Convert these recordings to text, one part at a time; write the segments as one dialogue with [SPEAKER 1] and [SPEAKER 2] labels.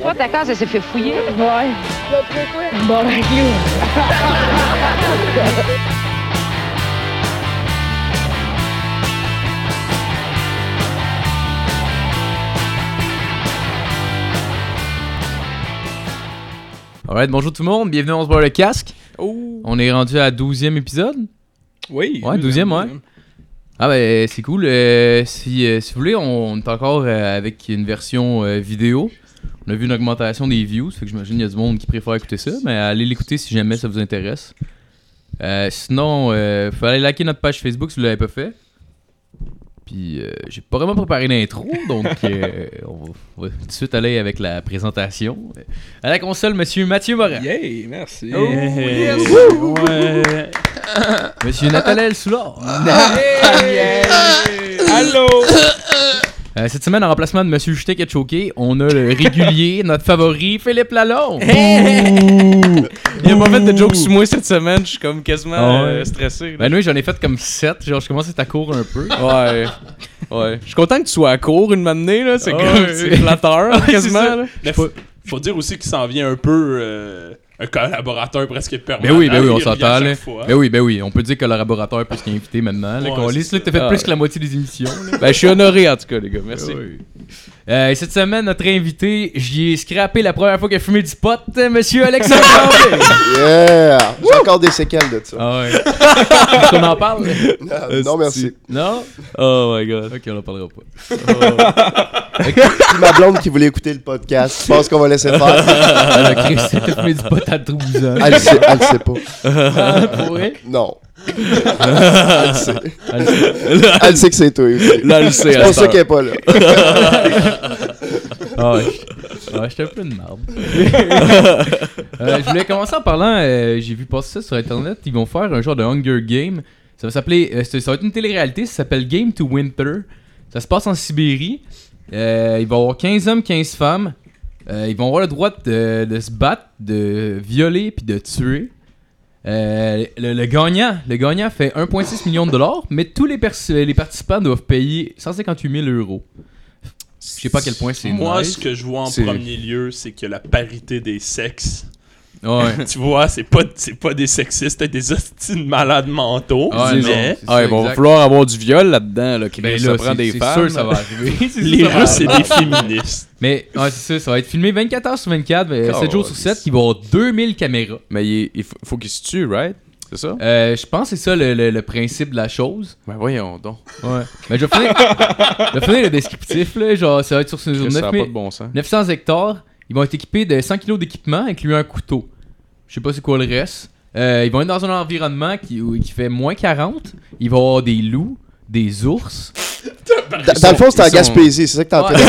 [SPEAKER 1] Toi, ta case, elle s'est fait fouiller.
[SPEAKER 2] Ouais. Bon, ben, you.
[SPEAKER 3] Alright, bonjour tout le monde, bienvenue on se voit le casque.
[SPEAKER 4] Oh!
[SPEAKER 3] On est rendu à 12e épisode.
[SPEAKER 4] Oui!
[SPEAKER 3] Ouais, douzième, ouais. Ah ben c'est cool. Euh, si, euh, si vous voulez, on, on est encore euh, avec une version euh, vidéo. On a vu une augmentation des views, fait que j'imagine qu'il y a du monde qui préfère écouter ça, mais allez l'écouter si jamais ça vous intéresse. Euh, sinon, euh, faut aller liker notre page Facebook si vous l'avez pas fait. Puis euh, j'ai pas vraiment préparé l'intro, donc euh, on, va, on va tout de suite aller avec la présentation. À la console, Monsieur Mathieu Morin,
[SPEAKER 4] Yay, merci.
[SPEAKER 5] Eh,
[SPEAKER 2] Oh.
[SPEAKER 3] Oh,
[SPEAKER 2] yes.
[SPEAKER 5] Ouais.
[SPEAKER 3] Monsieur Nathalie Soulard.
[SPEAKER 2] Ah.
[SPEAKER 4] Allô!
[SPEAKER 3] Euh, cette semaine, en remplacement de Monsieur Jeté qui est choqué, on a le régulier, notre favori, Philippe Lalonde.
[SPEAKER 5] Eh, Il a pas fait de joke sur moi cette semaine, je suis comme quasiment
[SPEAKER 3] Ah ouais.
[SPEAKER 5] euh, stressé. là.
[SPEAKER 3] Ben oui, j'en ai fait comme 7, genre je commence à être à court un peu.
[SPEAKER 5] Ouais. Ouais. Je suis content que tu sois Bah, à court une matinée, là. C'est
[SPEAKER 3] Ah
[SPEAKER 5] comme-
[SPEAKER 3] ouais.
[SPEAKER 5] c'est flatteur, quasiment. là.
[SPEAKER 4] Mais faut, faut dire aussi qu'il s'en vient un peu euh, un collaborateur presque permanent.
[SPEAKER 3] Ben oui, ben oui,
[SPEAKER 4] Il
[SPEAKER 3] on
[SPEAKER 4] revient à
[SPEAKER 3] s'entend
[SPEAKER 4] chaque
[SPEAKER 3] là.
[SPEAKER 4] fois.
[SPEAKER 3] Ben oui, ben oui, on peut dire collaborateur plus qu'invité maintenant. Là,
[SPEAKER 4] Ouais,
[SPEAKER 3] qu'on
[SPEAKER 4] c'est
[SPEAKER 3] liste, là, que t'as
[SPEAKER 4] ça.
[SPEAKER 3] fait
[SPEAKER 5] Ah
[SPEAKER 3] plus
[SPEAKER 5] ouais.
[SPEAKER 3] que la moitié des émissions. là.
[SPEAKER 5] Ben, je suis honoré, en tout cas, les gars. Merci.
[SPEAKER 3] Ouais. Euh, et cette semaine, notre invité, j'y ai scrappé la première fois qu'il a fumé du pot, euh, monsieur Alexandre Tremblay.
[SPEAKER 6] Yeah! J'ai encore des séquelles de ça.
[SPEAKER 3] Ah ouais. Est-ce qu'on en parle?
[SPEAKER 5] Ah,
[SPEAKER 6] Euh, non, merci.
[SPEAKER 3] Non?
[SPEAKER 5] Oh my god.
[SPEAKER 3] Ok, on en parlera pas.
[SPEAKER 6] Puis ma blonde qui voulait écouter le podcast, je pense qu'on va laisser faire.
[SPEAKER 3] Ah, Chris, t'as fumé du pot à 12 ans.
[SPEAKER 6] Elle le sait, elle le sait pas.
[SPEAKER 3] Ah, pour vrai?
[SPEAKER 6] Non. elle le sait. Elle sait que c'est toi. aussi.
[SPEAKER 5] Là, elle le sait,
[SPEAKER 6] C'est
[SPEAKER 5] à
[SPEAKER 6] pour
[SPEAKER 5] cette
[SPEAKER 6] ça
[SPEAKER 5] heure.
[SPEAKER 6] qu'elle est pas là.
[SPEAKER 3] Ah ouais. Ah ouais, j'étais un peu une marde. Euh, je voulais commencer en parlant, euh, j'ai vu passer ça sur internet, ils vont faire un genre de Hunger Game. Ça va s'appeler, euh, c'est- ça va être une télé-réalité, ça s'appelle Game to Winter. Ça se passe en Sibérie. Euh, il va y avoir 15 hommes, 15 femmes. Euh, ils vont avoir le droit de, de se battre, de violer puis de tuer. Euh, le, le gagnant, le gagnant fait 1,6 million de dollars, mais tous les, pers- les participants doivent payer 158 000 euros. Je sais pas à quel point c'est
[SPEAKER 4] Moi,
[SPEAKER 3] nice.
[SPEAKER 4] ce que je vois en
[SPEAKER 5] C'est-
[SPEAKER 4] premier lieu, c'est que la parité des sexes.
[SPEAKER 3] Ouais.
[SPEAKER 4] Tu vois, c'est pas, c'est pas des sexistes, c'est des hostiles malades mentaux.
[SPEAKER 3] Ouais,
[SPEAKER 4] mais
[SPEAKER 3] non, c'est
[SPEAKER 5] Ah ouais,
[SPEAKER 3] ça,
[SPEAKER 5] bon, va
[SPEAKER 3] exact.
[SPEAKER 5] falloir avoir du viol là-dedans, là. Chris.
[SPEAKER 3] Ben
[SPEAKER 5] ça
[SPEAKER 3] là,
[SPEAKER 5] prend
[SPEAKER 3] c'est-
[SPEAKER 5] des
[SPEAKER 3] c'est
[SPEAKER 5] femmes.
[SPEAKER 3] sûr ça va arriver. C'est
[SPEAKER 4] les
[SPEAKER 3] sûr, ça va
[SPEAKER 4] Russes, c'est
[SPEAKER 3] arriver.
[SPEAKER 4] des féministes.
[SPEAKER 3] Mais ouais, c'est ça, ça va être filmé 24 heures sur 24,
[SPEAKER 5] Calisse.
[SPEAKER 3] 7 jours sur 7, il va y avoir 2000 caméras.
[SPEAKER 5] Mais il, il faut, faut qu'il se tue, right? C'est ça?
[SPEAKER 3] Euh, je pense que c'est ça le, le- le principe de la chose.
[SPEAKER 5] Ben voyons donc.
[SPEAKER 3] Ouais. Mais je vais finir, je vais finir le descriptif, là. Genre, ça va être sur, sur
[SPEAKER 5] Chris, ça a pas
[SPEAKER 3] 9000
[SPEAKER 5] de bon sens.
[SPEAKER 3] 900 hectares. Ils vont être équipés de 100 kg d'équipement, incluant un couteau. Je sais pas c'est quoi le reste. Euh, ils vont être dans un environnement qui, où- qui fait moins 40. Il va y avoir des loups, des ours.
[SPEAKER 6] Dans, dans le fond, c'est en
[SPEAKER 5] Ils sont-
[SPEAKER 6] Gaspésie, c'est ça que t'es en train de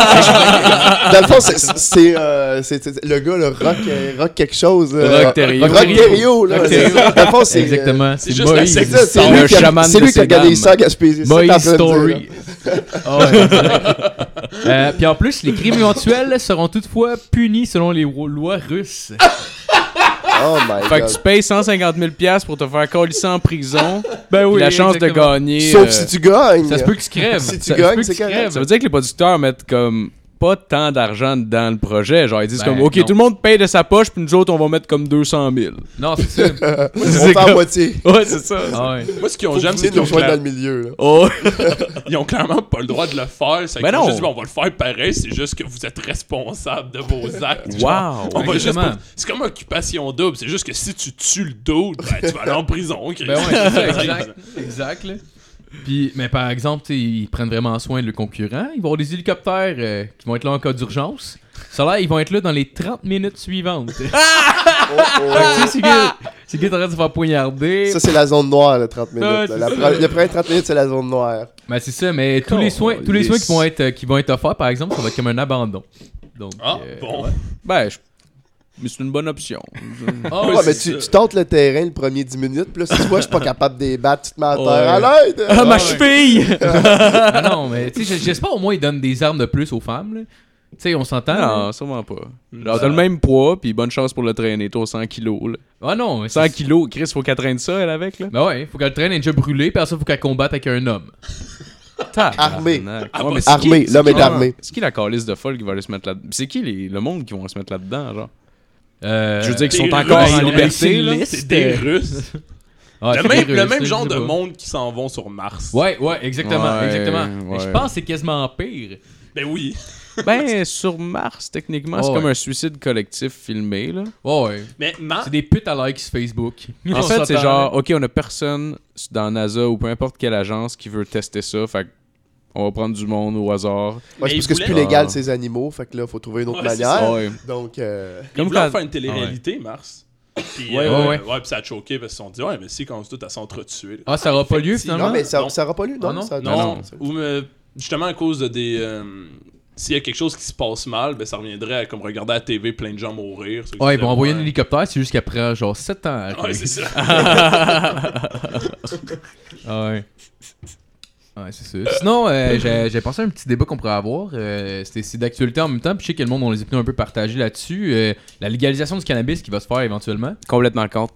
[SPEAKER 6] dire. Dans le fond, c'est- c'est- c'est euh, c'est- c'est- le gars, le rock, euh, rock quelque chose. euh,
[SPEAKER 5] Rock Thériault.
[SPEAKER 6] Rock Thériault, là.
[SPEAKER 3] Rock
[SPEAKER 6] c'est
[SPEAKER 3] Thériault.
[SPEAKER 6] ça. Dans le fond, c'est. euh,
[SPEAKER 3] Exactement.
[SPEAKER 4] c'est juste la
[SPEAKER 3] Moïse.
[SPEAKER 6] C'est ça, c'est
[SPEAKER 5] Le
[SPEAKER 6] lui qui a-
[SPEAKER 5] chaman
[SPEAKER 6] c'est
[SPEAKER 5] de
[SPEAKER 6] lui qui a
[SPEAKER 5] Sédam.
[SPEAKER 6] organisé ça en Gaspésie. c'est ça que
[SPEAKER 3] Boy
[SPEAKER 6] t'es en train de dire, là.
[SPEAKER 3] Story. Ah ouais, exact. Euh, Puis en plus, les crimes éventuels seront toutefois punis selon les ro- lois russes.
[SPEAKER 6] Ah, Oh my
[SPEAKER 5] Fait
[SPEAKER 6] god.
[SPEAKER 5] que tu payes 150 000 piastres pour te faire colisser en prison.
[SPEAKER 3] Ben
[SPEAKER 5] puis la chance de gagner.
[SPEAKER 6] Sauf
[SPEAKER 5] euh,
[SPEAKER 6] si tu gagnes.
[SPEAKER 3] Ça se peut que tu crèves.
[SPEAKER 6] Si tu
[SPEAKER 3] Ça se peut
[SPEAKER 6] gagnes,
[SPEAKER 3] que
[SPEAKER 6] c'est
[SPEAKER 3] tu
[SPEAKER 6] correct.
[SPEAKER 3] crèves.
[SPEAKER 5] Ça veut dire que les producteurs mettent comme pas tant d'argent dans le projet. Genre, ils disent
[SPEAKER 3] Ben,
[SPEAKER 5] comme, OK,
[SPEAKER 3] non.
[SPEAKER 5] tout le monde paye de sa poche, puis nous autres, on va mettre comme 200 000.
[SPEAKER 3] Non, c'est ça.
[SPEAKER 6] On
[SPEAKER 5] c'est
[SPEAKER 6] fait
[SPEAKER 5] comme-
[SPEAKER 6] à moitié.
[SPEAKER 5] Ouais, c'est ça.
[SPEAKER 3] Ah ouais.
[SPEAKER 4] Moi, ce qu'ils ont
[SPEAKER 6] Faut
[SPEAKER 4] jamais,
[SPEAKER 6] venir
[SPEAKER 4] c'est qu'ils
[SPEAKER 6] nous
[SPEAKER 4] ont
[SPEAKER 6] rejoindre
[SPEAKER 4] cla-
[SPEAKER 6] dans le milieu, là.
[SPEAKER 5] Oh,
[SPEAKER 4] ils ont clairement pas le droit de le faire. C'est
[SPEAKER 5] Ben
[SPEAKER 4] qu'ils ont
[SPEAKER 5] non.
[SPEAKER 4] juste dit, bon, on va le faire pareil, c'est juste que vous êtes responsable de vos actes.
[SPEAKER 5] wow.
[SPEAKER 4] On va juste
[SPEAKER 3] Exactement.
[SPEAKER 4] pas- C'est comme occupation double, c'est juste que si tu tues le dude, ben, tu vas aller en prison. Chris.
[SPEAKER 3] Ben ouais, c'est ça, exact. exact, là. Puis, mais par exemple, tu sais, ils prennent vraiment soin de le concurrent. Ils vont avoir des hélicoptères euh, qui vont être là en cas d'urgence. Ça là, ils vont être là dans les 30 minutes suivantes. Fait
[SPEAKER 6] Oh, oh.
[SPEAKER 3] que, tu sais, c'est que c'est que t'es en train de se faire poignarder.
[SPEAKER 6] Ça, c'est la zone noire, le 30 minutes.
[SPEAKER 3] Ouais,
[SPEAKER 6] là.
[SPEAKER 3] c'est
[SPEAKER 6] La
[SPEAKER 3] ça.
[SPEAKER 6] pre- le premier 30 minutes, c'est la zone noire.
[SPEAKER 3] Ben c'est ça, mais tous les soins, tous les
[SPEAKER 5] Yes.
[SPEAKER 3] soins qui vont être euh, qui vont être offerts, par exemple, ça va être comme un abandon. Donc,
[SPEAKER 4] Ah,
[SPEAKER 3] euh,
[SPEAKER 4] bon.
[SPEAKER 3] ouais.
[SPEAKER 5] Ben, je- mais c'est une bonne option.
[SPEAKER 3] Ah,
[SPEAKER 4] Ouais,
[SPEAKER 6] Ouais,
[SPEAKER 3] ouais,
[SPEAKER 6] mais
[SPEAKER 4] c'est
[SPEAKER 6] tu,
[SPEAKER 4] ça.
[SPEAKER 6] tu tentes le terrain le premier 10 minutes, puis là, si tu vois, je suis pas capable de débattre, tu te mets à terre.
[SPEAKER 5] Ouais.
[SPEAKER 6] À l'aide!
[SPEAKER 5] Ah, ma
[SPEAKER 3] ouais.
[SPEAKER 5] cheville!
[SPEAKER 3] ah non, mais tu sais, j- j'espère au moins ils donnent des armes de plus aux femmes. là. Tu sais, on s'entend. là.
[SPEAKER 5] non, Mm. sûrement pas. Genre, t'as le même poids, puis bonne chance pour le traîner. Toi, 100 kilos. Là.
[SPEAKER 3] Ah non, mais
[SPEAKER 5] 100
[SPEAKER 3] c'est-
[SPEAKER 5] kilos, Chris, faut qu'elle traîne ça, elle, avec, là.
[SPEAKER 3] Ben ouais, faut qu'elle traîne elle est déjà brûlée, puis après ça, faut qu'elle combatte avec un homme.
[SPEAKER 6] Armé.
[SPEAKER 5] Ouais, Ah, mais c'est qui-
[SPEAKER 6] Armé,
[SPEAKER 5] c'est
[SPEAKER 6] l'homme
[SPEAKER 5] qui-
[SPEAKER 6] est armé.
[SPEAKER 5] C'est qui la calice de folle qui va aller se mettre là-dedans? C'est qui les- le monde qui va se mettre là-dedans, genre?
[SPEAKER 3] Euh,
[SPEAKER 5] Je veux dire qu'ils sont
[SPEAKER 4] des
[SPEAKER 5] encore
[SPEAKER 4] Russes,
[SPEAKER 5] en
[SPEAKER 4] ils ont
[SPEAKER 5] liberté, là.
[SPEAKER 4] C'est des Russes.
[SPEAKER 3] ah,
[SPEAKER 4] le
[SPEAKER 3] c'est
[SPEAKER 4] même,
[SPEAKER 3] des
[SPEAKER 4] le
[SPEAKER 3] Russes,
[SPEAKER 4] même
[SPEAKER 3] je
[SPEAKER 4] genre
[SPEAKER 3] sais
[SPEAKER 4] de
[SPEAKER 3] pas.
[SPEAKER 4] monde qui s'en vont sur Mars.
[SPEAKER 3] Ouais, ouais, exactement,
[SPEAKER 5] Ouais,
[SPEAKER 3] exactement. Mais je
[SPEAKER 5] ouais.
[SPEAKER 3] pense que c'est quasiment pire.
[SPEAKER 4] Ben oui.
[SPEAKER 5] Ben, sur Mars, techniquement, c'est
[SPEAKER 3] Ouais.
[SPEAKER 5] comme un suicide collectif filmé, là.
[SPEAKER 3] Ouais, ouais.
[SPEAKER 4] Mais Mars.
[SPEAKER 3] C'est des putes à likes sur Facebook.
[SPEAKER 5] En
[SPEAKER 3] On
[SPEAKER 5] fait, c'est
[SPEAKER 3] s'entend,
[SPEAKER 5] genre, OK, on a personne dans NASA ou peu importe quelle agence qui veut tester ça, fait que on va prendre du monde au hasard.
[SPEAKER 6] Ouais,
[SPEAKER 4] Mais
[SPEAKER 6] c'est parce
[SPEAKER 4] ils
[SPEAKER 6] que c'est plus
[SPEAKER 5] voulaient-
[SPEAKER 6] légal
[SPEAKER 5] Ah.
[SPEAKER 6] ces animaux, fait que là, faut trouver une autre
[SPEAKER 4] Ouais, c'est
[SPEAKER 6] manière.
[SPEAKER 5] Ouais.
[SPEAKER 6] Donc, euh,
[SPEAKER 4] Ils
[SPEAKER 5] Comme
[SPEAKER 4] voulaient en
[SPEAKER 5] quand-
[SPEAKER 4] faire une télé-réalité, Mars. Puis,
[SPEAKER 3] Ouais,
[SPEAKER 4] euh,
[SPEAKER 3] ouais, ouais.
[SPEAKER 4] puis ça a choqué parce qu'ils se sont dit, ouais, mais si, quand on se doute à s'entretuer. là.
[SPEAKER 3] Ah, ça aura pas lieu finalement.
[SPEAKER 6] non, mais ça
[SPEAKER 4] non.
[SPEAKER 6] ça aura pas lu, non?
[SPEAKER 3] Ah, non?
[SPEAKER 6] ça-
[SPEAKER 4] Non,
[SPEAKER 6] ça-
[SPEAKER 4] ou euh, justement à cause de des. euh, S'il y a quelque chose qui se passe mal, ben ça reviendrait à comme regarder à la TV plein de gens mourir. ceux qui
[SPEAKER 3] Ouais, ils
[SPEAKER 4] disaient,
[SPEAKER 3] vont envoyer un hélicoptère, c'est juste qu'après genre 7 ans. à
[SPEAKER 4] Ouais,
[SPEAKER 3] arriver.
[SPEAKER 4] c'est ça.
[SPEAKER 3] Ah ouais. Ouais, c'est sûr. Sinon, euh, j'ai j'ai pensé à un petit débat qu'on pourrait avoir. euh, C'était c'est d'actualité en même temps. Puis je sais que le monde, on les opinions un peu partagées là-dessus. euh, la légalisation du cannabis qui va se faire éventuellement.
[SPEAKER 5] Complètement contre.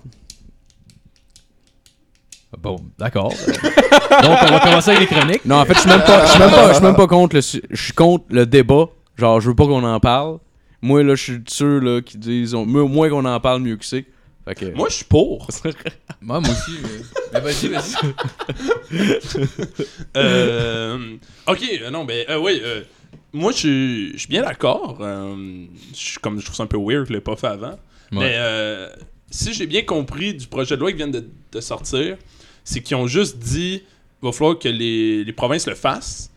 [SPEAKER 3] Bon, d'accord. Donc, on va commencer avec les chroniques.
[SPEAKER 5] Non, en fait, je suis même pas, je suis même pas, je suis même pas contre le, su- je suis contre le débat. Genre, je veux pas qu'on en parle. Moi, là, je suis de ceux là qui disent, on- mieux- moins qu'on en parle, mieux que c'est. Fait que-
[SPEAKER 4] Moi, je suis pour.
[SPEAKER 3] Ah, Moi, moi aussi. euh, Mais, mais vas-y, vas-y.
[SPEAKER 4] Euh, ok, euh, non, ben euh, oui. euh, moi, je suis je suis bien d'accord. euh, je suis- comme je trouve ça un peu weird, je l'ai pas fait avant. Mais euh, si j'ai bien compris du projet de loi qui vient de, de sortir, c'est qu'ils ont juste dit va falloir que les, les provinces le fassent.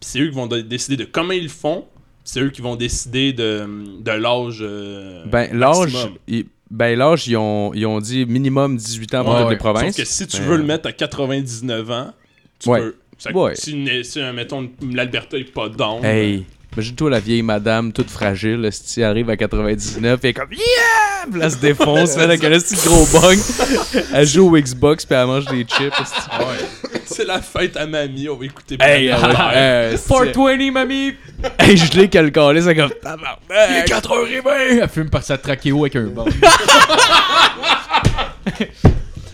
[SPEAKER 4] Puis c'est eux qui vont de- décider de comment ils le font. puis c'est eux qui vont décider de, de l'âge. euh,
[SPEAKER 5] ben l'âge,
[SPEAKER 4] maximum.
[SPEAKER 5] ils- ben l'âge, ils ont, ils ont dit minimum 18 ans pour
[SPEAKER 3] Ouais,
[SPEAKER 5] toutes
[SPEAKER 3] ouais.
[SPEAKER 5] les provinces.
[SPEAKER 4] Sauf que si tu
[SPEAKER 5] Ben,
[SPEAKER 4] veux le mettre à 99 ans, tu
[SPEAKER 5] Ouais.
[SPEAKER 4] peux. Ça-
[SPEAKER 5] Ouais.
[SPEAKER 4] Si, une- si, euh, mettons, l'Alberta est pas down.
[SPEAKER 5] Hey, imagine-toi la vieille madame toute fragile, si arrive à 99 et elle est comme yeah, Puis là elle se défonce, fait avec un esti de gros bug. Elle joue au Xbox puis elle mange des chips. esti.
[SPEAKER 4] C'est la fête à mamie, on va écouter.
[SPEAKER 5] Hey,
[SPEAKER 4] Black
[SPEAKER 5] ah ouais,
[SPEAKER 4] Lives
[SPEAKER 5] euh, esti.
[SPEAKER 3] 420, mamie!
[SPEAKER 5] Hey, je l'ai qu'elle calait, c'est comme tabarnak.
[SPEAKER 3] Il est 4h20! Elle fume par sa trachéo avec un bord.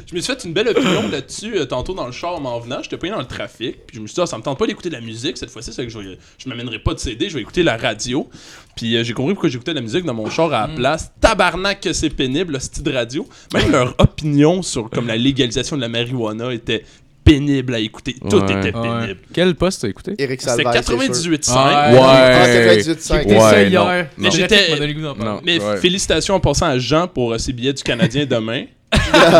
[SPEAKER 4] Je me suis fait une belle opinion là-dessus euh, tantôt dans le char en m'en venant. J'étais pas dans le trafic. Puis je me suis dit, ah, ça me tente pas d'écouter de la musique cette fois-ci. C'est que je, vais- je m'amènerai pas de CD, je vais écouter la radio. Puis euh, j'ai compris pourquoi j'écoutais de la musique dans mon char
[SPEAKER 5] Mm.
[SPEAKER 4] à la place. Tabarnak que c'est pénible, le style de radio. Même leur opinion sur comme la légalisation de la marijuana était pénible à écouter. Tout
[SPEAKER 5] Ouais.
[SPEAKER 4] était
[SPEAKER 3] Ouais.
[SPEAKER 4] pénible.
[SPEAKER 5] Quel poste t'as écouté
[SPEAKER 6] Éric
[SPEAKER 4] C'était
[SPEAKER 6] Salvaire, c'est sûr.
[SPEAKER 4] 98.5.
[SPEAKER 3] Ouais.
[SPEAKER 6] Ah, 98,5.
[SPEAKER 3] T'es
[SPEAKER 5] Ouais,
[SPEAKER 3] ça
[SPEAKER 5] non,
[SPEAKER 3] hier.
[SPEAKER 5] non.
[SPEAKER 3] J'étais. m'a donné le goût d'en
[SPEAKER 5] Non.
[SPEAKER 3] parler.
[SPEAKER 4] Mais
[SPEAKER 5] Ouais.
[SPEAKER 4] félicitations en passant à Jean pour euh, ses billets du Canadien demain.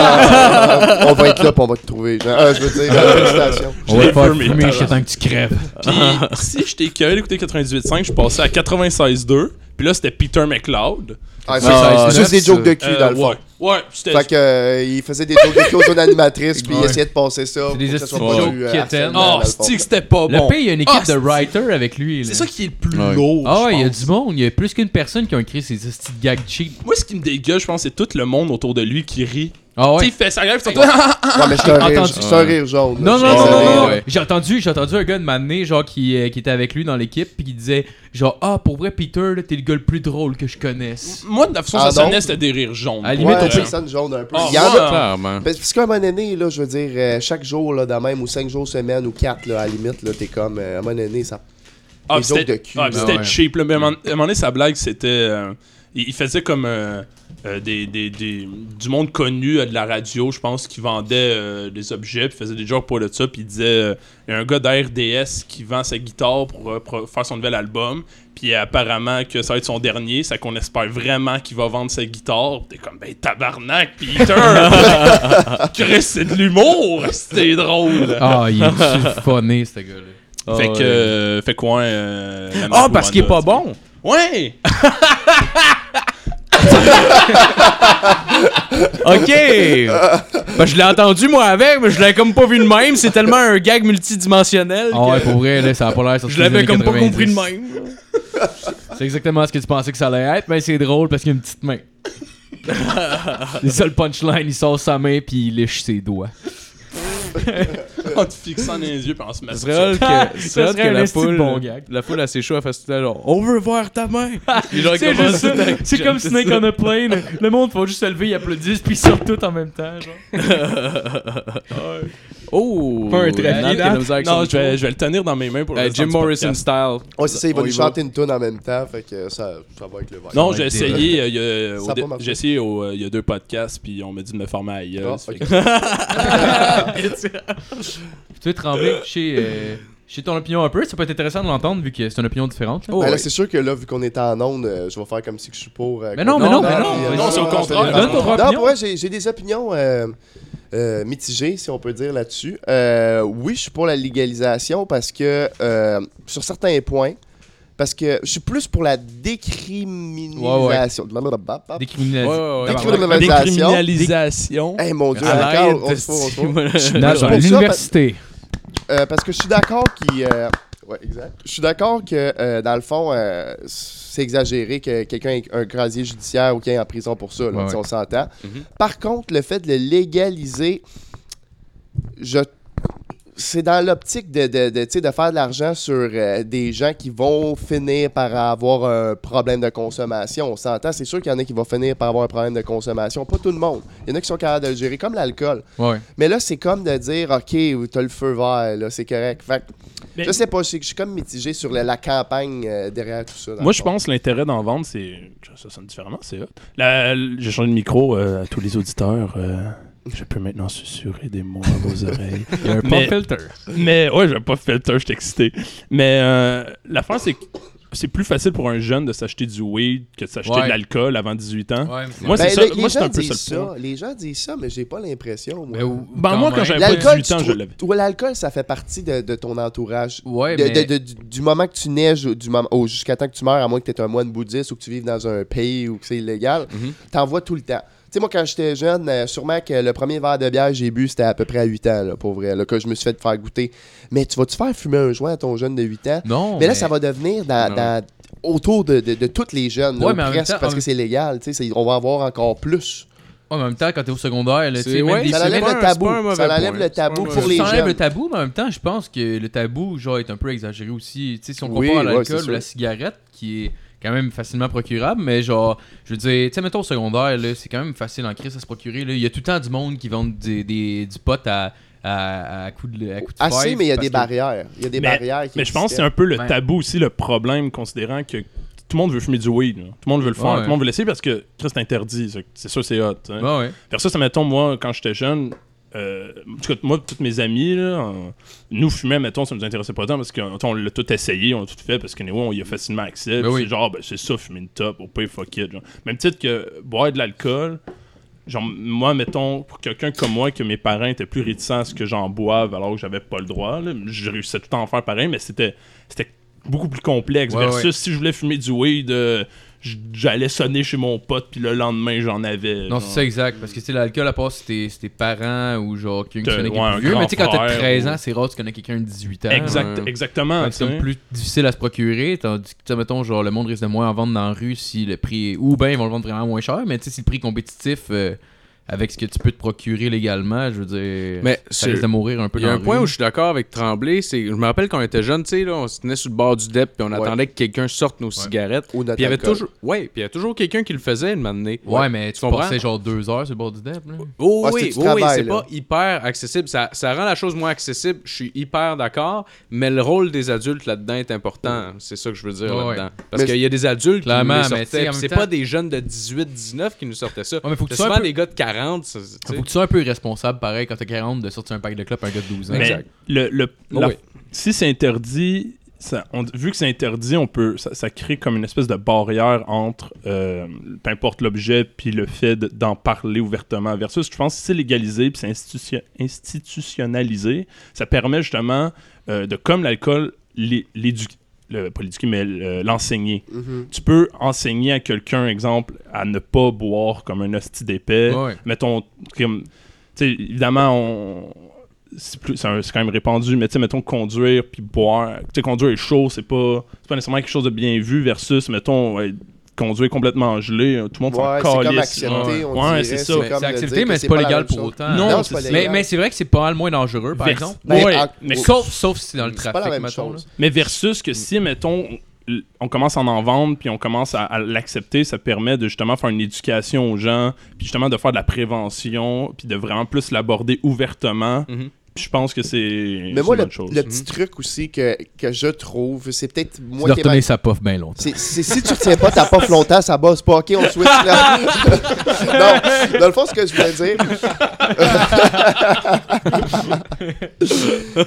[SPEAKER 6] Ah, on va être là, pour on va te trouver. Jean. Ah, je veux dire, euh, félicitations.
[SPEAKER 3] On va
[SPEAKER 4] J'ai
[SPEAKER 3] te faire
[SPEAKER 4] fermé
[SPEAKER 3] fumer
[SPEAKER 4] ta
[SPEAKER 3] jusqu'à temps que tu crèves.
[SPEAKER 4] Puis si j'étais curieux d'écouter 98.5, je suis passé à 96.2. Puis là, c'était Peter McLeod. Euh,
[SPEAKER 6] Ah,
[SPEAKER 5] ça, ça,
[SPEAKER 6] c'est juste
[SPEAKER 5] ça,
[SPEAKER 6] des jokes de
[SPEAKER 5] ça.
[SPEAKER 6] cul, dans le fond.
[SPEAKER 4] ouais, ouais, c'était.
[SPEAKER 6] Fait que, euh, il faisait des jokes de cul aux zones animatrices, puis il
[SPEAKER 3] Ouais.
[SPEAKER 6] essayait de passer ça.
[SPEAKER 3] C'est des
[SPEAKER 6] pour que ça soit
[SPEAKER 3] estimes
[SPEAKER 6] pas
[SPEAKER 3] jokes
[SPEAKER 6] du, euh,
[SPEAKER 3] qui étaient-
[SPEAKER 6] harcèlement, dans
[SPEAKER 4] Oh,
[SPEAKER 6] le fond.
[SPEAKER 4] cest que c'était pas
[SPEAKER 3] Le
[SPEAKER 4] bon?
[SPEAKER 3] pays, il y a une équipe
[SPEAKER 4] Ah,
[SPEAKER 3] de
[SPEAKER 4] c'est-
[SPEAKER 3] writers avec lui.
[SPEAKER 4] C'est
[SPEAKER 3] là.
[SPEAKER 4] ça qui est le plus
[SPEAKER 5] Ouais.
[SPEAKER 4] lourd.
[SPEAKER 3] Ah,
[SPEAKER 4] je
[SPEAKER 3] il y a
[SPEAKER 4] pense.
[SPEAKER 3] du monde. Il y a plus qu'une personne qui a créé ces petites gags cheap.
[SPEAKER 4] Moi, ce qui me dégueule, je pense, c'est tout le monde autour de lui qui rit.
[SPEAKER 3] Ah
[SPEAKER 4] Tu sais, il fait sa grève, il fait Ah, ah, ah.
[SPEAKER 6] Ouais, mais c'est un rire-
[SPEAKER 3] entendu-
[SPEAKER 6] c'est un rire jaune. là.
[SPEAKER 3] Non,
[SPEAKER 6] Je
[SPEAKER 3] non, non,
[SPEAKER 6] suis
[SPEAKER 3] non,
[SPEAKER 6] désolé,
[SPEAKER 3] non.
[SPEAKER 6] là.
[SPEAKER 3] J'ai entendu, j'ai entendu un gars de m'amener, genre, qui, euh, qui était avec lui dans l'équipe, puis qui disait, genre, ah, pour vrai, Peter, là, t'es le gars le plus drôle que je connaisse.
[SPEAKER 4] Moi, de la façon dont
[SPEAKER 6] Ah,
[SPEAKER 4] ça sonnait,
[SPEAKER 6] donc?
[SPEAKER 4] c'était des rires jaunes.
[SPEAKER 3] À la
[SPEAKER 6] Ouais,
[SPEAKER 3] limite, on peut-
[SPEAKER 6] ça sonne jaune un peu.
[SPEAKER 4] Ah,
[SPEAKER 6] Il y en a-
[SPEAKER 4] ouais.
[SPEAKER 5] Clairement.
[SPEAKER 6] Ben, c'est Parce qu'à un moment donné, là, je veux dire, euh, chaque jour, là, dans même, ou 5 jours semaine, ou 4, là, à la limite, là, t'es comme, euh, à un moment donné, ça.
[SPEAKER 4] Ah,
[SPEAKER 6] Les
[SPEAKER 4] puis c'était
[SPEAKER 6] jokes de cul.
[SPEAKER 4] ah, puis
[SPEAKER 3] Ah,
[SPEAKER 4] c'était
[SPEAKER 3] ouais.
[SPEAKER 4] cheap. Là, mais à un moment à un moment donné, sa blague, c'était. euh, il il faisait comme euh, euh, des, des- des- du monde connu euh, de la radio, je pense, qui vendait euh, des objets, puis faisait des jokes pour le ça. Puis il disait euh, il y a un gars d'RDS qui vend sa guitare pour, euh, pro- faire son nouvel album. Puis apparemment que ça va être son dernier, ça qu'on espère vraiment qu'il va vendre sa guitare. Puis T'es comme, ben tabarnak, Peter! Chris, c'est de l'humour! C'était drôle!
[SPEAKER 3] Ah, il est funny, ce gars-là.
[SPEAKER 4] fait que, euh, fait quoi? euh, la
[SPEAKER 5] Ah, parce qu'il est pas
[SPEAKER 4] marijuana,
[SPEAKER 5] bon.
[SPEAKER 4] Ouais!
[SPEAKER 5] Ok! ben, je l'ai entendu moi avec, mais je l'avais comme pas vu de même. C'est tellement un gag multidimensionnel.
[SPEAKER 3] Ah ouais,
[SPEAKER 5] que
[SPEAKER 3] pour vrai, là, ça a pas l'air sorti
[SPEAKER 5] je l'avais
[SPEAKER 3] des
[SPEAKER 5] comme pas
[SPEAKER 3] 90.
[SPEAKER 5] compris de même.
[SPEAKER 3] C'est exactement ce que tu pensais que ça allait être, mais c'est drôle parce qu'il y a une petite main. c'est ça le punchline, il sort sa main puis il lèche ses doigts.
[SPEAKER 4] en te fixant dans les yeux puis en se
[SPEAKER 5] Ce
[SPEAKER 4] masturbant.
[SPEAKER 5] serait drôle que, ce serait
[SPEAKER 1] Ça
[SPEAKER 5] drôle
[SPEAKER 1] serait
[SPEAKER 5] que
[SPEAKER 1] un
[SPEAKER 5] la
[SPEAKER 1] esti de
[SPEAKER 5] foule,
[SPEAKER 1] bon gag.
[SPEAKER 5] la foule assez chaud, elle fasse tout le temps genre, on veut voir ta main. Les gens
[SPEAKER 1] C'est
[SPEAKER 5] commencent
[SPEAKER 1] juste ça.
[SPEAKER 5] tout à-
[SPEAKER 1] C'est comme Snake on a plane. Le monde faut juste se lever, ils applaudissent, puis ils sortent tout en même temps. Genre.
[SPEAKER 5] Oh!
[SPEAKER 1] Pas un
[SPEAKER 5] Nat
[SPEAKER 1] trafic,
[SPEAKER 5] qui a de la
[SPEAKER 1] hein?
[SPEAKER 5] misère avec
[SPEAKER 4] Non,
[SPEAKER 5] son
[SPEAKER 4] je vais,
[SPEAKER 5] micro.
[SPEAKER 4] je vais le tenir dans mes mains pour le
[SPEAKER 5] Euh,
[SPEAKER 4] restant
[SPEAKER 5] Jim
[SPEAKER 4] du
[SPEAKER 5] Morrison
[SPEAKER 4] podcast.
[SPEAKER 5] style.
[SPEAKER 6] Ouais, c'est ça, ils vont
[SPEAKER 5] On y
[SPEAKER 6] lui
[SPEAKER 5] va.
[SPEAKER 6] chanter une tune en même temps, fait que ça, ça va avec le vibe.
[SPEAKER 4] Non,
[SPEAKER 3] Ouais,
[SPEAKER 4] j'ai
[SPEAKER 3] t'es-
[SPEAKER 4] essayé, euh, il y a, euh,
[SPEAKER 6] Ça
[SPEAKER 4] au
[SPEAKER 6] a
[SPEAKER 4] dé-
[SPEAKER 6] pas marché.
[SPEAKER 4] j'ai essayé au, euh, il y a deux podcasts, puis on m'a dit de me former à
[SPEAKER 6] Ah,
[SPEAKER 4] IELTS. fait
[SPEAKER 6] ok.
[SPEAKER 4] que-
[SPEAKER 3] Tu veux trembler chez, euh, chez ton opinion un peu, ça peut être intéressant de l'entendre vu que c'est une opinion différente. là.
[SPEAKER 5] Oh,
[SPEAKER 6] Ben là,
[SPEAKER 5] ouais.
[SPEAKER 6] c'est sûr que là, vu qu'on est en onde, euh, je vais faire comme si que je suis pour. euh,
[SPEAKER 3] Mais non,
[SPEAKER 6] qu'on-
[SPEAKER 3] mais non,
[SPEAKER 5] mais non,
[SPEAKER 6] puis,
[SPEAKER 5] mais
[SPEAKER 6] euh,
[SPEAKER 5] non, c'est au
[SPEAKER 3] contraire.
[SPEAKER 6] c'est-
[SPEAKER 3] Donne ton
[SPEAKER 6] Non,
[SPEAKER 3] opinion.
[SPEAKER 6] pour vrai, j'ai j'ai des opinions euh, euh, mitigées, si on peut dire, là-dessus. Euh, oui, je suis pour la légalisation parce que, euh, sur certains points, parce que je suis plus pour la décriminalisation. Blablabla.
[SPEAKER 3] Décriminalis-
[SPEAKER 5] Ouais, ouais, ouais.
[SPEAKER 3] Tabarnak.
[SPEAKER 4] Décriminalisation.
[SPEAKER 6] Hey, mon Dieu,
[SPEAKER 5] Allied
[SPEAKER 6] d'accord, on se fout, on se fout.
[SPEAKER 5] Testimonial.
[SPEAKER 3] Dans
[SPEAKER 6] pour ça,
[SPEAKER 3] l'université.
[SPEAKER 6] Euh, parce que je suis d'accord qu'il. euh, ouais, exact. Je suis d'accord que, euh, dans le fond, euh, c'est exagéré que quelqu'un ait un casier judiciaire ou qu'il est en prison pour ça, là,
[SPEAKER 3] Ouais,
[SPEAKER 6] tu sais,
[SPEAKER 3] ouais.
[SPEAKER 6] on s'entend.
[SPEAKER 5] Mhm.
[SPEAKER 6] Par contre, le fait de le légaliser, je. C'est dans l'optique de, de, de, tu sais, de faire de l'argent sur euh, des gens qui vont finir par avoir un problème de consommation. On s'entend, c'est sûr qu'il y en a qui vont finir par avoir un problème de consommation. Pas tout le monde. Il y en a qui sont capables de le gérer, comme l'alcool.
[SPEAKER 3] Ouais.
[SPEAKER 6] Mais là, c'est comme de dire, OK, t'as le feu vert, là, c'est correct. Fait que,
[SPEAKER 1] Mais-
[SPEAKER 6] je sais pas, c'est que je suis comme mitigé sur la, la campagne euh, derrière tout ça. dans
[SPEAKER 4] Moi,
[SPEAKER 6] le
[SPEAKER 4] je
[SPEAKER 6] fond.
[SPEAKER 4] pense que l'intérêt d'en vendre, c'est. Ça sonne différemment, c'est hot. La- l- J'ai changé de micro euh, à tous les auditeurs. euh, Je peux maintenant susurrer des mots à vos oreilles.
[SPEAKER 3] Il y a un
[SPEAKER 4] Mais-
[SPEAKER 3] pop filter.
[SPEAKER 4] Mais ouais, je vais pas filter, je suis excité. Mais euh, l'affaire, c'est que c'est plus facile pour un jeune de s'acheter du weed que de s'acheter
[SPEAKER 3] Ouais.
[SPEAKER 4] de l'alcool avant 18 ans. Moi,
[SPEAKER 6] Ben,
[SPEAKER 4] c'est
[SPEAKER 6] les-
[SPEAKER 4] ça.
[SPEAKER 6] les
[SPEAKER 4] Moi, c'est
[SPEAKER 6] gens
[SPEAKER 4] un peu
[SPEAKER 6] disent
[SPEAKER 4] ça le point.
[SPEAKER 6] ça. Les gens disent ça, mais j'ai pas l'impression. moi.
[SPEAKER 4] Ben, moi, quand j'avais pas
[SPEAKER 6] L'alcool,
[SPEAKER 4] 18 ans,
[SPEAKER 6] tu
[SPEAKER 4] je
[SPEAKER 6] trou-
[SPEAKER 4] l'avais.
[SPEAKER 6] ouais, l'alcool, ça fait partie de, de ton entourage.
[SPEAKER 3] Ouais,
[SPEAKER 6] De-
[SPEAKER 3] mais...
[SPEAKER 6] de- de- du, du moment que tu neiges du moment, au- jusqu'à temps que tu meurs, à moins que tu un moine bouddhiste ou que tu vives dans un pays où que c'est illégal,
[SPEAKER 3] Mhm.
[SPEAKER 6] t'en vois tout le temps. Tu sais, moi, quand j'étais jeune, euh, sûrement que le premier verre de bière que j'ai bu, c'était à peu près à 8 ans, là, pour vrai, là, que je me suis fait faire goûter. Mais tu vas-tu faire fumer un joint à ton jeune de 8 ans?
[SPEAKER 3] Non,
[SPEAKER 6] Mais là, ça va devenir dans,
[SPEAKER 5] Non.
[SPEAKER 6] dans- autour de, de, de toutes les jeunes, là,
[SPEAKER 3] Ouais,
[SPEAKER 6] ou
[SPEAKER 3] mais en même
[SPEAKER 6] presque,
[SPEAKER 3] temps-
[SPEAKER 6] parce
[SPEAKER 3] en-
[SPEAKER 6] que c'est légal. tu sais, c'est- On va avoir encore plus.
[SPEAKER 3] Ouais, mais en même temps, quand t'es au secondaire, là, tu sais,
[SPEAKER 5] C'est-
[SPEAKER 3] même
[SPEAKER 5] ouais,
[SPEAKER 3] des-
[SPEAKER 5] c'est
[SPEAKER 6] Ça enlève
[SPEAKER 5] pas un-
[SPEAKER 6] le tabou.
[SPEAKER 5] c'est pas un mauvais
[SPEAKER 6] Ça enlève
[SPEAKER 5] point.
[SPEAKER 6] le tabou
[SPEAKER 5] C'est pas un
[SPEAKER 6] pour
[SPEAKER 5] mauvais
[SPEAKER 6] les
[SPEAKER 3] ça enlève le
[SPEAKER 6] jeunes.
[SPEAKER 3] tabou, mais en même temps, je pense que le tabou, genre, est un peu exagéré aussi. Tu sais, si on
[SPEAKER 6] Oui,
[SPEAKER 3] compare à
[SPEAKER 6] ouais,
[SPEAKER 3] l'alcool
[SPEAKER 6] c'est
[SPEAKER 3] ou la
[SPEAKER 6] sûr.
[SPEAKER 3] cigarette, qui est quand même facilement procurable, mais genre, je veux dire, tu sais, mettons au secondaire, là, c'est quand même facile en crise à se procurer. là. Il y a tout le temps du monde qui vend des, des- du pot à, à, à coup de, à coup de
[SPEAKER 6] Assez,
[SPEAKER 3] five,
[SPEAKER 6] Ah, mais il y a
[SPEAKER 3] parce
[SPEAKER 6] des
[SPEAKER 3] que-
[SPEAKER 6] barrières. Il y a des
[SPEAKER 4] Mais-
[SPEAKER 6] barrières qui
[SPEAKER 4] Mais je pense que c'est
[SPEAKER 6] existaient.
[SPEAKER 4] un peu le
[SPEAKER 3] Ouais.
[SPEAKER 4] tabou aussi, le problème, considérant que tout le monde veut fumer du weed. là. Tout le monde veut le faire,
[SPEAKER 3] Ouais.
[SPEAKER 4] tout le monde veut l'essayer parce que Christ interdit. c'est- C'est sûr, c'est hot. hein.
[SPEAKER 3] Ouais, ouais.
[SPEAKER 4] Versus, mettons, moi, quand j'étais jeune, euh, en tout cas, moi, tous mes amis, là, on- nous fumait, mettons, ça nous intéressait pas tant parce qu'on l'a tout essayé, on l'a tout fait parce que anyway, on y a facilement accès.
[SPEAKER 3] Ben
[SPEAKER 4] puis
[SPEAKER 3] oui.
[SPEAKER 4] C'est genre, ben, c'est ça, fumer une top, au pire, fuck it. genre. Même titre que boire de l'alcool, genre, moi, mettons, pour quelqu'un comme moi, que mes parents étaient plus réticents à ce que j'en boive alors que j'avais pas le droit, là, je réussissais tout le temps à faire pareil, mais c'était c'était beaucoup plus complexe.
[SPEAKER 3] Ouais,
[SPEAKER 4] versus
[SPEAKER 3] ouais.
[SPEAKER 4] si je voulais fumer du weed, euh, j- j'allais sonner chez mon pote, puis le lendemain, j'en avais.
[SPEAKER 3] Non,
[SPEAKER 4] genre.
[SPEAKER 3] c'est ça exact. Parce que tu sais, l'alcool, à part si t'es si tes parents ou genre quelqu'un qui
[SPEAKER 4] T'as-
[SPEAKER 3] connaît
[SPEAKER 4] ouais,
[SPEAKER 3] quelqu'un
[SPEAKER 4] un
[SPEAKER 3] de vieux, mais tu sais, quand
[SPEAKER 4] grand
[SPEAKER 3] t'as 13
[SPEAKER 4] frère,
[SPEAKER 3] ans, c'est rare que tu connais quelqu'un de 18 ans.
[SPEAKER 4] Exact,
[SPEAKER 5] Ouais.
[SPEAKER 4] exactement.
[SPEAKER 3] hein. Fait que Ah, C'est
[SPEAKER 4] tu sais.
[SPEAKER 3] comme plus difficile à se procurer, tandis que, tu sais, mettons, genre, le monde risque de moins en vendre dans la rue si le prix. est- Ou ben ils vont le vendre vraiment moins cher, mais tu sais, si le prix est compétitif euh, avec ce que tu peux te procurer légalement, je veux dire.
[SPEAKER 5] Mais
[SPEAKER 3] ça
[SPEAKER 5] c'est-
[SPEAKER 3] risque de mourir un peu
[SPEAKER 5] Il y a
[SPEAKER 3] dans
[SPEAKER 5] un
[SPEAKER 3] la
[SPEAKER 5] point
[SPEAKER 3] rue.
[SPEAKER 5] où je suis d'accord avec Tremblay, c'est je me rappelle quand on était jeune, tu sais là, on se tenait sur le bord du dep puis on
[SPEAKER 6] Ouais.
[SPEAKER 5] attendait que quelqu'un sorte nos cigarettes.
[SPEAKER 6] Ou notre
[SPEAKER 5] Puis il y avait
[SPEAKER 6] alcool.
[SPEAKER 5] toujours ouais, puis il y a toujours quelqu'un qui le faisait une année.
[SPEAKER 3] Ouais, mais tu
[SPEAKER 5] comprends?
[SPEAKER 3] passais genre deux heures sur le bord du dep, là.
[SPEAKER 5] Oh
[SPEAKER 6] Ah, c'est
[SPEAKER 5] oui,
[SPEAKER 6] du
[SPEAKER 5] oh oui,
[SPEAKER 6] travail,
[SPEAKER 5] c'est
[SPEAKER 6] là.
[SPEAKER 5] pas hyper accessible. Ça, ça rend la chose moins accessible. Je suis hyper d'accord, mais le rôle des adultes là-dedans est important. C'est ça que je veux dire
[SPEAKER 3] Ouais,
[SPEAKER 5] là-dedans. Parce
[SPEAKER 6] Mais
[SPEAKER 5] qu'il y a des adultes
[SPEAKER 3] Clairement, mais
[SPEAKER 5] qui nous les
[SPEAKER 3] tu sais,
[SPEAKER 5] sortaient.
[SPEAKER 3] en même
[SPEAKER 5] puis C'est
[SPEAKER 3] temps-
[SPEAKER 5] pas des jeunes de 18-19 qui nous sortaient ça.
[SPEAKER 3] Ouais, mais faut que tu
[SPEAKER 5] C'est
[SPEAKER 3] sois
[SPEAKER 5] souvent
[SPEAKER 3] un peu-
[SPEAKER 5] des gars de 40. ça, tu sais.
[SPEAKER 3] Faut que tu sois un peu irresponsable, pareil, quand t'as 40 de sortir un pack de clopes à un gars de 12 ans.
[SPEAKER 4] Mais
[SPEAKER 5] Exact.
[SPEAKER 4] le, le-
[SPEAKER 5] Oh
[SPEAKER 4] la-
[SPEAKER 5] oui.
[SPEAKER 4] Si c'est interdit, ça- on- vu que c'est interdit, on peut, ça, ça crée comme une espèce de barrière entre, euh, peu importe l'objet, puis le fait de- d'en parler ouvertement. Versus, je pense que si c'est légalisé, puis c'est institution- institutionnalisé, ça permet justement euh, de, comme l'alcool, l'é- l'éduquer. Le, pas l'éduquer, mais euh, l'enseigner.
[SPEAKER 6] Mhm.
[SPEAKER 4] Tu peux enseigner à quelqu'un, exemple, à ne pas boire comme un hostie d'épais,
[SPEAKER 3] Ouais.
[SPEAKER 4] mettons, comme, tu sais, évidemment, on, c'est plus- c'est un- c'est quand même répandu, mais tu sais, mettons, conduire puis boire, tu sais, conduire est chaud, c'est pas, c'est pas nécessairement quelque chose de bien vu versus, mettons, ouais, conduire complètement gelé, euh, tout le monde s'en
[SPEAKER 6] Ouais, c'est comme
[SPEAKER 4] calisse. hein.
[SPEAKER 6] accepté, on
[SPEAKER 4] Ouais,
[SPEAKER 6] dirait.
[SPEAKER 4] c'est ça.
[SPEAKER 6] c'est
[SPEAKER 3] Mais
[SPEAKER 6] comme
[SPEAKER 3] C'est
[SPEAKER 6] de
[SPEAKER 3] accepté,
[SPEAKER 6] dire
[SPEAKER 3] mais
[SPEAKER 6] que
[SPEAKER 3] c'est pas
[SPEAKER 6] la
[SPEAKER 3] légal
[SPEAKER 6] même
[SPEAKER 3] pour
[SPEAKER 6] chose.
[SPEAKER 3] autant.
[SPEAKER 4] Non,
[SPEAKER 6] c'est pas
[SPEAKER 3] Mais,
[SPEAKER 6] légal.
[SPEAKER 3] mais c'est vrai que c'est pas mal moins dangereux, par
[SPEAKER 4] Vers-
[SPEAKER 3] exemple.
[SPEAKER 6] Ben,
[SPEAKER 4] Ouais,
[SPEAKER 6] à-
[SPEAKER 4] mais
[SPEAKER 6] au-
[SPEAKER 3] Sauf, sauf si c'est dans le
[SPEAKER 6] C'est
[SPEAKER 3] trafic,
[SPEAKER 6] pas la même
[SPEAKER 3] mettons,
[SPEAKER 6] chose.
[SPEAKER 4] Mais versus que si, mettons, l- on commence à en vendre, puis on commence à, à l'accepter, ça permet de justement faire une éducation aux gens, puis justement de faire de la prévention, puis de vraiment plus l'aborder ouvertement.
[SPEAKER 5] Mhm.
[SPEAKER 4] Puis je pense que c'est
[SPEAKER 6] Mm-hmm. Mais
[SPEAKER 4] c'est
[SPEAKER 6] moi,
[SPEAKER 4] une
[SPEAKER 6] le,
[SPEAKER 4] bonne chose. hein.
[SPEAKER 6] le petit truc aussi que, que je trouve, c'est peut-être
[SPEAKER 3] Tu dois
[SPEAKER 6] moi qui
[SPEAKER 3] retenir sa pof bien longtemps.
[SPEAKER 6] C'est c'est- si tu retiens pas ta pof longtemps, ça bosse pas. Ok, on switch là. non, dans le fond, ce que je voulais dire,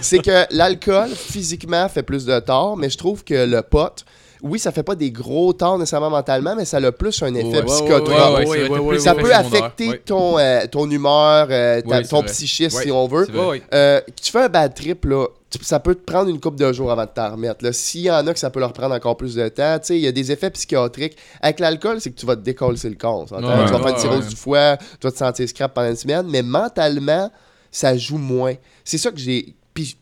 [SPEAKER 6] c'est que l'alcool, physiquement, fait plus de tort, mais je trouve que le pot, oui, ça fait pas des gros torts nécessairement mentalement, mais ça a plus un effet psychotrope.
[SPEAKER 5] ouais, ouais, ouais, ouais,
[SPEAKER 6] Ça
[SPEAKER 5] ouais,
[SPEAKER 6] peut affecter ton, euh, ton humeur, euh, ta-
[SPEAKER 3] Ouais, c'est
[SPEAKER 6] ton
[SPEAKER 3] vrai.
[SPEAKER 6] psychisme,
[SPEAKER 3] Ouais,
[SPEAKER 6] si on veut.
[SPEAKER 3] c'est vrai.
[SPEAKER 6] Euh, tu fais un bad trip, là, tu- ça peut te prendre une couple de jours avant de t'en remettre. là. S'il y en a que ça peut leur prendre encore plus de temps, tu sais, il y a des effets psychiatriques. Avec l'alcool, c'est que tu vas te décoller le corps. on s'entend?
[SPEAKER 3] Ouais,
[SPEAKER 6] tu vas faire
[SPEAKER 3] ouais,
[SPEAKER 6] une cirrhose
[SPEAKER 3] ouais.
[SPEAKER 6] du foie, tu vas te sentir scrap pendant une semaine, mais mentalement, ça joue moins. C'est ça que j'ai. Puis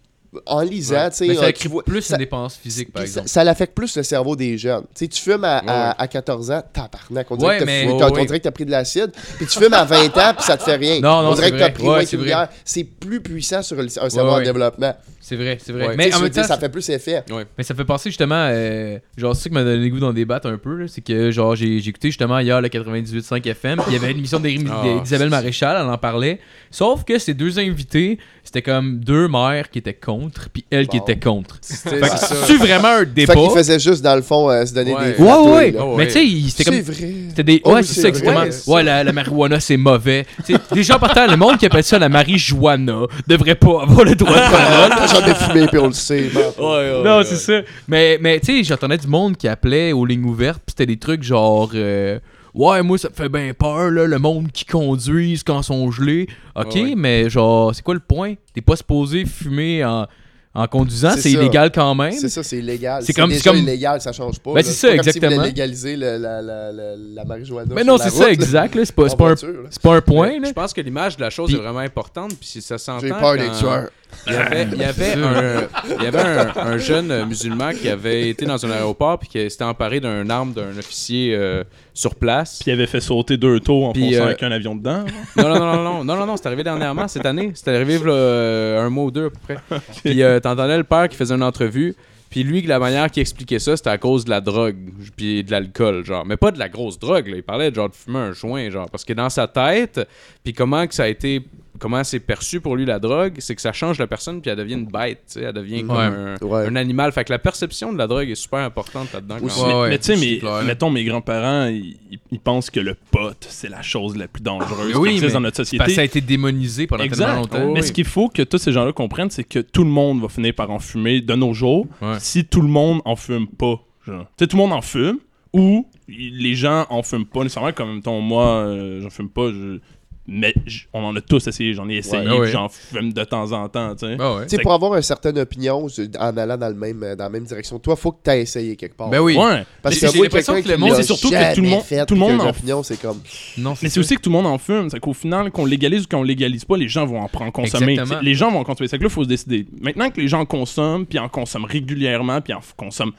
[SPEAKER 6] en lisant, tu sais,
[SPEAKER 3] Mais
[SPEAKER 6] euh,
[SPEAKER 3] ça
[SPEAKER 6] tu
[SPEAKER 3] crée
[SPEAKER 6] vois-
[SPEAKER 3] plus
[SPEAKER 6] ça-
[SPEAKER 3] une dépense physique, par
[SPEAKER 6] puis ça,
[SPEAKER 3] exemple.
[SPEAKER 6] ça l'affecte plus le cerveau des jeunes. Tu sais, tu fumes à, à- à 14 ans, tabarnak, on dirait
[SPEAKER 3] Ouais,
[SPEAKER 6] que
[SPEAKER 3] mais-
[SPEAKER 6] t'as fumé-
[SPEAKER 3] ouais,
[SPEAKER 6] t'as-
[SPEAKER 3] ouais.
[SPEAKER 6] on dirait que t'as pris de l'acide. Puis tu fumes à 20 ans, puis ça te fait rien.
[SPEAKER 3] Non, non,
[SPEAKER 6] on dirait
[SPEAKER 3] c'est
[SPEAKER 6] que t'as
[SPEAKER 3] vrai.
[SPEAKER 6] pris
[SPEAKER 3] Ouais,
[SPEAKER 6] moins
[SPEAKER 3] c'est
[SPEAKER 6] qu'une
[SPEAKER 3] vrai.
[SPEAKER 6] bière. C'est plus puissant sur le- un
[SPEAKER 3] Ouais,
[SPEAKER 6] cerveau en
[SPEAKER 3] ouais.
[SPEAKER 6] développement.
[SPEAKER 3] C'est vrai, c'est vrai.
[SPEAKER 5] Ouais.
[SPEAKER 3] Mais
[SPEAKER 6] Tu sais,
[SPEAKER 3] en même
[SPEAKER 6] je veux dire,
[SPEAKER 3] temps,
[SPEAKER 6] ça fait plus effet.
[SPEAKER 3] Mais ça fait penser justement, euh, genre, c'est ça qui m'a donné le goût d'en débattre un peu, là, c'est que genre, j'ai j'ai écouté justement hier le 98.5 FM, puis il y avait une émission d'Éri-
[SPEAKER 5] Ah,
[SPEAKER 3] d'Isabelle Maréchal, elle en parlait. Sauf que ces deux invités, c'était comme deux mères qui étaient contre, puis elle qui
[SPEAKER 6] Bon.
[SPEAKER 3] était contre.
[SPEAKER 5] C'est
[SPEAKER 6] Fait que
[SPEAKER 5] ça.
[SPEAKER 3] C'est vraiment un débat.
[SPEAKER 6] Fait qu'il faisait juste, dans le fond, euh, se donner
[SPEAKER 5] Ouais.
[SPEAKER 6] des.
[SPEAKER 3] Ouais,
[SPEAKER 6] fatouilles,
[SPEAKER 3] ouais,
[SPEAKER 6] là.
[SPEAKER 5] ouais.
[SPEAKER 3] Mais tu sais, il- c'était
[SPEAKER 6] C'est
[SPEAKER 3] comme.
[SPEAKER 6] vrai.
[SPEAKER 3] C'était des...
[SPEAKER 6] Oh,
[SPEAKER 3] Ouais,
[SPEAKER 6] oui,
[SPEAKER 3] c'est
[SPEAKER 6] c'est
[SPEAKER 3] ça,
[SPEAKER 6] vrai.
[SPEAKER 3] exactement.
[SPEAKER 6] Ouais,
[SPEAKER 3] Ouais, la, la marijuana, c'est mauvais. Tu sais, déjà, en partant, le monde qui appelle ça la marijuana devrait pas avoir le droit de parole.
[SPEAKER 6] J'en ai fumé, puis on le sait. bon.
[SPEAKER 1] Non, c'est ça.
[SPEAKER 3] Mais, mais tu sais, j'entendais du monde qui appelait aux lignes ouvertes, pis c'était des trucs genre. euh, ouais, moi, ça me fait bien peur, là, le monde qui conduisent quand ils sont gelés. Ok,
[SPEAKER 5] Ouais, ouais.
[SPEAKER 3] mais genre, c'est quoi le point T'es pas supposé fumer en, en conduisant,
[SPEAKER 6] C'est
[SPEAKER 3] c'est
[SPEAKER 6] ça.
[SPEAKER 3] illégal quand même.
[SPEAKER 6] C'est ça, c'est illégal.
[SPEAKER 3] C'est
[SPEAKER 6] C'est
[SPEAKER 3] comme-
[SPEAKER 6] déjà
[SPEAKER 3] c'est comme-
[SPEAKER 6] illégal, ça change pas.
[SPEAKER 3] Ben,
[SPEAKER 6] là.
[SPEAKER 3] c'est
[SPEAKER 6] pas
[SPEAKER 3] ça,
[SPEAKER 6] comme s'ils voulaient
[SPEAKER 3] exactement.
[SPEAKER 6] légaliser le- la, la, la, la marijuana.
[SPEAKER 3] Mais
[SPEAKER 6] sur
[SPEAKER 3] non,
[SPEAKER 6] la
[SPEAKER 3] c'est
[SPEAKER 6] route,
[SPEAKER 3] ça,
[SPEAKER 6] là.
[SPEAKER 3] exact, là, c'est pas,
[SPEAKER 6] En
[SPEAKER 3] c'est pas un,
[SPEAKER 6] voiture, là.
[SPEAKER 3] c'est pas un point, là.
[SPEAKER 5] Je pense que l'image de la chose
[SPEAKER 3] Puis-
[SPEAKER 5] est vraiment importante, puis si ça s'entend.
[SPEAKER 6] J'ai peur des
[SPEAKER 5] quand-
[SPEAKER 6] tueurs.
[SPEAKER 5] Il y avait, il y avait un, il y avait un- un jeune musulman qui avait été dans un aéroport puis qui s'était emparé d'une arme d'un officier euh, sur place.
[SPEAKER 4] Puis il avait fait sauter deux taux en
[SPEAKER 5] Puis,
[SPEAKER 4] fonçant
[SPEAKER 5] euh,
[SPEAKER 4] avec un avion dedans.
[SPEAKER 5] Non, non, non, non, non, non, non, non, c'est arrivé dernièrement, cette année. C'est arrivé v'là, euh, un mois ou deux à peu près. Puis euh, t'entendais le père qui faisait une entrevue. Puis lui, la manière qu'il expliquait ça, c'était à cause de la drogue, puis de l'alcool, genre. Mais pas de la grosse drogue, là. Il parlait de genre de fumer un joint, genre. Parce que dans sa tête, puis comment que ça a été, comment c'est perçu pour lui la drogue, c'est que ça change la personne, puis elle devient une bête, tu sais. Elle devient comme
[SPEAKER 3] Ouais.
[SPEAKER 5] un,
[SPEAKER 6] Ouais.
[SPEAKER 5] un animal. Fait que la perception de la drogue est super importante là-dedans. quand
[SPEAKER 6] Aussi.
[SPEAKER 5] même.
[SPEAKER 4] mais
[SPEAKER 3] ouais,
[SPEAKER 4] mais tu sais,
[SPEAKER 3] c'est
[SPEAKER 4] mais-
[SPEAKER 3] clair.
[SPEAKER 4] mettons, mes grands-parents, ils, ils- ils pensent que le pote, c'est la chose la plus dangereuse
[SPEAKER 3] Mais oui,
[SPEAKER 4] qui existe
[SPEAKER 3] mais
[SPEAKER 4] dans notre
[SPEAKER 3] Parce que ça a
[SPEAKER 4] société.
[SPEAKER 3] été démonisé pendant tellement
[SPEAKER 4] Exact.
[SPEAKER 3] longtemps.
[SPEAKER 4] Mais ce qu'il faut que tous ces gens-là comprennent, c'est que tout le monde va finir par en fumer de nos jours
[SPEAKER 3] Ouais.
[SPEAKER 4] si tout le monde en fume pas. genre. Tu sais, tout le monde en fume ou y- les gens en fument pas nécessairement. Comme, mettons, moi, euh, j'en fume pas. je- Mais j- on en a tous essayé. J'en ai essayé.
[SPEAKER 3] Ouais, ouais.
[SPEAKER 4] puis J'en fume de temps en temps, tu sais.
[SPEAKER 3] Ah ouais.
[SPEAKER 6] Tu sais,
[SPEAKER 4] Fait
[SPEAKER 6] pour avoir une certaine opinion je- en allant dans, le même, euh, dans la même direction, toi, faut que tu essayé quelque part.
[SPEAKER 3] Ben oui.
[SPEAKER 4] Ouais.
[SPEAKER 6] Parce
[SPEAKER 3] J'ai-
[SPEAKER 6] que
[SPEAKER 3] j'ai
[SPEAKER 6] moi,
[SPEAKER 3] l'impression
[SPEAKER 6] quelqu'un
[SPEAKER 3] que le
[SPEAKER 6] qui
[SPEAKER 3] monde,
[SPEAKER 6] l'a
[SPEAKER 4] c'est surtout que tout le
[SPEAKER 6] jamais
[SPEAKER 4] monde-
[SPEAKER 6] fait,
[SPEAKER 4] tout le
[SPEAKER 6] puis qui a
[SPEAKER 4] monde
[SPEAKER 6] une
[SPEAKER 4] en-
[SPEAKER 6] opinion, c'est comme.
[SPEAKER 3] Non,
[SPEAKER 4] Mais c'est aussi que tout le monde en fume. C'est qu'au final, qu'on légalise ou qu'on légalise pas, les gens vont en prendre consommer.
[SPEAKER 3] Exactement.
[SPEAKER 4] C'est- Les gens vont en consommer. C'est que là, il faut se décider. Maintenant que les gens consomment, puis en consomment régulièrement, puis en f- consomment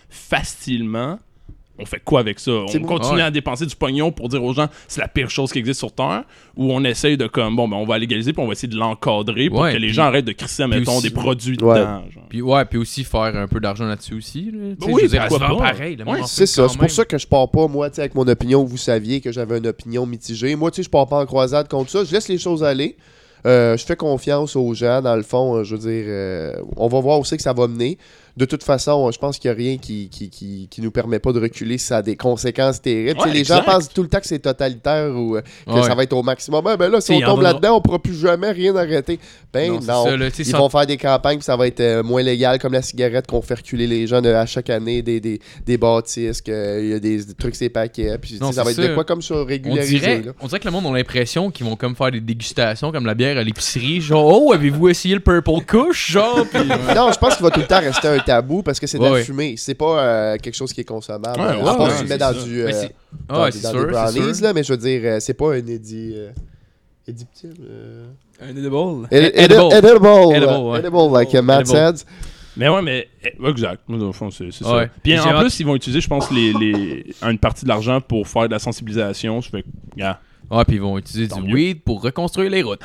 [SPEAKER 4] facilement, on fait quoi avec ça?
[SPEAKER 6] C'est
[SPEAKER 4] On
[SPEAKER 6] bon.
[SPEAKER 4] continue
[SPEAKER 3] Ouais.
[SPEAKER 4] à dépenser du pognon pour dire aux gens c'est la pire chose qui existe sur Terre ou on essaye de comme bon ben on va légaliser puis on va essayer de l'encadrer pour
[SPEAKER 3] Ouais,
[SPEAKER 4] que les
[SPEAKER 3] puis-
[SPEAKER 4] gens arrêtent de crisser
[SPEAKER 3] puis
[SPEAKER 4] mettons
[SPEAKER 3] aussi-
[SPEAKER 4] des produits
[SPEAKER 6] Ouais.
[SPEAKER 4] dedans. genre.
[SPEAKER 3] Puis ouais, puis aussi faire un peu d'argent là-dessus aussi. Là, Tu sais,
[SPEAKER 4] oui,
[SPEAKER 3] je veux dire,
[SPEAKER 4] pourquoi
[SPEAKER 3] elle se vend
[SPEAKER 4] pas?
[SPEAKER 3] pareil. le
[SPEAKER 4] Ouais,
[SPEAKER 3] monde en
[SPEAKER 6] C'est
[SPEAKER 3] fume
[SPEAKER 6] ça,
[SPEAKER 3] quand
[SPEAKER 6] c'est
[SPEAKER 3] même.
[SPEAKER 6] pour ça que je pars pas, moi, tu sais, avec mon opinion, vous saviez que j'avais une opinion mitigée. Moi, tu sais, je pars pas en croisade contre ça, je laisse les choses aller. Euh, je fais confiance aux gens, dans le fond, euh, je veux dire, euh, on va voir où c'est que ça va mener. De toute façon, euh, je pense qu'il n'y a rien qui, qui, qui, qui nous permet pas de reculer si ça a des conséquences terribles. Tu sais,
[SPEAKER 4] Ouais,
[SPEAKER 6] les gens
[SPEAKER 4] exact.
[SPEAKER 6] pensent tout le temps que c'est totalitaire ou euh, que
[SPEAKER 3] Ouais.
[SPEAKER 6] ça va être au maximum. Ah, ben là,
[SPEAKER 3] Tu
[SPEAKER 6] si
[SPEAKER 3] sais,
[SPEAKER 6] on
[SPEAKER 3] il y en
[SPEAKER 6] tombe
[SPEAKER 3] aura-
[SPEAKER 6] là-dedans, on pourra plus jamais rien arrêter. Ben
[SPEAKER 3] Non,
[SPEAKER 6] non.
[SPEAKER 3] c'est ça, là, tu sais,
[SPEAKER 6] Ils
[SPEAKER 3] sans-
[SPEAKER 6] vont faire des campagnes, puis ça va être euh, moins légal, comme la cigarette, qu'on fait reculer les gens de- à chaque année des, des, des bâtisses, qu'il y a des, des trucs, ces paquets. Puis tu
[SPEAKER 3] Non,
[SPEAKER 6] sais, ça
[SPEAKER 3] c'est
[SPEAKER 6] va être
[SPEAKER 3] ça.
[SPEAKER 6] de quoi comme sur
[SPEAKER 3] On
[SPEAKER 6] régularisé.
[SPEAKER 3] dirait,
[SPEAKER 6] là.
[SPEAKER 3] on dirait que le monde a l'impression qu'ils vont comme faire des dégustations comme la bière à l'épicerie, genre oh avez-vous essayé le purple kush genre puis-
[SPEAKER 6] Non, je pense qu'il va tout le temps rester un tabou parce que c'est de
[SPEAKER 3] Ouais,
[SPEAKER 6] la
[SPEAKER 3] ouais.
[SPEAKER 6] fumée. C'est pas euh, quelque chose qui est consommable. euh,
[SPEAKER 4] Ouais,
[SPEAKER 6] à
[SPEAKER 4] ouais,
[SPEAKER 6] part
[SPEAKER 4] ouais,
[SPEAKER 6] si tu le mets
[SPEAKER 4] c'est
[SPEAKER 6] dans
[SPEAKER 4] ça.
[SPEAKER 6] du. euh,
[SPEAKER 3] Mais c'est-
[SPEAKER 6] dans,
[SPEAKER 3] Ah ouais,
[SPEAKER 6] des-
[SPEAKER 3] c'est
[SPEAKER 6] dans
[SPEAKER 3] sûr,
[SPEAKER 6] des
[SPEAKER 3] c'est
[SPEAKER 6] brownies,
[SPEAKER 3] sûr.
[SPEAKER 6] là, mais je veux dire, euh, c'est pas un édit. euh, édictible, euh,
[SPEAKER 5] Un edible.
[SPEAKER 6] ed- ed-
[SPEAKER 3] edible.
[SPEAKER 6] Edible.
[SPEAKER 3] Edible,
[SPEAKER 6] Edible,
[SPEAKER 3] ouais.
[SPEAKER 6] like uh, Matt
[SPEAKER 3] Edible.
[SPEAKER 6] said.
[SPEAKER 4] Mais ouais, mais eh, exact. Moi, dans le fond, c'est c'est
[SPEAKER 3] Ouais.
[SPEAKER 4] ça. Puis
[SPEAKER 3] J'ai
[SPEAKER 4] en
[SPEAKER 3] hâte-
[SPEAKER 4] plus, ils vont utiliser, je pense, les, les- une partie de l'argent pour faire de la sensibilisation. Je fais, que, ah,
[SPEAKER 3] Ah, puis ils vont utiliser
[SPEAKER 4] Tant
[SPEAKER 3] du
[SPEAKER 4] mieux.
[SPEAKER 3] weed pour reconstruire les routes.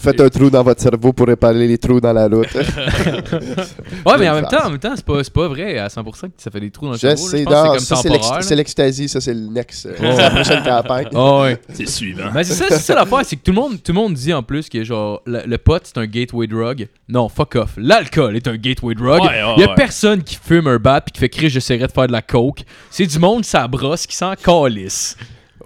[SPEAKER 6] Faites un trou dans votre cerveau pour réparer les trous dans la route.
[SPEAKER 3] Ouais, mais en même
[SPEAKER 6] Face.
[SPEAKER 3] temps, en même temps, c'est pas, c'est pas vrai à 100% que ça fait des trous dans le
[SPEAKER 6] Je
[SPEAKER 3] cerveau. là.
[SPEAKER 6] sais,
[SPEAKER 3] pense que
[SPEAKER 6] dans, ça,
[SPEAKER 3] c'est
[SPEAKER 6] c'est
[SPEAKER 3] comme
[SPEAKER 6] l'ex-
[SPEAKER 3] temporaire.
[SPEAKER 6] c'est
[SPEAKER 3] là.
[SPEAKER 6] l'ecstasy, ça, c'est le next. euh, C'est la prochaine campagne.
[SPEAKER 3] Ah ouais.
[SPEAKER 4] c'est suivant.
[SPEAKER 3] Mais c'est ça, c'est ça l'affaire, c'est que tout le monde, tout le monde dit en plus que genre le, le pot c'est un gateway drug. Non, fuck off. L'alcool est un gateway drug.
[SPEAKER 4] Ouais, ouais,
[SPEAKER 3] Il y a
[SPEAKER 4] ouais.
[SPEAKER 3] personne qui fume un bat puis qui fait crier j'essaierai de faire de la coke. C'est du monde ça brosse qui s'en calisse.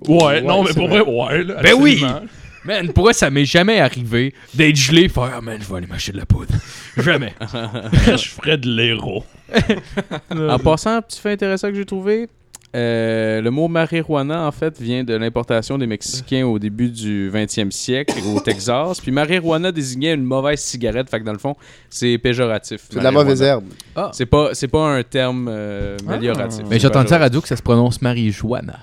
[SPEAKER 4] Ouais, non, mais
[SPEAKER 6] c'est
[SPEAKER 4] pour
[SPEAKER 6] vrai.
[SPEAKER 4] vrai, ouais. Là,
[SPEAKER 3] Ben oui!
[SPEAKER 4] absolument.
[SPEAKER 3] Man, pourquoi ça m'est jamais arrivé d'être gelé et faire Ah man, je vais aller m'acheter de la poudre. Jamais.
[SPEAKER 4] Je ferais de l'héros.
[SPEAKER 5] En passant, petit fait intéressant que j'ai trouvé, euh, le mot marijuana, en fait, vient de l'importation des Mexicains au début du 20e siècle au Texas. Puis marijuana désignait une mauvaise cigarette, fait que dans le fond, c'est péjoratif.
[SPEAKER 6] C'est de la mauvaise
[SPEAKER 5] marijuana.
[SPEAKER 6] herbe.
[SPEAKER 5] C'est pas, c'est pas un terme euh, amélioratif.
[SPEAKER 3] Mais
[SPEAKER 5] C'est
[SPEAKER 3] j'ai entendu à
[SPEAKER 5] péjoratif.
[SPEAKER 3] radio que ça se prononce marijuana.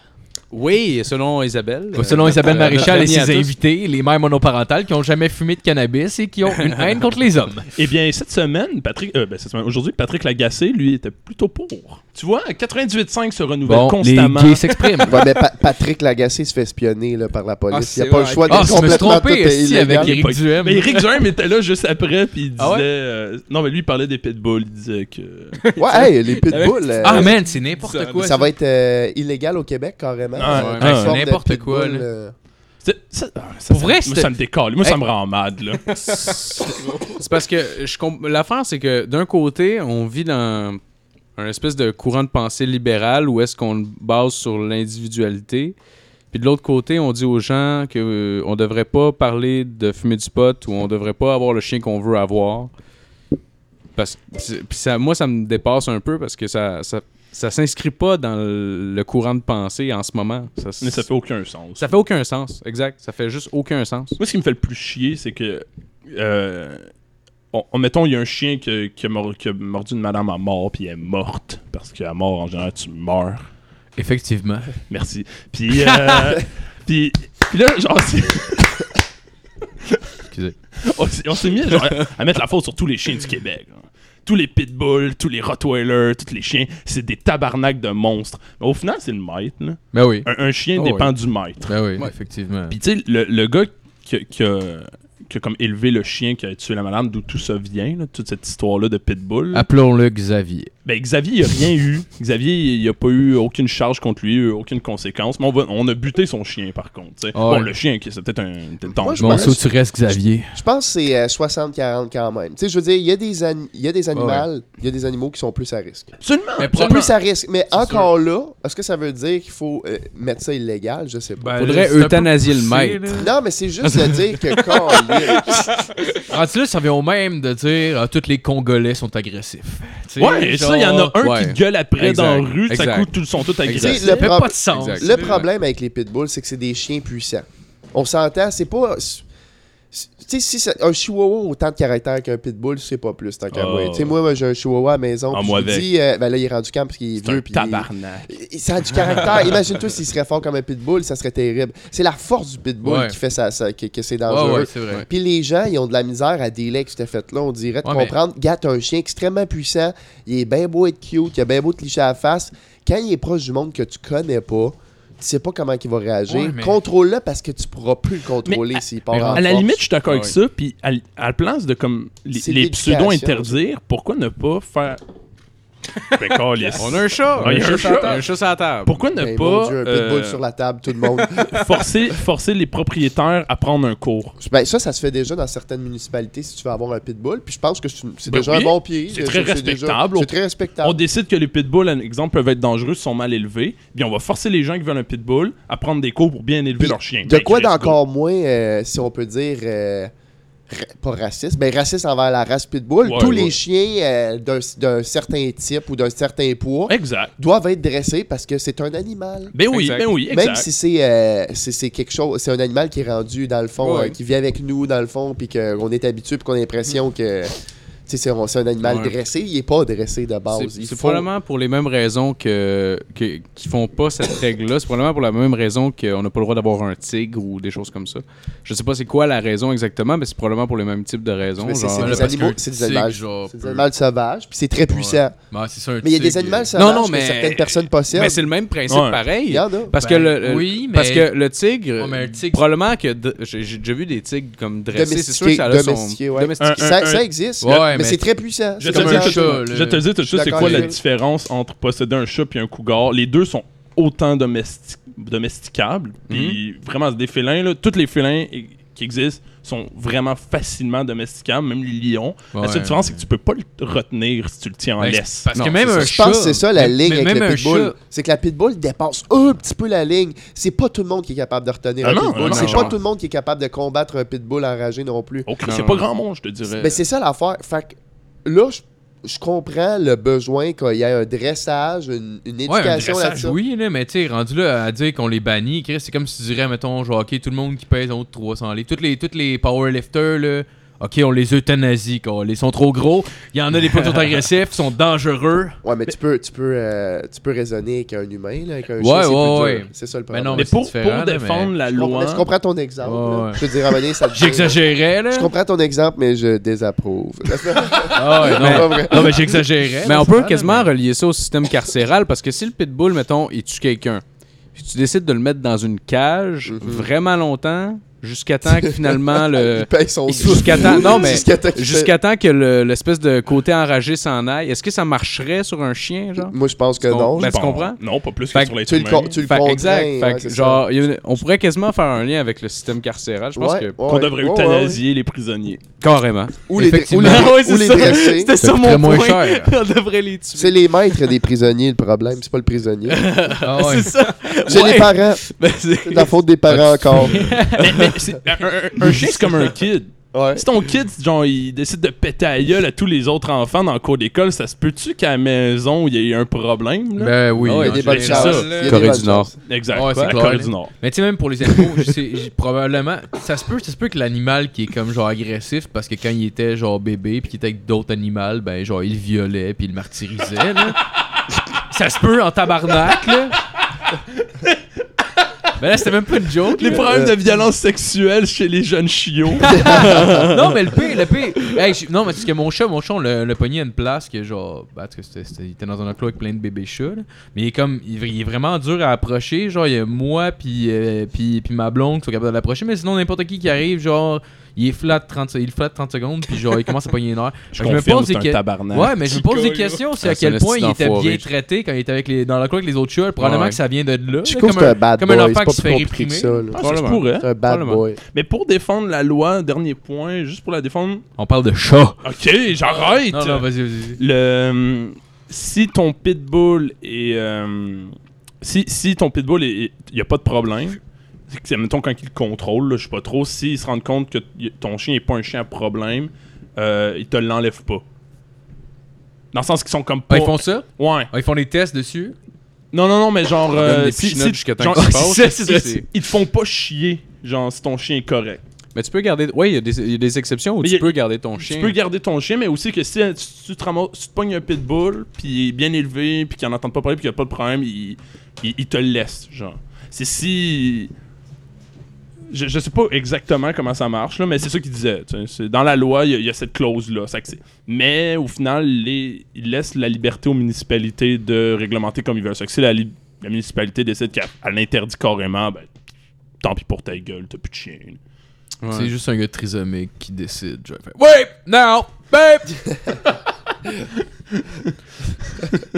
[SPEAKER 5] Oui, selon Isabelle. euh,
[SPEAKER 3] Selon Isabelle
[SPEAKER 5] notre-
[SPEAKER 3] Maréchal et
[SPEAKER 5] notre amie à
[SPEAKER 3] ses
[SPEAKER 5] tous.
[SPEAKER 3] invités, les mères monoparentales qui ont jamais fumé de cannabis et qui ont une haine contre les hommes.
[SPEAKER 4] Eh bien, cette semaine, Patrick, euh, ben, cette semaine, aujourd'hui, Patrick Lagacé, lui, était plutôt pour. Tu vois, 98.5 se renouvelle
[SPEAKER 3] Bon, les
[SPEAKER 4] constamment.
[SPEAKER 3] gays s'expriment.
[SPEAKER 6] Ouais, mais Pa- Patrick Lagacé se fait espionner là, par la police.
[SPEAKER 5] c'est
[SPEAKER 6] Il n'y a pas le
[SPEAKER 5] vrai.
[SPEAKER 6] choix
[SPEAKER 3] Ah, je
[SPEAKER 6] d'être
[SPEAKER 3] me suis
[SPEAKER 6] complètement tout
[SPEAKER 3] trompé ici avec
[SPEAKER 6] illégal.
[SPEAKER 3] Eric Duhem.
[SPEAKER 4] Mais Eric Duhem était là juste après, puis il disait.
[SPEAKER 3] Ah ouais?
[SPEAKER 4] euh, non, mais lui, il parlait des pitbulls. Il disait que.
[SPEAKER 6] Ouais, hey, les pitbulls. euh,
[SPEAKER 3] Ah man, c'est n'importe quoi.
[SPEAKER 6] ça va être euh, illégal au Québec, carrément.
[SPEAKER 4] Ah,
[SPEAKER 6] Une
[SPEAKER 4] ah,
[SPEAKER 6] sorte
[SPEAKER 3] ouais. n'importe
[SPEAKER 6] de
[SPEAKER 3] quoi,
[SPEAKER 6] pitbull,
[SPEAKER 3] là.
[SPEAKER 6] euh,
[SPEAKER 4] C'est- ça- ah, ça-
[SPEAKER 3] Pour
[SPEAKER 4] ça-
[SPEAKER 3] vrai,
[SPEAKER 4] moi,
[SPEAKER 3] c'était-
[SPEAKER 4] ça me décolle. Moi, ça
[SPEAKER 3] Hey.
[SPEAKER 4] me rend mad, là.
[SPEAKER 5] C'est parce que je comp- l'affaire, c'est que d'un côté, on vit dans un espèce de courant de pensée libéral où est-ce qu'on le base sur l'individualité. Puis de l'autre côté, on dit aux gens que euh, on devrait pas parler de fumer du pot ou on devrait pas avoir le chien qu'on veut avoir. Parce que c'est- puis ça, moi, ça me dépasse un peu parce que ça, ça, ça s'inscrit pas dans le courant de pensée en ce moment. Ça,
[SPEAKER 4] Mais ça fait aucun sens.
[SPEAKER 5] ça fait aucun sens, exact. Ça fait juste aucun sens.
[SPEAKER 4] Moi, ce qui me fait le plus chier, c'est que. Euh, on, on- mettons, il y a un chien que- qui a, mor- qui a mordu une madame à mort, puis elle est morte. Parce qu'à mort, en général, tu meurs.
[SPEAKER 3] Effectivement.
[SPEAKER 4] Merci. Puis. euh, puis, puis là, genre, c'est-
[SPEAKER 3] Excusez.
[SPEAKER 4] on s'est- on s'est mis genre, à mettre la faute sur tous les chiens du Québec. hein. Tous les pitbulls, tous les rottweilers, tous les chiens, c'est des tabarnaks de monstres. Mais au final, c'est le maître. là.
[SPEAKER 3] Ben oui.
[SPEAKER 4] Un, un chien
[SPEAKER 3] Oh
[SPEAKER 4] dépend du maître.
[SPEAKER 3] Ben oui, effectivement.
[SPEAKER 4] Puis tu sais, le, le gars qui, a- qui a, qui a comme élevé le chien, qui a tué la madame, d'où tout ça vient, là, toute cette histoire-là de pitbull.
[SPEAKER 3] Appelons-le Xavier.
[SPEAKER 4] Ben, Xavier, il a rien eu. Xavier, il il a pas eu aucune charge contre lui, euh, aucune conséquence. Mais on, va- on a buté son chien, par contre. tu sais.
[SPEAKER 3] Ah ouais.
[SPEAKER 4] Bon, le chien, qui- c'est peut-être un. peut-être
[SPEAKER 6] Moi,
[SPEAKER 4] dangereux.
[SPEAKER 6] je
[SPEAKER 3] Bon,
[SPEAKER 6] pense-
[SPEAKER 3] ça, tu restes Xavier.
[SPEAKER 6] Je pense que c'est euh, 60-40 quand même. Tu sais, je veux dire, il y a des, ani- il y a des animaux, il y a des animaux qui sont plus à risque.
[SPEAKER 4] Absolument!
[SPEAKER 3] Mais
[SPEAKER 6] Ils sont plus à risque. Mais encore là, est-ce que ça veut dire qu'il faut euh, mettre ça illégal? Je sais pas.
[SPEAKER 3] Ben,
[SPEAKER 5] Faudrait euthanasier le maître.
[SPEAKER 6] Non, mais c'est juste de dire que quand
[SPEAKER 3] Rendu là, ça vient au même de dire ah, tous les Congolais sont agressifs. Tu sais,
[SPEAKER 4] Ouais,
[SPEAKER 3] genre-
[SPEAKER 4] ça, il y en a un
[SPEAKER 5] ouais.
[SPEAKER 4] qui gueule après
[SPEAKER 5] Exact,
[SPEAKER 4] dans la rue, tout à
[SPEAKER 5] exact.
[SPEAKER 4] coup, tout, sont tous
[SPEAKER 5] Exact.
[SPEAKER 4] agressifs.
[SPEAKER 6] le,
[SPEAKER 3] Ça fait
[SPEAKER 6] pro-
[SPEAKER 3] pas de sens.
[SPEAKER 5] Exact.
[SPEAKER 6] le problème avec les pitbulls, c'est que c'est des chiens puissants. On s'entend, c'est pas. c'est- Tu sais, si ça- un chihuahua a autant de caractère qu'un pitbull, c'est pas plus tant qu'à
[SPEAKER 4] Oh.
[SPEAKER 6] moi. Tu sais, moi, moi, j'ai un chihuahua à la maison.
[SPEAKER 4] Ah,
[SPEAKER 6] puis
[SPEAKER 4] moi
[SPEAKER 6] je vous
[SPEAKER 4] avec.
[SPEAKER 6] dis, euh, ben là, il est rendu camp parce qu'il est
[SPEAKER 4] C'est un
[SPEAKER 6] vieux. puis il-
[SPEAKER 4] tabarnak.
[SPEAKER 6] il- Ça a du caractère. Imagine-toi s'il serait fort comme un pitbull, ça serait terrible. C'est la force du pitbull
[SPEAKER 3] Ouais.
[SPEAKER 6] qui fait ça, ça- que, que c'est dangereux.
[SPEAKER 3] Ouais, ouais, c'est vrai.
[SPEAKER 6] Puis les gens, ils ont de la misère à délai que cette fête-là. On dirait de
[SPEAKER 3] Ouais,
[SPEAKER 6] comprendre. Gars, t'as un chien extrêmement puissant. Il est bien beau être cute. Il a bien beau te licher à la face. Quand il est proche du monde que tu connais pas, tu sais pas comment il va réagir.
[SPEAKER 3] Ouais, mais-
[SPEAKER 6] Contrôle-le parce que tu pourras plus le contrôler s'il part
[SPEAKER 3] mais
[SPEAKER 6] en
[SPEAKER 4] À la
[SPEAKER 6] force.
[SPEAKER 4] limite, je suis d'accord avec
[SPEAKER 5] Ouais.
[SPEAKER 4] ça, puis à, l- à la place de comme les,
[SPEAKER 6] C'est
[SPEAKER 4] les
[SPEAKER 6] l'éducation,
[SPEAKER 4] pseudo-interdire, pourquoi ne pas faire. Ben, câlisse.
[SPEAKER 5] On a un chat!
[SPEAKER 4] Ah, il y a un
[SPEAKER 5] sur la
[SPEAKER 4] chat.
[SPEAKER 5] table, un chat sur la table.
[SPEAKER 4] Pourquoi ne
[SPEAKER 6] Ben, mon
[SPEAKER 4] pas
[SPEAKER 6] Dieu, un
[SPEAKER 4] euh,
[SPEAKER 6] pitbull sur la table, tout le monde.
[SPEAKER 4] forcer, forcer les propriétaires à prendre un cours?
[SPEAKER 6] Ben, ça, ça se fait déjà dans certaines municipalités si tu veux avoir un pitbull. Puis je pense que c'est une- c'est
[SPEAKER 4] Ben
[SPEAKER 6] déjà
[SPEAKER 4] oui,
[SPEAKER 6] un bon pied.
[SPEAKER 4] c'est très
[SPEAKER 6] déjà-
[SPEAKER 4] respectable.
[SPEAKER 6] C'est très
[SPEAKER 4] On
[SPEAKER 6] respectable.
[SPEAKER 4] décide que les pitbulls, par exemple, peuvent être dangereux s'ils sont mal élevés. Bien, on va forcer les gens qui veulent un pitbull à prendre des cours pour bien élever
[SPEAKER 6] Puis,
[SPEAKER 4] leur chien.
[SPEAKER 6] De
[SPEAKER 4] Ben,
[SPEAKER 6] quoi
[SPEAKER 4] Chris, go.
[SPEAKER 6] d'encore moins, euh, si on peut dire, euh, ra- pas raciste, mais raciste envers la race pitbull.
[SPEAKER 4] Ouais,
[SPEAKER 6] Tous
[SPEAKER 4] ouais.
[SPEAKER 6] les chiens euh, d'un d'un certain type ou d'un certain poids
[SPEAKER 4] Exact.
[SPEAKER 6] doivent être dressés parce que c'est un animal.
[SPEAKER 4] Ben oui,
[SPEAKER 5] Exact.
[SPEAKER 4] ben oui, exact.
[SPEAKER 6] Même si c'est euh, c'est- c'est quelque chose, c'est un animal qui est rendu dans le fond,
[SPEAKER 5] Ouais.
[SPEAKER 6] euh, qui vit avec nous dans le fond, puis qu'on est habitué, puis qu'on a l'impression que Tu sais, c'est on- c'est un animal
[SPEAKER 5] Ouais.
[SPEAKER 6] dressé, il est pas dressé de base.
[SPEAKER 5] C'est
[SPEAKER 6] Il
[SPEAKER 5] c'est
[SPEAKER 6] faut-
[SPEAKER 5] probablement pour les mêmes raisons que, que qui font pas cette règle-là. C'est probablement pour la même raison qu'on n'a pas le droit d'avoir un tigre ou des choses comme ça. Je sais pas c'est quoi la raison exactement, mais c'est probablement pour les mêmes types de raisons.
[SPEAKER 6] Mais c'est-
[SPEAKER 5] genre-
[SPEAKER 6] c'est des
[SPEAKER 3] parce
[SPEAKER 6] animaux,
[SPEAKER 3] que
[SPEAKER 6] c'est des
[SPEAKER 3] tigre,
[SPEAKER 6] animaux,
[SPEAKER 3] genre,
[SPEAKER 6] c'est des
[SPEAKER 3] peut-
[SPEAKER 6] animaux sauvages, puis c'est très puissant.
[SPEAKER 3] Bah, c'est ça, un
[SPEAKER 6] Mais il y a des
[SPEAKER 3] tigre,
[SPEAKER 6] animaux
[SPEAKER 3] euh,
[SPEAKER 6] sauvages
[SPEAKER 5] hein. non,
[SPEAKER 6] que
[SPEAKER 5] mais-
[SPEAKER 6] certaines personnes possèdent.
[SPEAKER 5] mais c'est le même principe
[SPEAKER 4] Ouais.
[SPEAKER 5] pareil.
[SPEAKER 6] Il y en a.
[SPEAKER 5] Parce
[SPEAKER 3] Ben,
[SPEAKER 5] que le, le-
[SPEAKER 3] oui, mais-
[SPEAKER 5] parce que le tigre,
[SPEAKER 3] Ouais, mais un tigre-
[SPEAKER 5] probablement que de- j'ai j'ai déjà vu des tigres comme dressés, c'est sûr que
[SPEAKER 6] Domestiqué,
[SPEAKER 5] ça a son
[SPEAKER 6] domestiqué, ouais.
[SPEAKER 5] domestiqué.
[SPEAKER 4] Un-
[SPEAKER 6] ça, ça existe,
[SPEAKER 3] Ouais,
[SPEAKER 6] mais,
[SPEAKER 3] mais
[SPEAKER 6] c'est très puissant.
[SPEAKER 4] Je
[SPEAKER 6] C'est
[SPEAKER 4] te
[SPEAKER 6] comme
[SPEAKER 4] dis
[SPEAKER 6] un
[SPEAKER 4] tout-
[SPEAKER 6] chat.
[SPEAKER 3] chat, là.
[SPEAKER 4] Je vais te le dis tout de suite, c'est
[SPEAKER 6] d'accord
[SPEAKER 4] quoi la
[SPEAKER 6] avec toi.
[SPEAKER 4] différence entre posséder un chat puis un cougar? Les deux sont autant domesti- domesticables. Puis vraiment, des félins, là, tous les félins eh, qui existent sont vraiment facilement domesticables, même les lions. la
[SPEAKER 3] Ouais.
[SPEAKER 4] seule différence, c'est que tu peux pas le retenir si tu le tiens en
[SPEAKER 3] Ben,
[SPEAKER 4] laisse.
[SPEAKER 3] Parce que
[SPEAKER 5] Non,
[SPEAKER 3] même
[SPEAKER 5] c'est
[SPEAKER 3] un
[SPEAKER 6] Je pense que c'est ça la
[SPEAKER 3] mais-
[SPEAKER 6] ligne
[SPEAKER 3] mais
[SPEAKER 6] avec
[SPEAKER 3] même
[SPEAKER 6] le
[SPEAKER 3] un
[SPEAKER 6] pitbull.
[SPEAKER 3] chat-
[SPEAKER 6] C'est que la pitbull dépasse un petit peu la ligne. C'est pas tout le monde qui est capable de retenir
[SPEAKER 4] Ah
[SPEAKER 6] un
[SPEAKER 4] non,
[SPEAKER 6] pitbull.
[SPEAKER 4] non,
[SPEAKER 6] C'est
[SPEAKER 5] non.
[SPEAKER 6] pas tout le monde qui est capable de combattre un pitbull enragé non plus.
[SPEAKER 4] Ok,
[SPEAKER 5] Non,
[SPEAKER 4] Oh, c'est
[SPEAKER 5] non,
[SPEAKER 4] pas
[SPEAKER 5] non.
[SPEAKER 4] grand monde, je te dirais.
[SPEAKER 6] Ben, c'est ça l'affaire. Fait que là, je, je comprends le besoin qu'il y ait un dressage, une, une
[SPEAKER 3] Ouais, un
[SPEAKER 6] éducation
[SPEAKER 3] dressage,
[SPEAKER 6] là-dessus.
[SPEAKER 3] oui, là, mais tu sais, rendu là à dire qu'on les bannit, Chris, c'est comme si tu dirais, mettons, genre, ok, tout le monde qui pèse en haut de 300 livres, tous les, tous les powerlifters, là, ok, on les euthanasie, quoi, ils sont trop gros, il y en a des fois qui sont agressifs, ils sont dangereux.
[SPEAKER 6] Ouais, mais, tu peux, tu peux, euh, tu peux raisonner avec un humain, là, avec un
[SPEAKER 3] Ouais,
[SPEAKER 6] chien, c'est
[SPEAKER 3] ouais,
[SPEAKER 6] plus
[SPEAKER 3] ouais.
[SPEAKER 6] dur. C'est ça le
[SPEAKER 3] Ben
[SPEAKER 6] problème.
[SPEAKER 3] non,
[SPEAKER 4] mais
[SPEAKER 3] c'est
[SPEAKER 4] pour,
[SPEAKER 3] différent,
[SPEAKER 4] pour
[SPEAKER 3] là,
[SPEAKER 4] défendre
[SPEAKER 3] mais-
[SPEAKER 4] la
[SPEAKER 6] je, comprends,
[SPEAKER 4] loi.
[SPEAKER 6] je comprends ton exemple.
[SPEAKER 3] Ouais,
[SPEAKER 6] là.
[SPEAKER 3] ouais.
[SPEAKER 6] Je veux dire, à un moment donné, ça te-
[SPEAKER 3] J'exagérais, là.
[SPEAKER 6] Je comprends ton exemple, mais je désapprouve.
[SPEAKER 3] Ah ouais, non,
[SPEAKER 6] Pas vrai.
[SPEAKER 3] non, mais j'exagérais.
[SPEAKER 5] Mais
[SPEAKER 3] là,
[SPEAKER 5] on
[SPEAKER 3] c'est
[SPEAKER 5] peut
[SPEAKER 3] vrai,
[SPEAKER 5] quasiment
[SPEAKER 3] mais-
[SPEAKER 5] relier ça au système carcéral parce que si le pitbull, mettons, il tue quelqu'un, puis tu décides de le mettre dans une cage
[SPEAKER 6] Mhm.
[SPEAKER 5] vraiment longtemps, jusqu'à temps que finalement le.
[SPEAKER 6] Il paye son souffle.
[SPEAKER 5] Jusqu'à temps. Non, mais.
[SPEAKER 6] Jusqu'à temps qu'il
[SPEAKER 5] Jusqu'à temps que le- l'espèce de côté enragé s'en aille, est-ce que ça marcherait sur un chien, genre?
[SPEAKER 6] fait- Moi, je pense que
[SPEAKER 5] Tu
[SPEAKER 6] non.
[SPEAKER 5] comprends? Ben, tu
[SPEAKER 4] Bon,
[SPEAKER 5] comprends?
[SPEAKER 4] Non, pas plus
[SPEAKER 5] Fait
[SPEAKER 4] que
[SPEAKER 5] que
[SPEAKER 4] sur les
[SPEAKER 6] tu le, con- tu le
[SPEAKER 5] Fait que
[SPEAKER 6] contrains,
[SPEAKER 5] exact.
[SPEAKER 6] ouais,
[SPEAKER 5] Fait que
[SPEAKER 6] c'est
[SPEAKER 5] genre, il y a une- on pourrait quasiment faire un lien avec le système carcéral. Je
[SPEAKER 6] ça.
[SPEAKER 5] pense
[SPEAKER 6] Ouais,
[SPEAKER 5] que.
[SPEAKER 6] ouais,
[SPEAKER 4] Qu'on devrait
[SPEAKER 6] ouais, ouais.
[SPEAKER 4] euthanasier les prisonniers.
[SPEAKER 5] Carrément.
[SPEAKER 6] Ou les, ou
[SPEAKER 3] Effectivement.
[SPEAKER 6] les,
[SPEAKER 5] Ah ouais,
[SPEAKER 6] ou
[SPEAKER 5] c'est
[SPEAKER 6] les
[SPEAKER 5] ça.
[SPEAKER 6] dresser.
[SPEAKER 5] C'était ça
[SPEAKER 3] coûterait
[SPEAKER 5] mon
[SPEAKER 3] moins
[SPEAKER 5] point.
[SPEAKER 3] cher.
[SPEAKER 5] on devrait les tuer.
[SPEAKER 6] C'est les maîtres des prisonniers le problème, c'est pas le prisonnier.
[SPEAKER 3] Ah ouais.
[SPEAKER 5] C'est ça.
[SPEAKER 6] C'est
[SPEAKER 5] Ouais.
[SPEAKER 6] les parents,
[SPEAKER 5] Ben, c'est-
[SPEAKER 6] c'est la faute des parents encore.
[SPEAKER 4] Mais- mais c'est- un- un- un chien, c'est comme un kid.
[SPEAKER 6] Ouais.
[SPEAKER 4] Si ton kid, genre, il décide de péter à gueule à tous les autres enfants dans le cours d'école, ça se peut-tu qu'à la maison, il y ait eu un problème? Là?
[SPEAKER 3] Ben oui.
[SPEAKER 6] Ah ouais, il y a
[SPEAKER 3] en
[SPEAKER 6] des bonnes
[SPEAKER 3] général.
[SPEAKER 6] chances.
[SPEAKER 3] Ça.
[SPEAKER 6] Il y a des
[SPEAKER 5] Corée
[SPEAKER 6] bonnes
[SPEAKER 5] du Nord.
[SPEAKER 6] chances.
[SPEAKER 4] Exact.
[SPEAKER 3] Ouais, c'est
[SPEAKER 4] la
[SPEAKER 3] clair.
[SPEAKER 4] Corée du Nord.
[SPEAKER 3] Mais tu sais, même pour les animaux, je sais- j'ai- probablement, ça se peut, ça se peut que l'animal qui est comme genre agressif, parce que quand il était genre bébé, puis qu'il était avec d'autres animaux, ben genre il le violait, puis il le martyrisait, là. Ça se peut en tabarnak, là. Ben là, c'était même pas une joke.
[SPEAKER 4] Les
[SPEAKER 3] là.
[SPEAKER 4] problèmes de violence sexuelle chez les jeunes chiots.
[SPEAKER 3] Non, mais le pire, le pire. Hey, je- non, mais c'est que mon chat, mon chat, on l'a- l'a pogné à une place que genre. bah, en tout cas, c'était- c'était- il était dans un enclos avec plein de bébés chats. là. Mais il est comme. Il, il est vraiment dur à approcher. Genre, il y a moi, puis, euh, puis, puis ma blonde qui sont capables de l'approcher. Mais sinon, n'importe qui qui arrive, genre. Il est flat 30, se- il flatte 30 secondes, puis genre, il commence à pogner une heure.
[SPEAKER 4] Je
[SPEAKER 3] me
[SPEAKER 4] confirme,
[SPEAKER 3] pose
[SPEAKER 4] c'est
[SPEAKER 3] des
[SPEAKER 4] un
[SPEAKER 3] que-
[SPEAKER 4] tabarnak. Ah,
[SPEAKER 3] Ouais, mais je me pose des
[SPEAKER 4] gars, là.
[SPEAKER 3] questions aussi
[SPEAKER 5] Ah,
[SPEAKER 3] à
[SPEAKER 5] c'est un
[SPEAKER 3] quel point il
[SPEAKER 5] esti
[SPEAKER 3] était
[SPEAKER 5] d'enfoiré.
[SPEAKER 3] bien traité quand il était avec les, dans l'enclos avec les autres chats. Probablement
[SPEAKER 5] Ouais.
[SPEAKER 3] que ça vient de là. là,
[SPEAKER 6] Chico,
[SPEAKER 3] comme
[SPEAKER 6] c'est un bad
[SPEAKER 3] comme
[SPEAKER 6] boy,
[SPEAKER 3] un
[SPEAKER 6] c'est
[SPEAKER 3] enfant
[SPEAKER 6] pas
[SPEAKER 3] qui se
[SPEAKER 6] plus
[SPEAKER 3] fait
[SPEAKER 6] compliqué que
[SPEAKER 3] réprimer.
[SPEAKER 6] ça. là.
[SPEAKER 4] Ah, ça se
[SPEAKER 5] Probablement.
[SPEAKER 4] pourrait.
[SPEAKER 6] C'est un bad
[SPEAKER 5] Probablement.
[SPEAKER 6] boy.
[SPEAKER 4] Mais pour défendre la loi, dernier point, juste pour la défendre.
[SPEAKER 3] On parle de chat.
[SPEAKER 4] Ok, j'arrête.
[SPEAKER 3] Non, non, vas-y, vas-y. vas-y.
[SPEAKER 4] le si ton pitbull est euh, si, si ton pitbull est il y a pas de problème c'est que, mettons quand il le contrôle là, je sais pas trop s'ils se rendent compte que y- ton chien est pas un chien à problème euh, ils te l'enlèvent pas dans le sens qu'ils sont comme pas
[SPEAKER 3] Ah, ils font ça?
[SPEAKER 4] ouais
[SPEAKER 3] Ah, ils font des tests dessus?
[SPEAKER 4] non non non mais genre
[SPEAKER 5] Ils donnent
[SPEAKER 4] euh,
[SPEAKER 5] des
[SPEAKER 4] si-
[SPEAKER 5] petits notes
[SPEAKER 4] si-
[SPEAKER 5] jusqu'à temps
[SPEAKER 4] genre,
[SPEAKER 5] qu'ils se passent,
[SPEAKER 4] c'est-
[SPEAKER 5] c'est-
[SPEAKER 4] c'est- ils te font pas chier genre si ton chien est correct
[SPEAKER 5] Mais tu peux garder. Oui, il y, a des- il y a des exceptions où
[SPEAKER 4] Mais il y
[SPEAKER 5] tu
[SPEAKER 4] a-
[SPEAKER 5] peux garder ton chien.
[SPEAKER 4] Tu peux garder ton chien, mais aussi que si euh, tu, tu te, ramasses- tu te pognes un pitbull, puis il est bien élevé, puis qu'il n'en entend pas parler, puis qu'il n'y a pas de problème, il, il- il te le laisse, genre. C'est si... Je, je sais pas exactement comment ça marche, là, mais c'est ça qu'il disait. tu sais, c'est- Dans la loi, il y a- il y, a cette clause-là. ça que c'est- Mais au final, les, ils laissent la liberté aux municipalités de réglementer comme ils veulent. Ça que si la, li- la municipalité décide qu'elle l'interdit carrément, ben, tant pis pour ta gueule, t'as plus de chien.
[SPEAKER 5] Ouais.
[SPEAKER 3] C'est juste un gars trisomique qui décide. Genre, il fait, Wait! Now! Babe!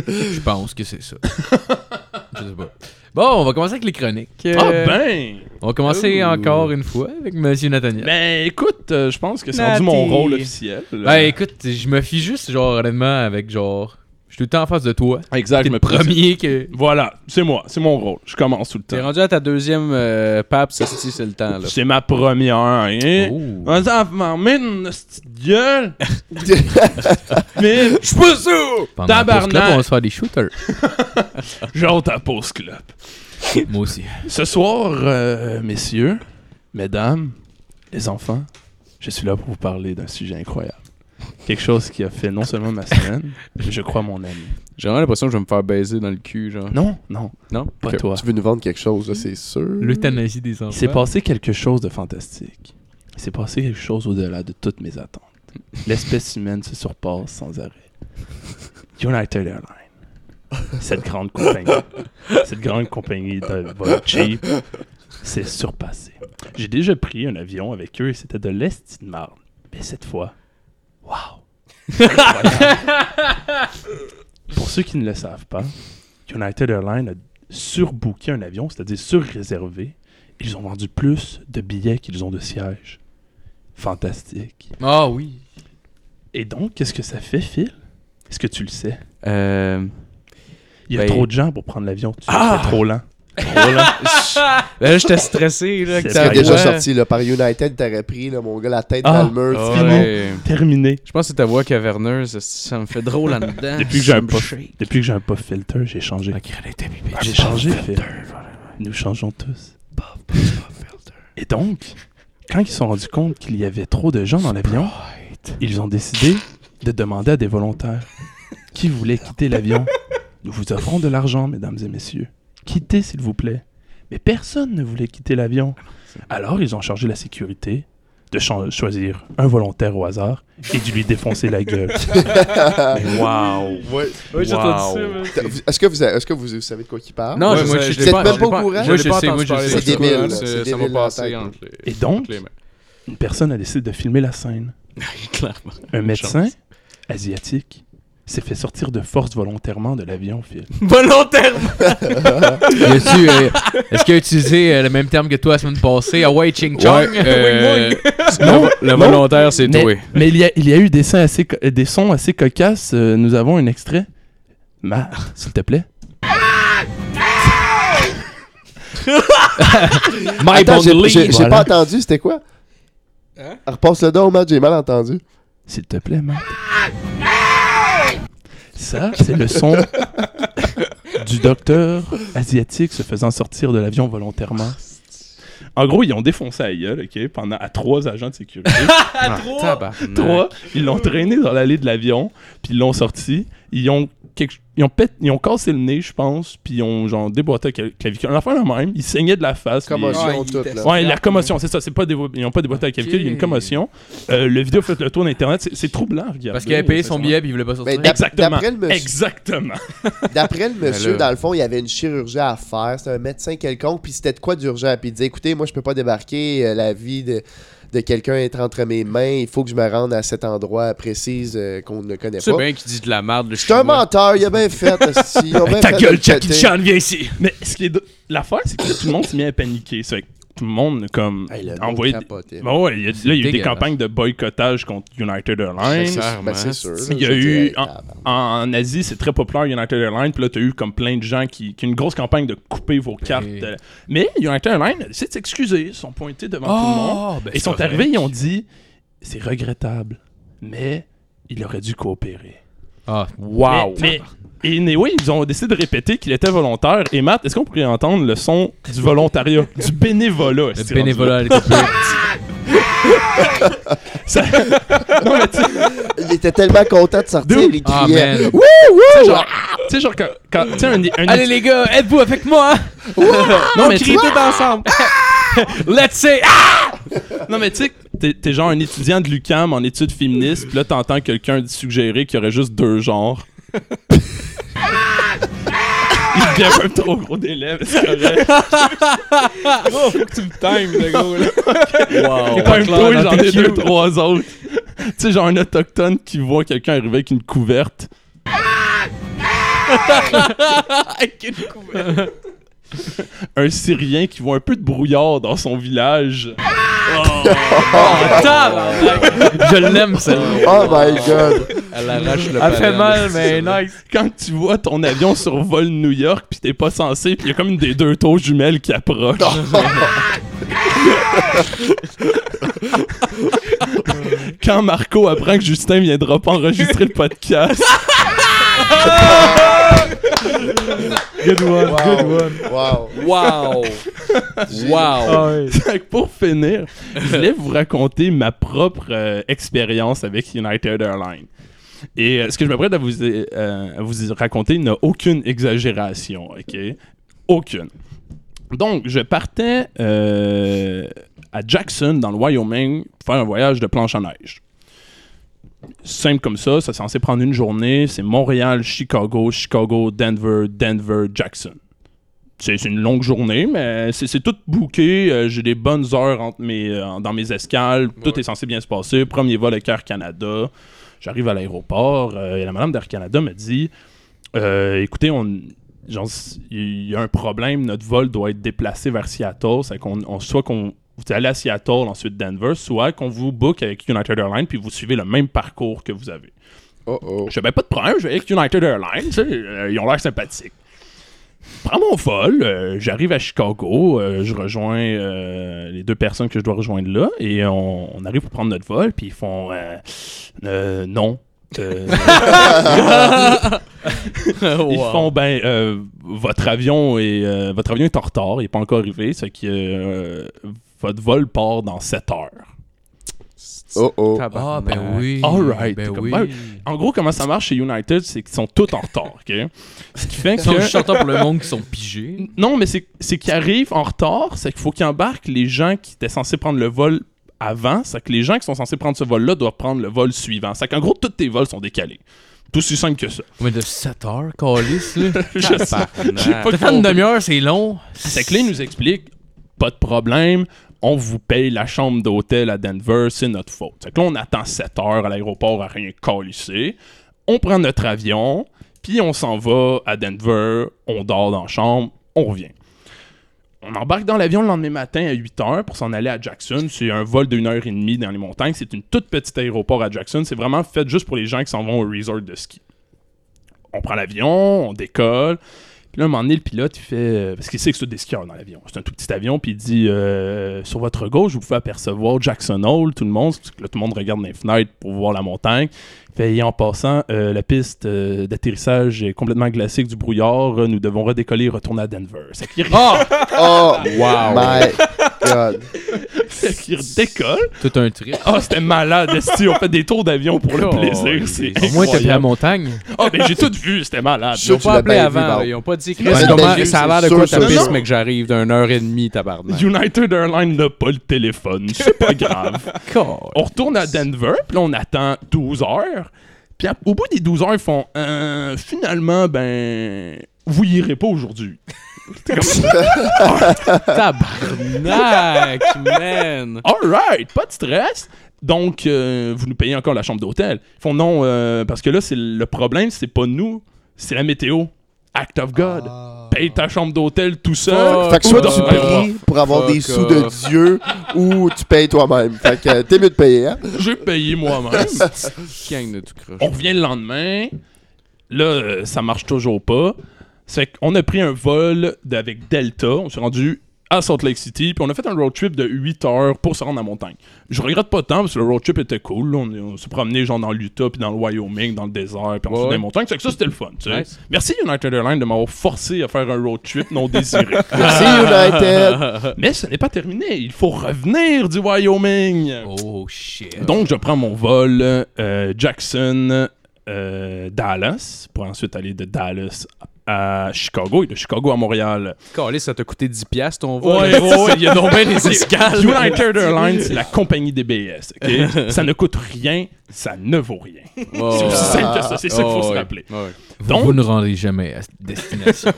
[SPEAKER 3] Je pense que c'est ça. Je sais pas. Bon, on va commencer avec les chroniques. Euh,
[SPEAKER 4] Ah ben!
[SPEAKER 3] On va commencer
[SPEAKER 5] Ouh.
[SPEAKER 3] encore une fois avec Monsieur Nathaniel.
[SPEAKER 4] Ben écoute, euh, je pense que c'est
[SPEAKER 5] Nati.
[SPEAKER 4] rendu mon rôle officiel.
[SPEAKER 3] Ben écoute, je me fie juste, genre, honnêtement, avec genre. Je suis tout le temps en face de toi.
[SPEAKER 4] exact,
[SPEAKER 3] T'es le premier que.
[SPEAKER 4] Voilà, c'est moi, c'est mon rôle. Je commence tout le
[SPEAKER 5] T'es
[SPEAKER 4] temps.
[SPEAKER 5] rendu à ta deuxième euh, pape, ça se dit, c'est le temps, là.
[SPEAKER 4] C'est ma première. Hein?
[SPEAKER 3] Oh.
[SPEAKER 4] Vas-y, elle m'emmène une petite gueule. Mais je suis pas sûr.
[SPEAKER 3] Pendant la pause
[SPEAKER 4] Tabarnak.
[SPEAKER 3] club, on va se faire des shooters.
[SPEAKER 4] J'ai honte à pause club.
[SPEAKER 3] Moi aussi.
[SPEAKER 4] Ce soir, euh, messieurs, mesdames, les enfants, je suis là pour vous parler d'un sujet incroyable. Quelque chose qui a fait non seulement ma semaine, mais je crois mon ami.
[SPEAKER 5] J'ai vraiment l'impression que je vais me faire baiser dans le cul, genre.
[SPEAKER 4] Non, non,
[SPEAKER 5] Non?
[SPEAKER 4] pas
[SPEAKER 5] Ok.
[SPEAKER 4] toi.
[SPEAKER 6] Tu veux nous vendre quelque chose, là, c'est sûr.
[SPEAKER 3] L'euthanasie des
[SPEAKER 4] Il
[SPEAKER 3] enfants.
[SPEAKER 4] s'est passé quelque chose de fantastique. Il s'est passé quelque chose au-delà de toutes mes attentes. L'espèce humaine se surpasse sans arrêt. United Airlines. Cette grande compagnie. Cette grande compagnie de vol cheap s'est surpassée. J'ai déjà pris un avion avec eux et c'était de l'Est de marde. Mais cette fois, wow! Incroyable. Pour ceux qui ne le savent pas, United Airlines a surbooké un avion, c'est-à-dire surréservé, ils ont vendu plus de billets qu'ils ont de sièges. Fantastique.
[SPEAKER 3] Ah oui.
[SPEAKER 4] Et donc, qu'est-ce que ça fait, Phil? Est-ce que tu le sais?
[SPEAKER 5] Euh,
[SPEAKER 4] Il y a
[SPEAKER 5] Ben-
[SPEAKER 4] trop de gens pour prendre l'avion. Tu
[SPEAKER 5] Ah!
[SPEAKER 4] C'est trop lent. Trop lent.
[SPEAKER 5] Ben là, j'étais stressé, là. que
[SPEAKER 4] C'est
[SPEAKER 6] Tu
[SPEAKER 5] ça
[SPEAKER 4] vrai.
[SPEAKER 6] déjà
[SPEAKER 5] ouais.
[SPEAKER 6] sorti, là, par United, t'aurais pris, là, mon gars, la tête
[SPEAKER 4] Ah.
[SPEAKER 6] dans le mur.
[SPEAKER 5] Ah
[SPEAKER 6] tu fais,
[SPEAKER 5] ouais.
[SPEAKER 4] Terminé.
[SPEAKER 5] Je pense que c'est ta voix caverneuse, ça me fait drôle en dedans.
[SPEAKER 4] Depuis que j'ai un puff- Depuis que j'ai un puff filter, j'ai changé. J'ai changé, Phil. Nous changeons tous. Et donc, quand ils se sont rendus compte qu'il y avait trop de gens dans l'avion, ils ont décidé de demander à des volontaires qui voulaient quitter l'avion. Nous vous offrons de l'argent, mesdames et messieurs. Quittez, s'il vous plaît. Mais personne ne voulait quitter l'avion. Alors, ils ont chargé la sécurité de chan- choisir un volontaire au hasard et de lui défoncer la gueule.
[SPEAKER 5] Wow.
[SPEAKER 6] Ouais.
[SPEAKER 1] Oui, j'ai
[SPEAKER 5] Wow.
[SPEAKER 1] entendu ça, man.
[SPEAKER 6] T'as- vous- Est-ce que, vous, est-ce que vous, vous savez de quoi il parle?
[SPEAKER 5] Non,
[SPEAKER 3] Ouais,
[SPEAKER 5] je,
[SPEAKER 3] moi,
[SPEAKER 5] sais-
[SPEAKER 3] je-
[SPEAKER 5] je
[SPEAKER 3] vous
[SPEAKER 5] l'ai
[SPEAKER 6] êtes
[SPEAKER 5] pas,
[SPEAKER 6] même
[SPEAKER 5] je
[SPEAKER 6] pas
[SPEAKER 5] l'ai
[SPEAKER 6] au courant?
[SPEAKER 5] je
[SPEAKER 3] Moi,
[SPEAKER 5] l'ai
[SPEAKER 3] je
[SPEAKER 5] pas
[SPEAKER 3] sais,
[SPEAKER 5] entendu
[SPEAKER 3] moi, je
[SPEAKER 5] parler
[SPEAKER 3] sais.
[SPEAKER 5] de
[SPEAKER 6] C'est
[SPEAKER 5] ça,
[SPEAKER 6] débile,
[SPEAKER 5] hein,
[SPEAKER 6] là, c'est
[SPEAKER 5] ça- Ça m'a
[SPEAKER 6] débile,
[SPEAKER 5] passé
[SPEAKER 6] la tête.
[SPEAKER 5] entre les-
[SPEAKER 4] Et donc,
[SPEAKER 5] entre les mains.
[SPEAKER 4] une personne a décidé de filmer la scène.
[SPEAKER 5] Clairement.
[SPEAKER 4] Un médecin asiatique s'est fait sortir de force volontairement de l'avion, Phil.
[SPEAKER 5] Volontairement!
[SPEAKER 3] Y a-tu, euh, Est-ce qu'il a utilisé euh, le même terme que toi la semaine passée? Ah ouais, Ching Chong.
[SPEAKER 5] Ouais, euh,
[SPEAKER 4] Non,
[SPEAKER 5] le
[SPEAKER 4] non.
[SPEAKER 5] volontaire, c'est
[SPEAKER 4] Mais,
[SPEAKER 5] toi.
[SPEAKER 4] mais il, y a, il y a eu des, sons assez, co- des sons assez cocasses. Euh, nous avons un extrait. Ma, s'il te plaît.
[SPEAKER 3] My
[SPEAKER 6] Attends, j'ai-
[SPEAKER 3] Bondly.
[SPEAKER 6] j'ai j'ai
[SPEAKER 4] voilà.
[SPEAKER 6] pas entendu, c'était quoi?
[SPEAKER 5] Hein?
[SPEAKER 6] Repasse le don, Matt, j'ai mal entendu.
[SPEAKER 4] S'il te plaît, Matt. Ça, c'est le son du docteur asiatique se faisant sortir de l'avion
[SPEAKER 5] Ah,
[SPEAKER 4] volontairement. En gros, ils ont défoncé à gueule, OK, pendant à trois agents de sécurité.
[SPEAKER 5] Ah, tabarnak.
[SPEAKER 4] trois, ils l'ont traîné dans l'allée de l'avion, puis ils l'ont sorti. Ils ont quelque... ils ont pét- ils ont cassé le nez, je pense, puis ils ont genre déboîté la clavicule. L'enfant là-même, il saignait de la face. puis-
[SPEAKER 6] Commotion,
[SPEAKER 5] il
[SPEAKER 6] tout,
[SPEAKER 5] était-
[SPEAKER 6] là.
[SPEAKER 4] Ouais, la commotion, c'est ça. C'est pas dévo- Ils n'ont pas déboîté la clavicule, il y a une commotion. Euh, le vidéo fait le tour d'Internet. C'est- C'est troublant, regarde.
[SPEAKER 3] Parce qu'il avait payé son billet puis il
[SPEAKER 4] Ben,
[SPEAKER 3] voulait pas
[SPEAKER 6] Mais
[SPEAKER 3] sortir.
[SPEAKER 6] d'ap-
[SPEAKER 4] Exactement.
[SPEAKER 6] Ben, D'après le monsieur,
[SPEAKER 4] Exactement.
[SPEAKER 6] D'après le monsieur,
[SPEAKER 5] là-
[SPEAKER 6] dans le fond, il y avait une chirurgie à faire. C'était un médecin quelconque, puis c'était de quoi d'urgent. Puis il disait écoutez, moi, je peux pas débarquer. euh, la vie de, de quelqu'un est entre mes mains. Il faut que je me rende à cet endroit précis euh, qu'on ne connaît
[SPEAKER 5] Tu sais
[SPEAKER 6] pas.
[SPEAKER 5] bien qu'il dit de la merde, le
[SPEAKER 6] C'est un
[SPEAKER 5] chinois.
[SPEAKER 6] menteur, il a bien fait. esti, ils ont bien
[SPEAKER 4] Ta
[SPEAKER 6] fait de
[SPEAKER 4] gueule,
[SPEAKER 6] le
[SPEAKER 4] Jackie
[SPEAKER 6] péter.
[SPEAKER 4] Chan, viens ici. Mais ce qui est. de- L'affaire, c'est que tout le monde s'est mis à paniquer. C'est que tout le monde, comme.
[SPEAKER 6] Hey, le monde
[SPEAKER 4] envoyé.
[SPEAKER 6] capotait.
[SPEAKER 4] Bon, ouais, il y a- là, il y a eu des
[SPEAKER 3] dégueulasse.
[SPEAKER 4] campagnes de boycottage contre United
[SPEAKER 5] Hein?
[SPEAKER 6] Ben,
[SPEAKER 4] Airlines.
[SPEAKER 6] c'est- ben, c'est sûr, là,
[SPEAKER 4] Il y a
[SPEAKER 6] je veux
[SPEAKER 4] eu-
[SPEAKER 6] dire, hey, tabarnak.
[SPEAKER 4] En Asie, c'est très populaire, United Airlines. Puis là, t'as eu comme plein de gens qui, qui ont une grosse campagne de couper vos cartes.
[SPEAKER 3] Et-
[SPEAKER 4] euh, Mais United Airlines, c'est de s'excuser. Ils sont pointés devant tout le monde.
[SPEAKER 3] ben,
[SPEAKER 4] Ils
[SPEAKER 3] c'est
[SPEAKER 4] sont
[SPEAKER 3] correct.
[SPEAKER 4] arrivés, ils ont dit c'est regrettable, mais il aurait dû coopérer.
[SPEAKER 3] Ah,
[SPEAKER 5] Wow.
[SPEAKER 4] Mais, mais- et anyway, ils ont décidé de répéter qu'il était volontaire. Et Matt, est-ce qu'on pourrait entendre le son du volontariat, du bénévolat
[SPEAKER 3] le
[SPEAKER 4] est-ce que
[SPEAKER 3] bénévolat, elle était pire.
[SPEAKER 4] Ça-
[SPEAKER 6] Il était tellement content de sortir,
[SPEAKER 4] Dude.
[SPEAKER 6] il
[SPEAKER 3] Ah,
[SPEAKER 6] criait.
[SPEAKER 3] man.
[SPEAKER 4] Tu sais, genre, tu sais, genre, quand, quand- tu sais, un, un-
[SPEAKER 3] Allez les gars, êtes-vous avec moi?
[SPEAKER 4] non, mais tu-
[SPEAKER 5] tout ensemble.
[SPEAKER 3] Let's say. Ah!
[SPEAKER 4] non, mais tu sais, t'es- t'es genre un étudiant de l'UCAM en études féministes, puis là, t'entends quelqu'un suggérer qu'il y aurait juste deux genres. Il devient un peu trop gros d'élèves, c'est correct.
[SPEAKER 5] Oh, faut que tu me times, le gars, là.
[SPEAKER 4] T'es
[SPEAKER 3] pas
[SPEAKER 4] pas un
[SPEAKER 3] clair
[SPEAKER 4] toi,
[SPEAKER 3] dans
[SPEAKER 4] j'en
[SPEAKER 3] tes
[SPEAKER 4] ai deux,
[SPEAKER 3] cues.
[SPEAKER 4] trois autres. tu sais, genre un autochtone qui voit quelqu'un arriver avec une couverte. un Syrien qui voit un peu de brouillard dans son village. Oh,
[SPEAKER 3] Je l'aime
[SPEAKER 4] Ah,
[SPEAKER 3] celle-là.
[SPEAKER 6] Oh my god.
[SPEAKER 5] Elle arrache le
[SPEAKER 1] Elle fait mal,
[SPEAKER 5] baleine.
[SPEAKER 1] mais nice.
[SPEAKER 4] Quand tu vois ton avion survole New York pis t'es pas censé, pis y a comme une des deux tours jumelles qui approche. Quand Marco apprend que Justin viendra pas enregistrer le podcast.
[SPEAKER 1] Good one,
[SPEAKER 6] Wow.
[SPEAKER 1] good one.
[SPEAKER 6] Wow.
[SPEAKER 5] Wow! wow!
[SPEAKER 1] Ah oui.
[SPEAKER 4] Fait que pour finir, je voulais vous raconter ma propre euh, expérience avec United Airlines. Et euh, ce que je m'apprête à vous, euh, à vous raconter n'a aucune exagération, OK? Aucune. Donc, je partais euh, à Jackson, dans le Wyoming, pour faire un voyage de planche à neige. Simple comme ça, ça c'est censé prendre une journée. C'est Montréal, Chicago, Chicago, Denver, Denver, Jackson c'est c'est une longue journée, mais c'est c'est tout booké. euh, J'ai des bonnes heures entre mes, euh, dans mes escales. Tout est censé bien se passer. Premier vol avec Air Canada. J'arrive à l'aéroport euh, et la madame d'Air Canada me dit euh, Écoutez, on. genre, il y a un problème, notre vol doit être déplacé vers Seattle. C'est qu'on on- soit qu'on vous allez à Seattle, ensuite Denver, soit qu'on vous book avec United Airlines puis vous suivez le même parcours que vous avez.
[SPEAKER 6] Oh oh.
[SPEAKER 4] Je fais, ben, pas de problème, je vais avec United Airlines, tu sais, euh, ils ont l'air sympathiques. Je Prends mon vol, euh, j'arrive à Chicago, euh, je rejoins euh, les deux personnes que je dois rejoindre là, et on, on arrive pour prendre notre vol, puis ils font euh, Euh, non. Euh, ils font ben euh, votre avion est euh, votre avion est en retard, il n'est pas encore arrivé, c'est que euh, votre vol part dans 7 heures.
[SPEAKER 6] Oh oh.
[SPEAKER 3] Ah,
[SPEAKER 5] Tabarnak.
[SPEAKER 3] ben oui.
[SPEAKER 4] All right.
[SPEAKER 3] Ben
[SPEAKER 4] T'es comme,
[SPEAKER 3] oui.
[SPEAKER 4] ben, En gros, comment ça marche chez United, c'est qu'ils sont tous en retard, ok? Ce qui fait
[SPEAKER 3] Ils sont
[SPEAKER 4] que
[SPEAKER 3] juste contents pour le monde qui sont pigés.
[SPEAKER 4] Non, mais c'est c'est qu'ils arrivent en retard, c'est qu'il faut qu'ils embarquent les gens qui étaient censés prendre le vol avant, c'est que les gens qui sont censés prendre ce vol-là doivent prendre le vol suivant. C'est qu'en gros, tous tes vols sont décalés. Tout aussi simple que ça.
[SPEAKER 3] Mais de 7 heures, calice, là.
[SPEAKER 4] Je sais pas. J'ai pas
[SPEAKER 3] T'as fait une
[SPEAKER 4] compris.
[SPEAKER 3] demi-heure, c'est long.
[SPEAKER 4] Fait que là, il nous explique pas de problème, on vous paye la chambre d'hôtel à Denver, c'est notre faute. Fait que là, on attend 7 heures à l'aéroport à rien colisser. On prend notre avion, puis on s'en va à Denver, on dort dans la chambre, on revient. On embarque dans l'avion le lendemain matin à 8 heures pour s'en aller à Jackson. C'est un vol d'une heure et demie dans les montagnes. C'est une toute petite aéroport à Jackson. C'est vraiment fait juste pour les gens qui s'en vont au resort de ski. On prend l'avion, on décolle. Puis là, un moment donné, le pilote, il fait. euh, Parce qu'il sait que c'est des skieurs dans l'avion. C'est un tout petit avion, puis il dit euh, Sur votre gauche, vous pouvez apercevoir Jackson Hole, tout le monde. Parce que là, tout le monde regarde dans les fenêtres pour voir la montagne. Fait, et en passant, euh, la piste euh, d'atterrissage est complètement glacée avec du brouillard. Euh, Nous devons redécoller et retourner à Denver. C'est qu'il
[SPEAKER 6] Oh
[SPEAKER 5] Wow.
[SPEAKER 6] my god.
[SPEAKER 4] fait qu'il redécolle.
[SPEAKER 3] Tout un trip.
[SPEAKER 4] Ah, c'était malade, esti. On fait des tours d'avion pour le
[SPEAKER 5] Oh,
[SPEAKER 4] plaisir. C'est
[SPEAKER 3] Au moins, t'as bien la
[SPEAKER 4] incroyable.
[SPEAKER 3] montagne.
[SPEAKER 4] Ah, ben j'ai tout vu, c'était malade.
[SPEAKER 6] Je-
[SPEAKER 5] Ils ont
[SPEAKER 6] Tu
[SPEAKER 5] pas
[SPEAKER 6] l'as
[SPEAKER 5] appelé
[SPEAKER 6] bien vu,
[SPEAKER 5] avant.
[SPEAKER 6] Barbe.
[SPEAKER 5] Ils ont pas dit
[SPEAKER 6] l'as
[SPEAKER 5] Chris,
[SPEAKER 6] bien
[SPEAKER 5] comment-
[SPEAKER 6] vu,
[SPEAKER 5] ça a l'air
[SPEAKER 6] c'est
[SPEAKER 5] de quoi
[SPEAKER 6] sûr,
[SPEAKER 5] ta
[SPEAKER 6] sûr,
[SPEAKER 5] piste,
[SPEAKER 6] sûr.
[SPEAKER 5] mais que j'arrive d'une heure et demie, tabarnak.
[SPEAKER 4] United Airlines n'a pas le téléphone. C'est pas grave.
[SPEAKER 5] D'accord.
[SPEAKER 4] On retourne à Denver, puis là, on attend 12 heures. Puis à- au bout des 12 heures, ils font Euh, finalement, ben, vous irez pas aujourd'hui. T'es comme
[SPEAKER 5] Tabarnak, man.
[SPEAKER 4] Alright, pas de stress. Donc, euh, vous nous payez encore la chambre d'hôtel. Ils font non, euh, parce que là, c'est le problème, c'est pas nous, c'est la météo. Act of God. Paye ta chambre d'hôtel tout seul.
[SPEAKER 5] Oh,
[SPEAKER 6] Fait que soit
[SPEAKER 4] Ou
[SPEAKER 6] tu
[SPEAKER 4] dans-
[SPEAKER 6] payes pour avoir
[SPEAKER 5] Fuck
[SPEAKER 6] des sous de
[SPEAKER 5] off.
[SPEAKER 6] Dieu ou tu payes toi-même. Fait que euh, t'es mieux de payer, hein?
[SPEAKER 4] J'ai payé moi-même.
[SPEAKER 5] Gang de tout croche.
[SPEAKER 4] On revient le lendemain. Là, euh, ça marche toujours pas. C'est qu'on a pris un vol d- avec Delta. On s'est rendu à Salt Lake City. Puis on a fait un road trip de 8 heures pour se rendre à montagne. Je regrette pas tant parce que le road trip était cool. là. On, on s'est promené genre dans l'Utah, puis dans le Wyoming, dans le désert,
[SPEAKER 5] Ouais,
[SPEAKER 4] puis ensuite dans les
[SPEAKER 5] ouais.
[SPEAKER 4] montagnes. C'est que ça, c'était le fun. tu sais.
[SPEAKER 5] Nice.
[SPEAKER 4] Merci United Airlines de m'avoir forcé à faire un road trip non désiré.
[SPEAKER 6] Merci United.
[SPEAKER 4] Mais ce n'est pas terminé. Il faut revenir du Wyoming.
[SPEAKER 3] Oh shit.
[SPEAKER 4] Donc, je prends mon vol euh, Jackson, euh, Dallas, pour ensuite aller de Dallas à Chicago et de Chicago à Montréal.
[SPEAKER 5] Calais, ça t'a coûté 10$ piastres, ton vol.
[SPEAKER 4] Ouais, ouais, ouais, il y a donc bien
[SPEAKER 5] les escales.
[SPEAKER 4] United Airlines, c'est la compagnie DBS. ok? ça ne coûte rien, ça ne vaut rien.
[SPEAKER 5] Oh.
[SPEAKER 4] C'est aussi simple que ça, c'est ça qu'il faut se rappeler.
[SPEAKER 3] Vous,
[SPEAKER 4] Donc-
[SPEAKER 3] vous ne rendez jamais à cette destination.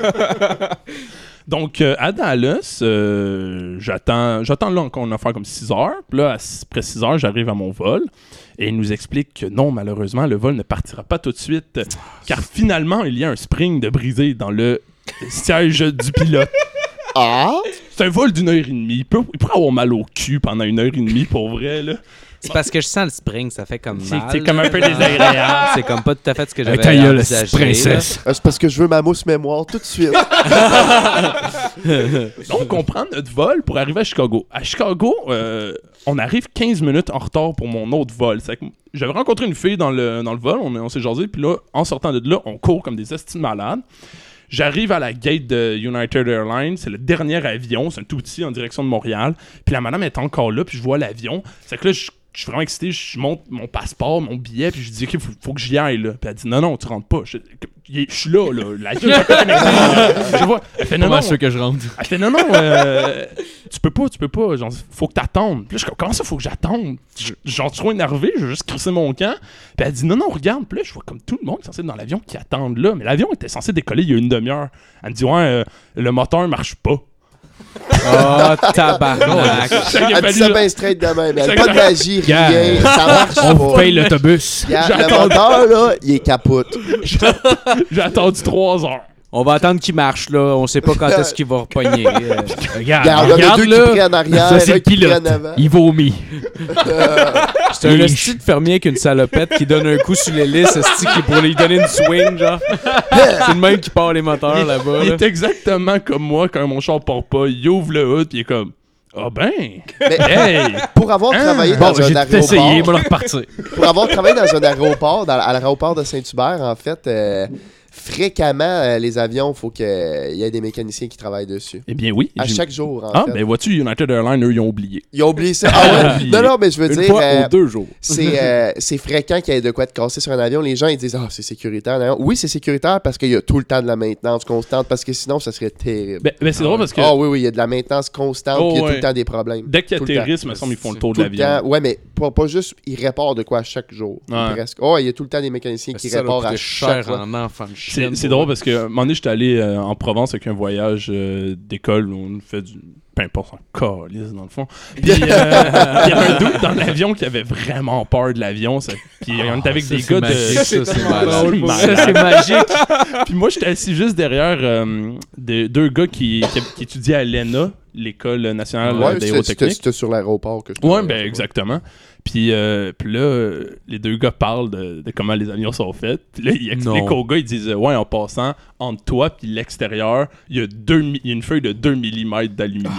[SPEAKER 4] Donc, euh, à Dallas, euh, j'attends, j'attends là qu'on a fait comme 6 heures. Puis là, à- après 6 heures, j'arrive à mon vol. Et il nous explique que non, malheureusement, le vol ne partira pas tout de suite. euh, car finalement, il y a un spring de brisé dans le siège du pilote.
[SPEAKER 6] Ah!
[SPEAKER 4] C'est un vol d'une heure et demie. Il, peut, il pourrait avoir mal au cul pendant une heure et demie, pour vrai. Là.
[SPEAKER 5] C'est parce que je sens le spring, ça fait comme
[SPEAKER 4] C'est, c'est comme un peu désagréable.
[SPEAKER 5] C'est comme pas tout à fait ce que
[SPEAKER 3] Euh,
[SPEAKER 5] j'avais
[SPEAKER 3] ta gueule,
[SPEAKER 5] envisagé,
[SPEAKER 3] c'est princesse.
[SPEAKER 6] Euh, C'est parce que je veux ma mousse mémoire tout de suite.
[SPEAKER 4] Donc, on prend notre vol pour arriver à Chicago. À Chicago, euh, on arrive 15 minutes en retard pour mon autre vol. C'est que J'avais rencontré une fille dans le, dans le vol, on, on s'est jasé, puis là, en sortant de là, on court comme des estimes malades. J'arrive à la gate de United Airlines, c'est le dernier avion, c'est un tout petit en direction de Montréal. Puis la madame est encore là, puis je vois l'avion. C'est que là, je je suis vraiment excité, je monte mon passeport, mon billet, puis je dis, OK, faut, faut que j'y aille, là. Puis elle dit, non, non, tu rentres pas. Je, je suis là, là. La queue, je connais ça. Je vois. Elle fait, non,
[SPEAKER 3] Pas
[SPEAKER 4] non,
[SPEAKER 3] mal sûr que je rentre.
[SPEAKER 4] elle fait non, non, euh, tu peux pas, tu peux pas, genre, faut que t'attendes. Puis là, je suis comme, comment ça, faut que j'attende? Je- Genre, trop énervé, je veux juste crisser mon camp. Puis elle dit, non, non, regarde. Puis là, je vois comme tout le monde censé être dans l'avion qui attendent là. Mais l'avion était censé décoller il y a une demi-heure. Elle me dit, ouais, euh, le moteur marche pas.
[SPEAKER 5] Oh, tabarnak.
[SPEAKER 4] Fait qu'il a
[SPEAKER 6] Elle
[SPEAKER 4] fallu-
[SPEAKER 6] dit ça ben, bien straight de même. elle.
[SPEAKER 4] Ça-
[SPEAKER 6] Pas de magie, rien. Ça marche
[SPEAKER 5] Ah,
[SPEAKER 6] pas.
[SPEAKER 3] l'autobus.
[SPEAKER 6] Gars, le
[SPEAKER 4] J'attends-
[SPEAKER 6] moteur, là, il est capote.
[SPEAKER 4] J'ai attendu trois heures.
[SPEAKER 5] On va attendre qu'il marche, là. On sait pas quand est-ce qu'il va repogner. Euh,
[SPEAKER 1] Regarde,
[SPEAKER 4] Ah,
[SPEAKER 6] Regarde, hein. il y en a
[SPEAKER 1] regarde
[SPEAKER 6] deux
[SPEAKER 1] là.
[SPEAKER 6] qui prennent arrière,
[SPEAKER 1] ça, c'est
[SPEAKER 6] un
[SPEAKER 1] le
[SPEAKER 6] qui
[SPEAKER 1] pilote.
[SPEAKER 6] prennent avant.
[SPEAKER 1] Il vomit.
[SPEAKER 5] C'est un esti de fermier avec une salopette qui donne un coup sur l'hélice, esti qui pour lui donner une swing, genre. C'est le même qui part les moteurs là-bas.
[SPEAKER 4] Il
[SPEAKER 5] là.
[SPEAKER 4] est exactement comme moi quand mon char part pas. Il ouvre le hood, puis il est comme, ah ben,
[SPEAKER 6] Mais
[SPEAKER 4] hey!
[SPEAKER 6] pour avoir travaillé
[SPEAKER 1] Bon,
[SPEAKER 6] dans
[SPEAKER 1] j'ai
[SPEAKER 6] un
[SPEAKER 1] tout essayé,
[SPEAKER 6] aéroport,
[SPEAKER 1] moi, leur repartir.
[SPEAKER 6] pour avoir travaillé dans un aéroport, dans- à l'aéroport de Saint-Hubert, en fait, euh, fréquemment, euh, les avions, faut que il y ait des mécaniciens qui travaillent dessus.
[SPEAKER 4] Eh bien oui.
[SPEAKER 6] À
[SPEAKER 4] j'ai-
[SPEAKER 6] chaque jour, en
[SPEAKER 4] Ah,
[SPEAKER 6] fait.
[SPEAKER 4] ben vois-tu, United Airlines, eux, ils ont oublié.
[SPEAKER 6] Ils ont oublié ça. Ah ouais? Non, non, mais je veux
[SPEAKER 5] Une
[SPEAKER 6] dire,
[SPEAKER 5] fois
[SPEAKER 6] euh,
[SPEAKER 5] aux deux jours.
[SPEAKER 6] c'est euh, c'est fréquent qu'il y ait de quoi te casser sur un avion. Les gens, ils disent, ah, c'est sécuritaire. un avion. Oui, c'est sécuritaire parce qu'il y a tout le temps de la maintenance constante, parce que sinon, ça serait terrible.
[SPEAKER 4] Ben, ben, c'est drôle parce que
[SPEAKER 6] Ah oui, oui, il y a de la maintenance constante,
[SPEAKER 4] Oh,
[SPEAKER 6] puis il y a tout
[SPEAKER 4] ouais.
[SPEAKER 6] le temps des problèmes.
[SPEAKER 4] dès qu'il y a
[SPEAKER 6] tout le temps.
[SPEAKER 4] terrorisme, il me semble, ils font le tour
[SPEAKER 6] Tout
[SPEAKER 4] de
[SPEAKER 6] le
[SPEAKER 4] l'avion.
[SPEAKER 6] temps. Ouais, mais pas, pas juste, ils réparent de quoi à chaque jour. ou
[SPEAKER 4] Ouais.
[SPEAKER 6] Presque. Oh, il y a tout le temps des mécaniciens qui
[SPEAKER 5] Ça leur
[SPEAKER 6] réparent à
[SPEAKER 5] coûtait
[SPEAKER 6] chaque
[SPEAKER 5] cher
[SPEAKER 6] fois.
[SPEAKER 5] en enfant de chienne,
[SPEAKER 4] C'est c'est
[SPEAKER 5] pour
[SPEAKER 4] drôle parce que un moment donné, j'étais allé euh, en Provence avec un voyage euh, d'école où on fait du. Peu importe, on calisse dans le fond. Puis euh, il y avait un doute dans l'avion qui avait vraiment peur de l'avion. ça- Puis on était avec
[SPEAKER 3] ça,
[SPEAKER 4] des
[SPEAKER 3] c'est
[SPEAKER 4] gars
[SPEAKER 3] magique,
[SPEAKER 4] de.
[SPEAKER 3] ça, c'est malade.
[SPEAKER 4] C'est malade.
[SPEAKER 1] Ça, c'est magique.
[SPEAKER 4] Puis moi, j'étais assis juste derrière euh, des- deux gars qui, qui, qui étudiaient à l'ENA, l'École nationale
[SPEAKER 6] Ouais, c'était- c'était
[SPEAKER 4] d'aérotechnique.
[SPEAKER 6] c'était sur l'aéroport que je
[SPEAKER 4] Ouais,
[SPEAKER 6] te-
[SPEAKER 4] ben exactement. Puis, euh, puis là, euh, les deux gars parlent de, de comment les avions sont faits. Puis là, ils expliquent
[SPEAKER 5] Non.
[SPEAKER 4] aux gars, ils disent euh, Ouais, en passant, entre toi puis l'extérieur, il y, a deux mi- il y a une feuille de 2 mm d'aluminium.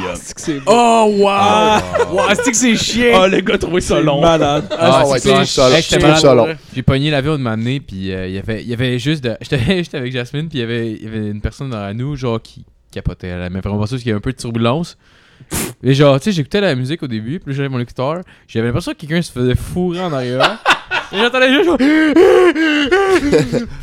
[SPEAKER 5] Oh, wow! Wow, c'est que c'est
[SPEAKER 4] Ah,
[SPEAKER 5] chiant!
[SPEAKER 4] le gars trouvait ça long.
[SPEAKER 5] malade.
[SPEAKER 6] Ah, ouais,
[SPEAKER 5] c'est
[SPEAKER 6] c'est ça, là,
[SPEAKER 5] chiant.
[SPEAKER 6] je trouve ça long.
[SPEAKER 3] J'ai pogné l'avion de m'amener, puis euh, il y avait- il y avait juste de. J'étais j'étais avec Jasmine, puis il y avait- il y avait une personne à nous, genre, qui capotait. Elle aimait vraiment pas ça, parce qu'il y avait un peu de turbulence. Et genre, tu sais, j'écoutais la musique au début, puis là, j'avais mon écouteur. J'avais l'impression que quelqu'un se faisait fourrer en arrière. Et j'entendais juste, genre. Puis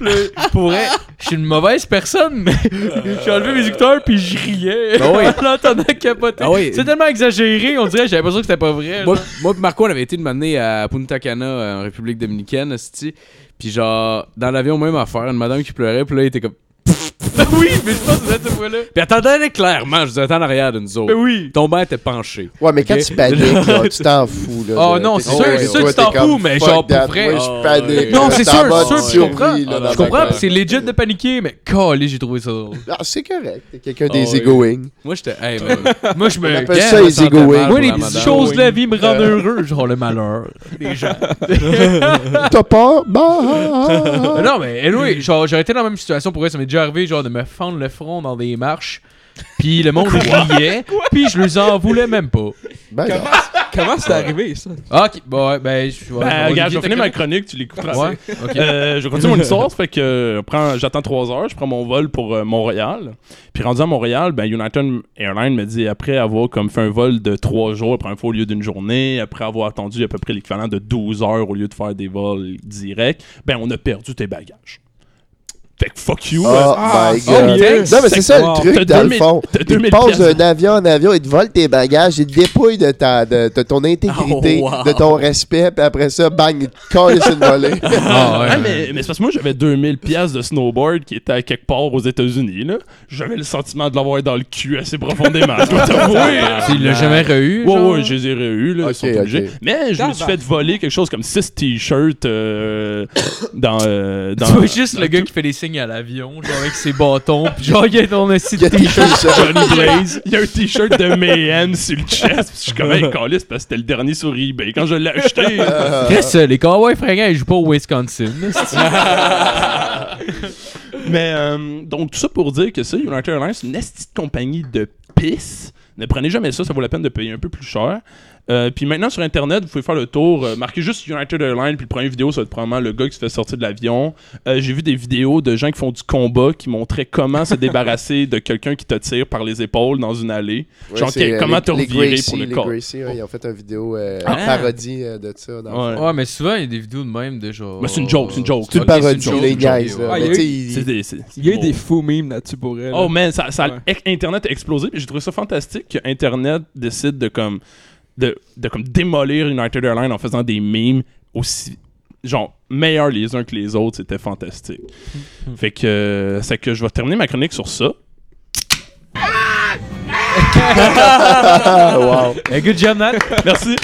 [SPEAKER 3] là, Pour vrai, je suis une mauvaise personne, mais j'ai enlevé mes écouteurs, puis je riais.
[SPEAKER 5] Ah oui.
[SPEAKER 3] En l'entendant capoter.
[SPEAKER 5] Ah oui.
[SPEAKER 3] C'est tellement exagéré, on dirait, j'avais l'impression que c'était pas vrai.
[SPEAKER 5] Moi,
[SPEAKER 3] genre.
[SPEAKER 5] moi pis Marco, on avait été de m'amener à Punta Cana, euh, en République Dominicaine, esti. Puis genre, dans l'avion, même affaire, une madame qui pleurait, puis là, il était comme...
[SPEAKER 3] oui, mais je pense que c'était pour là.
[SPEAKER 5] Puis attendez, elle est clairement, je vous attends en arrière d'une zone.
[SPEAKER 3] Mais oui.
[SPEAKER 5] Ton bain était penché.
[SPEAKER 6] Ouais, mais quand
[SPEAKER 5] Ok.
[SPEAKER 6] tu paniques, là, tu t'en fous. Là,
[SPEAKER 3] Oh
[SPEAKER 6] de-
[SPEAKER 3] non,
[SPEAKER 6] t'es-
[SPEAKER 3] c'est sûr-
[SPEAKER 6] ouais,
[SPEAKER 3] c'est sûr que
[SPEAKER 6] toi,
[SPEAKER 3] tu t'en
[SPEAKER 6] t'es comme,
[SPEAKER 3] fous, mais
[SPEAKER 6] fuck
[SPEAKER 3] genre, pour
[SPEAKER 6] that,
[SPEAKER 3] vrai-
[SPEAKER 6] moi,
[SPEAKER 5] Oh,
[SPEAKER 6] je
[SPEAKER 4] Euh,
[SPEAKER 6] panique.
[SPEAKER 5] Non,
[SPEAKER 6] là,
[SPEAKER 5] c'est
[SPEAKER 6] je suis en
[SPEAKER 5] sûr,
[SPEAKER 6] mode
[SPEAKER 5] sûr, je
[SPEAKER 6] survie,
[SPEAKER 3] comprends.
[SPEAKER 6] là, dans
[SPEAKER 3] Je
[SPEAKER 6] ma
[SPEAKER 3] comprends,
[SPEAKER 6] tête.
[SPEAKER 3] pis c'est legit de paniquer, mais calé, j'ai trouvé ça drôle.
[SPEAKER 6] Ah, c'est correct. T'es quelqu'un
[SPEAKER 5] Oh,
[SPEAKER 6] des
[SPEAKER 5] oui.
[SPEAKER 6] easygoing.
[SPEAKER 5] Moi, j'étais... Hey, man.
[SPEAKER 3] Moi, je
[SPEAKER 6] On
[SPEAKER 3] me.
[SPEAKER 6] appelle
[SPEAKER 3] Gars,
[SPEAKER 6] ça
[SPEAKER 5] me
[SPEAKER 6] easy
[SPEAKER 5] sentais
[SPEAKER 6] going.
[SPEAKER 5] mal.
[SPEAKER 3] Moi, les
[SPEAKER 5] Madame.
[SPEAKER 3] petites choses de la vie me
[SPEAKER 4] Euh.
[SPEAKER 3] rendent heureux, genre le malheur des gens.
[SPEAKER 6] T'as pas? Bah,
[SPEAKER 3] Mais Euh, non, mais anyway, genre, j'aurais été dans la même situation pour eux. Ça m'est déjà arrivé, genre, de me fendre le front dans des marches. Puis le monde riait, puis je les en voulais même pas.
[SPEAKER 6] ben, non.
[SPEAKER 7] Comment c'est arrivé ça?
[SPEAKER 3] Ah, ok, bon, ouais, ben, je ouais, bon,
[SPEAKER 4] Ben, regarde, je
[SPEAKER 3] Olivier,
[SPEAKER 4] vais finir
[SPEAKER 3] t'as-
[SPEAKER 4] ma chronique, tu l'écouteras.
[SPEAKER 3] Ouais, ok.
[SPEAKER 4] Euh, je continue mon histoire, ça fait que euh, prends- j'attends 3 heures, je prends mon vol pour euh, Montréal. Puis rendu à Montréal, ben, United Airlines me dit après avoir comme fait un vol de 3 jours, après un fois au lieu d'une journée, après avoir attendu à peu près l'équivalent de 12 heures au lieu de faire des vols directs, ben on a perdu tes bagages. Fait que fuck you.
[SPEAKER 6] Oh
[SPEAKER 4] euh,
[SPEAKER 6] my god.
[SPEAKER 4] yes.
[SPEAKER 6] non, mais c'est ça
[SPEAKER 7] Wow.
[SPEAKER 6] le
[SPEAKER 4] T'as
[SPEAKER 6] truc, dans le
[SPEAKER 4] 2000
[SPEAKER 6] fond.
[SPEAKER 4] t'as
[SPEAKER 6] Ils
[SPEAKER 4] 2000
[SPEAKER 6] passent
[SPEAKER 4] piastres.
[SPEAKER 6] d'un avion en avion, ils te volent tes bagages, ils te dépouillent de, ta, de, de ton intégrité,
[SPEAKER 7] Oh, wow.
[SPEAKER 6] de ton respect, puis après ça, bang, ils te collent sur une volée.
[SPEAKER 3] Ah, ouais,
[SPEAKER 4] Ah,
[SPEAKER 3] ouais.
[SPEAKER 4] mais, mais c'est parce que moi j'avais 2000 pièces de snowboard qui était à quelque part aux États-Unis là. J'avais le sentiment de l'avoir dans le cul assez profondément. je dois t'avouer.
[SPEAKER 3] Il l'a jamais reçu.
[SPEAKER 4] Ouais,
[SPEAKER 3] genre?
[SPEAKER 4] ouais, je les ai réus, là,
[SPEAKER 6] Ok,
[SPEAKER 4] ils sont obligés.
[SPEAKER 6] ok.
[SPEAKER 4] Mais je me suis fait voler quelque chose comme 6 t-shirts euh, dans. euh, dans
[SPEAKER 3] Tu vois juste le gars qui fait des signes à l'avion, genre avec ses bâtons, pis genre, il y a ton
[SPEAKER 6] Il y a
[SPEAKER 3] assisté.
[SPEAKER 6] des t-shirts.
[SPEAKER 4] Johnny Blaze. Il y a un t-shirt de Mayhem sur le chest. Je suis comme un calice parce que c'était le dernier sur eBay. Quand je l'ai acheté.
[SPEAKER 3] Chris, euh, les Cowboys fringants, ils jouent pas au Wisconsin.
[SPEAKER 4] Mais euh, donc, tout ça pour dire que ça, United Airlines, c'est une esti de compagnie de pisse. Ne prenez jamais ça, ça vaut la peine de payer un peu plus cher. Euh, puis maintenant sur internet, vous pouvez faire le tour, euh, marquez juste United Airlines, puis le premier vidéo ça va être probablement le gars qui se fait sortir de l'avion. Euh, J'ai vu des vidéos de gens qui font du combat qui montraient comment se débarrasser de quelqu'un qui te tire par les épaules dans une allée.
[SPEAKER 6] Ouais,
[SPEAKER 4] Genre,
[SPEAKER 6] c'est,
[SPEAKER 4] quel-
[SPEAKER 6] euh,
[SPEAKER 4] comment
[SPEAKER 6] les-
[SPEAKER 4] te
[SPEAKER 6] les
[SPEAKER 4] revirer
[SPEAKER 6] Gracie,
[SPEAKER 4] pour le
[SPEAKER 6] les
[SPEAKER 4] corps.
[SPEAKER 6] Gracie, ouais, ils ont fait une vidéo euh,
[SPEAKER 4] Ah.
[SPEAKER 6] parodie euh, de ça. Dans le fond.
[SPEAKER 4] Ouais.
[SPEAKER 3] Ouais, mais souvent, il y a des vidéos de même de genre.
[SPEAKER 4] Mais c'est une joke, c'est une joke.
[SPEAKER 6] C'est une
[SPEAKER 4] Ok,
[SPEAKER 6] parodie,
[SPEAKER 4] c'est une joke,
[SPEAKER 6] les
[SPEAKER 4] c'est une
[SPEAKER 6] guys.
[SPEAKER 4] joke.
[SPEAKER 6] là.
[SPEAKER 2] Ah,
[SPEAKER 6] Mais
[SPEAKER 2] il y a
[SPEAKER 6] tu sais,
[SPEAKER 4] C'est
[SPEAKER 6] ils-
[SPEAKER 4] des- c'est-
[SPEAKER 2] Il y a eu
[SPEAKER 4] oh.
[SPEAKER 2] des faux memes là-dessus pour elle.
[SPEAKER 4] Oh man, ça, ça-
[SPEAKER 2] Ouais.
[SPEAKER 4] ec- Internet a explosé. puis J'ai trouvé ça fantastique que Internet décide de comme de, de comme démolir United Airlines en faisant des memes aussi genre meilleurs les uns que les autres. C'était fantastique.
[SPEAKER 6] Hmm.
[SPEAKER 4] fait que euh, c'est que je vais terminer ma chronique sur ça.
[SPEAKER 6] Ah, wow.
[SPEAKER 1] Eh, Good job, Nat.
[SPEAKER 4] Merci.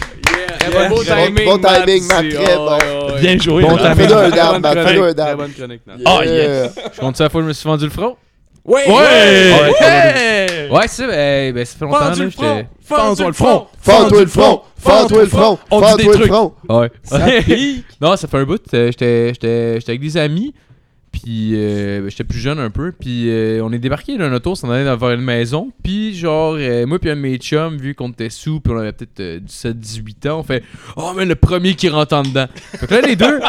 [SPEAKER 5] Bon
[SPEAKER 6] timing, Bon Matt, timing, Matt, aussi. très Oh, bon.
[SPEAKER 4] Bien joué.
[SPEAKER 1] Bon
[SPEAKER 4] Nat.
[SPEAKER 1] timing.
[SPEAKER 6] Fais-le un
[SPEAKER 5] Très
[SPEAKER 6] dame,
[SPEAKER 5] bonne
[SPEAKER 6] man,
[SPEAKER 5] chronique,
[SPEAKER 6] fais-le un
[SPEAKER 5] très
[SPEAKER 6] dame.
[SPEAKER 5] bonne chronique, Nat.
[SPEAKER 4] Ah,
[SPEAKER 6] Yeah.
[SPEAKER 3] Je compte ça la fois où je me suis vendu le front.
[SPEAKER 5] Ouais!
[SPEAKER 4] Ouais.
[SPEAKER 3] Ouais, c'est euh, ben, ça fait longtemps là, j'étais.
[SPEAKER 4] Fends-toi le front.
[SPEAKER 6] Fends-toi le front! Fends-toi le front!
[SPEAKER 4] On dit des
[SPEAKER 6] Fends-toi le
[SPEAKER 4] trucs.
[SPEAKER 6] front!
[SPEAKER 3] Ouais.
[SPEAKER 5] Ça pique.
[SPEAKER 3] non, ça fait un bout. euh, J'étais j'étais- j'étais avec des amis. Puis euh, ben, j'étais plus jeune un peu. Puis euh, on est débarqué d'un auto, on s'en allait vers une maison. Puis genre, euh, moi puis un de mes chums, vu qu'on était sous, puis on avait peut-être 17-18 ans, on fait Oh, mais le premier qui rentre en dedans. Fait que là, les deux,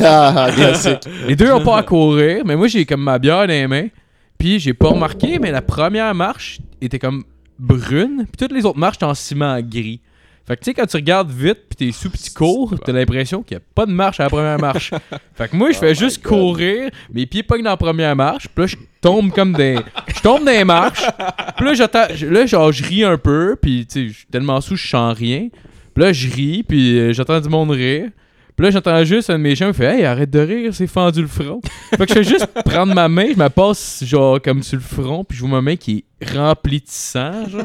[SPEAKER 6] Ah, classique.
[SPEAKER 3] Les deux ont pas à courir, mais moi j'ai comme ma bière dans les mains. Puis j'ai pas remarqué, mais la première marche était comme brune, puis toutes les autres marches étaient en ciment gris. Fait que tu sais, quand tu regardes vite, puis t'es sous, puis tu cours, t'as l'impression qu'il y a pas de marche à la première marche. fait que moi, je fais juste courir, mes pieds pognent dans la première marche, puis là, je tombe comme des. Je tombe dans les marches, puis là, j'attends. je- Là, genre, je ris un peu, puis tu sais, je suis tellement sous, je sens rien. Puis là, je ris, puis euh, j'entends du monde rire. Puis là, j'entends juste un de mes gens qui fait Hey, arrête de rire, c'est fendu le front. fait que je fais juste prendre ma main, je me passe genre comme sur le front, puis je vois ma main qui est remplie de sang, genre.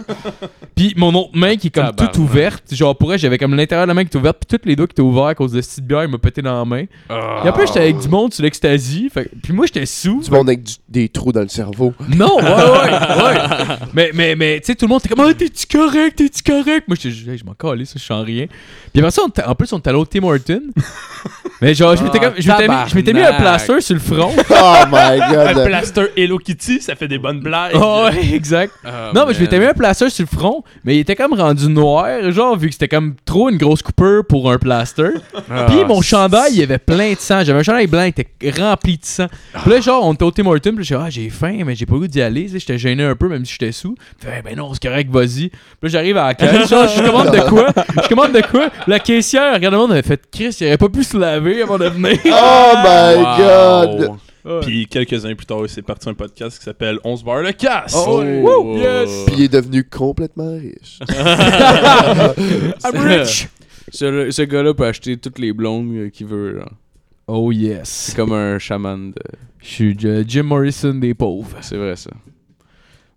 [SPEAKER 3] Puis mon autre main qui est comme
[SPEAKER 5] Tabarnak.
[SPEAKER 3] toute ouverte. Genre, pour elle, j'avais comme l'intérieur de la main qui était ouverte, puis toutes les doigts qui étaient ouverts à cause de cette petite bière, il m'a pété dans la main.
[SPEAKER 4] Ah.
[SPEAKER 3] Et après, j'étais avec du monde sur l'ecstasy. Fait que- Puis moi, j'étais sous.
[SPEAKER 6] Du monde avec du- des trous dans le cerveau.
[SPEAKER 3] Non, ouais, ouais, ouais. Mais, mais, mais tu sais, tout le monde était comme, ah, t'es-tu correct, t'es-tu correct? Moi, j'étais juste, Hey, je m'en calais, ça, je sens rien. Puis après ça, on t'a- en plus, on était allé au Tim Horton. Mais genre, je m'étais
[SPEAKER 5] Ah,
[SPEAKER 3] comme, je m'étais mis, je m'étais mis un
[SPEAKER 5] tabarnak.
[SPEAKER 3] plaster sur le front.
[SPEAKER 6] Oh my
[SPEAKER 4] Un
[SPEAKER 6] god!
[SPEAKER 4] plaster Hello Kitty, ça fait des bonnes blagues.
[SPEAKER 3] Ah ouais, exact.
[SPEAKER 5] Ah,
[SPEAKER 3] non, mais je
[SPEAKER 5] man.
[SPEAKER 3] m'étais mis un plaster sur le front, mais il était comme rendu noir, genre, vu que c'était comme trop une grosse coupeur pour un plaster.
[SPEAKER 5] Ah,
[SPEAKER 3] Puis mon chandail, il y avait plein de sang. J'avais un chandail blanc, il était rempli de sang. Puis là, genre, on était au Tim Hortons, puis là, j'ai dit, ah, j'ai faim, mais j'ai pas le goût d'y aller. Tu sais, J'étais gêné un peu, même si j'étais sous. Puis, eh, ben non, c'est correct, vas-y. Puis là, j'arrive à la caisse, genre, je commande de quoi Je commande de quoi La caissière, regarde le monde, avait fait Chris, il aurait pas pu se laver avant de venir.
[SPEAKER 6] Oh my
[SPEAKER 5] Wow.
[SPEAKER 6] god!
[SPEAKER 4] Puis quelques années plus tard, c'est parti un podcast qui s'appelle On se barre le casse.
[SPEAKER 5] Oh,
[SPEAKER 3] Woo, yes.
[SPEAKER 6] Puis il est devenu complètement riche.
[SPEAKER 5] I'm rich. Ce, ce gars-là peut acheter toutes les blondes euh, qu'il veut. là.
[SPEAKER 3] Oh yes.
[SPEAKER 5] C'est comme un chaman. De...
[SPEAKER 3] Je suis euh, Jim Morrison des pauvres.
[SPEAKER 5] C'est vrai, ça.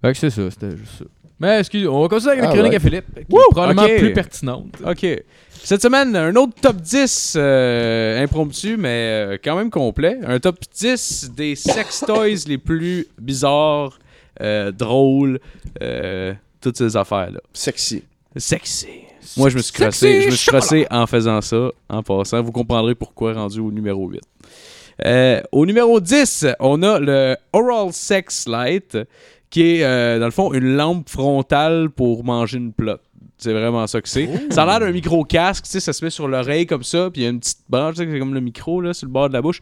[SPEAKER 3] Fait que c'est ça, c'était juste ça. Mais excusez, on va continuer avec la
[SPEAKER 6] Ah
[SPEAKER 3] chronique
[SPEAKER 6] ouais.
[SPEAKER 3] à Philippe, qui est
[SPEAKER 5] Wouh,
[SPEAKER 3] probablement
[SPEAKER 5] ok.
[SPEAKER 3] plus pertinente.
[SPEAKER 5] OK. Cette semaine, un autre top 10 euh, impromptu, mais euh, quand même complet. Un top 10 des sex toys les plus bizarres, euh, drôles, euh, toutes ces affaires-là.
[SPEAKER 6] Sexy.
[SPEAKER 5] Sexy. Moi, je me suis crossé, je me suis crossé en faisant ça, en passant. Vous comprendrez pourquoi rendu au numéro 8. Euh, au numéro 10, on a le Oral Sex Light, qui est, euh, dans le fond, une lampe frontale pour manger une plotte. C'est vraiment ça que c'est. Ça a l'air d'un micro-casque, tu sais, ça se met sur l'oreille comme ça, puis il y a une petite branche, tu sais, c'est comme le micro, là, sur le bord de la bouche.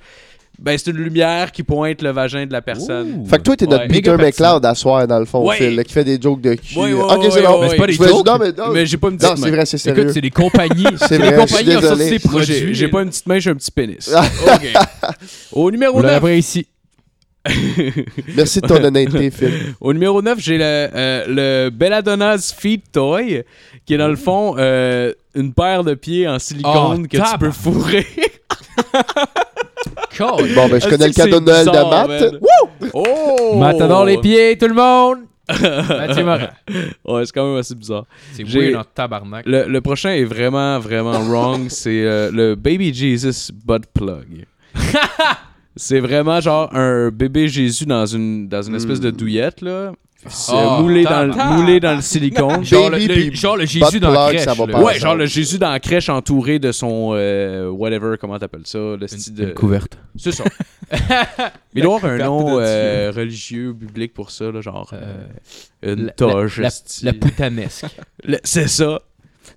[SPEAKER 5] Ben, c'est une lumière qui pointe le vagin de la personne.
[SPEAKER 6] Fait que toi, t'es notre
[SPEAKER 5] Ouais.
[SPEAKER 6] Peter
[SPEAKER 3] Méga
[SPEAKER 6] McLeod à soir, dans le fond,
[SPEAKER 5] Ouais.
[SPEAKER 6] Phil, là, qui fait des jokes de cul.
[SPEAKER 5] Ouais, ouais,
[SPEAKER 6] ok,
[SPEAKER 5] ouais,
[SPEAKER 6] c'est
[SPEAKER 5] ouais,
[SPEAKER 6] bon.
[SPEAKER 3] Mais c'est pas des
[SPEAKER 6] Je voulais-
[SPEAKER 3] jokes.
[SPEAKER 6] Non, mais non,
[SPEAKER 5] Mais j'ai pas une
[SPEAKER 6] non
[SPEAKER 5] petite
[SPEAKER 6] c'est
[SPEAKER 5] main.
[SPEAKER 6] vrai, c'est
[SPEAKER 3] Écoute,
[SPEAKER 6] sérieux.
[SPEAKER 3] c'est des compagnies.
[SPEAKER 6] C'est
[SPEAKER 3] des
[SPEAKER 6] vrai,
[SPEAKER 3] compagnies
[SPEAKER 6] je suis
[SPEAKER 3] qui ont sorti
[SPEAKER 6] désolé.
[SPEAKER 3] ces
[SPEAKER 5] Moi,
[SPEAKER 3] produits.
[SPEAKER 5] j'ai j'ai pas une petite main, j'ai un petit pénis. Au
[SPEAKER 3] Vous
[SPEAKER 5] numéro
[SPEAKER 3] l'aurez
[SPEAKER 5] 9,
[SPEAKER 3] apprécié.
[SPEAKER 6] Merci de ton honnêteté, Phil.
[SPEAKER 5] Au numéro 9, j'ai le, euh, le Belladonna's Feet Toy, qui est
[SPEAKER 3] Mmh.
[SPEAKER 5] dans le fond euh, une paire de pieds en silicone
[SPEAKER 3] Oh,
[SPEAKER 5] que tu
[SPEAKER 3] tabarnak.
[SPEAKER 5] peux fourrer. Ah,
[SPEAKER 6] Bon, ben, je connais le cadeau de Noël de Matt.
[SPEAKER 5] Oh!
[SPEAKER 3] Matador les pieds, tout le monde! Mathieu Morin.
[SPEAKER 5] Ouais, c'est quand même assez bizarre.
[SPEAKER 3] C'est
[SPEAKER 5] J'ai-
[SPEAKER 3] weird en tabarnak.
[SPEAKER 5] Le, le prochain est vraiment, vraiment wrong. C'est euh, le Baby Jesus Butt Plug. c'est vraiment genre un bébé Jésus dans une, dans une espèce de douillette, là. C'est
[SPEAKER 3] Oh,
[SPEAKER 5] moulé, dans, le-
[SPEAKER 3] Mm. tabarnak.
[SPEAKER 5] moulé dans le silicone.
[SPEAKER 3] Genre le,
[SPEAKER 6] Baby
[SPEAKER 3] le-
[SPEAKER 6] puis
[SPEAKER 3] genre le
[SPEAKER 6] butt
[SPEAKER 3] Jésus dans la
[SPEAKER 6] plug,
[SPEAKER 3] crèche.
[SPEAKER 6] ça va
[SPEAKER 3] là.
[SPEAKER 6] pas.
[SPEAKER 5] Ouais, genre le Jésus dans la crèche entouré de son euh, whatever, comment t'appelles ça, le style de...
[SPEAKER 3] couverte.
[SPEAKER 5] C'est ça. Mais il doit y avoir un
[SPEAKER 4] couverte
[SPEAKER 5] nom
[SPEAKER 4] de Dieu.
[SPEAKER 5] euh, religieux, biblique pour ça, là, genre
[SPEAKER 3] Euh,
[SPEAKER 5] euh, une
[SPEAKER 3] La,
[SPEAKER 5] toge.
[SPEAKER 3] la,
[SPEAKER 5] esti.
[SPEAKER 3] la, la poutanesque.
[SPEAKER 5] Le- C'est ça.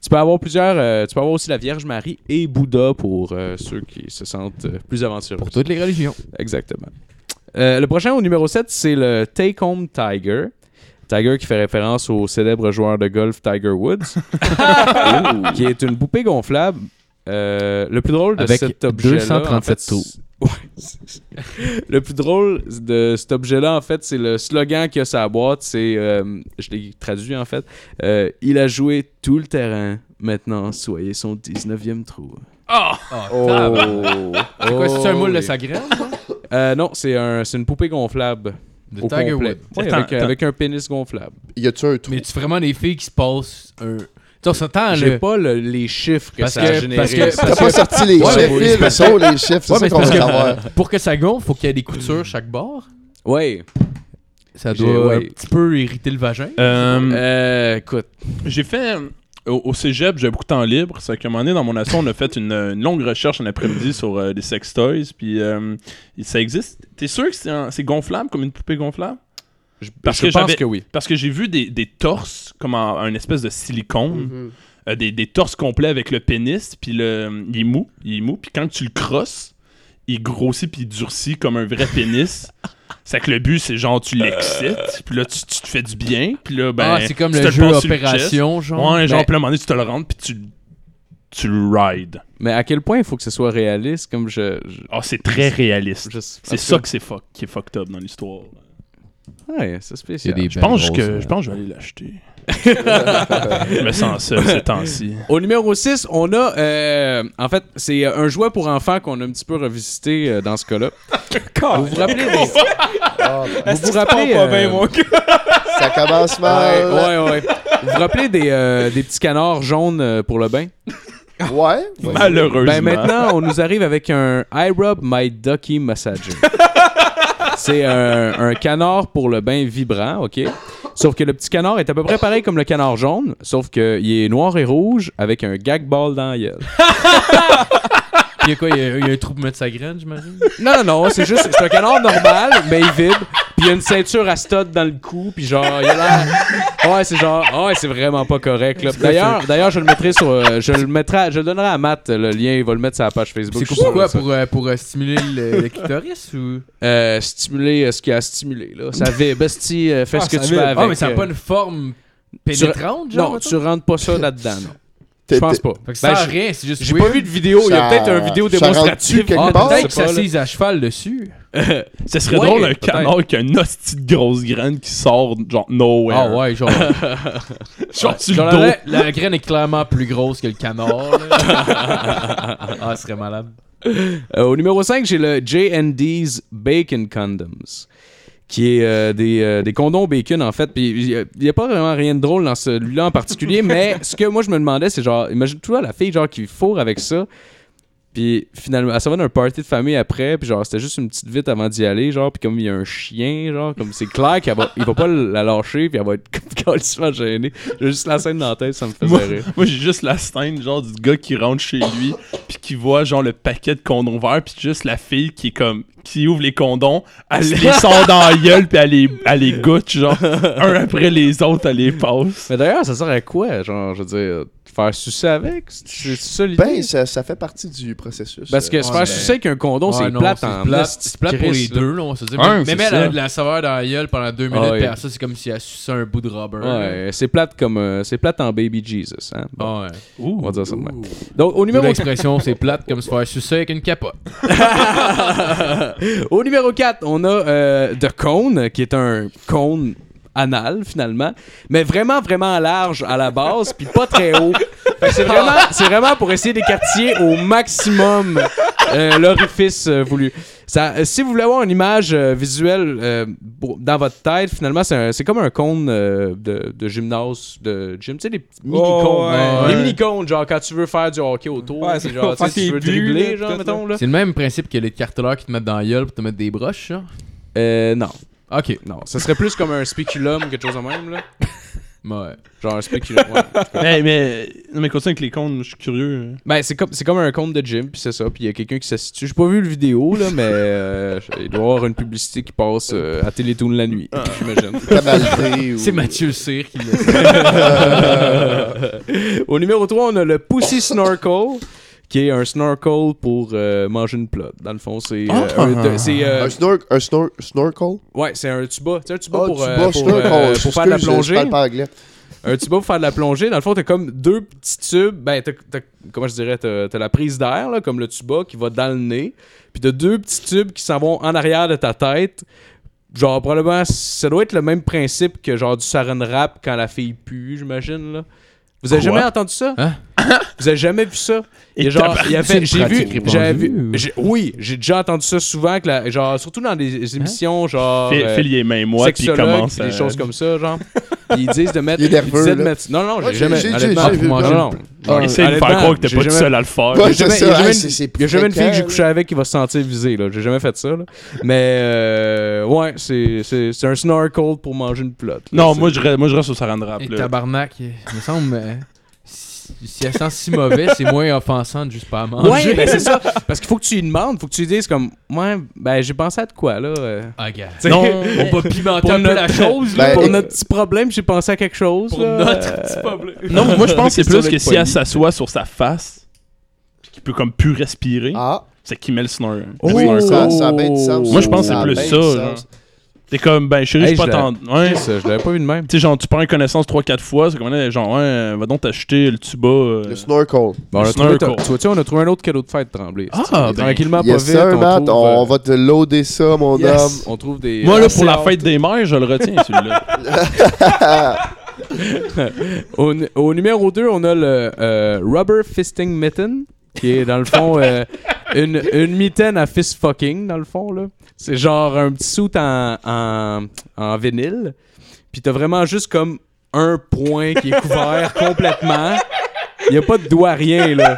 [SPEAKER 5] Tu peux avoir plusieurs. euh, tu peux avoir aussi la Vierge Marie et Bouddha pour euh, ceux qui se sentent euh, plus aventureux.
[SPEAKER 3] Pour toutes les religions.
[SPEAKER 5] Exactement. Euh, le prochain au numéro 7, c'est le Take Home Tiger. Tiger qui fait référence au célèbre joueur de golf Tiger Woods, Ouh. qui est une poupée gonflable. Euh, le plus drôle de
[SPEAKER 3] Avec
[SPEAKER 5] cet objet
[SPEAKER 3] 237 tours.
[SPEAKER 5] le plus drôle de cet objet-là, en fait, c'est le slogan qu'il y a sur la boîte. C'est, euh, je l'ai traduit en fait. Euh, il a joué tout le terrain. Maintenant, soyez son 19e trou.
[SPEAKER 6] Oh.
[SPEAKER 3] C'est Ah! quoi, c'est un
[SPEAKER 5] Oh,
[SPEAKER 3] moule de
[SPEAKER 5] oui.
[SPEAKER 3] sa graine?
[SPEAKER 5] Euh, non, c'est un, c'est une poupée gonflable.
[SPEAKER 3] De
[SPEAKER 5] au
[SPEAKER 3] Tiger
[SPEAKER 5] complet.
[SPEAKER 3] Woods.
[SPEAKER 5] Ouais,
[SPEAKER 4] Attends,
[SPEAKER 5] avec,
[SPEAKER 4] attends.
[SPEAKER 5] avec un pénis gonflable.
[SPEAKER 6] Y a-tu un trou?
[SPEAKER 3] Mais tu vraiment des filles qui se passent un. Tu sais, on s'entend,
[SPEAKER 5] J'ai
[SPEAKER 3] là.
[SPEAKER 5] pas le- les chiffres que
[SPEAKER 3] Ah, Parce
[SPEAKER 5] ça
[SPEAKER 3] que-
[SPEAKER 5] a généré.
[SPEAKER 3] parce que-
[SPEAKER 5] ça.
[SPEAKER 6] T'as pas sorti les
[SPEAKER 3] Ouais,
[SPEAKER 6] chiffres,
[SPEAKER 3] oui.
[SPEAKER 6] Phil, mais sont les chiffres, c'est
[SPEAKER 3] Ouais, mais
[SPEAKER 6] ça
[SPEAKER 3] c'est
[SPEAKER 6] qu'on
[SPEAKER 3] parce
[SPEAKER 6] veut savoir.
[SPEAKER 3] que pour que ça gonfle, faut qu'il y ait des coutures chaque bord.
[SPEAKER 5] Ouais.
[SPEAKER 3] Ça
[SPEAKER 5] J'ai-
[SPEAKER 3] doit un
[SPEAKER 5] ouais.
[SPEAKER 3] petit peu irriter le vagin. Hmm.
[SPEAKER 5] Euh, écoute.
[SPEAKER 4] J'ai fait. euh, Au, au cégep, j'avais beaucoup de temps libre. C'est qu'à un moment donné, dans mon assaut, on a fait une, euh, une longue recherche en après-midi sur euh, les sextoys. Puis euh, ça existe. T'es sûr que c'est un- c'est gonflable comme une poupée gonflable?
[SPEAKER 5] Je,
[SPEAKER 4] Parce
[SPEAKER 5] je
[SPEAKER 4] que
[SPEAKER 5] pense
[SPEAKER 4] j'avais-
[SPEAKER 5] que oui.
[SPEAKER 4] Parce que j'ai vu des, des torses, comme en, un espèce de silicone, euh, des, des torses complets avec le pénis, puis le, il est mou, il est mou, puis quand tu le crosses, il grossit puis il durcit comme un vrai pénis. C'est que le but, c'est genre, tu l'excites, puis là, tu, tu te fais du bien, puis là, ben.
[SPEAKER 3] ah, c'est comme
[SPEAKER 4] tu
[SPEAKER 3] le
[SPEAKER 4] te
[SPEAKER 3] jeu
[SPEAKER 4] passes sur le chest.
[SPEAKER 3] Opération, genre.
[SPEAKER 4] Ouais, genre,
[SPEAKER 5] Ben-
[SPEAKER 4] puis là, à un moment donné, tu te le rentres, puis tu, tu le rides.
[SPEAKER 5] Mais à quel point il faut que ce soit réaliste, comme je. je-
[SPEAKER 4] Ah, c'est très réaliste.
[SPEAKER 5] je-
[SPEAKER 4] C'est ça que c'est fuck, qui est fucked up dans l'histoire.
[SPEAKER 3] Ben,
[SPEAKER 5] Ouais, c'est
[SPEAKER 3] Il y a
[SPEAKER 5] spécial.
[SPEAKER 3] des
[SPEAKER 4] Je pense que je pense que je vais aller l'acheter. je me sens seul ces temps-ci.
[SPEAKER 5] Au numéro 6, on a. euh, en fait, c'est un jouet pour enfants qu'on a un petit peu revisité euh, dans ce cas-là. vous vous rappelez. des-
[SPEAKER 6] Ah,
[SPEAKER 5] Vous vous rappelez. euh,
[SPEAKER 6] ça commence
[SPEAKER 5] Ouais,
[SPEAKER 6] mal.
[SPEAKER 5] ouais, ouais. Vous vous rappelez des, euh, des petits canards jaunes euh, pour le bain?
[SPEAKER 6] Ouais. ouais.
[SPEAKER 5] Ben
[SPEAKER 4] Malheureusement.
[SPEAKER 5] maintenant, on nous arrive avec un I rub my ducky massager. C'est un, un canard pour le bain vibrant, ok? Sauf que le petit canard est à peu près pareil comme le canard jaune, sauf qu'il est noir et rouge avec un gag ball dans la gueule.
[SPEAKER 3] Il y a quoi Il y a, il y a un trou pour mettre sa graine, j'imagine
[SPEAKER 5] Non, non, non, c'est juste, c'est un canard normal, mais il vibre, puis il y a une ceinture à stud dans le cou, puis genre, il a l'air- Ouais, c'est genre, ah ouais, c'est vraiment pas correct, là. D'ailleurs, d'ailleurs, je le mettrai sur, euh, je le mettrai, je le donnerai à Matt, le lien, il va le mettre sur la page Facebook.
[SPEAKER 3] C'est
[SPEAKER 5] je suis
[SPEAKER 3] quoi
[SPEAKER 5] sûr
[SPEAKER 3] pourquoi
[SPEAKER 5] de ça.
[SPEAKER 3] Pour, euh, pour euh, stimuler le, le clitoris ou
[SPEAKER 5] euh, stimuler euh, ce qu'il y a à stimuler. Là. Ça vibre. Bestie, euh, fais ce que tu veux avec.
[SPEAKER 3] Ah, mais ça n'a
[SPEAKER 5] euh,
[SPEAKER 3] pas une forme pénétrante, genre
[SPEAKER 5] Non,
[SPEAKER 3] mettons?
[SPEAKER 5] tu rentres pas ça là-dedans. non.
[SPEAKER 6] T'es-
[SPEAKER 5] Je pense
[SPEAKER 6] t'es-
[SPEAKER 5] pas.
[SPEAKER 3] Fait que ça
[SPEAKER 5] Ben,
[SPEAKER 3] sert à
[SPEAKER 5] je-
[SPEAKER 3] rien, c'est juste.
[SPEAKER 5] J'ai pas
[SPEAKER 3] weird.
[SPEAKER 5] vu de vidéo. Il y a
[SPEAKER 6] Ça-
[SPEAKER 5] peut-être un vidéo
[SPEAKER 6] ça
[SPEAKER 5] démonstrative.
[SPEAKER 6] rentre-tu quelque
[SPEAKER 5] Ah, peut-être
[SPEAKER 6] part?
[SPEAKER 3] Peut-être
[SPEAKER 5] que
[SPEAKER 3] que ça
[SPEAKER 5] ça s'est-
[SPEAKER 3] s'assise à cheval dessus.
[SPEAKER 4] Ça serait
[SPEAKER 5] Ouais,
[SPEAKER 4] drôle un
[SPEAKER 5] peut-être.
[SPEAKER 4] canard qui a une hostie de grosse graine qui sort genre nowhere.
[SPEAKER 5] hein.
[SPEAKER 3] Ah ouais, genre.
[SPEAKER 4] Genre sur
[SPEAKER 3] genre
[SPEAKER 4] le
[SPEAKER 3] la,
[SPEAKER 4] dos.
[SPEAKER 3] la graine est clairement plus grosse que le canard. là. ah, ce serait malade.
[SPEAKER 5] Euh, au numéro 5, j'ai le J&D's Bacon Condoms. Qui est euh, des, euh, des condoms bacon, en fait. Puis il n'y a, pas vraiment rien de drôle dans celui-là en particulier, mais ce que moi je me demandais, c'est genre, imagine-toi la fille genre qui fourre avec ça, puis finalement, elle s'en va d'un party de famille après, puis genre, c'était juste une petite vite avant d'y aller, genre, puis comme il y a un chien, genre, comme c'est clair qu'il va, il va pas la lâcher, puis elle va être comme complètement gênée. J'ai juste la scène dans la tête, ça me faisait
[SPEAKER 4] Moi,
[SPEAKER 5] rire.
[SPEAKER 4] moi, j'ai juste la scène genre du gars qui rentre chez lui puis qui voit genre le paquet de condoms verts puis juste la fille qui est comme qui ouvre les condoms, elle les sort dans la gueule puis elle les, elle les goûte genre un après les autres elle les passe.
[SPEAKER 5] Mais d'ailleurs, ça sert à quoi, genre, je veux dire, faire sucer avec? C'est c'est ça l'idée?
[SPEAKER 6] Ben, ça, ça fait partie du processus.
[SPEAKER 5] Parce que
[SPEAKER 6] euh,
[SPEAKER 5] se
[SPEAKER 3] Ouais,
[SPEAKER 5] faire
[SPEAKER 3] ben-
[SPEAKER 5] sucer avec un condom,
[SPEAKER 3] Ouais,
[SPEAKER 5] c'est
[SPEAKER 3] non,
[SPEAKER 5] plate
[SPEAKER 3] c'est
[SPEAKER 5] en
[SPEAKER 3] plate.
[SPEAKER 5] esti
[SPEAKER 3] C'est plate pour
[SPEAKER 5] Christ,
[SPEAKER 3] les
[SPEAKER 5] là.
[SPEAKER 3] deux, là, on se dit.
[SPEAKER 4] Un,
[SPEAKER 3] Mais-
[SPEAKER 4] c'est
[SPEAKER 3] Mais elle
[SPEAKER 4] ça.
[SPEAKER 3] a de la saveur dans la gueule pendant deux minutes,
[SPEAKER 5] Ah, ouais.
[SPEAKER 3] puis après ça, c'est comme si elle suçait un bout de rubber.
[SPEAKER 5] Ouais, c'est plate comme euh, c'est plate en baby Jesus hein. Bon,
[SPEAKER 3] Ah ouais.
[SPEAKER 4] Ouh.
[SPEAKER 5] on va dire ça de même. Donc au
[SPEAKER 3] D'où
[SPEAKER 5] numéro
[SPEAKER 3] L'expression, c'est plate comme se faire sucer avec une capote.
[SPEAKER 5] au numéro 4, on a euh, The Cone qui est un cône anal finalement, mais vraiment vraiment large à la base puis pas très haut. Fait que C'est vraiment, c'est vraiment pour essayer d'écartier au maximum euh, l'orifice euh, voulu. Ça, euh, si vous voulez avoir une image euh, visuelle euh, pour- dans votre tête, finalement, c'est un- c'est comme un cône euh, de, de gymnase, de gym. Tu sais, les petits mini-cônes.
[SPEAKER 2] Oh, ouais.
[SPEAKER 5] Les
[SPEAKER 2] Ouais.
[SPEAKER 5] mini-cônes, genre quand tu veux faire du hockey autour,
[SPEAKER 2] Ouais,
[SPEAKER 5] c'est
[SPEAKER 2] c'est
[SPEAKER 5] genre, tu
[SPEAKER 2] pour
[SPEAKER 5] sais,
[SPEAKER 2] faire
[SPEAKER 5] si tu
[SPEAKER 2] tes
[SPEAKER 5] veux
[SPEAKER 2] buts,
[SPEAKER 5] dribbler,
[SPEAKER 2] là,
[SPEAKER 5] genre,
[SPEAKER 2] tout,
[SPEAKER 5] mettons, là.
[SPEAKER 3] C'est le même principe que les carteleurs qui te mettent dans la gueule pour te mettre des broches, genre.
[SPEAKER 5] Euh, non.
[SPEAKER 3] Ok.
[SPEAKER 5] Non, ça serait plus comme un spéculum, quelque chose de même, là. Ouais. Genre un spéculateur. ouais.
[SPEAKER 4] mais, mais, non, mais continue avec les comptes, je suis curieux.
[SPEAKER 5] Ben, c'est comme, c'est comme un compte de gym, puis c'est ça. Puis il y a quelqu'un qui s'assied. J'ai pas vu le vidéo, là, mais euh, il doit y avoir une publicité qui passe euh, à Télétoon la nuit, j'imagine.
[SPEAKER 6] Cabaldé ou...
[SPEAKER 3] C'est Mathieu Cyr qui l'a
[SPEAKER 5] Au numéro 3, on a le Pussy Snorkel, qui est un snorkel pour euh, manger une plot. Dans le fond, c'est. euh,
[SPEAKER 6] Ah.
[SPEAKER 5] un de- c'est, euh,
[SPEAKER 6] Un, snor un snor snorkel?
[SPEAKER 5] ouais, c'est un tuba. Tu sais, un tuba
[SPEAKER 6] Ah,
[SPEAKER 5] pour,
[SPEAKER 6] tu
[SPEAKER 5] euh,
[SPEAKER 6] bosses
[SPEAKER 5] pour,
[SPEAKER 6] snorkel.
[SPEAKER 5] euh, pour faire de la
[SPEAKER 6] Excuse, Je
[SPEAKER 5] plongée.
[SPEAKER 6] parle pas anglais.
[SPEAKER 5] Un tuba pour faire de la plongée. Dans le fond, t'as comme deux petits tubes. Ben, t'as, t'as- comment je dirais, t'as, t'as la prise d'air, là, comme le tuba, qui va dans le nez. Puis t'as deux petits tubes qui s'en vont en arrière de ta tête. Genre, probablement, ça doit être le même principe que genre du saran wrap quand la fille pue, j'imagine, là. Vous avez
[SPEAKER 4] Quoi?
[SPEAKER 5] jamais entendu ça?
[SPEAKER 3] Hein?
[SPEAKER 5] Vous avez jamais vu ça?
[SPEAKER 4] Et
[SPEAKER 5] Et genre, il y avait, j'ai vu,
[SPEAKER 3] pratique
[SPEAKER 5] j'avais
[SPEAKER 3] répandue,
[SPEAKER 5] vu,
[SPEAKER 3] ou-
[SPEAKER 5] j'ai- oui, j'ai déjà entendu ça souvent, que la- genre, surtout dans
[SPEAKER 3] Hein?
[SPEAKER 5] des émissions, genre.
[SPEAKER 4] Phil,
[SPEAKER 5] euh,
[SPEAKER 4] Phil, il est main moi, puis il
[SPEAKER 5] sexologue,
[SPEAKER 4] commence. euh,
[SPEAKER 5] des choses comme ça, genre. Puis ils disent de mettre.
[SPEAKER 6] Il est nerveux,
[SPEAKER 5] ils disaient de
[SPEAKER 6] là.
[SPEAKER 5] mettre- Non, non, j'ai
[SPEAKER 6] Ouais,
[SPEAKER 5] jamais.
[SPEAKER 6] j'ai- j'ai-
[SPEAKER 5] honnêtement,
[SPEAKER 6] j'ai
[SPEAKER 5] pour
[SPEAKER 6] vu,
[SPEAKER 5] manger,
[SPEAKER 6] j'ai-
[SPEAKER 5] non, non.
[SPEAKER 6] Ah,
[SPEAKER 4] Essaye de faire
[SPEAKER 5] Honnêtement,
[SPEAKER 4] croire que t'es
[SPEAKER 5] j'ai
[SPEAKER 4] pas tout
[SPEAKER 5] jamais-
[SPEAKER 4] seul à le faire.
[SPEAKER 5] Il
[SPEAKER 6] Ouais,
[SPEAKER 5] y a
[SPEAKER 6] c'est
[SPEAKER 5] jamais, il
[SPEAKER 6] ça,
[SPEAKER 5] y a jamais
[SPEAKER 6] hey,
[SPEAKER 5] une-
[SPEAKER 6] c'est- c'est
[SPEAKER 5] il y a jamais une fille que j'ai
[SPEAKER 6] fréquent,
[SPEAKER 5] couché avec qui va se sentir visée, là. J'ai jamais fait ça, là. Mais, euh, ouais, c'est- c'est c'est un snorkel pour manger une pelote. là.
[SPEAKER 4] Non,
[SPEAKER 5] C'est-
[SPEAKER 4] moi je, re- moi, je reste au Saran Wrap.
[SPEAKER 3] Et
[SPEAKER 4] là.
[SPEAKER 3] tabarnak, il me semble. euh, si, si elle sent si mauvais, c'est moins offensant de juste pas la manger.
[SPEAKER 5] Ouais, mais c'est ça. Parce qu'il faut que tu lui demandes, faut que tu lui dises comme, ouais, ben j'ai pensé à de quoi, là. euh.
[SPEAKER 3] Ah, gars.
[SPEAKER 5] T'sais,
[SPEAKER 3] Non, on va pimenter un peu
[SPEAKER 5] notre-
[SPEAKER 3] la chose.
[SPEAKER 6] Ben,
[SPEAKER 3] là,
[SPEAKER 5] Pour
[SPEAKER 6] et-
[SPEAKER 5] notre petit problème, j'ai pensé à quelque chose.
[SPEAKER 3] pour
[SPEAKER 5] là.
[SPEAKER 3] notre petit problème.
[SPEAKER 4] Non, moi je pense que c'est
[SPEAKER 5] Question
[SPEAKER 4] plus que
[SPEAKER 5] d'être
[SPEAKER 4] si elle
[SPEAKER 5] poli.
[SPEAKER 4] s'assoit sur sa face, puis qu'il peut comme plus respirer,
[SPEAKER 6] Ah,
[SPEAKER 4] c'est qu'il met le snore.
[SPEAKER 5] Oh!
[SPEAKER 4] Le snore.
[SPEAKER 6] ça, ça a bien du sens.
[SPEAKER 4] Moi je pense que
[SPEAKER 6] a
[SPEAKER 4] c'est plus
[SPEAKER 6] bien du
[SPEAKER 4] ça. genre.
[SPEAKER 6] sens.
[SPEAKER 4] T'es comme, ben chérie,
[SPEAKER 5] Hey,
[SPEAKER 4] je
[SPEAKER 5] je
[SPEAKER 4] suis pas tant. Ouais.
[SPEAKER 5] Ouais, ça, je l'avais pas vu de même.
[SPEAKER 4] Tu sais, genre, tu prends connaissance 3-4 fois, c'est comme, là, genre, ouais, euh, va donc t'acheter le tuba. euh.
[SPEAKER 6] Le snorkel.
[SPEAKER 5] Bon, on
[SPEAKER 4] Le
[SPEAKER 5] a trouvé,
[SPEAKER 4] snorkel.
[SPEAKER 5] tu vois-tu, on a trouvé un autre cadeau de fête tremblé.
[SPEAKER 4] Ah, ben,
[SPEAKER 5] tranquillement, pas
[SPEAKER 6] Yes
[SPEAKER 5] vite.
[SPEAKER 6] sir,
[SPEAKER 5] on
[SPEAKER 6] Matt,
[SPEAKER 5] trouve,
[SPEAKER 6] on
[SPEAKER 5] euh,
[SPEAKER 6] va te loader ça, mon
[SPEAKER 5] yes, on trouve des. euh,
[SPEAKER 4] Moi, là, pour la
[SPEAKER 5] assez
[SPEAKER 4] fête des mères, je le retiens, celui-là.
[SPEAKER 5] Au, nu- au numéro 2, on a le euh, Rubber Fisting Mitten, qui est dans le fond euh, une, une mitaine à fist fucking, dans le fond. là. C'est genre un petit soute en, en, en vinyle. Puis t'as vraiment juste comme un point qui est couvert complètement. Il a pas de doigt, rien, là.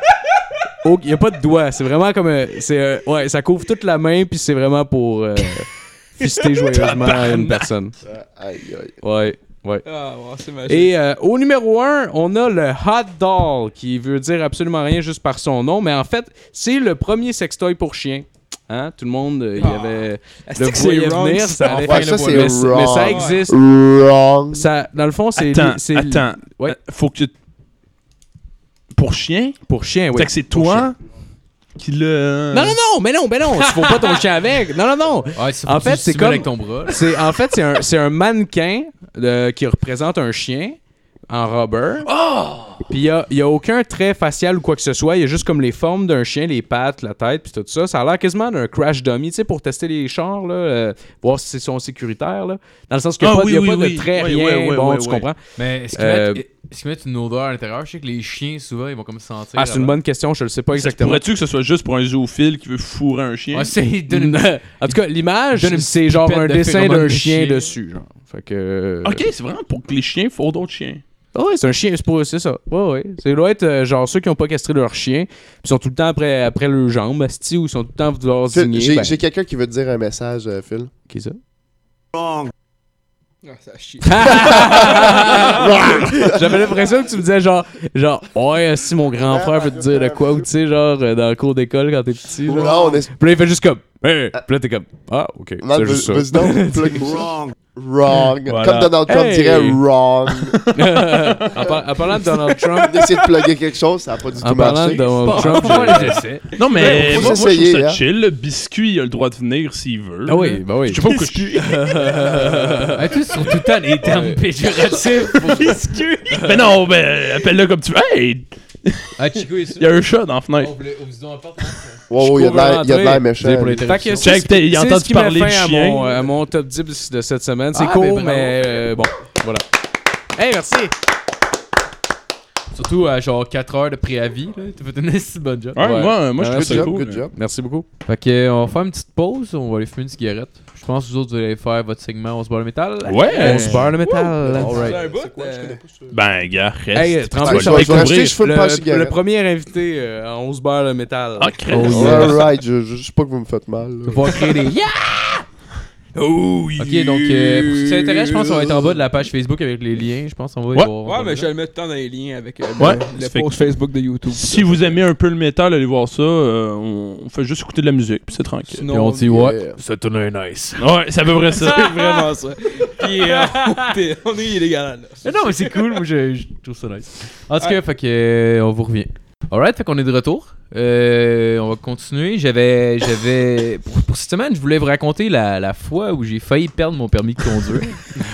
[SPEAKER 5] Il n'y a pas de doigt. C'est vraiment comme. un- c'est, euh, ouais, ça couvre toute la main, puis c'est vraiment pour euh, fister joyeusement une personne.
[SPEAKER 6] homme. Aïe, aïe.
[SPEAKER 5] Ouais, ouais.
[SPEAKER 2] Ah, ouais, c'est magique.
[SPEAKER 5] Et euh, au numéro 1, on a le Hot Doll, qui veut dire absolument rien juste par son nom, mais en fait, c'est le premier sextoy pour chien. Hein? Tout le monde, euh, il y
[SPEAKER 2] Ah.
[SPEAKER 5] avait
[SPEAKER 2] Est-ce
[SPEAKER 5] le
[SPEAKER 2] que c'est
[SPEAKER 5] voyait
[SPEAKER 2] wrong,
[SPEAKER 5] venir,
[SPEAKER 2] ça?
[SPEAKER 5] ça allait
[SPEAKER 6] Ouais,
[SPEAKER 5] faire
[SPEAKER 6] ça,
[SPEAKER 5] le
[SPEAKER 6] c'est
[SPEAKER 5] voyait. mais, c-
[SPEAKER 6] wrong.
[SPEAKER 5] mais ça existe.
[SPEAKER 6] Wrong.
[SPEAKER 5] Ça, dans le fond, c'est
[SPEAKER 4] Attends,
[SPEAKER 5] c'est-
[SPEAKER 4] attends.
[SPEAKER 5] Ouais.
[SPEAKER 4] Euh, Faut que tu. Pour chien?
[SPEAKER 5] pour chien, oui.
[SPEAKER 4] Fait que c'est toi qui le.
[SPEAKER 5] Non non non, mais non, mais non, tu fous pas ton chien avec. Non non non.
[SPEAKER 3] Ouais, Ah, c'est
[SPEAKER 5] En
[SPEAKER 3] faut que
[SPEAKER 5] fait,
[SPEAKER 3] tu
[SPEAKER 5] c'est
[SPEAKER 3] stimules
[SPEAKER 5] comme-
[SPEAKER 3] avec ton bras. là.
[SPEAKER 5] C'est en fait c'est un c'est un mannequin euh, qui représente un chien en rubber.
[SPEAKER 4] Oh!
[SPEAKER 5] Puis il y a, il y a aucun trait facial ou quoi que ce soit, il y a juste comme les formes d'un chien, les pattes, la tête, puis tout ça. Ça a l'air quasiment d'un crash dummy, tu sais, pour tester les chars là, euh, voir si c'est sont sécuritaires là. Dans le sens qu'il n'y a
[SPEAKER 4] Ah,
[SPEAKER 5] pas,
[SPEAKER 4] oui,
[SPEAKER 5] il y a
[SPEAKER 4] oui,
[SPEAKER 5] pas
[SPEAKER 4] oui.
[SPEAKER 5] de trait
[SPEAKER 4] Oui,
[SPEAKER 5] rien,
[SPEAKER 4] oui, oui,
[SPEAKER 5] bon,
[SPEAKER 4] oui,
[SPEAKER 5] tu
[SPEAKER 4] oui.
[SPEAKER 5] comprends.
[SPEAKER 3] Mais est-ce qu'ils
[SPEAKER 5] Euh,
[SPEAKER 3] mettent, est-ce qu'ils mettent une odeur à l'intérieur Je sais que les chiens, souvent, ils vont comme sentir.
[SPEAKER 5] Ah, c'est une
[SPEAKER 3] avant.
[SPEAKER 5] bonne question, je le sais pas
[SPEAKER 4] Ça se
[SPEAKER 5] exactement.
[SPEAKER 4] Pourrais-tu que ce soit juste pour un zoophile qui veut fourrer un chien?
[SPEAKER 3] Ouais, Ah, c'est ils donnent une-
[SPEAKER 5] en tout cas, l'image,
[SPEAKER 3] Donne une
[SPEAKER 5] c'est
[SPEAKER 3] petite
[SPEAKER 5] genre
[SPEAKER 3] pipette
[SPEAKER 5] un
[SPEAKER 3] de
[SPEAKER 5] dessin
[SPEAKER 3] phéromone
[SPEAKER 5] d'un
[SPEAKER 3] de
[SPEAKER 5] chien,
[SPEAKER 3] chien.
[SPEAKER 5] dessus, genre. Fait que. euh,
[SPEAKER 4] ok, c'est vraiment pour que les chiens font d'autres chiens.
[SPEAKER 5] Ah ouais, c'est un chien, c'est pour c'est ça. Ouais, ouais. Ça doit être euh, genre ceux qui n'ont pas castré leur chien, puis sont tout le temps après, après leurs jambes, asti, ou sont tout le temps à vouloir
[SPEAKER 6] Phil,
[SPEAKER 5] signer.
[SPEAKER 6] J'ai
[SPEAKER 5] ben,
[SPEAKER 6] j'ai quelqu'un qui veut te dire un message, euh, Phil.
[SPEAKER 5] qui ça?
[SPEAKER 2] Ah, ça chie.
[SPEAKER 5] J'avais l'impression que tu me disais genre, genre, ouais, asti, mon grand frère veut te dire de quoi, ou tu sais, genre, euh, dans le cours d'école quand t'es petit. Là.
[SPEAKER 6] Non, on est...
[SPEAKER 5] Puis là, il fait juste comme, hey! Puis là, t'es comme, ah, ok,
[SPEAKER 6] Man,
[SPEAKER 5] c'est juste ça.
[SPEAKER 6] vas-y donc, plug ça. Wrong.
[SPEAKER 4] Voilà.
[SPEAKER 6] Comme Donald Trump
[SPEAKER 5] Hey.
[SPEAKER 6] dirait wrong.
[SPEAKER 5] en, par- en parlant de Donald Trump,
[SPEAKER 6] D'essayer de plugger quelque chose, ça n'a pas du
[SPEAKER 5] en
[SPEAKER 6] tout
[SPEAKER 5] parlant de
[SPEAKER 6] marché.
[SPEAKER 5] Donald
[SPEAKER 3] Bon, on
[SPEAKER 5] Trump,
[SPEAKER 3] va faire
[SPEAKER 5] j'ai-
[SPEAKER 3] les essais.
[SPEAKER 4] Non, mais
[SPEAKER 6] faut
[SPEAKER 4] Ben, moi, moi, je
[SPEAKER 6] s'essayer,
[SPEAKER 4] trouve ça
[SPEAKER 6] hein.
[SPEAKER 4] chill. Le biscuit, il a le droit de venir s'il veut.
[SPEAKER 5] ah oui, bah oui.
[SPEAKER 4] Je sais pas pourquoi je
[SPEAKER 3] Ah, tu sais, sur tout le temps les termes péjoratifs.
[SPEAKER 4] Biscuit! Mais Ben non, mais appelle-le comme tu veux. Hey!
[SPEAKER 3] Ah, Chico est
[SPEAKER 4] Il y a un chat dans la fenêtre.
[SPEAKER 6] Wow, wow, Oh, il y a de l'air- il y a de l'air méchant.
[SPEAKER 3] Désolé pour les
[SPEAKER 5] Fait que
[SPEAKER 3] interruptions.
[SPEAKER 5] c'est
[SPEAKER 4] Check,
[SPEAKER 5] ce
[SPEAKER 4] t'as- il
[SPEAKER 5] c'est
[SPEAKER 4] entend
[SPEAKER 5] ce qui
[SPEAKER 4] parler
[SPEAKER 5] met
[SPEAKER 4] de
[SPEAKER 5] fin à
[SPEAKER 4] chien.
[SPEAKER 5] mon, euh, à mon top 10 de cette semaine. C'est
[SPEAKER 3] Ah,
[SPEAKER 5] court,
[SPEAKER 3] ben, bravo.
[SPEAKER 5] mais euh, bon, voilà. Hey, merci!
[SPEAKER 3] Surtout à genre 4 heures de préavis, là, tu vas donner si bonne job.
[SPEAKER 4] Ouais, Moi, moi, je
[SPEAKER 5] Ouais,
[SPEAKER 4] trouve
[SPEAKER 6] Good
[SPEAKER 4] ça
[SPEAKER 6] job,
[SPEAKER 4] cool.
[SPEAKER 6] Ben, good job.
[SPEAKER 5] Merci beaucoup.
[SPEAKER 3] Fait que, euh, on va faire une petite pause, on va aller fumer une cigarette. Je pense que vous autres, vous allez faire votre segment On se barre le métal.
[SPEAKER 4] Ouais.
[SPEAKER 5] On se barre le métal.
[SPEAKER 2] un bout, euh,
[SPEAKER 4] Ben, gars, reste.
[SPEAKER 5] Hey,
[SPEAKER 4] Tu
[SPEAKER 5] tremblé,
[SPEAKER 4] vas
[SPEAKER 5] ça
[SPEAKER 4] le
[SPEAKER 5] va
[SPEAKER 6] Je vais
[SPEAKER 4] découvrir.
[SPEAKER 6] acheter, je fais le
[SPEAKER 5] Le,
[SPEAKER 6] pas
[SPEAKER 5] le
[SPEAKER 6] cigarette.
[SPEAKER 5] premier invité euh, à 11 barre le métal.
[SPEAKER 4] Ah, Christ.
[SPEAKER 3] Oh, yeah.
[SPEAKER 6] Alright, je je- je sais pas que vous me faites mal. là.
[SPEAKER 3] On va créer des.
[SPEAKER 2] Oh,
[SPEAKER 3] Ok, donc, euh, pour- si ça intéresse, je pense qu'on va être en bas de la page Facebook avec les liens. Je pense qu'on va y
[SPEAKER 4] Ouais.
[SPEAKER 3] voir.
[SPEAKER 2] Ouais, mais je vais le mettre dans les liens avec euh,
[SPEAKER 4] Ouais.
[SPEAKER 2] le, le
[SPEAKER 4] Ça fait
[SPEAKER 2] post Facebook de YouTube.
[SPEAKER 4] Si vous aimez un peu le métal, allez voir ça. euh, on, on fait juste écouter de la musique, puis c'est tranquille.
[SPEAKER 3] Puis on
[SPEAKER 2] Sinon,
[SPEAKER 3] dit, ouais.
[SPEAKER 6] Euh,
[SPEAKER 3] Ça tourne un nice.
[SPEAKER 4] Ouais, c'est à peu près ça.
[SPEAKER 2] c'est vraiment ça. Puis euh, on est- on est illégal là.
[SPEAKER 3] non, mais c'est cool. Moi, je, je trouve ça nice. En tout cas, fait que, euh, on vous revient. Alright, fait qu'on est de retour. Euh, on va continuer. J'avais. j'avais pour, pour cette semaine, je voulais vous raconter la, la fois où j'ai failli perdre mon permis de conduire.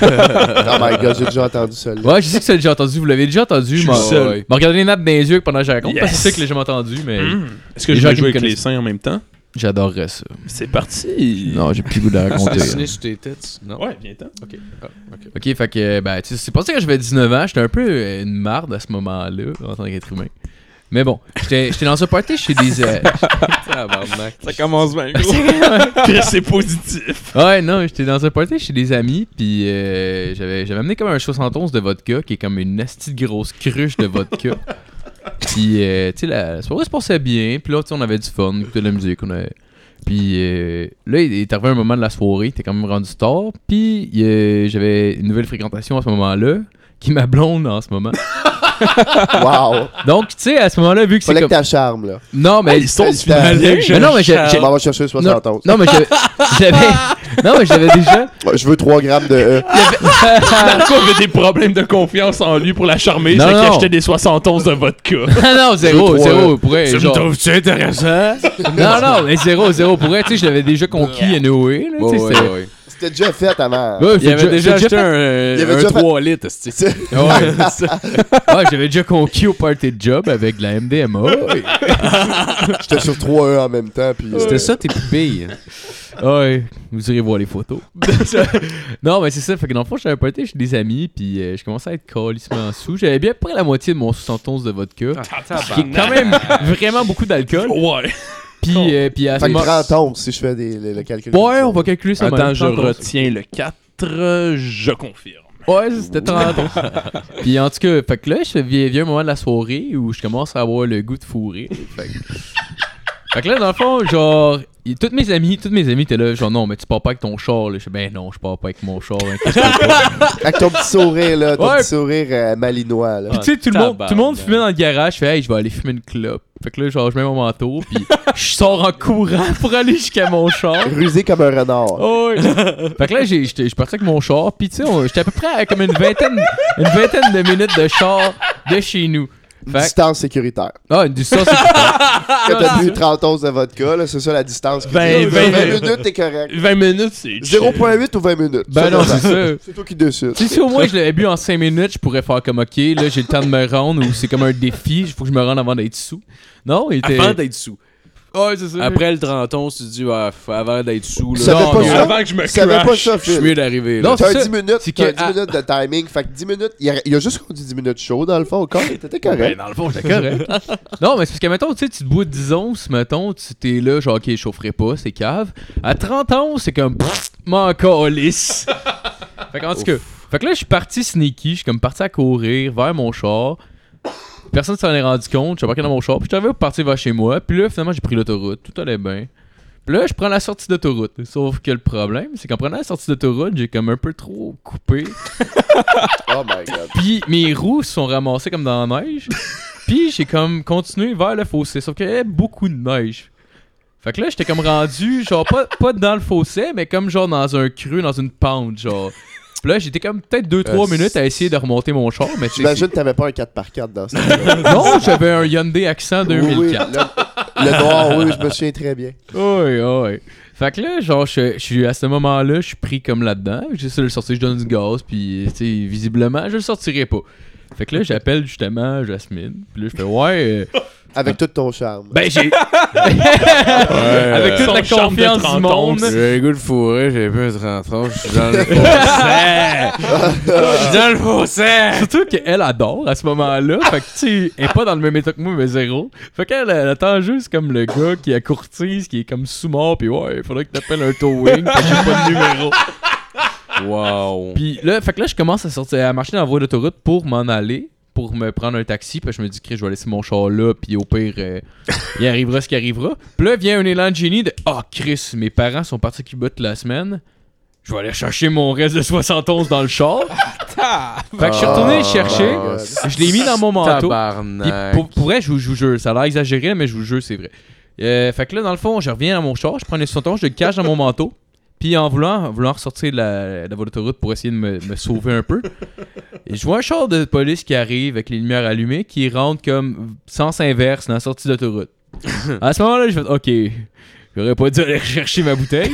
[SPEAKER 6] Oh my god, j'ai déjà entendu ça. là.
[SPEAKER 3] Ouais, je sais que ça l'a déjà entendu. Vous l'avez déjà entendu.
[SPEAKER 4] Je suis
[SPEAKER 3] m'a-
[SPEAKER 4] le seul.
[SPEAKER 3] ouais. M'a regardé les nappes dans les yeux pendant que je raconte.
[SPEAKER 4] Yes.
[SPEAKER 3] Parce que c'est ça que j'ai entendu, mais
[SPEAKER 4] Mm-hmm. Est-ce que
[SPEAKER 3] Les
[SPEAKER 4] je
[SPEAKER 3] gens
[SPEAKER 4] vais
[SPEAKER 3] qui me
[SPEAKER 4] jouer avec les
[SPEAKER 3] connaissent.
[SPEAKER 4] seins en même temps
[SPEAKER 3] j'adorerais ça.
[SPEAKER 4] C'est parti.
[SPEAKER 3] Non, j'ai plus le goût de la raconter. hein.
[SPEAKER 5] Dessiner sur tes têtes. Non.
[SPEAKER 4] Ouais, bien temps.
[SPEAKER 3] ok, fait que, ben, tu sais, c'est pensé que j'avais 19 ans. J'étais un peu euh, une marde à ce moment-là, en tant qu'être humain. Mais bon, j'étais j'étais dans un party chez des. euh,
[SPEAKER 5] Tabarnak.
[SPEAKER 2] Ça commence bien, gros.
[SPEAKER 4] Chris, c'est positif.
[SPEAKER 3] Ouais, non, j'étais dans un party chez des amis, puis euh, j'avais j'avais amené comme un 71 de vodka, qui est comme une nasty de grosse cruche de vodka. puis, euh, tu sais, la, la soirée se passait bien, puis là, tu sais, on avait du fun, on écoutait de la musique, on avait... Puis euh, là, il est arrivé un moment de la soirée, il était quand même rendu tard, puis il, euh, j'avais une nouvelle fréquentation à ce moment-là, qui est ma blonde en ce moment.
[SPEAKER 6] Wow.
[SPEAKER 3] Donc, tu sais, à ce moment-là, vu que c'est
[SPEAKER 6] Fallait que
[SPEAKER 3] comme...
[SPEAKER 6] t'as charme, là.
[SPEAKER 3] Non, mais...
[SPEAKER 6] L'histoire
[SPEAKER 4] se finit bien que je
[SPEAKER 3] Mais non, mais j'ai-
[SPEAKER 6] On
[SPEAKER 3] j'ai-
[SPEAKER 6] va chercher 60
[SPEAKER 3] non, non, mais j'avais... j'avais- Non, mais j'avais déjà...
[SPEAKER 6] Je veux 3 grammes de. euh,
[SPEAKER 4] Marco avait des problèmes de confiance en lui pour la charmer.
[SPEAKER 3] Ah. Non,
[SPEAKER 4] J'ai
[SPEAKER 3] non.
[SPEAKER 4] acheté des 71 de vodka.
[SPEAKER 3] Ah non, zéro,
[SPEAKER 6] Deux, trois,
[SPEAKER 3] zéro, pour vrai,
[SPEAKER 4] Tu me
[SPEAKER 3] genre-
[SPEAKER 4] trouves-tu
[SPEAKER 5] Hein?
[SPEAKER 4] intéressant?
[SPEAKER 3] Non, non, mais zéro, zéro, pour vrai, tu sais, je l'avais déjà conquis à Noé, là, tu sais,
[SPEAKER 5] Ouais,
[SPEAKER 3] c'est-
[SPEAKER 5] ouais, ouais.
[SPEAKER 6] C'était déjà fait avant.
[SPEAKER 3] Ouais,
[SPEAKER 5] Il
[SPEAKER 3] c'est
[SPEAKER 5] avait déjà
[SPEAKER 3] c'est
[SPEAKER 5] acheté un,
[SPEAKER 6] Il avait
[SPEAKER 5] euh, un
[SPEAKER 6] déjà fait-
[SPEAKER 5] 3 litres, esti.
[SPEAKER 6] C'est-
[SPEAKER 3] fait- Ouais, c'est ça. Ouais, j'avais déjà conquis au party de job avec de la MDMA. et-
[SPEAKER 6] J'étais sur 3 E en même temps. Puis, euh,
[SPEAKER 5] C'était ça tes pupilles.
[SPEAKER 3] Ouais, vous irez voir les photos. non, mais c'est ça, fait que dans le fond, j'avais un party chez des amis, puis euh, je commençais à être calissement sous. J'avais bien près la moitié de mon 71 de vodka,
[SPEAKER 5] Ah.
[SPEAKER 3] ce qui est quand même vraiment beaucoup
[SPEAKER 5] Oh,
[SPEAKER 3] d'alcool.
[SPEAKER 4] Ouais.
[SPEAKER 3] Puis, euh, puis à ce
[SPEAKER 6] Fait que
[SPEAKER 3] moment-
[SPEAKER 6] 30 ans, si je fais des, le, le calcul. comme
[SPEAKER 3] Ouais,
[SPEAKER 6] ça.
[SPEAKER 3] on va calculer ça.
[SPEAKER 4] Attends,
[SPEAKER 3] même.
[SPEAKER 4] je
[SPEAKER 3] 31.
[SPEAKER 4] retiens le
[SPEAKER 3] euh,
[SPEAKER 4] 4. Je confirme.
[SPEAKER 3] Ouais, c'était 30 Puis en tout cas, fait que là, je viens, vient un moment de la soirée où je commence à avoir le goût de fourrer. Fait que, Fait que là, dans le fond, genre, y- toutes mes amis, toutes mes amis étaient là, genre, non, mais tu pars pas avec ton char. Là. Je fais, ben non, je pars pas avec mon char. hein, qu'est-ce que-
[SPEAKER 6] Avec ton petit sourire, là. Ton
[SPEAKER 3] Ouais.
[SPEAKER 6] petit sourire euh, malinois, là.
[SPEAKER 3] Puis tu sais, tout le, monde, tout le monde
[SPEAKER 5] tabarnak.
[SPEAKER 3] fumait dans le garage. Je fais, hey, je vais aller fumer une clope. Fait que là, genre, je mets mon manteau, puis je sors en courant pour aller jusqu'à mon char.
[SPEAKER 6] Rusé comme un renard.
[SPEAKER 3] Oh, oui. fait que là, j'ai- j'étais- je suis parti avec mon char, pis tu sais, on- j'étais à peu près à comme une vingtaine, une vingtaine de minutes de char de chez nous. Fait Ah, que-
[SPEAKER 6] Distance sécuritaire.
[SPEAKER 3] ah, du sens,
[SPEAKER 6] Quand t'as bu 30 onces de vodka, là, c'est ça la distance. qui
[SPEAKER 4] Ben,
[SPEAKER 6] dit.
[SPEAKER 4] ben,
[SPEAKER 6] 20 minutes, t'es correct.
[SPEAKER 4] 20 minutes, c'est.
[SPEAKER 6] 0.8 ou 20 minutes.
[SPEAKER 3] Ben
[SPEAKER 6] Ça
[SPEAKER 3] non,
[SPEAKER 6] dépend.
[SPEAKER 3] c'est ça.
[SPEAKER 6] C'est toi qui décides.
[SPEAKER 3] Tu sais, si au moins je l'avais bu en 5 minutes, je pourrais faire comme OK, là j'ai le temps de me rendre ou c'est comme un défi, il faut que je me rende avant d'être sous. Non, il était.
[SPEAKER 5] Avant d'être sous.
[SPEAKER 3] Ouais, c'est ça.
[SPEAKER 5] Après le 30 ans, tu te dis, ah, f- avant d'être sous,
[SPEAKER 6] Ça
[SPEAKER 5] là,
[SPEAKER 3] Non,
[SPEAKER 6] fait pas
[SPEAKER 3] non.
[SPEAKER 6] ça.
[SPEAKER 4] Avant que je me
[SPEAKER 6] Ça fait pas
[SPEAKER 4] crash.
[SPEAKER 6] ça,
[SPEAKER 5] je suis
[SPEAKER 6] Phil.
[SPEAKER 5] mieux d'arriver.
[SPEAKER 3] Non,
[SPEAKER 5] là.
[SPEAKER 3] c'est
[SPEAKER 6] T'as
[SPEAKER 3] ça.
[SPEAKER 6] 10 minutes,
[SPEAKER 3] C'est
[SPEAKER 6] ah. t'as
[SPEAKER 3] que- ah.
[SPEAKER 6] 10 minutes de timing. Fait que 10 minutes, il a, il a juste conduit 10 minutes chaud dans le fond. Quand t'étais
[SPEAKER 3] Ben,
[SPEAKER 6] correct.
[SPEAKER 3] dans le fond, j'étais correct. non, mais c'est parce que, mettons, tu sais, tu te bois 10 onces, mettons, tu t'es là, genre, ok, je chaufferai pas, c'est cave. À 30 onces, c'est comme, pfff, m'en calisse. fait qu'en tout cas, fait que là, je suis parti sneaky, je suis comme parti à courir vers mon char. Personne s'en est rendu compte, je suis embarqué dans mon char, puis je t'avais parti vers chez moi, puis là, finalement, j'ai pris l'autoroute, tout allait bien. Puis là, je prends la sortie d'autoroute. Sauf que le problème, c'est qu'en prenant la sortie d'autoroute, j'ai comme un peu trop coupé.
[SPEAKER 6] Oh my god.
[SPEAKER 3] Puis mes roues se sont ramassées comme dans la neige. Puis j'ai comme continué vers le fossé. Sauf qu'il y avait beaucoup de neige. Fait que là, j'étais comme rendu, genre, pas, pas dans le fossé, mais comme genre dans un creux, dans une pente, genre. Puis là, j'étais comme peut-être 2-3
[SPEAKER 5] Euh,
[SPEAKER 3] minutes à essayer de remonter mon char, mais tu sais,
[SPEAKER 6] J'imagine que t'avais pas un 4x4 dans ce temps
[SPEAKER 3] c'est- Non, j'avais un Hyundai Accent 2004.
[SPEAKER 6] Oui, oui, le, le noir, oui, je me souviens très bien.
[SPEAKER 3] Oui, oui. Fait que là, genre, je je suis à ce moment-là, je suis pris comme là-dedans. J'essaie de le sortir, je donne du gaz, puis, tu sais, visiblement, je le sortirai pas. Fait que là, j'appelle justement Jasmine. Puis là, je fais, ouais. euh,
[SPEAKER 6] Avec tout ton charme.
[SPEAKER 3] ben, j'ai. Avec toute
[SPEAKER 4] Euh, Son
[SPEAKER 3] la
[SPEAKER 4] charme de
[SPEAKER 3] confiance du
[SPEAKER 4] 30
[SPEAKER 3] monde.
[SPEAKER 4] onces.
[SPEAKER 5] J'ai le goût de fourrer, j'ai plus de 30 ans, je suis dans le fossé. Je suis dans le fossé.
[SPEAKER 3] Surtout qu'elle adore à ce moment-là. Fait que, tu sais, elle est pas dans le même état que moi, mais zéro. Fait qu'elle elle attend juste comme le gars qui a courtise, qui est comme sous-mort, puis ouais, il faudrait que t'appelles un towing, parce que j'ai pas de numéro.
[SPEAKER 5] Wow.
[SPEAKER 3] Puis là, fait que là, je commence à sortir, à marcher dans la voie d'autoroute pour m'en aller, pour me prendre un taxi. Puis je me dis, Chris, je vais laisser mon char là, puis au pire, euh, il arrivera ce qui arrivera. Puis là, vient un élan de génie de Ah, Chris, mes parents sont partis à Cuba toute la semaine. je vais aller chercher mon reste de 71 dans le char.
[SPEAKER 2] Ah!
[SPEAKER 3] fait que je suis retourné le chercher.
[SPEAKER 6] Oh my God.
[SPEAKER 3] je l'ai mis dans mon manteau. Puis
[SPEAKER 5] Tabarnak.
[SPEAKER 3] pour, pour vrai, je vous je vous jure, ça a l'air exagéré, mais je vous jure, c'est vrai. Euh, fait que là, dans le fond, je reviens à mon char, je prends le son je le cache dans mon manteau. Puis en voulant, en voulant ressortir de la, de l'autoroute pour essayer de me, me sauver un peu, et je vois un char de police qui arrive avec les lumières allumées, qui rentre comme sens inverse dans la sortie d'autoroute. à ce moment-là, je fais OK, j'aurais pas dû aller rechercher ma bouteille.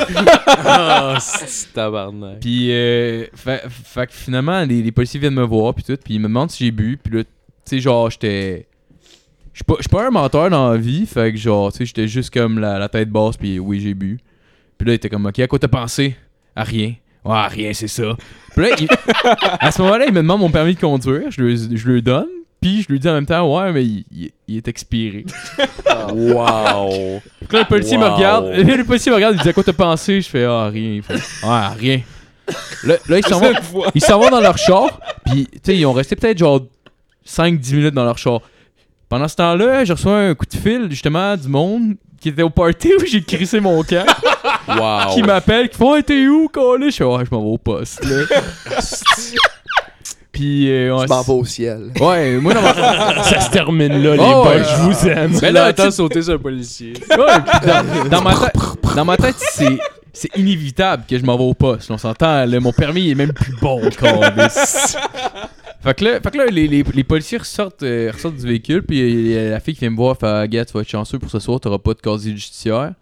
[SPEAKER 5] Ah, c'est tabarnak.
[SPEAKER 3] Puis, euh, fa- fait que finalement, les, les policiers viennent me voir, puis tout, puis ils me demandent si j'ai bu, puis là, tu sais, genre, j'étais. Je suis pas, je suis pas un menteur dans la vie, fait que genre, tu sais, j'étais juste comme la, la tête basse, puis oui, j'ai bu. Puis là, il était comme, ok, à quoi t'as pensé À rien. Ouais, à rien, c'est ça. Puis là, il- à ce moment-là, il me demande mon permis de conduire, je le, je le donne, puis je lui dis en même temps, ouais, mais il, il- il est expiré.
[SPEAKER 5] Ah, Wow.
[SPEAKER 3] Puis là, le policier me
[SPEAKER 5] Wow.
[SPEAKER 3] regarde, le policier me regarde, il dit, à quoi t'as pensé Je fais, ah, rien. Il fait, ah, rien. Là, là, il s'en va.
[SPEAKER 2] fois.
[SPEAKER 3] Ils s'en vont dans leur char, puis tu sais, ils ont resté peut-être genre 5-10 minutes dans leur char. Pendant ce temps-là, je reçois un coup de fil justement du monde qui était au party où j'ai crissé mon camp,
[SPEAKER 5] Wow.
[SPEAKER 3] qui m'appelle, qui font hey, t'es où, collé? Je suis ouais, je m'en vais au poste. là. puis euh, ouais,
[SPEAKER 6] Je m'en vais au ciel.
[SPEAKER 3] c'est- ouais, moi j'en vais.
[SPEAKER 4] Ça se termine là, les
[SPEAKER 3] Oh,
[SPEAKER 4] boys,
[SPEAKER 3] ouais.
[SPEAKER 4] je vous aime.
[SPEAKER 5] Mais
[SPEAKER 3] Mais
[SPEAKER 5] là,
[SPEAKER 3] là,
[SPEAKER 5] attends
[SPEAKER 3] tu-
[SPEAKER 5] sauter sur un policier.
[SPEAKER 3] Ouais, puis dans, dans ma tête, dans ma tête, c'est c'est inévitable que je m'en vais au poste. On s'entend, là, mon permis il est même plus bon câlisse. Fait que là, fait que là, les, les- les policiers ressortent, euh, ressortent du véhicule, puis il y a la fille qui vient me voir, fait Ah, gars, tu vas être chanceux pour ce soir, t'auras pas de casier judiciaire.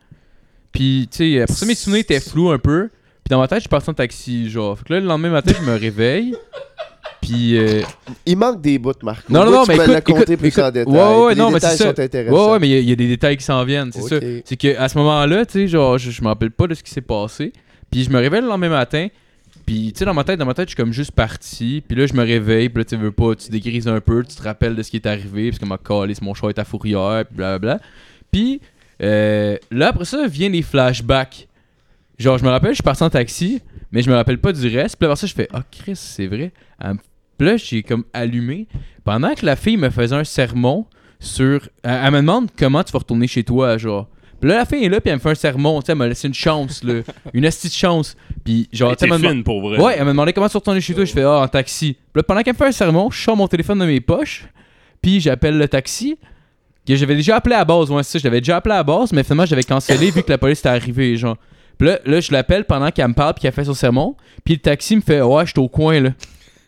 [SPEAKER 3] Puis, tu sais, après ça, mes souvenirs étaient flous un peu. Puis dans ma tête, je suis parti en taxi, genre. Fait que là, le lendemain matin, je me réveille. Puis, euh,
[SPEAKER 6] Il manque des bouts, Marco.
[SPEAKER 3] Non, non,
[SPEAKER 6] Moi,
[SPEAKER 3] non,
[SPEAKER 6] tu
[SPEAKER 3] mais
[SPEAKER 6] peux
[SPEAKER 3] écoute,
[SPEAKER 6] raconter
[SPEAKER 3] écoute,
[SPEAKER 6] plus en
[SPEAKER 3] écoute,
[SPEAKER 6] détail.
[SPEAKER 3] ouais, ouais,
[SPEAKER 6] Les
[SPEAKER 3] non, mais
[SPEAKER 6] détails
[SPEAKER 3] c'est ça.
[SPEAKER 6] sont intéressants.
[SPEAKER 3] Ouais, ouais, mais il y a- il y, a des détails qui s'en viennent, c'est
[SPEAKER 6] Ok.
[SPEAKER 3] ça. C'est que à ce moment-là, tu sais, genre, je, je me rappelle pas de ce qui s'est passé. Puis je me réveille le lendemain matin. Puis, tu sais, dans ma tête, dans ma tête, je suis comme juste parti. Puis là, je me réveille. Puis là, tu veux pas, tu dégrises un peu. Tu te rappelles de ce qui est arrivé. Parce que ma ah, calice, mon chat est à fourrière. Puis blablabla. Puis euh, là, après ça, viennent les flashbacks. Genre, je me rappelle, je suis parti en taxi. Mais je me rappelle pas du reste. Puis là, après ça, je fais, ah, Chris, c'est vrai. Elle me- Euh, Puis là, j'ai comme allumé. Pendant que la fille me faisait un sermon sur. euh, Elle, elle me demande comment tu vas retourner chez toi, genre. Puis là, la fille est là, puis elle me fait un sermon, tu sais, elle m'a laissé une chance, là. une astuce chance. Puis genre, tu sais,
[SPEAKER 4] T'es
[SPEAKER 3] elle me demande-
[SPEAKER 4] fine pour vrai.
[SPEAKER 3] Ouais, elle m'a demandé comment tu retournes chez toi. Je fais ah, en taxi. Puis là, pendant qu'elle me fait un sermon, je sors mon téléphone de mes poches. Puis j'appelle le taxi. Que j'avais déjà appelé à la base. Ouais, c'est ça, je l'avais déjà appelé à la base, mais finalement, j'avais cancellé vu que la police était arrivée. Genre. Puis là, là, je l'appelle pendant qu'elle me parle puis qu'elle fait son sermon. Puis le taxi me fait ouais, je suis au coin, là.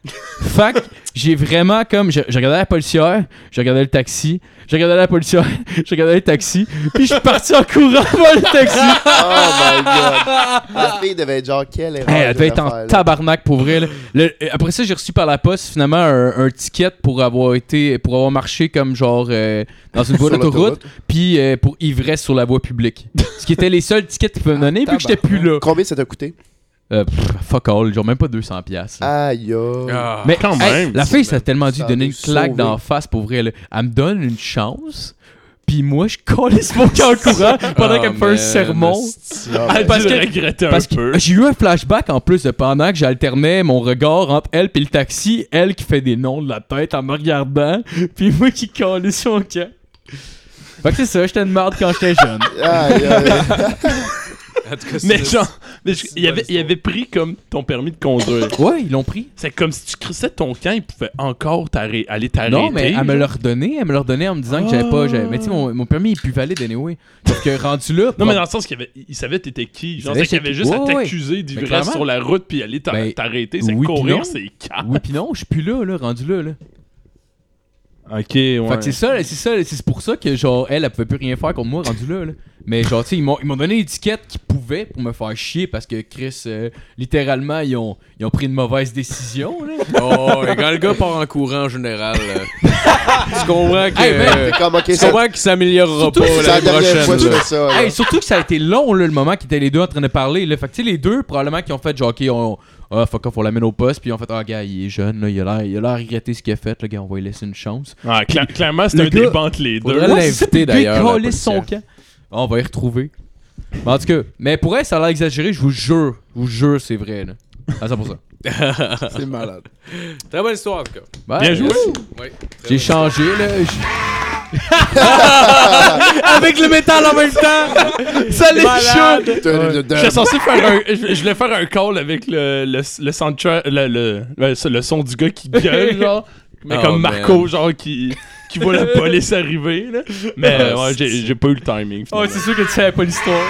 [SPEAKER 3] Fait que j'ai vraiment comme. Je, je regardais la policière, je regardais le taxi, je regardais la policière, je regardais le taxi, puis je suis parti en courant vers le taxi.
[SPEAKER 6] Oh my god. La fille devait être genre quelle erreur.
[SPEAKER 3] Hey, elle devait
[SPEAKER 6] je
[SPEAKER 3] être
[SPEAKER 6] vais
[SPEAKER 3] en
[SPEAKER 6] faire, là.
[SPEAKER 3] tabarnak pour vrai. là. Le- euh, après ça, j'ai reçu par la poste finalement un, un ticket pour avoir été pour avoir marché comme genre euh, dans une voie
[SPEAKER 6] Sur
[SPEAKER 3] d'autoroute, puis euh, pour ivresse sur la voie publique. Ce qui étaient les seuls tickets qu'ils pouvaient me donner vu que j'étais plus là.
[SPEAKER 6] Combien ça t'a coûté?
[SPEAKER 3] Euh, pff, fuck all, genre même pas 200 pièces.
[SPEAKER 6] Aïe, aïe.
[SPEAKER 5] Ah.
[SPEAKER 3] Mais
[SPEAKER 4] Ah, quand
[SPEAKER 3] hey,
[SPEAKER 4] même.
[SPEAKER 3] la fille, ça a
[SPEAKER 6] même
[SPEAKER 3] tellement dû
[SPEAKER 6] ça
[SPEAKER 3] donner
[SPEAKER 6] nous
[SPEAKER 3] une claque
[SPEAKER 6] sauver.
[SPEAKER 3] dans la face pour vrai. là. Elle me donne une chance, puis moi je colisse mon camp en courant
[SPEAKER 4] Ah,
[SPEAKER 3] pendant qu'elle me fait un sermon.
[SPEAKER 6] Non,
[SPEAKER 4] Elle
[SPEAKER 6] mais-
[SPEAKER 4] Ah, parce
[SPEAKER 3] parce
[SPEAKER 4] que
[SPEAKER 3] que-
[SPEAKER 4] regretter un
[SPEAKER 3] Parce
[SPEAKER 4] peu.
[SPEAKER 3] que j'ai eu un flashback en plus de pendant que j'alternais mon regard entre elle puis le taxi, elle qui fait des noms de la tête en me regardant, puis moi qui calais son camp. Fait que c'est ça, j'étais une marde quand j'étais jeune.
[SPEAKER 6] Aïe, aïe.
[SPEAKER 5] Ah.
[SPEAKER 4] Mais genre, mais je- il, avait, il avait pris comme ton permis de conduire.
[SPEAKER 3] Ouais, ils l'ont pris.
[SPEAKER 4] C'est comme si tu crissais ton camp, il pouvait encore t'arrêter, aller t'arrêter.
[SPEAKER 3] Non, mais elle me l'a redonné, elle me l'a redonné en me disant que j'avais pas. j'avais- Mais tu sais, mon, mon permis est plus valide anyway. Parce que rendu là.
[SPEAKER 4] Non, mais dans le sens qu'il avait, il savait t'étais qui. Genre,
[SPEAKER 3] savait
[SPEAKER 4] c'est qu'il
[SPEAKER 3] c'était
[SPEAKER 4] avait
[SPEAKER 3] qui.
[SPEAKER 4] juste à
[SPEAKER 3] Ouais, ouais.
[SPEAKER 4] t'accuser d'ivresse
[SPEAKER 3] clairement.
[SPEAKER 4] sur la route puis aller t'a-
[SPEAKER 3] Ben,
[SPEAKER 4] t'arrêter. C'est
[SPEAKER 3] oui, puis non.
[SPEAKER 4] courir, c'est calme.
[SPEAKER 3] Oui, puis non, je suis plus là, là, rendu là. là.
[SPEAKER 4] Ok, ouais.
[SPEAKER 3] Fait que c'est ça, là, c'est ça, là, c'est pour ça que genre elle, elle pouvait plus rien faire contre moi rendu là. là. Mais genre tu sais, ils m'ont ils m'ont donné l'étiquette qu'ils pouvaient pour me faire chier parce que Chris, euh, littéralement, ils ont, ils ont pris une mauvaise décision. Là.
[SPEAKER 5] Oh, et quand le gars part en courant en général, là, tu comprends que.
[SPEAKER 3] Hey, man,
[SPEAKER 5] euh,
[SPEAKER 6] C'est comme, ok,
[SPEAKER 5] tu
[SPEAKER 6] ça.
[SPEAKER 5] comprends qu'il s'améliorera
[SPEAKER 3] Surtout
[SPEAKER 5] pas
[SPEAKER 3] si
[SPEAKER 6] C'est la
[SPEAKER 5] l'année
[SPEAKER 6] dernière fois
[SPEAKER 5] prochaine.
[SPEAKER 6] que je
[SPEAKER 5] là.
[SPEAKER 6] fais ça. là.
[SPEAKER 3] Hey, surtout que ça a été long là, le moment qu'ils étaient les deux en train de parler. Là. Fait que tu sais, les deux probablement qui ont fait genre ok, on, ah, fuck off, on l'amène au poste, puis ils ont fait ah gars, il est jeune, là, il a l'air, il a l'air à regretter ce qu'il a fait, le gars, on va lui laisser une chance.
[SPEAKER 4] Ah, cla- clairement, c'est
[SPEAKER 3] Le
[SPEAKER 4] un
[SPEAKER 3] gars-
[SPEAKER 4] débat entre les deux.
[SPEAKER 5] Faudrait-
[SPEAKER 3] Ouais, c'est ça,
[SPEAKER 5] l'inviter,
[SPEAKER 3] puis le gars,
[SPEAKER 5] d'ailleurs, la
[SPEAKER 3] il calisse son camp. Ah, on va y retrouver. Mais en tout cas, mais pour elle, ça a l'air exagéré, je vous jure. Je vous jure, c'est vrai. Là. À 100%.
[SPEAKER 6] C'est malade.
[SPEAKER 5] Très bonne histoire, en tout cas.
[SPEAKER 3] Bah,
[SPEAKER 4] Bien joué.
[SPEAKER 3] euh,
[SPEAKER 5] Oui, très
[SPEAKER 3] J'ai
[SPEAKER 5] bonne
[SPEAKER 3] changé, là. j-
[SPEAKER 2] Avec le métal en même temps!
[SPEAKER 4] Ça les
[SPEAKER 2] Malade.
[SPEAKER 4] choque! J'étais censé faire un. Je je voulais faire un call avec le, le, le soundtrack. Le, le, ouais, ça, le son du gars qui gueule, genre. Mais
[SPEAKER 2] Oh,
[SPEAKER 4] comme
[SPEAKER 2] man.
[SPEAKER 4] Marco, genre, qui, qui voit la police arriver, là. Mais
[SPEAKER 2] Ah,
[SPEAKER 4] ouais, j'ai j'ai pas eu le timing.
[SPEAKER 1] Oh,
[SPEAKER 4] finalement.
[SPEAKER 1] c'est sûr que tu savais pas l'histoire.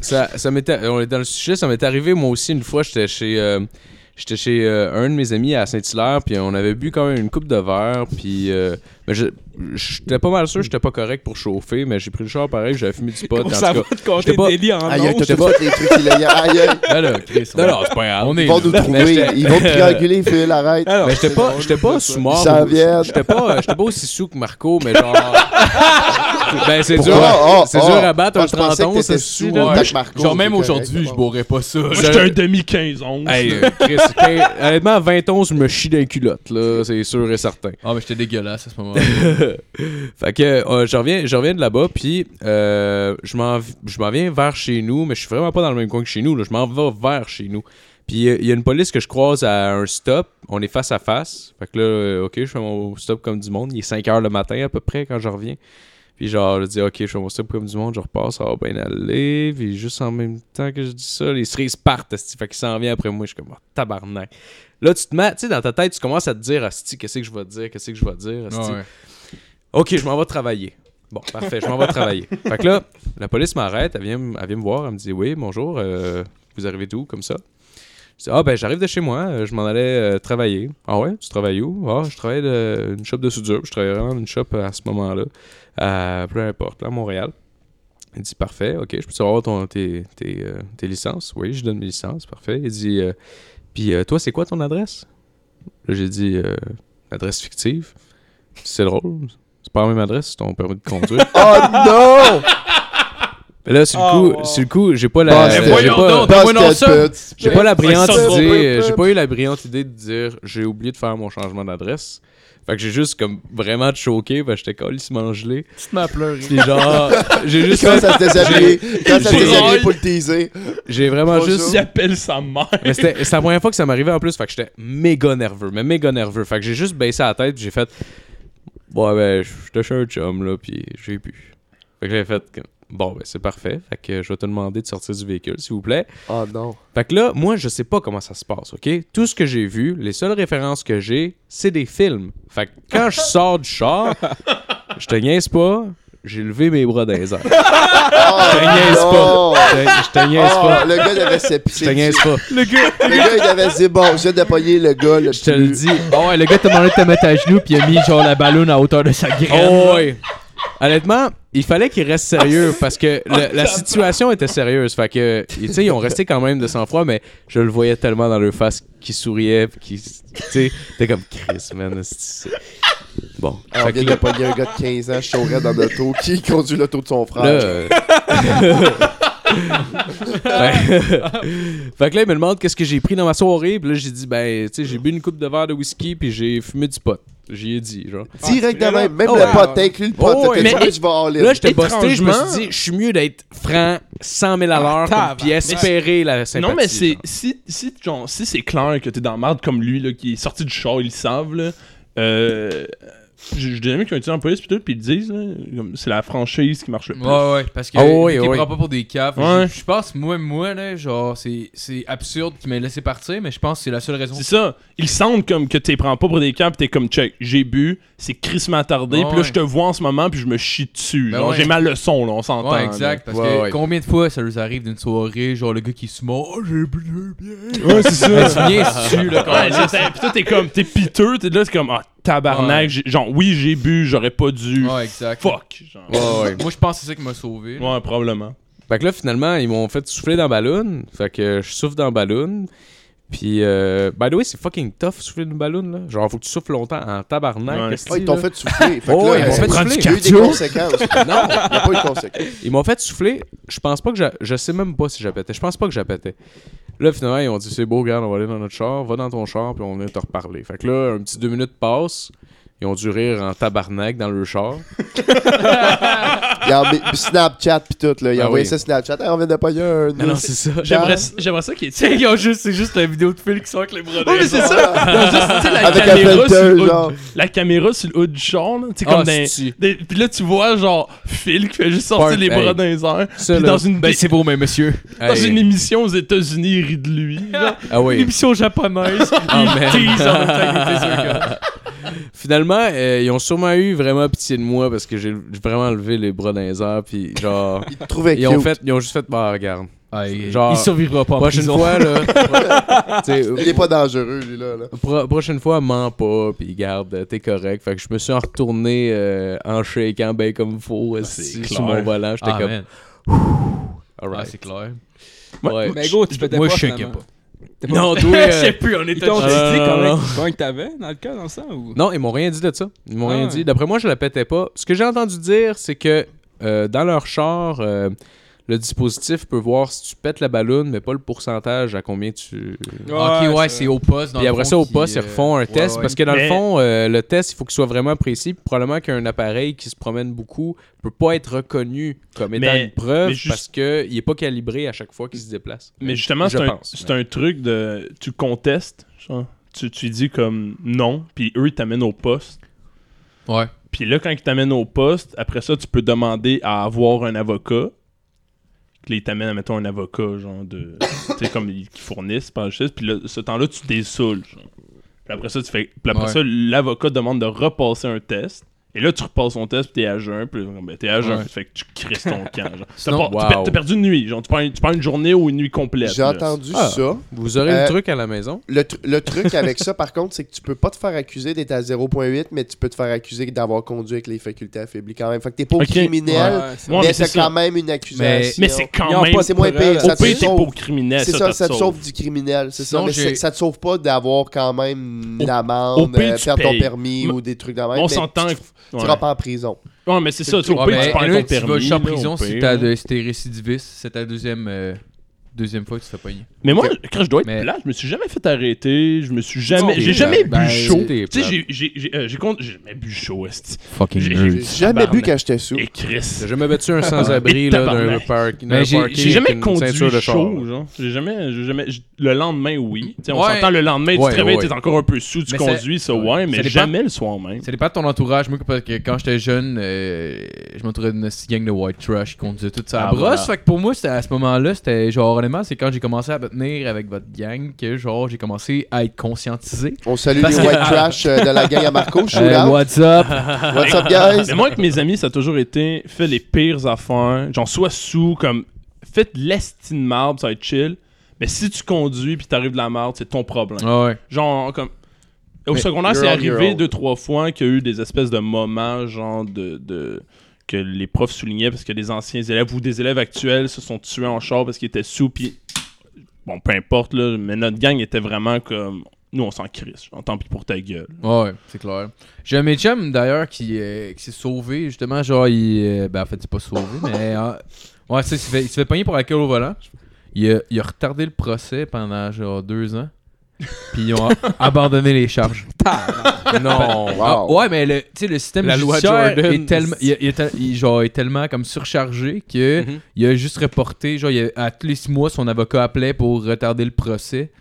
[SPEAKER 5] Ça, ça m'était, euh, on est dans le sujet, ça m'est arrivé moi aussi une fois, j'étais chez, euh, j'étais chez euh, un de mes amis à Saint-Hilaire, puis on avait bu quand même une coupe de verre, puis euh, mais je- j'étais pas mal sûr, que j'étais pas correct pour chauffer, mais j'ai pris le char pareil, j'avais fumé du pot. en
[SPEAKER 2] On
[SPEAKER 5] tout
[SPEAKER 2] s'en
[SPEAKER 5] cas.
[SPEAKER 2] va de compter
[SPEAKER 5] j'étais pas-
[SPEAKER 2] des délits en
[SPEAKER 6] Aïe,
[SPEAKER 2] nombre.
[SPEAKER 6] t'as tout fait les trucs illégaux. Aïe, aïe,
[SPEAKER 5] Ben
[SPEAKER 3] Là, là, Chris.
[SPEAKER 5] Non,
[SPEAKER 3] ouais.
[SPEAKER 5] non, c'est pas grave.
[SPEAKER 3] On est
[SPEAKER 6] ils vont nous
[SPEAKER 3] là.
[SPEAKER 6] trouver. Ils vont trianguler, Phil, arrête.
[SPEAKER 2] Alors,
[SPEAKER 5] Mais j'étais pas,
[SPEAKER 2] Ah, drôle,
[SPEAKER 5] j'étais pas
[SPEAKER 2] ça.
[SPEAKER 5] sous mort.
[SPEAKER 6] Ça vient.
[SPEAKER 5] J'étais pas, euh, j'étais pas aussi sous que Marco, mais genre. ben c'est dur,
[SPEAKER 6] Pourquoi? Oh,
[SPEAKER 5] c'est
[SPEAKER 6] oh.
[SPEAKER 5] dur à battre
[SPEAKER 6] Ah,
[SPEAKER 5] un
[SPEAKER 6] je pensais que
[SPEAKER 5] 31, c'est
[SPEAKER 6] t'étais sous,
[SPEAKER 5] sous.
[SPEAKER 6] hein.
[SPEAKER 5] là.
[SPEAKER 6] Tac, Marco,
[SPEAKER 3] Genre, même
[SPEAKER 6] c'est correct,
[SPEAKER 3] aujourd'hui,
[SPEAKER 6] c'est
[SPEAKER 3] je
[SPEAKER 6] bon.
[SPEAKER 3] bourrais pas ça.
[SPEAKER 4] Moi, j'étais un demi-15-11.
[SPEAKER 5] Hey, euh, Chris, quin- honnêtement, à 20 ans, je me chie d'un culotte, là, c'est sûr et certain.
[SPEAKER 3] Ah, mais j'étais dégueulasse à ce moment-là.
[SPEAKER 5] Fait que euh, je reviens, je reviens de là-bas, puis euh, je m'en vi- je m'en viens vers chez nous, mais je suis vraiment pas dans le même coin que chez nous. Là. Je m'en vais vers chez nous. Puis euh, il y a une police que je croise à un stop. On est face à face. Fait que là, euh, ok, je fais mon stop comme du monde. Il est 5 heures le matin à peu près quand je reviens. Puis genre, je dis, ok, je fais mon stop comme du monde, je repasse, ça va bien aller. Puis juste en même temps que je dis ça, les cerises partent. esti. Fait qu'il s'en vient après moi, je suis comme, oh, tabarnak. Là, tu te mets, tu sais, dans ta tête, tu commences à te dire, asti, qu'est-ce que je vais te dire, qu'est-ce que je vais te dire, asti.
[SPEAKER 3] Ouais.
[SPEAKER 5] OK, je m'en vais travailler. Bon, parfait, je m'en vais travailler. Fait que là, la police m'arrête, elle vient, m- elle vient me voir, elle me dit Oui, bonjour, euh, vous arrivez d'où comme ça Je dis Ah, ben j'arrive de chez moi, euh, je m'en allais euh, travailler. Ah ouais, tu travailles où Ah, je travaille dans une shop de soudure, puis je travaillais vraiment dans une shop à ce moment-là, à peu importe, là, à Montréal. Il dit Parfait, OK, je peux savoir ton, tes, tes, euh, tes licences Oui, je donne mes licences, parfait. Il dit euh, Puis euh, toi, c'est quoi ton adresse Là, j'ai dit euh, Adresse fictive. C'est drôle, c'est pas la même adresse, c'est ton permis de conduire.
[SPEAKER 6] Oh non!
[SPEAKER 5] Mais là, sur le
[SPEAKER 2] Oh,
[SPEAKER 5] coup,
[SPEAKER 2] wow.
[SPEAKER 5] sur le coup, j'ai pas
[SPEAKER 6] Bon,
[SPEAKER 5] la.
[SPEAKER 6] mais
[SPEAKER 5] j'ai
[SPEAKER 4] voyons
[SPEAKER 5] pas-
[SPEAKER 3] donc. Donne-moi donc ça.
[SPEAKER 6] Basket put.
[SPEAKER 5] J'ai pas la brillante
[SPEAKER 4] Ils sont
[SPEAKER 5] idée,
[SPEAKER 6] trompés,
[SPEAKER 5] euh,
[SPEAKER 6] peu.
[SPEAKER 5] j'ai pas eu la brillante idée de dire j'ai oublié de faire mon changement d'adresse. Fait que j'ai juste comme vraiment choqué, parce que j'étais colissement gelé.
[SPEAKER 1] Tu te mets à pleurer.
[SPEAKER 5] Puis genre, j'ai juste
[SPEAKER 6] Quand ça se déshabillait, quand ça se
[SPEAKER 5] j'ai-
[SPEAKER 6] déshabillait pour le teaser.
[SPEAKER 5] j'ai vraiment
[SPEAKER 6] Bonjour.
[SPEAKER 5] juste
[SPEAKER 4] J'appelle sa mère.
[SPEAKER 5] mais c'était c'est la première fois que ça m'arrivait en plus, fait que j'étais méga nerveux, mais méga nerveux. Fait que j'ai juste baissé la tête, puis j'ai fait "Ouais ben, j'étais chez un chum là, puis j'ai bu." Fait que j'ai fait comme, "Bon ben, c'est parfait. Fait que euh, je vais te demander de sortir du véhicule, s'il vous plaît."
[SPEAKER 6] Oh non.
[SPEAKER 5] Fait que là, moi, je sais pas comment ça se passe, OK? Tout ce que j'ai vu, les seules références que j'ai, c'est des films. Fait que quand je sors du char, je te niaise pas, j'ai levé mes bras dans les airs. Je
[SPEAKER 6] Je
[SPEAKER 5] te niaise pas. Je te- je te
[SPEAKER 6] Ah,
[SPEAKER 5] niaise pas.
[SPEAKER 6] Oh, Le gars, il avait se
[SPEAKER 5] Je te
[SPEAKER 6] pisser.
[SPEAKER 5] niaise
[SPEAKER 6] dessus.
[SPEAKER 5] pas.
[SPEAKER 1] Le gars,
[SPEAKER 6] Le gars, il avait dit bon, j'ai de pogner le gars. Le
[SPEAKER 5] Je te le
[SPEAKER 6] plus-
[SPEAKER 5] dis.
[SPEAKER 3] Ah ouais, le gars t'a demandé de te mettre à genoux, puis il a mis genre la ballonne à hauteur de sa graine.
[SPEAKER 5] Oh, ouais. Honnêtement, il fallait qu'ils restent sérieux parce que
[SPEAKER 3] Oh,
[SPEAKER 5] le- la situation était sérieuse. Fait que, tu sais, ils ont resté quand même de sang-froid, mais je le voyais tellement dans leur face qu'ils souriaient, puis qu'ils, tu sais, t'es comme Chris, man. c'est- Bon.
[SPEAKER 6] Ah, On
[SPEAKER 5] Fait que
[SPEAKER 6] vient de
[SPEAKER 5] là-
[SPEAKER 6] pogner un gars de 15 ans, chaurait dans l'auto, qui conduit l'auto de son frère.
[SPEAKER 5] Là, euh, fait que là, il me demande qu'est-ce que j'ai pris dans ma soirée. Puis là, j'ai dit, ben, tu sais, j'ai bu une coupe de verre de whisky, puis j'ai fumé du pot. J'y ai dit, genre.
[SPEAKER 6] Direct de
[SPEAKER 2] Ah,
[SPEAKER 6] même, même
[SPEAKER 5] oh,
[SPEAKER 6] le
[SPEAKER 5] ouais.
[SPEAKER 6] pot, t'inclus le pot,
[SPEAKER 5] Oh, ouais,
[SPEAKER 6] t'es
[SPEAKER 5] mais-
[SPEAKER 6] sûr que tu vas all in.
[SPEAKER 5] Là, j'étais busté, je me
[SPEAKER 3] étrangement-
[SPEAKER 5] suis dit, je suis mieux d'être franc 100 000 à l'heure,
[SPEAKER 2] Ah,
[SPEAKER 5] comme- puis espérer la sympathie.
[SPEAKER 4] Non, mais c'est
[SPEAKER 5] genre.
[SPEAKER 4] si, si, genre, si c'est clair que t'es dans la merde comme lui là, qui est sorti du char, ils le savent. Là, euh, j'ai j'ai des amis qui ont été en police pis tout, pis ils disent là, comme, c'est la franchise qui marche le plus.
[SPEAKER 3] Ouais, ouais, parce que
[SPEAKER 5] Ah ouais,
[SPEAKER 3] t'es
[SPEAKER 5] ouais.
[SPEAKER 3] prends pas pour des caves.
[SPEAKER 4] Ouais.
[SPEAKER 3] Je je pense, moi, moi, là, genre, c'est c'est absurde qu'il m'ait laissé partir, mais je pense que c'est la seule raison.
[SPEAKER 4] C'est ça. Ils sentent comme que t'es prends pas pour des camps, pis t'es comme check. J'ai bu, c'est crissement attardé,
[SPEAKER 3] Ah
[SPEAKER 4] pis là
[SPEAKER 3] ouais.
[SPEAKER 4] je te vois en ce moment, puis je me chie dessus.
[SPEAKER 3] Ben
[SPEAKER 4] Genre,
[SPEAKER 3] ouais.
[SPEAKER 4] J'ai mal le son, là, on s'entend.
[SPEAKER 3] Ouais, exact. Parce
[SPEAKER 5] Ouais,
[SPEAKER 3] que
[SPEAKER 5] ouais.
[SPEAKER 3] combien de fois ça nous arrive d'une soirée, genre le gars qui se mord, oh, j'ai bu bien.
[SPEAKER 4] Ouais, c'est ça.
[SPEAKER 3] Ben, tu viens dessus, là, quand
[SPEAKER 4] Ouais, c'est ça. Pis toi, t'es comme, t'es piteux, t'es là, c'est comme, ah, tabarnak,
[SPEAKER 3] Ouais.
[SPEAKER 4] j'ai- genre, oui, j'ai bu, j'aurais pas dû.
[SPEAKER 3] Ouais, exact.
[SPEAKER 4] Fuck. Genre.
[SPEAKER 5] Ouais, ouais.
[SPEAKER 3] Moi, je pense que c'est ça qui m'a sauvé. là.
[SPEAKER 4] Ouais, probablement.
[SPEAKER 5] Fait que là, finalement, ils m'ont fait souffler dans la ballon. Fait que euh, je souffle dans la ballon. Puis, euh, by the way, c'est fucking tough souffler une ballon, là. Genre, faut que tu souffles longtemps en tabarnak.
[SPEAKER 4] Ouais.
[SPEAKER 5] esti,
[SPEAKER 6] Ah, ils t'ont
[SPEAKER 5] là.
[SPEAKER 6] fait souffler. Fait que
[SPEAKER 5] Oh,
[SPEAKER 6] là,
[SPEAKER 5] ils m'ont
[SPEAKER 6] euh,
[SPEAKER 5] fait
[SPEAKER 4] prendre du
[SPEAKER 5] souffler.
[SPEAKER 6] il y a eu des conséquences. Non, il n'y a pas eu de conséquences.
[SPEAKER 5] Ils m'ont fait souffler. Je pense pas que j'a- je sais même pas si j'appétais. Je pense pas que j'appétais. Là, finalement, ils ont dit c'est beau, regarde, on va aller dans notre char, va dans ton char, puis on vient te reparler. Fait que là, un petit deux minutes passent. Ils ont dû rire en tabarnak dans le char.
[SPEAKER 6] Il a envoyé- puis Snapchat puis tout, là. Il a
[SPEAKER 5] Ah
[SPEAKER 6] envoyé
[SPEAKER 5] oui.
[SPEAKER 6] ça Snapchat. Ah, on vient de pogner un.
[SPEAKER 5] Non, non, c'est ça.
[SPEAKER 4] J'aimerais j'aimerais ça qu'il y ait.
[SPEAKER 1] Tu sais, ils ont juste- c'est juste la vidéo de Phil qui sort avec les bras
[SPEAKER 6] Ah,
[SPEAKER 4] Ouais, mais
[SPEAKER 1] des
[SPEAKER 4] c'est
[SPEAKER 1] gens.
[SPEAKER 4] ça! Ils ont juste, tu sais, la
[SPEAKER 6] Avec un
[SPEAKER 4] caméra sur le
[SPEAKER 6] filter,
[SPEAKER 4] hood-
[SPEAKER 6] genre.
[SPEAKER 4] La caméra sur le haut du char, là. Tu sais,
[SPEAKER 5] Ah,
[SPEAKER 4] comme dans.
[SPEAKER 5] c'est-tu.
[SPEAKER 4] des- Puis là, tu vois, genre, Phil qui fait juste
[SPEAKER 5] Part-
[SPEAKER 4] sortir les bras
[SPEAKER 5] hey.
[SPEAKER 4] dans les airs.
[SPEAKER 5] Ça,
[SPEAKER 4] Puis
[SPEAKER 5] là.
[SPEAKER 4] dans une,
[SPEAKER 3] Ben, c'est beau, mais monsieur.
[SPEAKER 4] dans
[SPEAKER 5] Hey.
[SPEAKER 4] une émission aux États-Unis, il rit de lui. là.
[SPEAKER 5] Ah
[SPEAKER 1] Une
[SPEAKER 5] oui.
[SPEAKER 1] émission japonaise.
[SPEAKER 5] Ah, man.
[SPEAKER 1] Tease en même
[SPEAKER 4] hein.
[SPEAKER 1] temps qu'il était sur le gars.
[SPEAKER 5] Finalement, euh, ils ont sûrement eu vraiment pitié de moi parce que j'ai j'ai vraiment levé les bras dans les airs. Puis genre,
[SPEAKER 6] Il te trouvait
[SPEAKER 5] ils ont,
[SPEAKER 6] cute.
[SPEAKER 5] fait, ils ont juste fait, bah regarde. Genre,
[SPEAKER 3] Genre, Ah, il survivra pas en
[SPEAKER 5] prochaine
[SPEAKER 3] prison.
[SPEAKER 5] fois, là. tu sais,
[SPEAKER 6] Il est pas dangereux, lui, là. là.
[SPEAKER 5] Pro- prochaine fois, mens pas, puis garde, euh, t'es correct. Fait que je me suis en retourné euh, en shaking ben comme faux euh, si-
[SPEAKER 4] clair.
[SPEAKER 5] sur mon volant. J'étais
[SPEAKER 3] Ah,
[SPEAKER 5] comme,
[SPEAKER 3] man. Ah,
[SPEAKER 5] alright.
[SPEAKER 3] c'est clair.
[SPEAKER 5] Ouais.
[SPEAKER 2] Mais go, tu pétais
[SPEAKER 3] Moi,
[SPEAKER 2] pas.
[SPEAKER 3] je
[SPEAKER 2] finalement.
[SPEAKER 3] shakais pas.
[SPEAKER 2] T'es pas-
[SPEAKER 5] Non, toi,
[SPEAKER 1] Je
[SPEAKER 5] euh,
[SPEAKER 1] sais plus, on
[SPEAKER 2] Ils
[SPEAKER 1] était
[SPEAKER 2] t'ont dit
[SPEAKER 5] Euh, non,
[SPEAKER 2] comment
[SPEAKER 5] non.
[SPEAKER 2] comment que t'avais dans le cas, dans le sang ou.
[SPEAKER 5] non, ils m'ont rien dit de ça. Ils m'ont
[SPEAKER 2] Ah
[SPEAKER 5] rien
[SPEAKER 2] ouais.
[SPEAKER 5] dit. D'après moi, je la pétais pas. Ce que j'ai entendu dire, c'est que euh, dans leur char, euh, le dispositif peut voir si tu pètes la ballonne, mais pas le pourcentage à combien tu.
[SPEAKER 3] ok, ouais, c'est au poste. Dans
[SPEAKER 5] Puis
[SPEAKER 3] le
[SPEAKER 5] après
[SPEAKER 3] fond,
[SPEAKER 5] ça, au
[SPEAKER 3] qui,
[SPEAKER 5] poste, ils
[SPEAKER 3] euh,
[SPEAKER 5] refont un test.
[SPEAKER 3] ouais.
[SPEAKER 5] Parce que dans le
[SPEAKER 4] Mais-
[SPEAKER 5] fond, euh, le test, il faut qu'il soit vraiment précis. puis Probablement qu'un appareil qui se promène beaucoup peut pas être reconnu comme étant
[SPEAKER 4] Mais-
[SPEAKER 5] une preuve
[SPEAKER 4] mais juste-
[SPEAKER 5] parce qu'il est pas calibré à chaque fois qu'il se déplace.
[SPEAKER 4] Mais justement,
[SPEAKER 5] Je
[SPEAKER 4] c'est un,
[SPEAKER 5] pense,
[SPEAKER 4] c'est un truc de. Tu contestes, genre. Tu, tu dis comme non, puis eux, ils t'amènent au poste.
[SPEAKER 3] Ouais.
[SPEAKER 4] Puis là, quand ils t'amènent au poste, après ça, tu peux demander à avoir un avocat. Que là, ils t'amènent, mettons, un avocat, genre, de. tu sais, comme ils qu'ils fournissent, par juste. Puis là, ce temps-là, tu désoules. Puis après ça, tu fais. Puis après
[SPEAKER 3] Ouais.
[SPEAKER 4] ça, l'avocat demande de repasser un test. Et là, tu repasses ton test, puis t'es à jeun. Puis là, ben, t'es à jeun.
[SPEAKER 3] Ouais.
[SPEAKER 4] Fait que tu crisses ton camp. Genre. T'as
[SPEAKER 3] Sinon-
[SPEAKER 4] pas- tu per-
[SPEAKER 5] Wow.
[SPEAKER 4] t'as perdu une nuit. Genre, tu prends, une- tu prends une journée ou une nuit complète.
[SPEAKER 6] J'ai
[SPEAKER 4] là.
[SPEAKER 6] entendu
[SPEAKER 5] Ah.
[SPEAKER 6] ça.
[SPEAKER 5] Vous aurez
[SPEAKER 6] Euh,
[SPEAKER 5] le truc à la maison.
[SPEAKER 6] Le, tr- le truc avec ça, par contre, c'est que tu peux pas te faire accuser d'être à 0.8, mais tu peux te faire accuser d'avoir conduit avec les facultés affaiblies quand même. Fait que t'es pas au
[SPEAKER 4] Ok.
[SPEAKER 6] criminel,
[SPEAKER 2] Ouais, c'est-
[SPEAKER 4] Ouais,
[SPEAKER 6] mais
[SPEAKER 4] mais c'est
[SPEAKER 6] c'est
[SPEAKER 4] ça.
[SPEAKER 6] quand même une accusation.
[SPEAKER 4] Mais c'est
[SPEAKER 2] Ils
[SPEAKER 4] quand
[SPEAKER 2] ont
[SPEAKER 4] même.
[SPEAKER 2] pas
[SPEAKER 6] C'est moins
[SPEAKER 2] de
[SPEAKER 6] pire.
[SPEAKER 2] preuves.
[SPEAKER 4] Au
[SPEAKER 6] Ça te
[SPEAKER 4] pire, t'es pas au
[SPEAKER 6] sauve.
[SPEAKER 4] criminel.
[SPEAKER 6] C'est
[SPEAKER 4] ça,
[SPEAKER 6] ça,
[SPEAKER 4] te
[SPEAKER 6] ça te
[SPEAKER 4] sauve.
[SPEAKER 6] sauve du criminel, c'est ça.
[SPEAKER 3] Sinon,
[SPEAKER 6] Mais
[SPEAKER 3] j'ai-
[SPEAKER 6] c'est- ça te sauve pas d'avoir quand même
[SPEAKER 4] Au- au
[SPEAKER 6] une amende,
[SPEAKER 4] pire,
[SPEAKER 6] euh,
[SPEAKER 4] tu
[SPEAKER 6] perdre ton
[SPEAKER 4] payes.
[SPEAKER 6] permis
[SPEAKER 4] Mais-
[SPEAKER 6] ou des trucs dans même.
[SPEAKER 4] On
[SPEAKER 6] mais
[SPEAKER 4] s'entend.
[SPEAKER 6] Tu
[SPEAKER 4] que-
[SPEAKER 6] tu
[SPEAKER 4] Ouais.
[SPEAKER 6] iras pas en prison.
[SPEAKER 4] Ouais, mais c'est ça. Tu sais, au
[SPEAKER 3] Ouais,
[SPEAKER 4] pire,
[SPEAKER 3] ben,
[SPEAKER 4] tu perds
[SPEAKER 3] là,
[SPEAKER 4] ton
[SPEAKER 3] tu vas
[SPEAKER 4] permis.
[SPEAKER 3] juste en
[SPEAKER 4] là, au
[SPEAKER 3] prison si
[SPEAKER 4] pire,
[SPEAKER 3] t'as
[SPEAKER 4] là.
[SPEAKER 3] de- si t'es récidiviste, c'est ta deuxième, euh, deuxième fois que tu te fais pogner.
[SPEAKER 4] Mais moi, quand je dois être
[SPEAKER 3] Mais-
[SPEAKER 4] plat, je me suis jamais fait arrêter. Je me suis jamais.
[SPEAKER 5] t'es
[SPEAKER 4] J'ai jamais
[SPEAKER 5] plate. Ben,
[SPEAKER 4] bu chaud.
[SPEAKER 5] t'es
[SPEAKER 4] Tu sais,
[SPEAKER 5] plate.
[SPEAKER 4] j'ai- j'ai- j'ai euh, j'ai con- j'ai jamais bu chaud, esti.
[SPEAKER 3] Fucking
[SPEAKER 4] J'ai- nerd.
[SPEAKER 6] J'ai jamais bu
[SPEAKER 4] Tabarnak.
[SPEAKER 6] quand j'étais sous.
[SPEAKER 4] Et Chris.
[SPEAKER 5] J'ai jamais battu un sans-abri
[SPEAKER 4] Et
[SPEAKER 5] là, d'un
[SPEAKER 4] tabarnak. Ben,
[SPEAKER 5] park. d'un
[SPEAKER 3] Mais j'ai-
[SPEAKER 5] parking
[SPEAKER 4] J'ai jamais
[SPEAKER 5] avec une
[SPEAKER 4] conduit
[SPEAKER 5] ceinture de char,
[SPEAKER 4] chaud,
[SPEAKER 5] là.
[SPEAKER 4] genre. J'ai jamais, j'ai jamais. j- Le lendemain, oui. Tu sais, on
[SPEAKER 3] Ouais.
[SPEAKER 4] s'entend le lendemain,
[SPEAKER 5] Ouais,
[SPEAKER 4] tu te réveilles,
[SPEAKER 5] ouais.
[SPEAKER 4] t'es encore un peu sous, tu
[SPEAKER 3] Mais ça-
[SPEAKER 4] conduis, ça,
[SPEAKER 3] ouais.
[SPEAKER 4] ouais,
[SPEAKER 3] Ça
[SPEAKER 4] mais
[SPEAKER 3] dépend-
[SPEAKER 4] jamais le soir même.
[SPEAKER 3] Ça dépend de ton entourage. Moi, parce que quand j'étais jeune, euh, je m'entourais d'une petite gang de white trash qui conduisait tout ça à
[SPEAKER 4] Ah,
[SPEAKER 3] la brosse.
[SPEAKER 4] voilà.
[SPEAKER 3] Fait que pour moi, c'était à ce moment-là, c'était genre, honnêtement, c'est quand j'ai commencé à me tenir avec votre gang que genre, j'ai commencé à être conscientisé.
[SPEAKER 6] On salue
[SPEAKER 3] Parce
[SPEAKER 6] les
[SPEAKER 3] que-
[SPEAKER 6] white trash euh, de la gang à Marco. Shout
[SPEAKER 3] Euh,
[SPEAKER 6] out.
[SPEAKER 3] what's up?
[SPEAKER 6] What's up, guys?
[SPEAKER 4] Mais moi, avec mes amis, ça a toujours été fais les pires affaires. Genre, sois sous, comme faites l'estime de marde, ça va être chill. Mais si tu conduis puis t'arrives de la marde, c'est ton problème.
[SPEAKER 3] Ah ouais.
[SPEAKER 4] Genre, comme. Au
[SPEAKER 3] Mais
[SPEAKER 4] secondaire,
[SPEAKER 6] you're
[SPEAKER 4] c'est
[SPEAKER 6] on your
[SPEAKER 4] arrivé
[SPEAKER 6] own.
[SPEAKER 4] deux, trois fois qu'il y a eu des espèces de moments, genre, de. de- que les profs soulignaient parce que des anciens élèves ou des élèves actuels se sont tués en char parce qu'ils étaient sous, puis. Bon, peu importe, là, mais notre gang était vraiment comme. Nous, on s'en crisse. genre, Tant pis pour ta gueule.
[SPEAKER 3] Ah Ouais, c'est clair. J'ai un de mes chums, d'ailleurs qui, euh, qui s'est sauvé, justement, genre il euh, ben en fait, il s'est pas sauvé, mais euh, ouais, tu sais, il s'est fait, il s'est fait pogner pour alcool au volant. Il a, il a retardé le procès pendant genre deux ans. Puis ils ont a- abandonné les charges.
[SPEAKER 5] Non.
[SPEAKER 3] Ah,
[SPEAKER 6] Wow.
[SPEAKER 4] oh.
[SPEAKER 3] ouais, mais le, tu sais, le système
[SPEAKER 5] La loi
[SPEAKER 3] judiciaire
[SPEAKER 5] Jordan.
[SPEAKER 3] est tellement il, il est tel- il- genre, est tellement comme surchargé que
[SPEAKER 5] Mhm.
[SPEAKER 3] il a juste reporté genre il a- à tous les six mois son avocat appelait pour retarder le procès.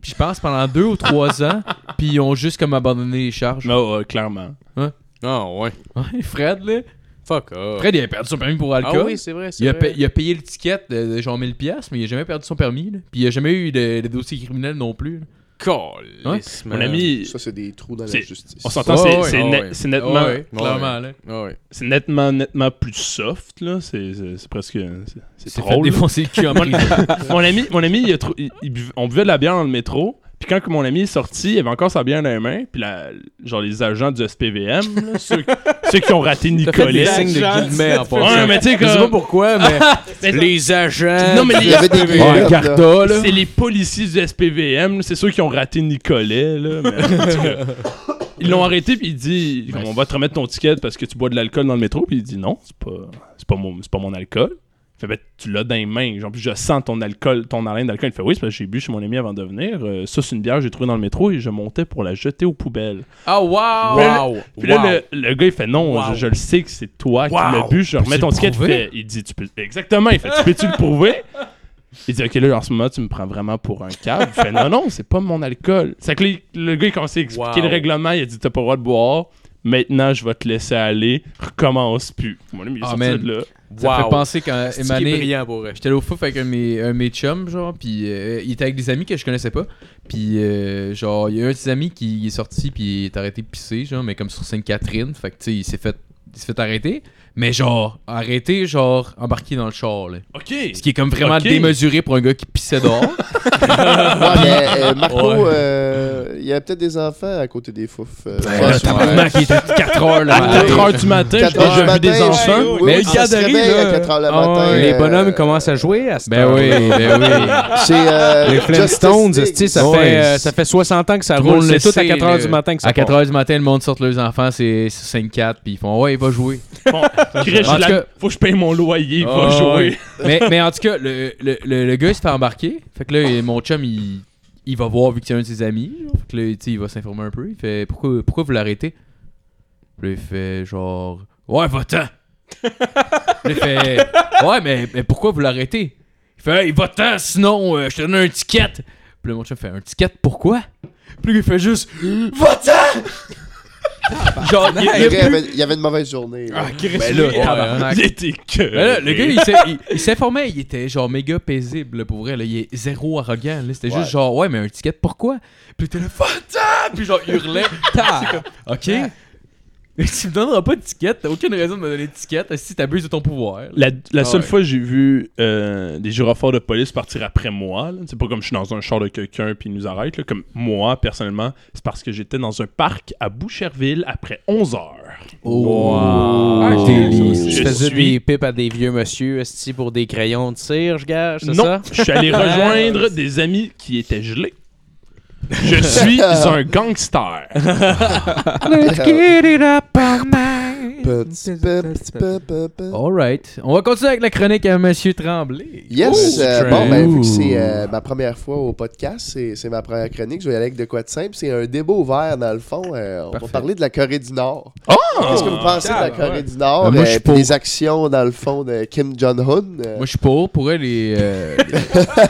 [SPEAKER 3] Puis je pense pendant deux ou trois ans, puis ils ont juste comme abandonné les charges.
[SPEAKER 4] Mais, ouais, clairement.
[SPEAKER 5] Ah ouais.
[SPEAKER 3] Ouais, Fred, là.
[SPEAKER 5] Fuck off.
[SPEAKER 3] Fred, il a perdu son permis pour
[SPEAKER 5] Ah
[SPEAKER 3] alcool.
[SPEAKER 5] oui, c'est vrai. c'est
[SPEAKER 3] il, a
[SPEAKER 5] vrai.
[SPEAKER 3] pa- il a payé l'étiquette de, de genre 1000$, piastres, mais il a jamais perdu son permis. là. Puis il a jamais eu de, de dossier criminel non plus. là.
[SPEAKER 5] Calisse,
[SPEAKER 4] Mon
[SPEAKER 5] man.
[SPEAKER 4] ami,
[SPEAKER 6] Ça, c'est des trous dans la
[SPEAKER 4] C'est-
[SPEAKER 6] justice.
[SPEAKER 4] on s'entend, c'est-
[SPEAKER 3] Ouais,
[SPEAKER 4] c'est
[SPEAKER 5] ouais,
[SPEAKER 4] net-
[SPEAKER 5] ouais.
[SPEAKER 4] c'est nettement.
[SPEAKER 3] Ouais, clairement. là.
[SPEAKER 5] Ah ouais.
[SPEAKER 4] c'est nettement, nettement plus soft, là. C'est, c'est- c'est presque. euh, C'est,
[SPEAKER 3] Il s'est fait
[SPEAKER 4] c'est drôle. là.
[SPEAKER 3] défoncer le cul en prison.
[SPEAKER 4] mon ami, mon ami il a trou- il- il buv- on buvait de la bière dans le métro. Puis quand que mon ami est sorti, il avait encore sa bière dans les mains. Puis la- genre les agents du SPVM, là, ceux, ceux qui ont raté
[SPEAKER 5] T'as fait des
[SPEAKER 4] Nicolas.
[SPEAKER 5] signes de guillemets en
[SPEAKER 4] Ouais,
[SPEAKER 5] passant.
[SPEAKER 4] mais tu sais,
[SPEAKER 5] Je sais pas
[SPEAKER 4] comme.
[SPEAKER 5] pourquoi, mais
[SPEAKER 4] Mais-
[SPEAKER 5] les agents.
[SPEAKER 4] Non, mais
[SPEAKER 6] Il
[SPEAKER 4] les-
[SPEAKER 6] y avait des
[SPEAKER 5] Ouais,
[SPEAKER 6] griffes, là.
[SPEAKER 3] Carta, là.
[SPEAKER 4] C'est les policiers du SPVM, là, c'est ceux qui ont raté Nicolet. Là, mais en tout cas, ils l'ont arrêté puis il dit comme, On va te remettre ton ticket parce que tu bois de l'alcool dans le métro. Puis il dit Non, c'est pas, c'est pas, mon, c'est pas mon alcool. Fait, ben, tu l'as dans les mains. Genre, puis je sens ton alcool, ton haleine d'alcool. Il fait, oui, c'est parce que j'ai bu chez mon ami avant de venir. Euh, ça, c'est une bière que j'ai trouvée dans le métro et je montais pour la jeter aux poubelles.
[SPEAKER 3] Ah, wow!
[SPEAKER 5] Wow!
[SPEAKER 4] Puis là, le, le gars, il fait non, je, je le sais que c'est toi qui l'as bu. Je remets
[SPEAKER 3] peux
[SPEAKER 4] ton
[SPEAKER 3] le
[SPEAKER 4] ticket. Il,
[SPEAKER 3] prouver?
[SPEAKER 4] fait, il dit, tu peux. Exactement, il fait, tu peux-tu le prouver? Il dit, ok, là, en ce moment, tu me prends vraiment pour un câble. Il fait, non, non, c'est pas mon alcool. C'est que là, il- le gars, il commence à expliquer
[SPEAKER 5] Wow.
[SPEAKER 4] le règlement. Il a dit, t'as pas le droit de boire. Maintenant, je vais te laisser aller. Recommence plus. Mon ami, il est sorti
[SPEAKER 3] Amen.
[SPEAKER 4] de là.
[SPEAKER 3] Ça me fait
[SPEAKER 5] Wow.
[SPEAKER 3] penser quand
[SPEAKER 5] C'est
[SPEAKER 3] Emané.
[SPEAKER 5] brillant pour eux.
[SPEAKER 3] J'étais allé au fouf avec un de mes, un de mes chums, genre, puis euh, il était avec des amis que je connaissais pas. Puis, euh, genre, il y a un de ses amis qui est sorti, puis il est arrêté de pisser, genre, mais comme sur Sainte-Catherine. Fait que, tu sais, il s'est fait, il s'est fait arrêter. Mais, genre, arrêté, genre, embarqué dans le char, là.
[SPEAKER 4] Ok.
[SPEAKER 3] Ce qui est comme vraiment
[SPEAKER 4] Ok.
[SPEAKER 3] démesuré pour un gars qui pissait dehors.
[SPEAKER 6] Ouais, mais, euh, Marco,
[SPEAKER 3] Ouais.
[SPEAKER 6] euh, il y a peut-être des enfants à côté des fouf. euh,
[SPEAKER 3] Ouais,
[SPEAKER 6] ouais,
[SPEAKER 3] le tabarnak, il était 4 heures le
[SPEAKER 6] À
[SPEAKER 5] Ah
[SPEAKER 3] matin.
[SPEAKER 4] À 4 heures du matin, j'ai
[SPEAKER 6] 4 heures du
[SPEAKER 4] déjà
[SPEAKER 6] matin,
[SPEAKER 4] vu des enfants.
[SPEAKER 6] oui,
[SPEAKER 3] Mais
[SPEAKER 6] oui, on se
[SPEAKER 5] garderie,
[SPEAKER 6] réveille
[SPEAKER 5] là. oh,
[SPEAKER 6] à 4 heures le
[SPEAKER 3] Ah,
[SPEAKER 6] matin.
[SPEAKER 5] Les
[SPEAKER 6] euh,
[SPEAKER 5] bonhommes commencent à jouer à ce
[SPEAKER 3] Ben oui, ben oui.
[SPEAKER 6] C'est euh,
[SPEAKER 5] Les
[SPEAKER 6] Justice
[SPEAKER 5] Flintstones,
[SPEAKER 6] League.
[SPEAKER 5] esti, ça,
[SPEAKER 3] Ouais.
[SPEAKER 5] fait, euh, ça fait 60 ans que ça
[SPEAKER 3] Tout le
[SPEAKER 5] roule.
[SPEAKER 3] monde le
[SPEAKER 5] C'est tout à
[SPEAKER 3] sait,
[SPEAKER 5] 4 h
[SPEAKER 4] euh,
[SPEAKER 3] le-
[SPEAKER 5] du matin que ça
[SPEAKER 3] À 4
[SPEAKER 5] part.
[SPEAKER 3] heures du matin, le monde sort leurs enfants, c'est 5-4, puis ils font Ouais, va jouer.
[SPEAKER 4] Bon, Chris,
[SPEAKER 3] En tout
[SPEAKER 4] la-
[SPEAKER 3] cas-
[SPEAKER 4] faut que je paye mon loyer, va
[SPEAKER 3] Ah,
[SPEAKER 4] jouer.
[SPEAKER 3] ouais. mais, mais en tout cas, le, le, le, le gars, il se fait embarquer. Fait que là, il- mon chum, il, il va voir, vu que c'est un de ses amis. genre. Fait que là, tu sais, il va s'informer un peu. Il fait Pourquoi, pourquoi vous l'arrêtez Puis là, il fait genre Ouais, va-t'en. Puis là, il fait Ouais, mais, mais pourquoi vous l'arrêtez Il fait Hey, va-t'en, sinon, euh, je te donne un ticket. Puis là, mon chum fait Un ticket, pourquoi Puis là, il fait juste Va-t'en Genre, il,
[SPEAKER 6] Il
[SPEAKER 3] il
[SPEAKER 6] y
[SPEAKER 3] a
[SPEAKER 6] avait-
[SPEAKER 3] plus-
[SPEAKER 6] il y avait une mauvaise journée. là.
[SPEAKER 3] Ben là,
[SPEAKER 4] Ouais,
[SPEAKER 3] tabarnak.
[SPEAKER 4] Il était que.
[SPEAKER 6] Euh,
[SPEAKER 3] Ben là, le gars, il s'est- il- il s'informait, il était genre méga paisible, là, pour vrai. Là. Il est zéro arrogant. là. C'était
[SPEAKER 6] Ouais.
[SPEAKER 3] juste genre, ouais, mais un ticket, pourquoi? Puis il était là, Fanta! Puis genre, il hurlait. Ta! C'est comme, ok. Mais tu me donneras pas de ticket, t'as aucune raison de me donner de ticket si t'abuses de ton pouvoir. là.
[SPEAKER 4] La, la seule
[SPEAKER 3] ouais.
[SPEAKER 4] fois que j'ai vu euh, des gyrophares de police partir après moi, là, c'est pas comme je suis dans un char de quelqu'un puis ils nous arrêtent. là, comme moi, personnellement, c'est parce que j'étais dans un parc à Boucherville après 11 heures.
[SPEAKER 5] Wow.
[SPEAKER 3] Ah, délice.
[SPEAKER 5] Tu
[SPEAKER 4] Je
[SPEAKER 5] faisais
[SPEAKER 4] suis-
[SPEAKER 5] des pipes à des vieux monsieur esti, pour des crayons de cire, je gage, c'est
[SPEAKER 4] Non,
[SPEAKER 5] ça?
[SPEAKER 4] je suis allé rejoindre des amis qui étaient gelés. Je suis un gangster.
[SPEAKER 6] Petit peu, petit peu, peu, peu.
[SPEAKER 3] Alright. On va continuer avec la chronique à Monsieur Tremblay.
[SPEAKER 6] Yes,
[SPEAKER 5] Oh,
[SPEAKER 6] euh,
[SPEAKER 5] straight.
[SPEAKER 6] bon, ben, vu que c'est
[SPEAKER 3] Ouh.
[SPEAKER 6] euh, ma première fois au podcast, c'est c'est ma première chronique, je vais y aller avec de quoi de simple. C'est un débat ouvert, dans le fond. euh, on
[SPEAKER 3] Parfait. Ah!
[SPEAKER 6] va parler de la Corée du Nord. Qu'est-ce que vous pensez de la
[SPEAKER 3] calme,
[SPEAKER 6] Corée
[SPEAKER 3] ouais.
[SPEAKER 6] du Nord
[SPEAKER 3] Ben, moi, je suis
[SPEAKER 6] et
[SPEAKER 3] pour.
[SPEAKER 6] les actions, dans le fond, de Kim Jong-un? euh,
[SPEAKER 3] Moi, je suis pour. Pour elle, les, euh,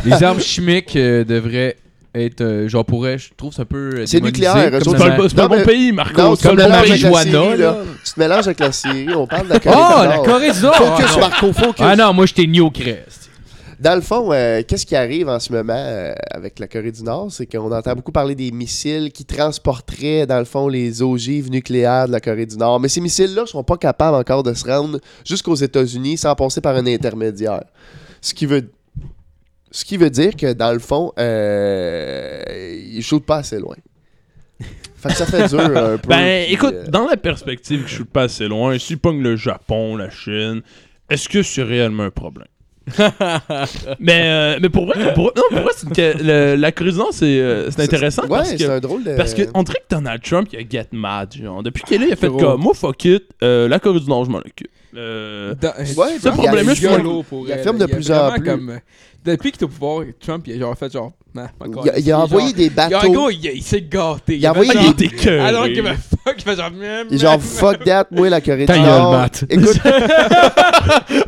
[SPEAKER 3] les, les armes chimiques euh, devraient être. euh, genre, pourraient, je trouve ça un peu. euh,
[SPEAKER 6] C'est
[SPEAKER 3] démonisé,
[SPEAKER 6] nucléaire,
[SPEAKER 3] comme
[SPEAKER 6] eux autres,
[SPEAKER 4] C'est
[SPEAKER 3] la-
[SPEAKER 4] pas, le- c'est pas
[SPEAKER 6] Non,
[SPEAKER 4] le bon
[SPEAKER 6] mais-
[SPEAKER 4] pays, Marco.
[SPEAKER 6] non,
[SPEAKER 4] c'est pas
[SPEAKER 6] tu
[SPEAKER 4] le
[SPEAKER 6] te
[SPEAKER 4] bon
[SPEAKER 6] mélanges
[SPEAKER 4] pays.
[SPEAKER 6] avec la
[SPEAKER 3] Joanna,
[SPEAKER 6] Syrie, là.
[SPEAKER 3] là.
[SPEAKER 6] Tu te mélanges avec la Syrie, on parle de la Corée
[SPEAKER 3] Oh,
[SPEAKER 6] du
[SPEAKER 3] la
[SPEAKER 6] Nord.
[SPEAKER 3] Corée du Nord!
[SPEAKER 6] Focus,
[SPEAKER 3] Ah, non.
[SPEAKER 6] Marco, focus.
[SPEAKER 3] Ah non, moi j'étais new au crest.
[SPEAKER 6] Dans le fond, euh, qu'est-ce qui arrive en ce moment euh, avec la Corée du Nord, c'est qu'on entend beaucoup parler des missiles qui transporteraient, dans le fond, les ogives nucléaires de la Corée du Nord. Mais ces missiles-là ne sont pas capables encore de se rendre jusqu'aux États-Unis sans passer par un intermédiaire. Ce qui veut, ce qui veut dire que, dans le fond, euh, ils ne shootent pas assez loin. Fait que ça fait dur un peu.
[SPEAKER 4] Ben,
[SPEAKER 6] puis,
[SPEAKER 4] écoute,
[SPEAKER 6] euh,
[SPEAKER 4] dans la perspective que je suis pas assez loin, si pogne le Japon, la Chine, est-ce que c'est réellement un problème? mais, euh, mais pour vrai, pour- non, pour vrai, c'est une que- le- la Corée du Nord, c'est euh, c'est intéressant
[SPEAKER 6] ouais, euh,
[SPEAKER 4] parce
[SPEAKER 6] c'est
[SPEAKER 4] que.
[SPEAKER 6] un drôle de.
[SPEAKER 4] Parce que, on dirait que Donald Trump, il a get mad, genre. Depuis qu'il est là, il a fait
[SPEAKER 2] Gros.
[SPEAKER 4] comme, moi, fuck it, euh, la Corée du Nord, je m'en occupe. Euh,
[SPEAKER 6] Ouais,
[SPEAKER 2] Ce
[SPEAKER 6] il y a-
[SPEAKER 4] problème-là, je
[SPEAKER 6] il y a-
[SPEAKER 4] suis
[SPEAKER 2] pour
[SPEAKER 6] il
[SPEAKER 2] elle,
[SPEAKER 6] affirme
[SPEAKER 2] là.
[SPEAKER 6] de
[SPEAKER 2] Il y a
[SPEAKER 6] plus en
[SPEAKER 2] vraiment
[SPEAKER 6] plus.
[SPEAKER 2] comme, euh, Depuis qu'il est au pouvoir, Trump, il a genre fait genre. Ah, Nah, ma
[SPEAKER 6] il
[SPEAKER 2] calice,
[SPEAKER 6] a, il a
[SPEAKER 2] genre-
[SPEAKER 6] envoyé des
[SPEAKER 2] il a-
[SPEAKER 6] bateaux.
[SPEAKER 2] en gros, il, il s'est gâté.
[SPEAKER 6] Il a
[SPEAKER 2] fait
[SPEAKER 6] envoyé
[SPEAKER 2] genre-
[SPEAKER 4] il était que.
[SPEAKER 2] Alors qu'il me fuck, il fait genre.
[SPEAKER 6] Il est genre fuck that, moi la Corée
[SPEAKER 3] Ta
[SPEAKER 6] du
[SPEAKER 3] gueule,
[SPEAKER 6] Nord.
[SPEAKER 3] Matt.
[SPEAKER 6] Écoute,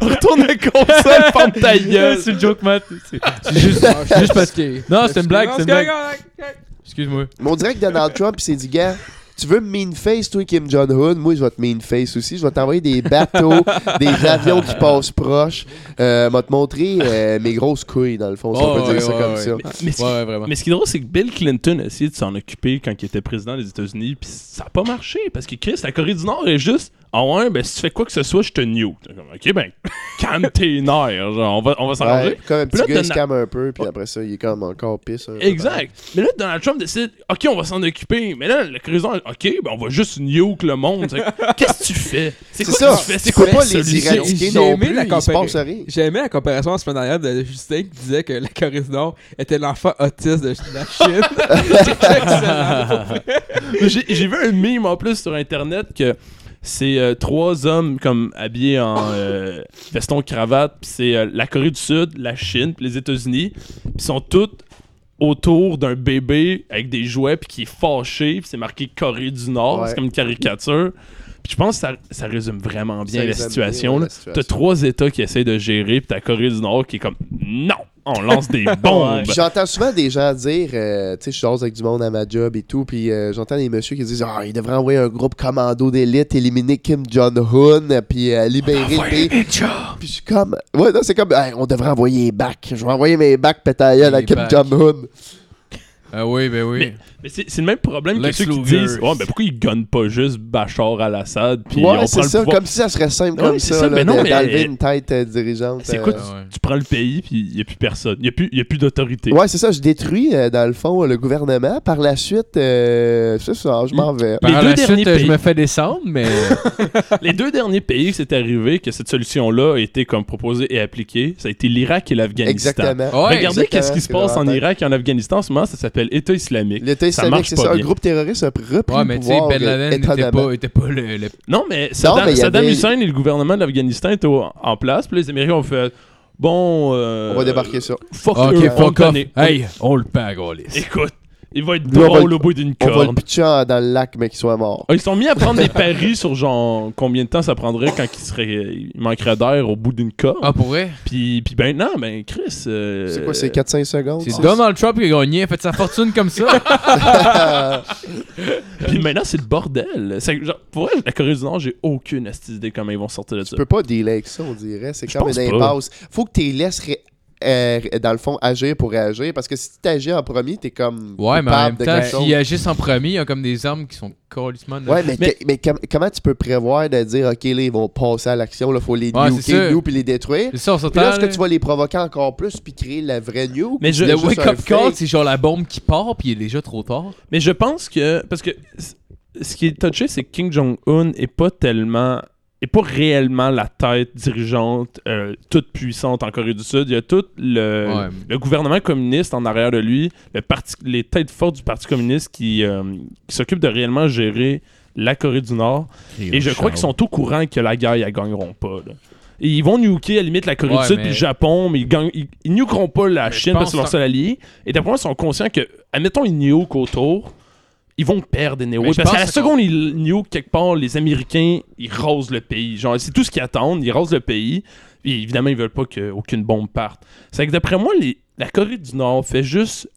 [SPEAKER 4] retourne à console, ferme ta gueule.
[SPEAKER 1] c'est une joke, Matt. C'est-
[SPEAKER 3] C'est juste,
[SPEAKER 6] Ah,
[SPEAKER 3] juste parce que. Non, c'est une blague, c'est une blague.
[SPEAKER 2] blague.
[SPEAKER 3] Excuse-moi.
[SPEAKER 6] mais on dirait que Donald Trump il s'est dit gars, tu veux me mean face toi Kim Jong Un, moi je vais te mean face aussi, je vais t'envoyer des bateaux, des avions qui passent proches, euh, m'a te montrer euh, mes grosses couilles dans le fond, si
[SPEAKER 3] Oh,
[SPEAKER 6] on peut
[SPEAKER 3] ouais,
[SPEAKER 6] dire ça
[SPEAKER 3] ouais,
[SPEAKER 6] comme
[SPEAKER 3] ouais.
[SPEAKER 6] ça.
[SPEAKER 4] Mais ce qui-
[SPEAKER 3] Ouais, ouais, vraiment.
[SPEAKER 4] Mais ce qui est drôle, c'est que Bill Clinton a essayé de s'en occuper quand il était président des États-Unis, puis ça a pas marché, parce que Chris, la Corée du Nord est juste « Ah ouais, ben si tu fais quoi que ce soit, je te nuke. » T'es comme, Ok, ben, calme tes nerfs, genre, on va, on va
[SPEAKER 6] Ouais,
[SPEAKER 4] s'arranger.
[SPEAKER 6] comme un
[SPEAKER 4] Puis
[SPEAKER 6] petit
[SPEAKER 4] là,
[SPEAKER 6] gars il se
[SPEAKER 4] Donald-
[SPEAKER 6] calme un peu, puis après ça il est comme encore pisse. un peu. hein.
[SPEAKER 4] Exact. Mais là, Donald Trump décide « Ok, on va s'en occuper. » Mais là, la Corée du Nord, « Ok, ben on va juste nuke le monde. C'est- » Qu'est-ce que tu fais? C'est
[SPEAKER 6] C'est
[SPEAKER 4] quoi
[SPEAKER 6] ça,
[SPEAKER 4] que tu fais? C'est
[SPEAKER 6] tu
[SPEAKER 4] quoi
[SPEAKER 6] peux
[SPEAKER 4] la
[SPEAKER 6] pas les
[SPEAKER 4] solution?
[SPEAKER 6] éradiquer
[SPEAKER 2] J'ai
[SPEAKER 6] non
[SPEAKER 2] aimé
[SPEAKER 6] plus,
[SPEAKER 2] la
[SPEAKER 6] il se
[SPEAKER 2] comparer.
[SPEAKER 6] passe rien.
[SPEAKER 2] J'ai aimé la comparaison en semaine dernière de Justin qui disait que la Corée du Nord était l'enfant autiste de la Chine. C'est excellent.
[SPEAKER 4] J'ai j'ai vu un meme en plus sur internet que C'est euh, trois hommes comme habillés en euh, veston cravate, puis c'est euh, la Corée du Sud, la Chine, puis les États-Unis, puis ils sont tous autour d'un bébé avec des jouets puis qui est fâché, puis c'est marqué Corée du Nord,
[SPEAKER 6] Ouais.
[SPEAKER 4] c'est comme une caricature. Puis je pense que ça, ça résume vraiment bien
[SPEAKER 6] Ça
[SPEAKER 4] la
[SPEAKER 6] résume
[SPEAKER 4] situation.
[SPEAKER 6] bien
[SPEAKER 4] là.
[SPEAKER 6] la situation.
[SPEAKER 4] T'as trois États qui essayent de gérer, puis t'as la Corée du Nord qui est comme non, on lance des
[SPEAKER 6] Puis
[SPEAKER 4] bombes.
[SPEAKER 6] J'entends souvent des gens dire, euh, tu sais, je jase avec du monde à ma job et tout, puis euh, j'entends des messieurs qui disent, ah, ils devraient envoyer un groupe commando d'élite, éliminer Kim Jong-un, puis euh, libérer le pays. Puis je suis comme, ouais, non, c'est comme, Hey, on devrait envoyer les bacs. Je vais envoyer mes bacs pétailleux à
[SPEAKER 3] Les
[SPEAKER 6] Kim
[SPEAKER 3] bacs.
[SPEAKER 6] Jong-un.
[SPEAKER 3] Ah oui, ben oui.
[SPEAKER 4] Mais- Mais c'est c'est le même problème que
[SPEAKER 3] Lex
[SPEAKER 4] ceux qui
[SPEAKER 3] Luger.
[SPEAKER 4] disent Ouais, mais pourquoi ils gunnent pas juste Bachar al-Assad puis on
[SPEAKER 6] Ouais,
[SPEAKER 4] prend
[SPEAKER 6] c'est
[SPEAKER 4] le
[SPEAKER 6] ça,
[SPEAKER 4] pouvoir.
[SPEAKER 6] comme si ça serait simple
[SPEAKER 4] Ouais,
[SPEAKER 6] comme
[SPEAKER 4] c'est
[SPEAKER 6] ça,
[SPEAKER 4] ça,
[SPEAKER 6] là,
[SPEAKER 4] mais non,
[SPEAKER 6] de-
[SPEAKER 4] mais-
[SPEAKER 6] d'enlever une tête euh, dirigeante.
[SPEAKER 4] C'est quoi,
[SPEAKER 6] euh,
[SPEAKER 3] Ah ouais.
[SPEAKER 4] Tu prends le pays puis il y a plus personne, il y a plus il y a plus d'autorité.
[SPEAKER 6] Ouais, c'est ça, je détruis, euh, dans le fond, le gouvernement. Par la suite, euh, c'est ça, je m'en vais.
[SPEAKER 4] Les
[SPEAKER 3] Par
[SPEAKER 4] deux
[SPEAKER 3] la suite,
[SPEAKER 4] derniers
[SPEAKER 3] euh,
[SPEAKER 4] pays-
[SPEAKER 3] je me fais descendre, mais
[SPEAKER 4] Les deux derniers pays que c'est arrivé que cette solution là a été comme proposée et appliquée, ça a été l'Irak et l'Afghanistan.
[SPEAKER 6] Exactement.
[SPEAKER 3] Ouais,
[SPEAKER 4] Regardez
[SPEAKER 6] exactement,
[SPEAKER 4] qu'est-ce qui se
[SPEAKER 6] c'est
[SPEAKER 4] passe en
[SPEAKER 6] vraiment-
[SPEAKER 4] Irak et en Afghanistan en ce moment, ça s'appelle État islamique.
[SPEAKER 6] L'État
[SPEAKER 4] Ça
[SPEAKER 6] islamique,
[SPEAKER 4] marche
[SPEAKER 6] c'est
[SPEAKER 4] pas
[SPEAKER 6] ça. Un
[SPEAKER 4] bien.
[SPEAKER 6] groupe terroriste a repris le
[SPEAKER 3] ouais, mais tu sais,
[SPEAKER 6] pouvoir,
[SPEAKER 3] Ben
[SPEAKER 6] euh,
[SPEAKER 3] Laden n'était
[SPEAKER 6] étonnamment.
[SPEAKER 3] pas, était pas le, le-
[SPEAKER 4] Non, mais Saddam,
[SPEAKER 6] mais il y
[SPEAKER 4] Saddam
[SPEAKER 6] avait-
[SPEAKER 4] Hussein et le gouvernement de l'Afghanistan étaient au- en place, puis les Américains ont fait bon euh,
[SPEAKER 6] On va débarquer ça.
[SPEAKER 4] Fuck
[SPEAKER 3] Ok,
[SPEAKER 4] eux, on
[SPEAKER 3] fuck
[SPEAKER 4] le
[SPEAKER 3] off.
[SPEAKER 4] connaît.
[SPEAKER 3] Hey, on le pague, on laisse.
[SPEAKER 4] Écoute, il va être
[SPEAKER 6] Là, on va
[SPEAKER 4] drôle
[SPEAKER 6] le-
[SPEAKER 4] au bout d'une
[SPEAKER 6] On va le
[SPEAKER 4] corde.
[SPEAKER 6] pitcher en- dans le lac, mais qu'il soit mort.
[SPEAKER 4] Ah, Ils sont mis à prendre des paris sur genre combien de temps ça prendrait quand il, serait, il manquerait d'air au bout d'une corde.
[SPEAKER 3] Ah, pour vrai?
[SPEAKER 4] Puis, puis ben non, ben Chris. euh,
[SPEAKER 6] C'est quoi, c'est 4-5 secondes?
[SPEAKER 3] C'est Donald Trump qui a gagné, il a fait sa fortune comme ça.
[SPEAKER 4] Puis maintenant, c'est le bordel. C'est- genre, pour vrai, la Corée du Nord, j'ai aucune astuce idée comment ils vont sortir de ça.
[SPEAKER 6] Tu peux pas dealer avec ça, on dirait. C'est
[SPEAKER 4] Je
[SPEAKER 6] comme
[SPEAKER 4] pense
[SPEAKER 6] une
[SPEAKER 4] pas.
[SPEAKER 6] impasse. Faut que tu les laisses, ré- euh, dans le fond, agir pour agir. Parce que si tu agis en premier, t'es comme.
[SPEAKER 3] Ouais, mais en
[SPEAKER 6] coupable
[SPEAKER 3] même
[SPEAKER 6] de
[SPEAKER 3] temps,
[SPEAKER 6] quelque chose.
[SPEAKER 3] s'ils agissent en premier, il y a comme des armes qui sont colissement.
[SPEAKER 6] Ouais, mais,
[SPEAKER 4] Mais-
[SPEAKER 6] que- mais com- comment tu peux prévoir de dire, OK, là, ils vont passer à l'action, là, faut les
[SPEAKER 3] Ouais, c'est
[SPEAKER 6] nuquer,
[SPEAKER 3] ça.
[SPEAKER 6] nous, puis les détruire.
[SPEAKER 3] C'est ça, on
[SPEAKER 6] Puis là, est-ce
[SPEAKER 3] s'entend.
[SPEAKER 6] que
[SPEAKER 3] là.
[SPEAKER 6] tu vas les provoquer encore plus, puis créer la vraie nuke?
[SPEAKER 4] Mais je-
[SPEAKER 3] Le
[SPEAKER 6] juste un
[SPEAKER 3] wake-up call,
[SPEAKER 6] fake?
[SPEAKER 3] c'est genre la bombe qui part, puis il est déjà trop tard.
[SPEAKER 4] Mais je pense que. Parce que c- ce qui est touché, c'est que Kim Jong-un est pas tellement. est pas réellement la tête dirigeante euh, toute puissante en Corée du Sud. Il y a tout le,
[SPEAKER 3] Ouais.
[SPEAKER 4] le gouvernement communiste en arrière de lui, le parti, les têtes fortes du Parti communiste qui, euh, qui s'occupent de réellement gérer la Corée du Nord. Et je crois qu'ils sont au courant que la guerre, ils la gagneront pas. là. Et ils vont nuker à la limite la Corée
[SPEAKER 3] Ouais,
[SPEAKER 4] du Sud
[SPEAKER 3] mais-
[SPEAKER 4] puis le Japon, mais ils, gang- ils, ils nukeront pas la
[SPEAKER 3] je
[SPEAKER 4] Chine parce que c'est leur
[SPEAKER 3] pense
[SPEAKER 4] seul allié. Et d'après moi, ils sont conscients que, admettons, ils nukent autour, ils vont perdre anyway.
[SPEAKER 3] Mais je
[SPEAKER 4] Parce qu'à
[SPEAKER 3] pense
[SPEAKER 4] la
[SPEAKER 3] que-
[SPEAKER 4] seconde, ils nukent quelque part, les Américains, ils rasent le pays. Genre, c'est tout ce qu'ils attendent, ils rasent le pays. Et évidemment, ils veulent pas qu'aucune bombe parte. C'est que d'après moi, les- la Corée du Nord fait juste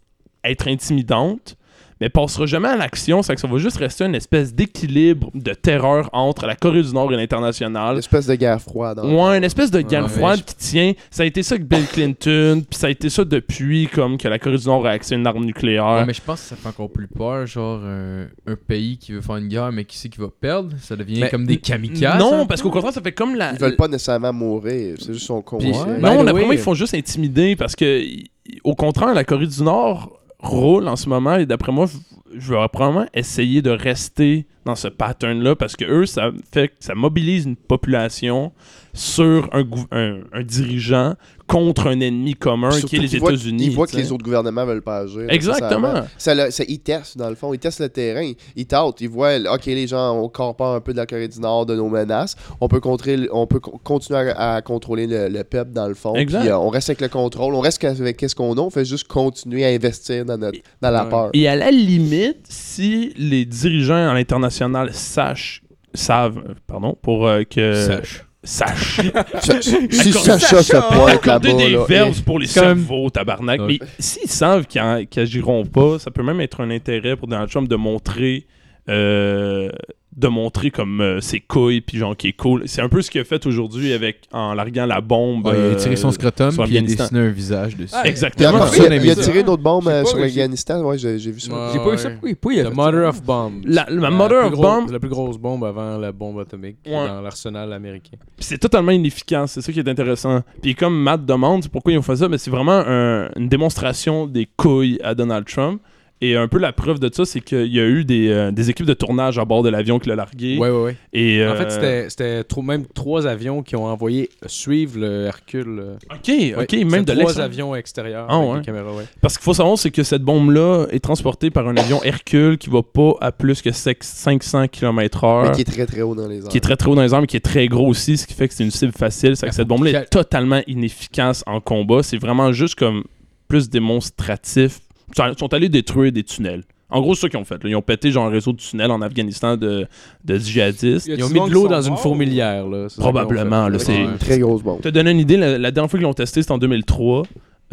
[SPEAKER 4] être intimidante, mais passera jamais à l'action. C'est que ça va juste rester une espèce d'équilibre de terreur entre la Corée du Nord et
[SPEAKER 6] Une
[SPEAKER 4] l'international.
[SPEAKER 6] espèce de guerre froide. hein.
[SPEAKER 4] Ouais, une espèce de guerre
[SPEAKER 3] Ouais,
[SPEAKER 4] froide qui tient. Ça a été ça que Bill Clinton, puis ça a été ça depuis comme que la Corée du Nord a accès à une arme
[SPEAKER 3] Ouais,
[SPEAKER 4] nucléaire.
[SPEAKER 3] mais je pense que ça fait encore plus peur, genre un, un pays qui veut faire une guerre, mais qui sait qu'il va perdre. Ça devient
[SPEAKER 4] Mais-
[SPEAKER 3] comme des kamikazes.
[SPEAKER 4] non,
[SPEAKER 3] hein.
[SPEAKER 4] parce qu'au contraire, ça fait comme la.
[SPEAKER 6] Ils veulent pas nécessairement mourir. C'est juste son con.
[SPEAKER 3] Puis-
[SPEAKER 6] hein.
[SPEAKER 3] By
[SPEAKER 4] ben, Non,
[SPEAKER 3] the
[SPEAKER 4] d'après
[SPEAKER 3] way,
[SPEAKER 4] moi, ils font juste intimider parce que, i- au contraire, la Corée du Nord roule en ce moment et d'après moi, je- je vais probablement essayer de rester dans ce pattern-là parce que eux, ça fait que ça mobilise une population sur un, gou- un- un dirigeant contre un ennemi commun
[SPEAKER 6] Surtout
[SPEAKER 4] qui est les
[SPEAKER 6] qu'ils voient-
[SPEAKER 4] États-Unis.
[SPEAKER 6] Ils voient que
[SPEAKER 4] tu sais.
[SPEAKER 6] les autres gouvernements veulent pas agir.
[SPEAKER 4] Exactement.
[SPEAKER 6] nécessairement. Ça, le- ça, ils testent, dans le fond. Ils testent le terrain. Ils tâtent. Ils voient, OK, les gens, on corpore un peu de la Corée du Nord, de nos menaces. On peut, contrer, le- on peut co- continuer à, à contrôler le, le peuple, dans le fond.
[SPEAKER 4] Exact.
[SPEAKER 6] Puis, euh, on reste avec le contrôle. On reste avec qu'est-ce qu'on a. On fait juste continuer à investir dans, notre, dans la
[SPEAKER 5] Ouais.
[SPEAKER 6] peur.
[SPEAKER 4] Et à la limite, si les dirigeants à l'international sachent, savent, euh, pardon, pour euh, que.
[SPEAKER 3] Sache.
[SPEAKER 4] Sachent.
[SPEAKER 6] Ça- si
[SPEAKER 4] Accorder-
[SPEAKER 6] Sacha se pointe là-bas,
[SPEAKER 4] Accorder des
[SPEAKER 6] là,
[SPEAKER 4] verbes pour les
[SPEAKER 3] c'est quand même-
[SPEAKER 4] cerveaux, tabarnak.
[SPEAKER 3] Ouais.
[SPEAKER 4] Mais s'ils savent qu'ils en- qu'ils agiront pas, ça peut même être un intérêt pour Donald Trump de montrer. euh, de montrer comme euh, ses couilles puis genre qui est cool c'est un peu ce qu'il a fait aujourd'hui avec en larguant la bombe
[SPEAKER 3] Ouais, il a
[SPEAKER 4] euh,
[SPEAKER 3] tiré son scrotum,
[SPEAKER 4] sur
[SPEAKER 3] puis il a
[SPEAKER 4] l'Afghanistan.
[SPEAKER 3] dessiné un visage dessus.
[SPEAKER 2] Ah,
[SPEAKER 6] Il a,
[SPEAKER 4] exactement
[SPEAKER 2] Vraiment.
[SPEAKER 6] il a- il a
[SPEAKER 2] Ça.
[SPEAKER 6] tiré une autre bombe
[SPEAKER 2] J'ai
[SPEAKER 6] euh,
[SPEAKER 2] pas
[SPEAKER 6] sur
[SPEAKER 2] eu-
[SPEAKER 6] l'Afghanistan. Ouais, j'ai j'ai vu ça.
[SPEAKER 5] Ouais.
[SPEAKER 2] J'ai pas eu ça. Pourquoi, pourquoi il a
[SPEAKER 5] The
[SPEAKER 2] fait
[SPEAKER 5] Mother of Bombs.
[SPEAKER 4] la, la
[SPEAKER 5] Euh,
[SPEAKER 4] mother
[SPEAKER 5] plus
[SPEAKER 4] of
[SPEAKER 5] gros-
[SPEAKER 4] bomb
[SPEAKER 5] La plus grosse bombe avant la bombe atomique qui est
[SPEAKER 4] Ouais.
[SPEAKER 5] dans l'arsenal américain.
[SPEAKER 4] Puis c'est totalement inefficace, c'est ça qui est intéressant. Puis comme Matt demande pourquoi ils ont fait ça, mais c'est vraiment un- une démonstration des couilles à Donald Trump. Et un peu la preuve de ça, c'est qu'il y a eu des, euh, des équipes de tournage à bord de l'avion qui l'a largué.
[SPEAKER 5] Ouais, ouais, ouais.
[SPEAKER 4] Et,
[SPEAKER 5] En fait,
[SPEAKER 4] euh,
[SPEAKER 5] c'était- c'était trop- même trois avions qui ont envoyé suivre le Hercule. euh.
[SPEAKER 4] Ok, ok,
[SPEAKER 5] Ouais,
[SPEAKER 4] même
[SPEAKER 5] c'est
[SPEAKER 4] de
[SPEAKER 5] trois
[SPEAKER 4] l'extérieur.
[SPEAKER 5] avions extérieurs
[SPEAKER 4] Ah,
[SPEAKER 5] avec
[SPEAKER 4] ouais.
[SPEAKER 5] des caméras, ouais.
[SPEAKER 4] Parce qu'il faut savoir, c'est que cette bombe-là est transportée par un avion Hercule qui va pas à plus que 5- 500
[SPEAKER 6] Mais
[SPEAKER 4] km/h.
[SPEAKER 6] qui est très très haut dans les airs.
[SPEAKER 4] qui est très très haut dans les armes, qui est très gros aussi, ce qui fait que c'est une cible facile. C'est que cette bombe-là est totalement inefficace en combat. C'est vraiment juste comme plus démonstratif. Ils sont- sont allés détruire des tunnels. En gros, c'est ça qu'ils ont fait. là. Ils ont pété genre un réseau de tunnels en Afghanistan de, de djihadistes.
[SPEAKER 5] Ils ont mis de l'eau dans une fourmilière. Là, c'est ça qu'ils ont
[SPEAKER 4] Probablement,
[SPEAKER 5] fait.
[SPEAKER 4] là, c'est-
[SPEAKER 6] Une très grosse bombe.
[SPEAKER 4] Je te donner une idée, la, la dernière fois qu'ils l'ont testé, c'était en 2003.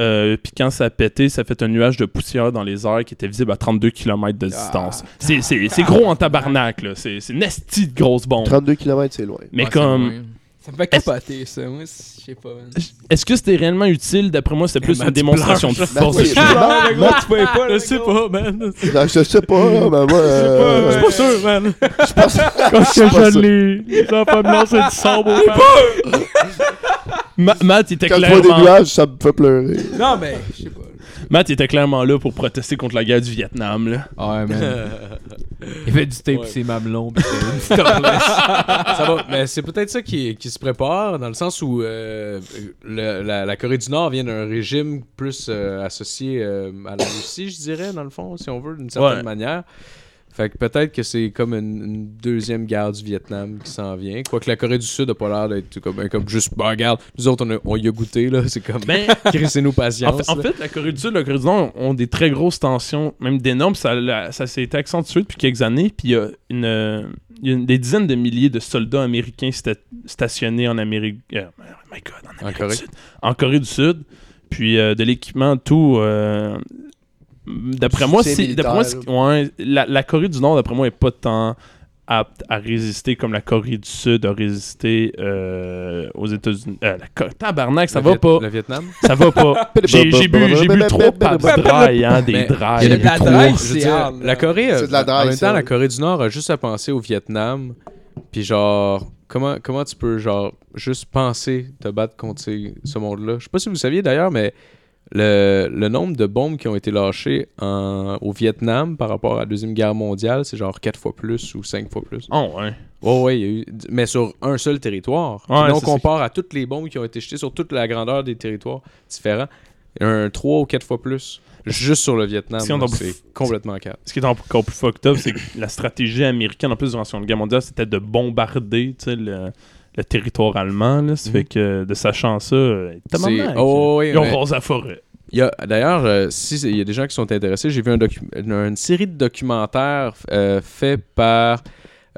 [SPEAKER 4] Euh, Puis quand ça a pété, ça a fait un nuage de poussière dans les airs qui était visible à 32 km de distance. C'est- C'est c'est gros en tabarnak, là. C'est c'est une esti de grosse bombe.
[SPEAKER 6] 32 km, c'est loin.
[SPEAKER 4] Mais comme...
[SPEAKER 2] Ça me fait capoter, ça. Moi, c'est- je sais pas. man.
[SPEAKER 4] Est-ce que c'était réellement utile? D'après moi, c'était plus une démonstration de
[SPEAKER 6] Ben
[SPEAKER 4] force.
[SPEAKER 6] oui,
[SPEAKER 4] Je
[SPEAKER 6] ben, ben,
[SPEAKER 2] Tu pouvais pas, là,
[SPEAKER 1] Je sais pas, Oh, man.
[SPEAKER 6] ben, je sais pas, là, mais moi. euh,
[SPEAKER 1] Je suis pas sûr, man.
[SPEAKER 6] je pense-
[SPEAKER 1] Quand
[SPEAKER 6] suis pas sûr.
[SPEAKER 1] les, les enfants me lancent du sang, beau père.
[SPEAKER 4] Ma- Matt, il était
[SPEAKER 6] Quand je vois des
[SPEAKER 4] clairement...
[SPEAKER 6] nuages, ça me fait pleurer.
[SPEAKER 2] Non, mais je sais pas.
[SPEAKER 4] Matt, il était clairement là pour protester contre la guerre du Vietnam. Là.
[SPEAKER 3] Ah Ouais,
[SPEAKER 4] Euh,
[SPEAKER 3] man. Il fait du tape pis ses mamelons. pis c'est-
[SPEAKER 5] Ça va, mais c'est peut-être ça qui, qui se prépare, dans le sens où euh, le- la, la Corée du Nord vient d'un régime plus euh, associé euh, à la Russie, je dirais, dans le fond, si on veut, d'une certaine
[SPEAKER 4] Ouais.
[SPEAKER 5] manière. Fait que peut-être que c'est comme une, une deuxième guerre du Vietnam qui s'en vient. Quoique la Corée du Sud a pas l'air d'être comme, comme juste, bah regarde, nous autres, on, a- on y a goûté, là. C'est comme,
[SPEAKER 4] Ben,
[SPEAKER 5] crissez-nous
[SPEAKER 4] en,
[SPEAKER 5] patience.
[SPEAKER 4] fait- en fait, la Corée du Sud et la Corée du Nord ont des très grosses tensions, même d'énormes. Ça, la- ça s'est accentué depuis quelques années. Puis il y a, une, euh, il y a une- des dizaines de milliers de soldats américains sta- stationnés en Amérique. euh, oh my God, en
[SPEAKER 5] en
[SPEAKER 4] Amérique
[SPEAKER 5] Corée.
[SPEAKER 4] du Sud. En Corée du Sud. Puis euh, de l'équipement, tout. euh, d'après moi,
[SPEAKER 6] Soutien
[SPEAKER 4] c'est. D'après moi, c'est- ouais, la, la Corée du Nord, d'après moi, est pas tant apte à résister comme la Corée du Sud a résisté euh, aux États-Unis. Euh, la Co- Tabarnak, ça
[SPEAKER 5] Le
[SPEAKER 4] va
[SPEAKER 5] Viet-
[SPEAKER 4] pas.
[SPEAKER 5] Le Vietnam?
[SPEAKER 4] Ça va pas. J'ai j'ai bu, j'ai bu trois papes dry, hein, des
[SPEAKER 5] Mais-
[SPEAKER 4] dry.
[SPEAKER 5] Il y a
[SPEAKER 2] de la
[SPEAKER 5] plus trois, je
[SPEAKER 2] drive,
[SPEAKER 5] veux
[SPEAKER 2] c'est
[SPEAKER 5] dire,
[SPEAKER 2] hard, là.
[SPEAKER 5] La Corée,
[SPEAKER 6] C'est
[SPEAKER 5] euh,
[SPEAKER 6] de la drive,
[SPEAKER 5] en même
[SPEAKER 6] ça.
[SPEAKER 5] temps, la Corée du Nord a juste à penser au Vietnam. Puis genre, comment, comment tu peux genre juste penser te battre contre ces- ce monde-là? Je sais pas si vous saviez d'ailleurs, mais le, le nombre de bombes qui ont été lâchées en- au Vietnam par rapport à la Deuxième Guerre mondiale, c'est genre 4 fois plus ou 5 fois plus.
[SPEAKER 4] Oh, ouais.
[SPEAKER 5] Oh ouais, il y a eu- mais sur un seul territoire.
[SPEAKER 4] Ouais,
[SPEAKER 5] Donc
[SPEAKER 4] c'est
[SPEAKER 5] on
[SPEAKER 4] ça.
[SPEAKER 5] part à toutes les bombes qui ont été jetées sur toute la grandeur des territoires différents. Un 3 ou 4 fois plus. Juste sur le Vietnam.
[SPEAKER 4] Si on
[SPEAKER 5] là,
[SPEAKER 4] en-
[SPEAKER 5] C'est complètement calme.
[SPEAKER 4] Ce qui est encore plus fucked up, c'est que la stratégie américaine, en plus, durant la Seconde Guerre mondiale, c'était de bombarder tu sais, le, le territoire allemand. Là. Ça fait que de sachant ça, euh, tabarnak,
[SPEAKER 5] Oh, ouais,
[SPEAKER 4] ils ont
[SPEAKER 5] mais-
[SPEAKER 4] rasé la forêt.
[SPEAKER 5] Il y a- D'ailleurs, euh, si il y a des gens qui sont intéressés, j'ai vu un docu- une, une série de documentaires euh, fait par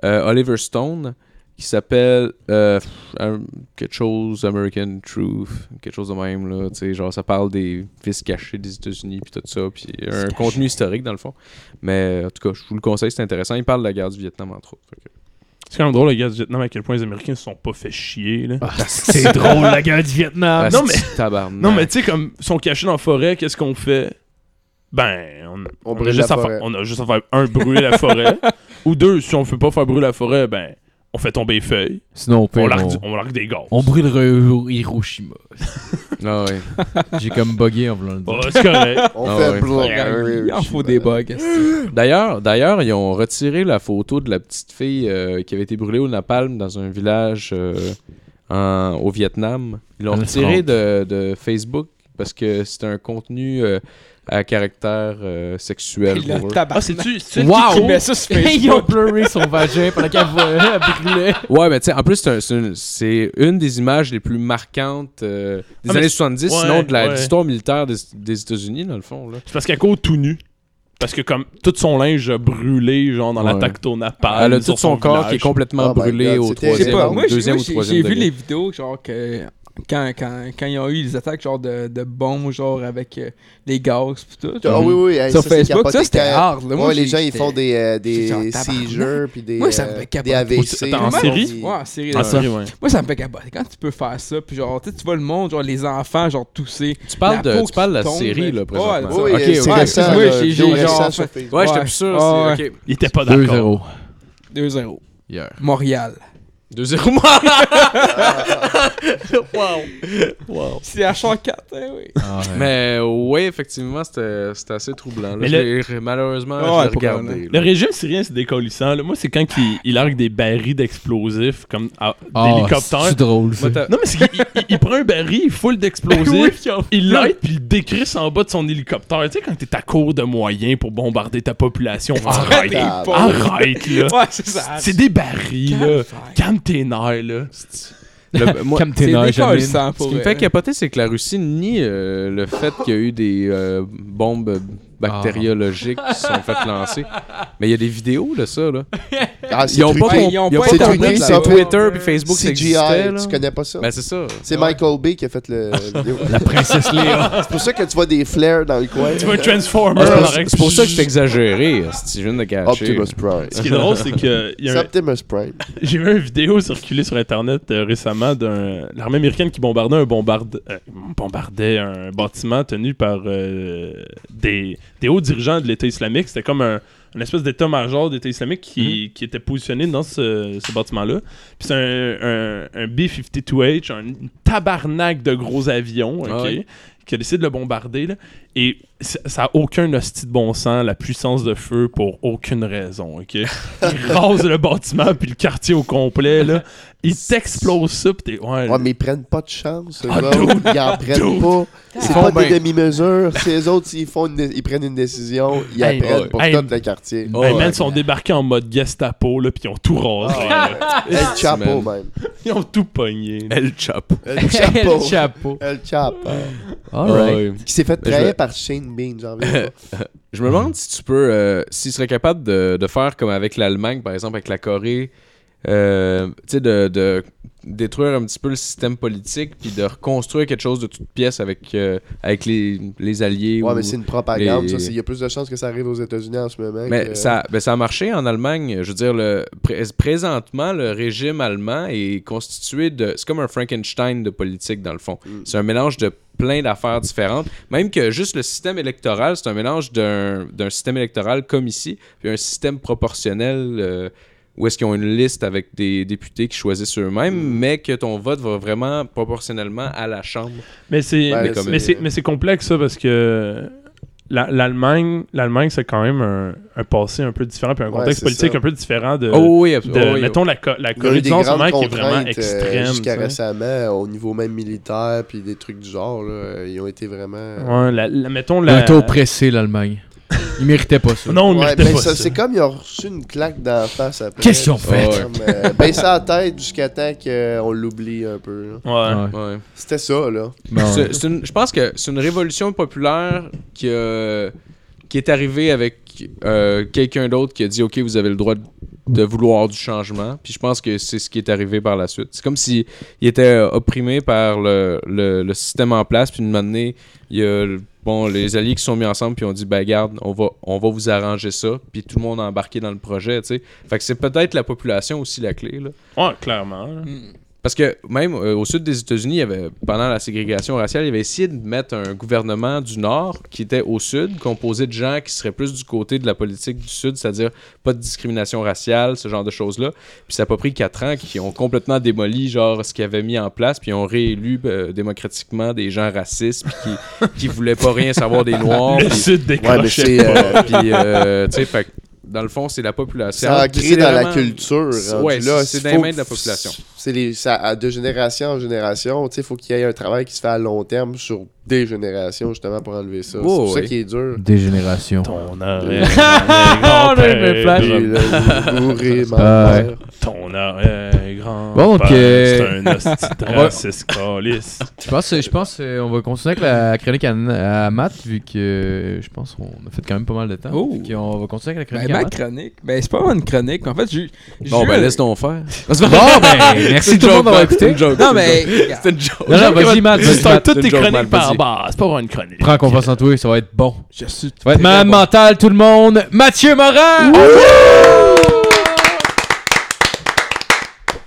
[SPEAKER 5] euh, Oliver Stone qui s'appelle euh, pff, un- quelque chose American Truth, quelque chose de même là, tu sais, genre ça parle des vices cachés des États-Unis puis tout ça, puis un contenu historique dans le fond. Mais euh, en tout cas, je vous le conseille, c'est intéressant. Il parle de la guerre du Vietnam entre autres. Fait que-
[SPEAKER 4] C'est quand même drôle, la guerre du Vietnam, à quel point les Américains se sont pas fait chier.
[SPEAKER 3] Ah,
[SPEAKER 4] Là.
[SPEAKER 1] C'est drôle, la guerre du Vietnam.
[SPEAKER 4] Ah, non, mais-
[SPEAKER 5] Asti, tabarnak.
[SPEAKER 4] Non, mais tu sais, comme ils sont cachés dans la forêt, qu'est-ce qu'on fait? Ben, on,
[SPEAKER 6] On
[SPEAKER 4] on a
[SPEAKER 6] brûle
[SPEAKER 4] juste
[SPEAKER 6] la
[SPEAKER 4] à faire-
[SPEAKER 6] forêt.
[SPEAKER 4] on a juste à faire, un, brûler la forêt, ou deux, si on veut pas faire brûler la forêt, ben, on fait tomber les feuilles,
[SPEAKER 3] Sinon, au pire,
[SPEAKER 4] on
[SPEAKER 3] on
[SPEAKER 4] largue, du- on largue des gaz.
[SPEAKER 3] Ben on brûle Ro- Hiroshima.
[SPEAKER 5] Ah ouais.
[SPEAKER 3] J'ai comme bugué en voulant le
[SPEAKER 4] Ouais,
[SPEAKER 3] dire.
[SPEAKER 4] c'est correct.
[SPEAKER 6] On
[SPEAKER 5] Ah
[SPEAKER 6] fait Ah,
[SPEAKER 5] ouais.
[SPEAKER 6] bleu.
[SPEAKER 2] Il en faut des bugs. est-ce que-
[SPEAKER 5] D'ailleurs, d'ailleurs, ils ont retiré la photo de la petite fille euh, qui avait été brûlée au napalm dans un village euh, en- au Vietnam. Ils l'ont
[SPEAKER 3] Dans le
[SPEAKER 5] retirée de, de Facebook parce que c'est un contenu euh, à caractère euh, sexuel
[SPEAKER 2] Le
[SPEAKER 5] pour eux.
[SPEAKER 4] Ah,
[SPEAKER 2] tabac.
[SPEAKER 4] c'est-tu c'est-tu le petit
[SPEAKER 2] Wow!
[SPEAKER 4] con?
[SPEAKER 2] Mais ça, c'est
[SPEAKER 3] Ils ont pleuré son vagin pendant qu'elle voit- elle brûlait.
[SPEAKER 5] Ouais, mais tu sais, en plus, c'est un- c'est une- c'est une des images les plus marquantes euh, des
[SPEAKER 4] Ah, mais
[SPEAKER 5] années
[SPEAKER 4] c'est-
[SPEAKER 5] 70,
[SPEAKER 4] ouais,
[SPEAKER 5] sinon de la- de
[SPEAKER 4] ouais.
[SPEAKER 5] l'histoire militaire des, des États-Unis, dans le fond. Là.
[SPEAKER 4] C'est parce qu'elle court tout nu. Parce que comme tout son linge a brûlé, genre dans
[SPEAKER 5] Ouais.
[SPEAKER 4] l'attaque au napalm.
[SPEAKER 5] Elle a tout
[SPEAKER 4] sur
[SPEAKER 5] son, corps qui est
[SPEAKER 4] village.
[SPEAKER 5] complètement
[SPEAKER 6] Oh my
[SPEAKER 5] brûlé
[SPEAKER 6] God,
[SPEAKER 5] au
[SPEAKER 6] c'est
[SPEAKER 2] Je sais
[SPEAKER 5] troisième,
[SPEAKER 6] terrible.
[SPEAKER 2] pas.
[SPEAKER 5] au
[SPEAKER 2] Moi, j'ai-
[SPEAKER 5] deuxième
[SPEAKER 2] moi,
[SPEAKER 5] ou
[SPEAKER 2] j'ai
[SPEAKER 5] troisième
[SPEAKER 2] j'ai vu
[SPEAKER 5] degré.
[SPEAKER 2] les vidéos, genre, que quand, quand, quand ils ont eu les attaques, genre, de, de bombes, genre, avec euh, les gaz, pis tout.
[SPEAKER 6] Ah
[SPEAKER 2] genre,
[SPEAKER 6] oui, oui. hey,
[SPEAKER 2] Sur
[SPEAKER 6] ça, c'est
[SPEAKER 2] Facebook,
[SPEAKER 6] capoté
[SPEAKER 2] ça, c'était
[SPEAKER 6] quand-
[SPEAKER 2] hard. là. Moi,
[SPEAKER 6] Ouais, les
[SPEAKER 2] j'ai-
[SPEAKER 6] gens, ils font des, euh,
[SPEAKER 2] J'étais en
[SPEAKER 6] des
[SPEAKER 2] tabarnak.
[SPEAKER 6] seizures puis des,
[SPEAKER 2] Moi, ça me
[SPEAKER 6] euh,
[SPEAKER 2] fait
[SPEAKER 6] des
[SPEAKER 2] capoter.
[SPEAKER 6] AVC.
[SPEAKER 4] Attends, en
[SPEAKER 6] puis
[SPEAKER 4] série?
[SPEAKER 6] des-
[SPEAKER 2] Ouais, en série,
[SPEAKER 4] Ah,
[SPEAKER 2] là.
[SPEAKER 4] c'est vrai, ouais.
[SPEAKER 2] Moi, ça me fait capoter. Quand tu peux faire ça, puis genre, tu sais, tu vois le monde, genre, les enfants, genre, tousser.
[SPEAKER 5] Tu parles,
[SPEAKER 2] La
[SPEAKER 5] de,
[SPEAKER 2] peau
[SPEAKER 5] tu parles de la
[SPEAKER 2] qui tombe,
[SPEAKER 5] série,
[SPEAKER 2] mais-
[SPEAKER 5] là, présentement.
[SPEAKER 6] Oui, euh,
[SPEAKER 2] Ok,
[SPEAKER 6] c'est
[SPEAKER 2] ouais,
[SPEAKER 6] récent.
[SPEAKER 2] excuse-moi,
[SPEAKER 6] là,
[SPEAKER 2] j'ai-
[SPEAKER 6] vidéo
[SPEAKER 2] j'ai
[SPEAKER 6] récente
[SPEAKER 2] genre
[SPEAKER 6] sur
[SPEAKER 2] fait-
[SPEAKER 6] Facebook.
[SPEAKER 5] Ouais,
[SPEAKER 2] Ouais.
[SPEAKER 5] j'étais plus sûr.
[SPEAKER 2] Ah
[SPEAKER 5] c'est- ok.
[SPEAKER 4] Il était pas d'accord.
[SPEAKER 3] 2-0.
[SPEAKER 2] 2-0.
[SPEAKER 5] Hier.
[SPEAKER 2] Montréal.
[SPEAKER 5] 2-0 wow. Wow.
[SPEAKER 2] C'est la char 4, hein, oui.
[SPEAKER 3] Ah
[SPEAKER 5] Mais oui, effectivement, c'était c'était assez troublant. Là,
[SPEAKER 4] Mais
[SPEAKER 5] je l'ai- Malheureusement, je
[SPEAKER 2] Ouais,
[SPEAKER 5] l'ai
[SPEAKER 2] pour
[SPEAKER 5] regardé.
[SPEAKER 2] vrai,
[SPEAKER 4] Le
[SPEAKER 5] là.
[SPEAKER 4] régime syrien, c'est décollissant. là. Moi, c'est quand qu'il- il, largue des barils d'explosifs comme à-
[SPEAKER 5] Ah,
[SPEAKER 4] d'hélicoptères.
[SPEAKER 3] Ah, C'est drôle.
[SPEAKER 5] Moi, t'as-
[SPEAKER 4] Non, mais c'est qu'il il- il- il prend un baril full d'explosifs, il l'aide, puis il décrisse en bas de son hélicoptère. Tu sais, quand t'es à court de moyens pour bombarder ta population, arrête,
[SPEAKER 6] Ah,
[SPEAKER 2] Des pauvres.
[SPEAKER 4] arrête, là.
[SPEAKER 2] Ouais, c'est ça.
[SPEAKER 4] C'est des barils, là.
[SPEAKER 2] Calme-toi.
[SPEAKER 4] Calme tes nerfs, là.
[SPEAKER 5] Le- moi,
[SPEAKER 3] Comme
[SPEAKER 2] C'est
[SPEAKER 3] t'es dans
[SPEAKER 2] décolle,
[SPEAKER 3] Jamine.
[SPEAKER 2] ça,
[SPEAKER 5] Ce
[SPEAKER 2] pour
[SPEAKER 5] qui me
[SPEAKER 2] vrai.
[SPEAKER 5] fait capoter, c'est que la Russie nie euh, le fait qu'il y a eu des euh, bombes bactériologiques qui se sont faites lancer. Mais il y a des vidéos de ça, là.
[SPEAKER 6] Ah, c'est
[SPEAKER 5] Ils ont
[SPEAKER 6] truqué.
[SPEAKER 5] pas,
[SPEAKER 2] Ouais,
[SPEAKER 5] com-
[SPEAKER 2] ils ont
[SPEAKER 5] ils ont
[SPEAKER 2] pas
[SPEAKER 5] pas
[SPEAKER 6] été
[SPEAKER 5] compris
[SPEAKER 6] tweetés,
[SPEAKER 5] que
[SPEAKER 6] ça.
[SPEAKER 5] c'est Twitter puis Facebook ça
[SPEAKER 6] CGI,
[SPEAKER 5] existait, là.
[SPEAKER 6] tu connais pas ça?
[SPEAKER 5] Ben c'est ça.
[SPEAKER 6] C'est Michael Bay qui a fait le la vidéo.
[SPEAKER 3] Princesse Léa.
[SPEAKER 6] C'est pour ça que tu vois des flares dans le coin.
[SPEAKER 4] Tu veux un Transformer
[SPEAKER 5] Ah, c'est
[SPEAKER 4] en
[SPEAKER 5] pour-
[SPEAKER 4] règle-
[SPEAKER 5] c'est pour ça que c'est exagéré. Si je viens de cacher.
[SPEAKER 6] Euh, Optimus Prime.
[SPEAKER 4] Ce qui est drôle, c'est que euh, il y
[SPEAKER 6] C'est
[SPEAKER 4] a un-
[SPEAKER 6] Optimus Prime.
[SPEAKER 4] j'ai vu une vidéo circuler sur Internet euh, récemment d'un l'armée américaine qui bombardait un, bombarde- euh, bombardait un bâtiment tenu par euh, des, des hauts dirigeants de l'État islamique. C'était comme un, une espèce d'état-major d'État islamique qui, qui était positionné dans ce, ce bâtiment-là. Puis c'est un, un- un B-52H, un tabarnak de gros avions, ok,
[SPEAKER 5] Ah oui.
[SPEAKER 4] qui a décidé de le bombarder. là. Et ça ça a aucun hostie de bon sens, la puissance de feu pour aucune raison, ok? Il rase le bâtiment puis le quartier au complet, là. Il t'explose ça pis t'es... Ouais,
[SPEAKER 6] Ouais, mais ils prennent pas de chance, eux
[SPEAKER 4] Ah,
[SPEAKER 6] autres.
[SPEAKER 4] dude.
[SPEAKER 6] Ils en prennent
[SPEAKER 4] Dude.
[SPEAKER 6] pas. C'est
[SPEAKER 5] font
[SPEAKER 6] pas des
[SPEAKER 5] bien.
[SPEAKER 6] demi-mesures. C'est les autres, s'ils font une dé- ils prennent une décision, ils
[SPEAKER 4] Hey,
[SPEAKER 6] apprennent
[SPEAKER 4] ouais.
[SPEAKER 6] pour
[SPEAKER 4] Hey,
[SPEAKER 6] tout le quartier.
[SPEAKER 4] Ben, man, ils sont débarqués en mode Gestapo, là, pis ils ont tout rasé. là.
[SPEAKER 6] El Chapo,
[SPEAKER 5] man.
[SPEAKER 6] même.
[SPEAKER 4] Ils ont tout pogné. là.
[SPEAKER 5] El Chapo.
[SPEAKER 6] El
[SPEAKER 3] Le
[SPEAKER 6] Chapo.
[SPEAKER 3] chapeau.
[SPEAKER 6] El Chapo.
[SPEAKER 5] Ouais.
[SPEAKER 6] Qui s'est fait
[SPEAKER 5] Ben, je
[SPEAKER 6] trahir
[SPEAKER 5] vais-
[SPEAKER 6] par Shane Bean, j'en veux pas.
[SPEAKER 5] Je me demande si tu peux, euh, s'ils seraient capables de, de faire comme avec l'Allemagne, par exemple, avec la Corée, euh, tu sais, de, de détruire un petit peu le système politique, puis de reconstruire quelque chose de toute pièce avec, euh, avec les, les alliés.
[SPEAKER 6] Ouais,
[SPEAKER 5] ou-
[SPEAKER 6] mais c'est une propagande.
[SPEAKER 5] les-
[SPEAKER 6] ça, c'est- Il y a plus de chances que ça arrive aux États-Unis en ce moment.
[SPEAKER 5] Mais
[SPEAKER 6] que- euh,
[SPEAKER 5] ça, ben, ça a marché en Allemagne. Je veux dire, le, pré- présentement, le régime allemand est constitué de. C'est comme un Frankenstein de politique, dans le fond. C'est un mélange de plein d'affaires différentes. Même que juste le système électoral, c'est un mélange d'un d'un système électoral comme ici, puis un système proportionnel. euh, où est-ce qu'ils ont une liste avec des députés qui choisissent eux-mêmes, mais que ton vote va vraiment proportionnellement à la Chambre.
[SPEAKER 4] Mais c'est
[SPEAKER 6] Ouais,
[SPEAKER 4] mais-
[SPEAKER 6] là,
[SPEAKER 4] mais
[SPEAKER 6] c'est-
[SPEAKER 4] c'est mais c'est complexe ça parce que la- l'Allemagne l'Allemagne c'est quand même un, un passé un peu différent puis un
[SPEAKER 6] Ouais,
[SPEAKER 4] contexte
[SPEAKER 6] c'est
[SPEAKER 4] politique
[SPEAKER 6] ça.
[SPEAKER 4] un peu différent de,
[SPEAKER 5] oh oui,
[SPEAKER 4] de-
[SPEAKER 5] absolument. Oh oui,
[SPEAKER 4] mettons la co- la
[SPEAKER 6] Il y a eu
[SPEAKER 4] Corée
[SPEAKER 6] des
[SPEAKER 4] du Nord en ce
[SPEAKER 6] grandes
[SPEAKER 4] moment qui est vraiment
[SPEAKER 6] contraintes euh,
[SPEAKER 4] extrême.
[SPEAKER 6] jusqu'à
[SPEAKER 4] tu sais.
[SPEAKER 6] récemment, euh, au niveau même militaire, puis des trucs du genre, là, euh, ils ont été vraiment... euh,
[SPEAKER 4] Ouais, la, la- mettons
[SPEAKER 3] Il a
[SPEAKER 4] la
[SPEAKER 3] été oppressé, l'Allemagne. Il méritait pas ça.
[SPEAKER 4] Non, on
[SPEAKER 6] ouais,
[SPEAKER 4] méritait
[SPEAKER 6] ben
[SPEAKER 4] pas
[SPEAKER 6] ça,
[SPEAKER 4] ça.
[SPEAKER 6] c'est comme ils ont reçu une claque dans la face après.
[SPEAKER 3] Qu'est-ce qu'ils ont fait?
[SPEAKER 6] Comme, euh, ben ça à la tête jusqu'à temps qu'on l'oublie un peu. là.
[SPEAKER 4] Ouais.
[SPEAKER 3] Ouais.
[SPEAKER 5] Ouais.
[SPEAKER 6] C'était ça, là.
[SPEAKER 3] Bon.
[SPEAKER 5] C'est- c'est une- je pense que c'est une révolution populaire qui, a- qui est arrivée avec euh, quelqu'un d'autre qui a dit OK, vous avez le droit de, de vouloir du changement. Puis je pense que c'est ce qui est arrivé par la suite. C'est comme si il était opprimé par le, le- le système en place. Puis une année, il y a le- bon, les alliés qui se sont mis ensemble puis ont dit ben garde, on va, on va vous arranger ça. Puis tout le monde a embarqué dans le projet. tu sais. Fait que c'est peut-être la population aussi la clé. Là.
[SPEAKER 4] Ouais, clairement. là.
[SPEAKER 5] Parce que même euh, au sud des États-Unis, il y avait, pendant la ségrégation raciale, il avait essayé de mettre un gouvernement du Nord qui était au Sud, composé de gens qui seraient plus du côté de la politique du Sud, c'est-à-dire pas de discrimination raciale, ce genre de choses-là. Puis ça a pas pris quatre ans qui ont complètement démoli genre ce qu'ils avaient mis en place, puis ils ont réélu euh, démocratiquement des gens racistes puis qui, qui voulaient pas rien savoir des Noirs.
[SPEAKER 4] Le
[SPEAKER 5] puis
[SPEAKER 4] sud
[SPEAKER 6] Ouais, mais
[SPEAKER 4] décrochait.
[SPEAKER 6] c'est... euh,
[SPEAKER 5] puis, euh, tu sais, fait que dans le fond, c'est la population.
[SPEAKER 6] c'est ancré dans la
[SPEAKER 5] Décidément-
[SPEAKER 6] culture.
[SPEAKER 5] c'est-
[SPEAKER 6] rendu
[SPEAKER 5] ouais,
[SPEAKER 6] là,
[SPEAKER 5] c'est
[SPEAKER 6] il
[SPEAKER 5] dans
[SPEAKER 6] faut
[SPEAKER 5] les mains de la
[SPEAKER 6] que-
[SPEAKER 5] population.
[SPEAKER 6] C'est les, ça, à- de génération en génération. Tu sais, il faut qu'il y ait un travail qui se fait à long terme sur des générations, justement, pour enlever ça.
[SPEAKER 5] Oh,
[SPEAKER 6] c'est pour ça
[SPEAKER 5] oui.
[SPEAKER 6] qui est dur.
[SPEAKER 3] Dégénération.
[SPEAKER 4] Ton
[SPEAKER 6] Ouais.
[SPEAKER 4] arrêt.
[SPEAKER 3] On a eu mes flashs.
[SPEAKER 6] Et
[SPEAKER 4] Ton
[SPEAKER 6] là, vous bourrez ma
[SPEAKER 3] Ah,
[SPEAKER 6] mère.
[SPEAKER 4] arrêt, grand.
[SPEAKER 3] Bon,
[SPEAKER 4] père,
[SPEAKER 3] ok.
[SPEAKER 4] C'est un hostie
[SPEAKER 3] On va-
[SPEAKER 4] raciste, calice.
[SPEAKER 3] Je pense, je pense euh, on va continuer avec la chronique à, à Matt, vu que euh, je pense qu'on a fait quand même pas mal de temps.
[SPEAKER 2] Oh.
[SPEAKER 3] Fait qu'on va continuer avec la
[SPEAKER 2] Ben,
[SPEAKER 3] chronique à
[SPEAKER 2] ma
[SPEAKER 3] Matt.
[SPEAKER 2] chronique, ben c'est pas vraiment une chronique. En fait, j'ai.
[SPEAKER 5] Bon,
[SPEAKER 2] j'ai
[SPEAKER 5] ben
[SPEAKER 2] eu-
[SPEAKER 5] laisse donc faire.
[SPEAKER 3] Bon, ben, merci tout le monde d'avoir écouté.
[SPEAKER 2] Non, mais. regarde,
[SPEAKER 5] une joke.
[SPEAKER 3] Non, non, vas-y, Matt,
[SPEAKER 4] Ah, Tu
[SPEAKER 3] vas-y,
[SPEAKER 4] starts
[SPEAKER 3] Matt.
[SPEAKER 4] toutes
[SPEAKER 5] une
[SPEAKER 4] tes
[SPEAKER 5] joke,
[SPEAKER 4] chroniques
[SPEAKER 5] Matt,
[SPEAKER 4] par
[SPEAKER 5] vas-y.
[SPEAKER 4] barre. C'est pas vraiment une chronique.
[SPEAKER 3] Prends confiance en toi, ça va être bon.
[SPEAKER 2] Je suis.
[SPEAKER 3] Ça va être malade mental, tout le monde. Mathieu Morin!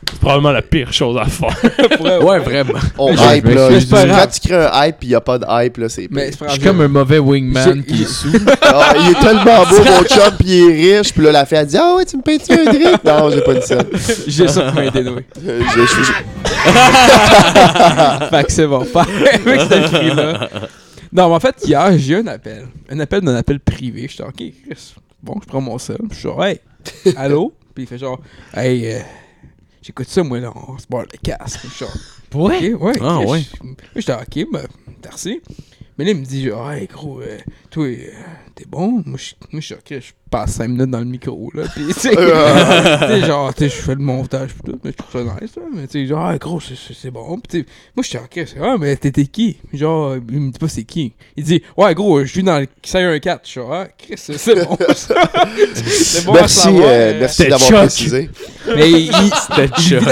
[SPEAKER 4] C'est pas
[SPEAKER 7] probablement la pire chose à faire.
[SPEAKER 5] Ouais, vraiment.
[SPEAKER 6] On
[SPEAKER 3] Je-
[SPEAKER 6] hype,
[SPEAKER 3] je
[SPEAKER 6] là.
[SPEAKER 3] m'excuse,
[SPEAKER 6] Quand
[SPEAKER 3] c'est pas
[SPEAKER 6] tu crées un hype pis y a pas de hype, là, c'est
[SPEAKER 2] Mais
[SPEAKER 6] pire.
[SPEAKER 2] c'est pas
[SPEAKER 3] Je suis
[SPEAKER 2] grave.
[SPEAKER 3] comme un mauvais wingman
[SPEAKER 2] J'ai-
[SPEAKER 3] qui est sous.
[SPEAKER 6] Ah, il est tellement beau, mon chum, pis il est riche, pis là, la fille, elle dit Ah ouais, tu me payes-tu un drink Non, j'ai pas dit ça.
[SPEAKER 2] J'ai ça pour m'aider, oui.
[SPEAKER 6] Euh, je- je- je-
[SPEAKER 2] fait que c'est bon. Fait que ce cri-là. Non, mais en fait, hier, j'ai eu un appel. Un appel d'un appel privé. J'étais OK, Chris. Bon, je prends mon seul. Je suis genre, hey, allô? Puis il fait genre, hey, euh, j'écoute ça, moi, là, on se barre le casque. Je suis genre,
[SPEAKER 3] Ouais.
[SPEAKER 2] OK, ouais.
[SPEAKER 5] Ah,
[SPEAKER 2] Chris.
[SPEAKER 5] ouais.
[SPEAKER 2] Moi, J'étais OK, ben, merci. Mais là, il me dit, genre, hey, gros, euh, toi, euh, t'es bon? Moi, je moi, je suis OK, je passe 5 minutes dans le micro, là. Puis, tu sais, tu sais, genre, tu sais, je fais le montage, pis tout, mais je trouve ça nice, là. Mais, tu sais, genre, hey, gros, c'est- c'est c'est bon. Puis, tu sais, moi, je suis OK, c'est, ah, mais t'étais qui? Genre, il me dit pas c'est qui. Il dit, ouais, gros, je suis dans le 514. Je suis, ah, Chris, c'est- c'est bon, ça. c'est bon, à
[SPEAKER 6] merci
[SPEAKER 2] savoir,
[SPEAKER 6] euh,
[SPEAKER 2] euh.
[SPEAKER 6] merci
[SPEAKER 3] C'était
[SPEAKER 6] d'avoir
[SPEAKER 3] choc.
[SPEAKER 6] précisé.
[SPEAKER 2] Mais il, il vit dans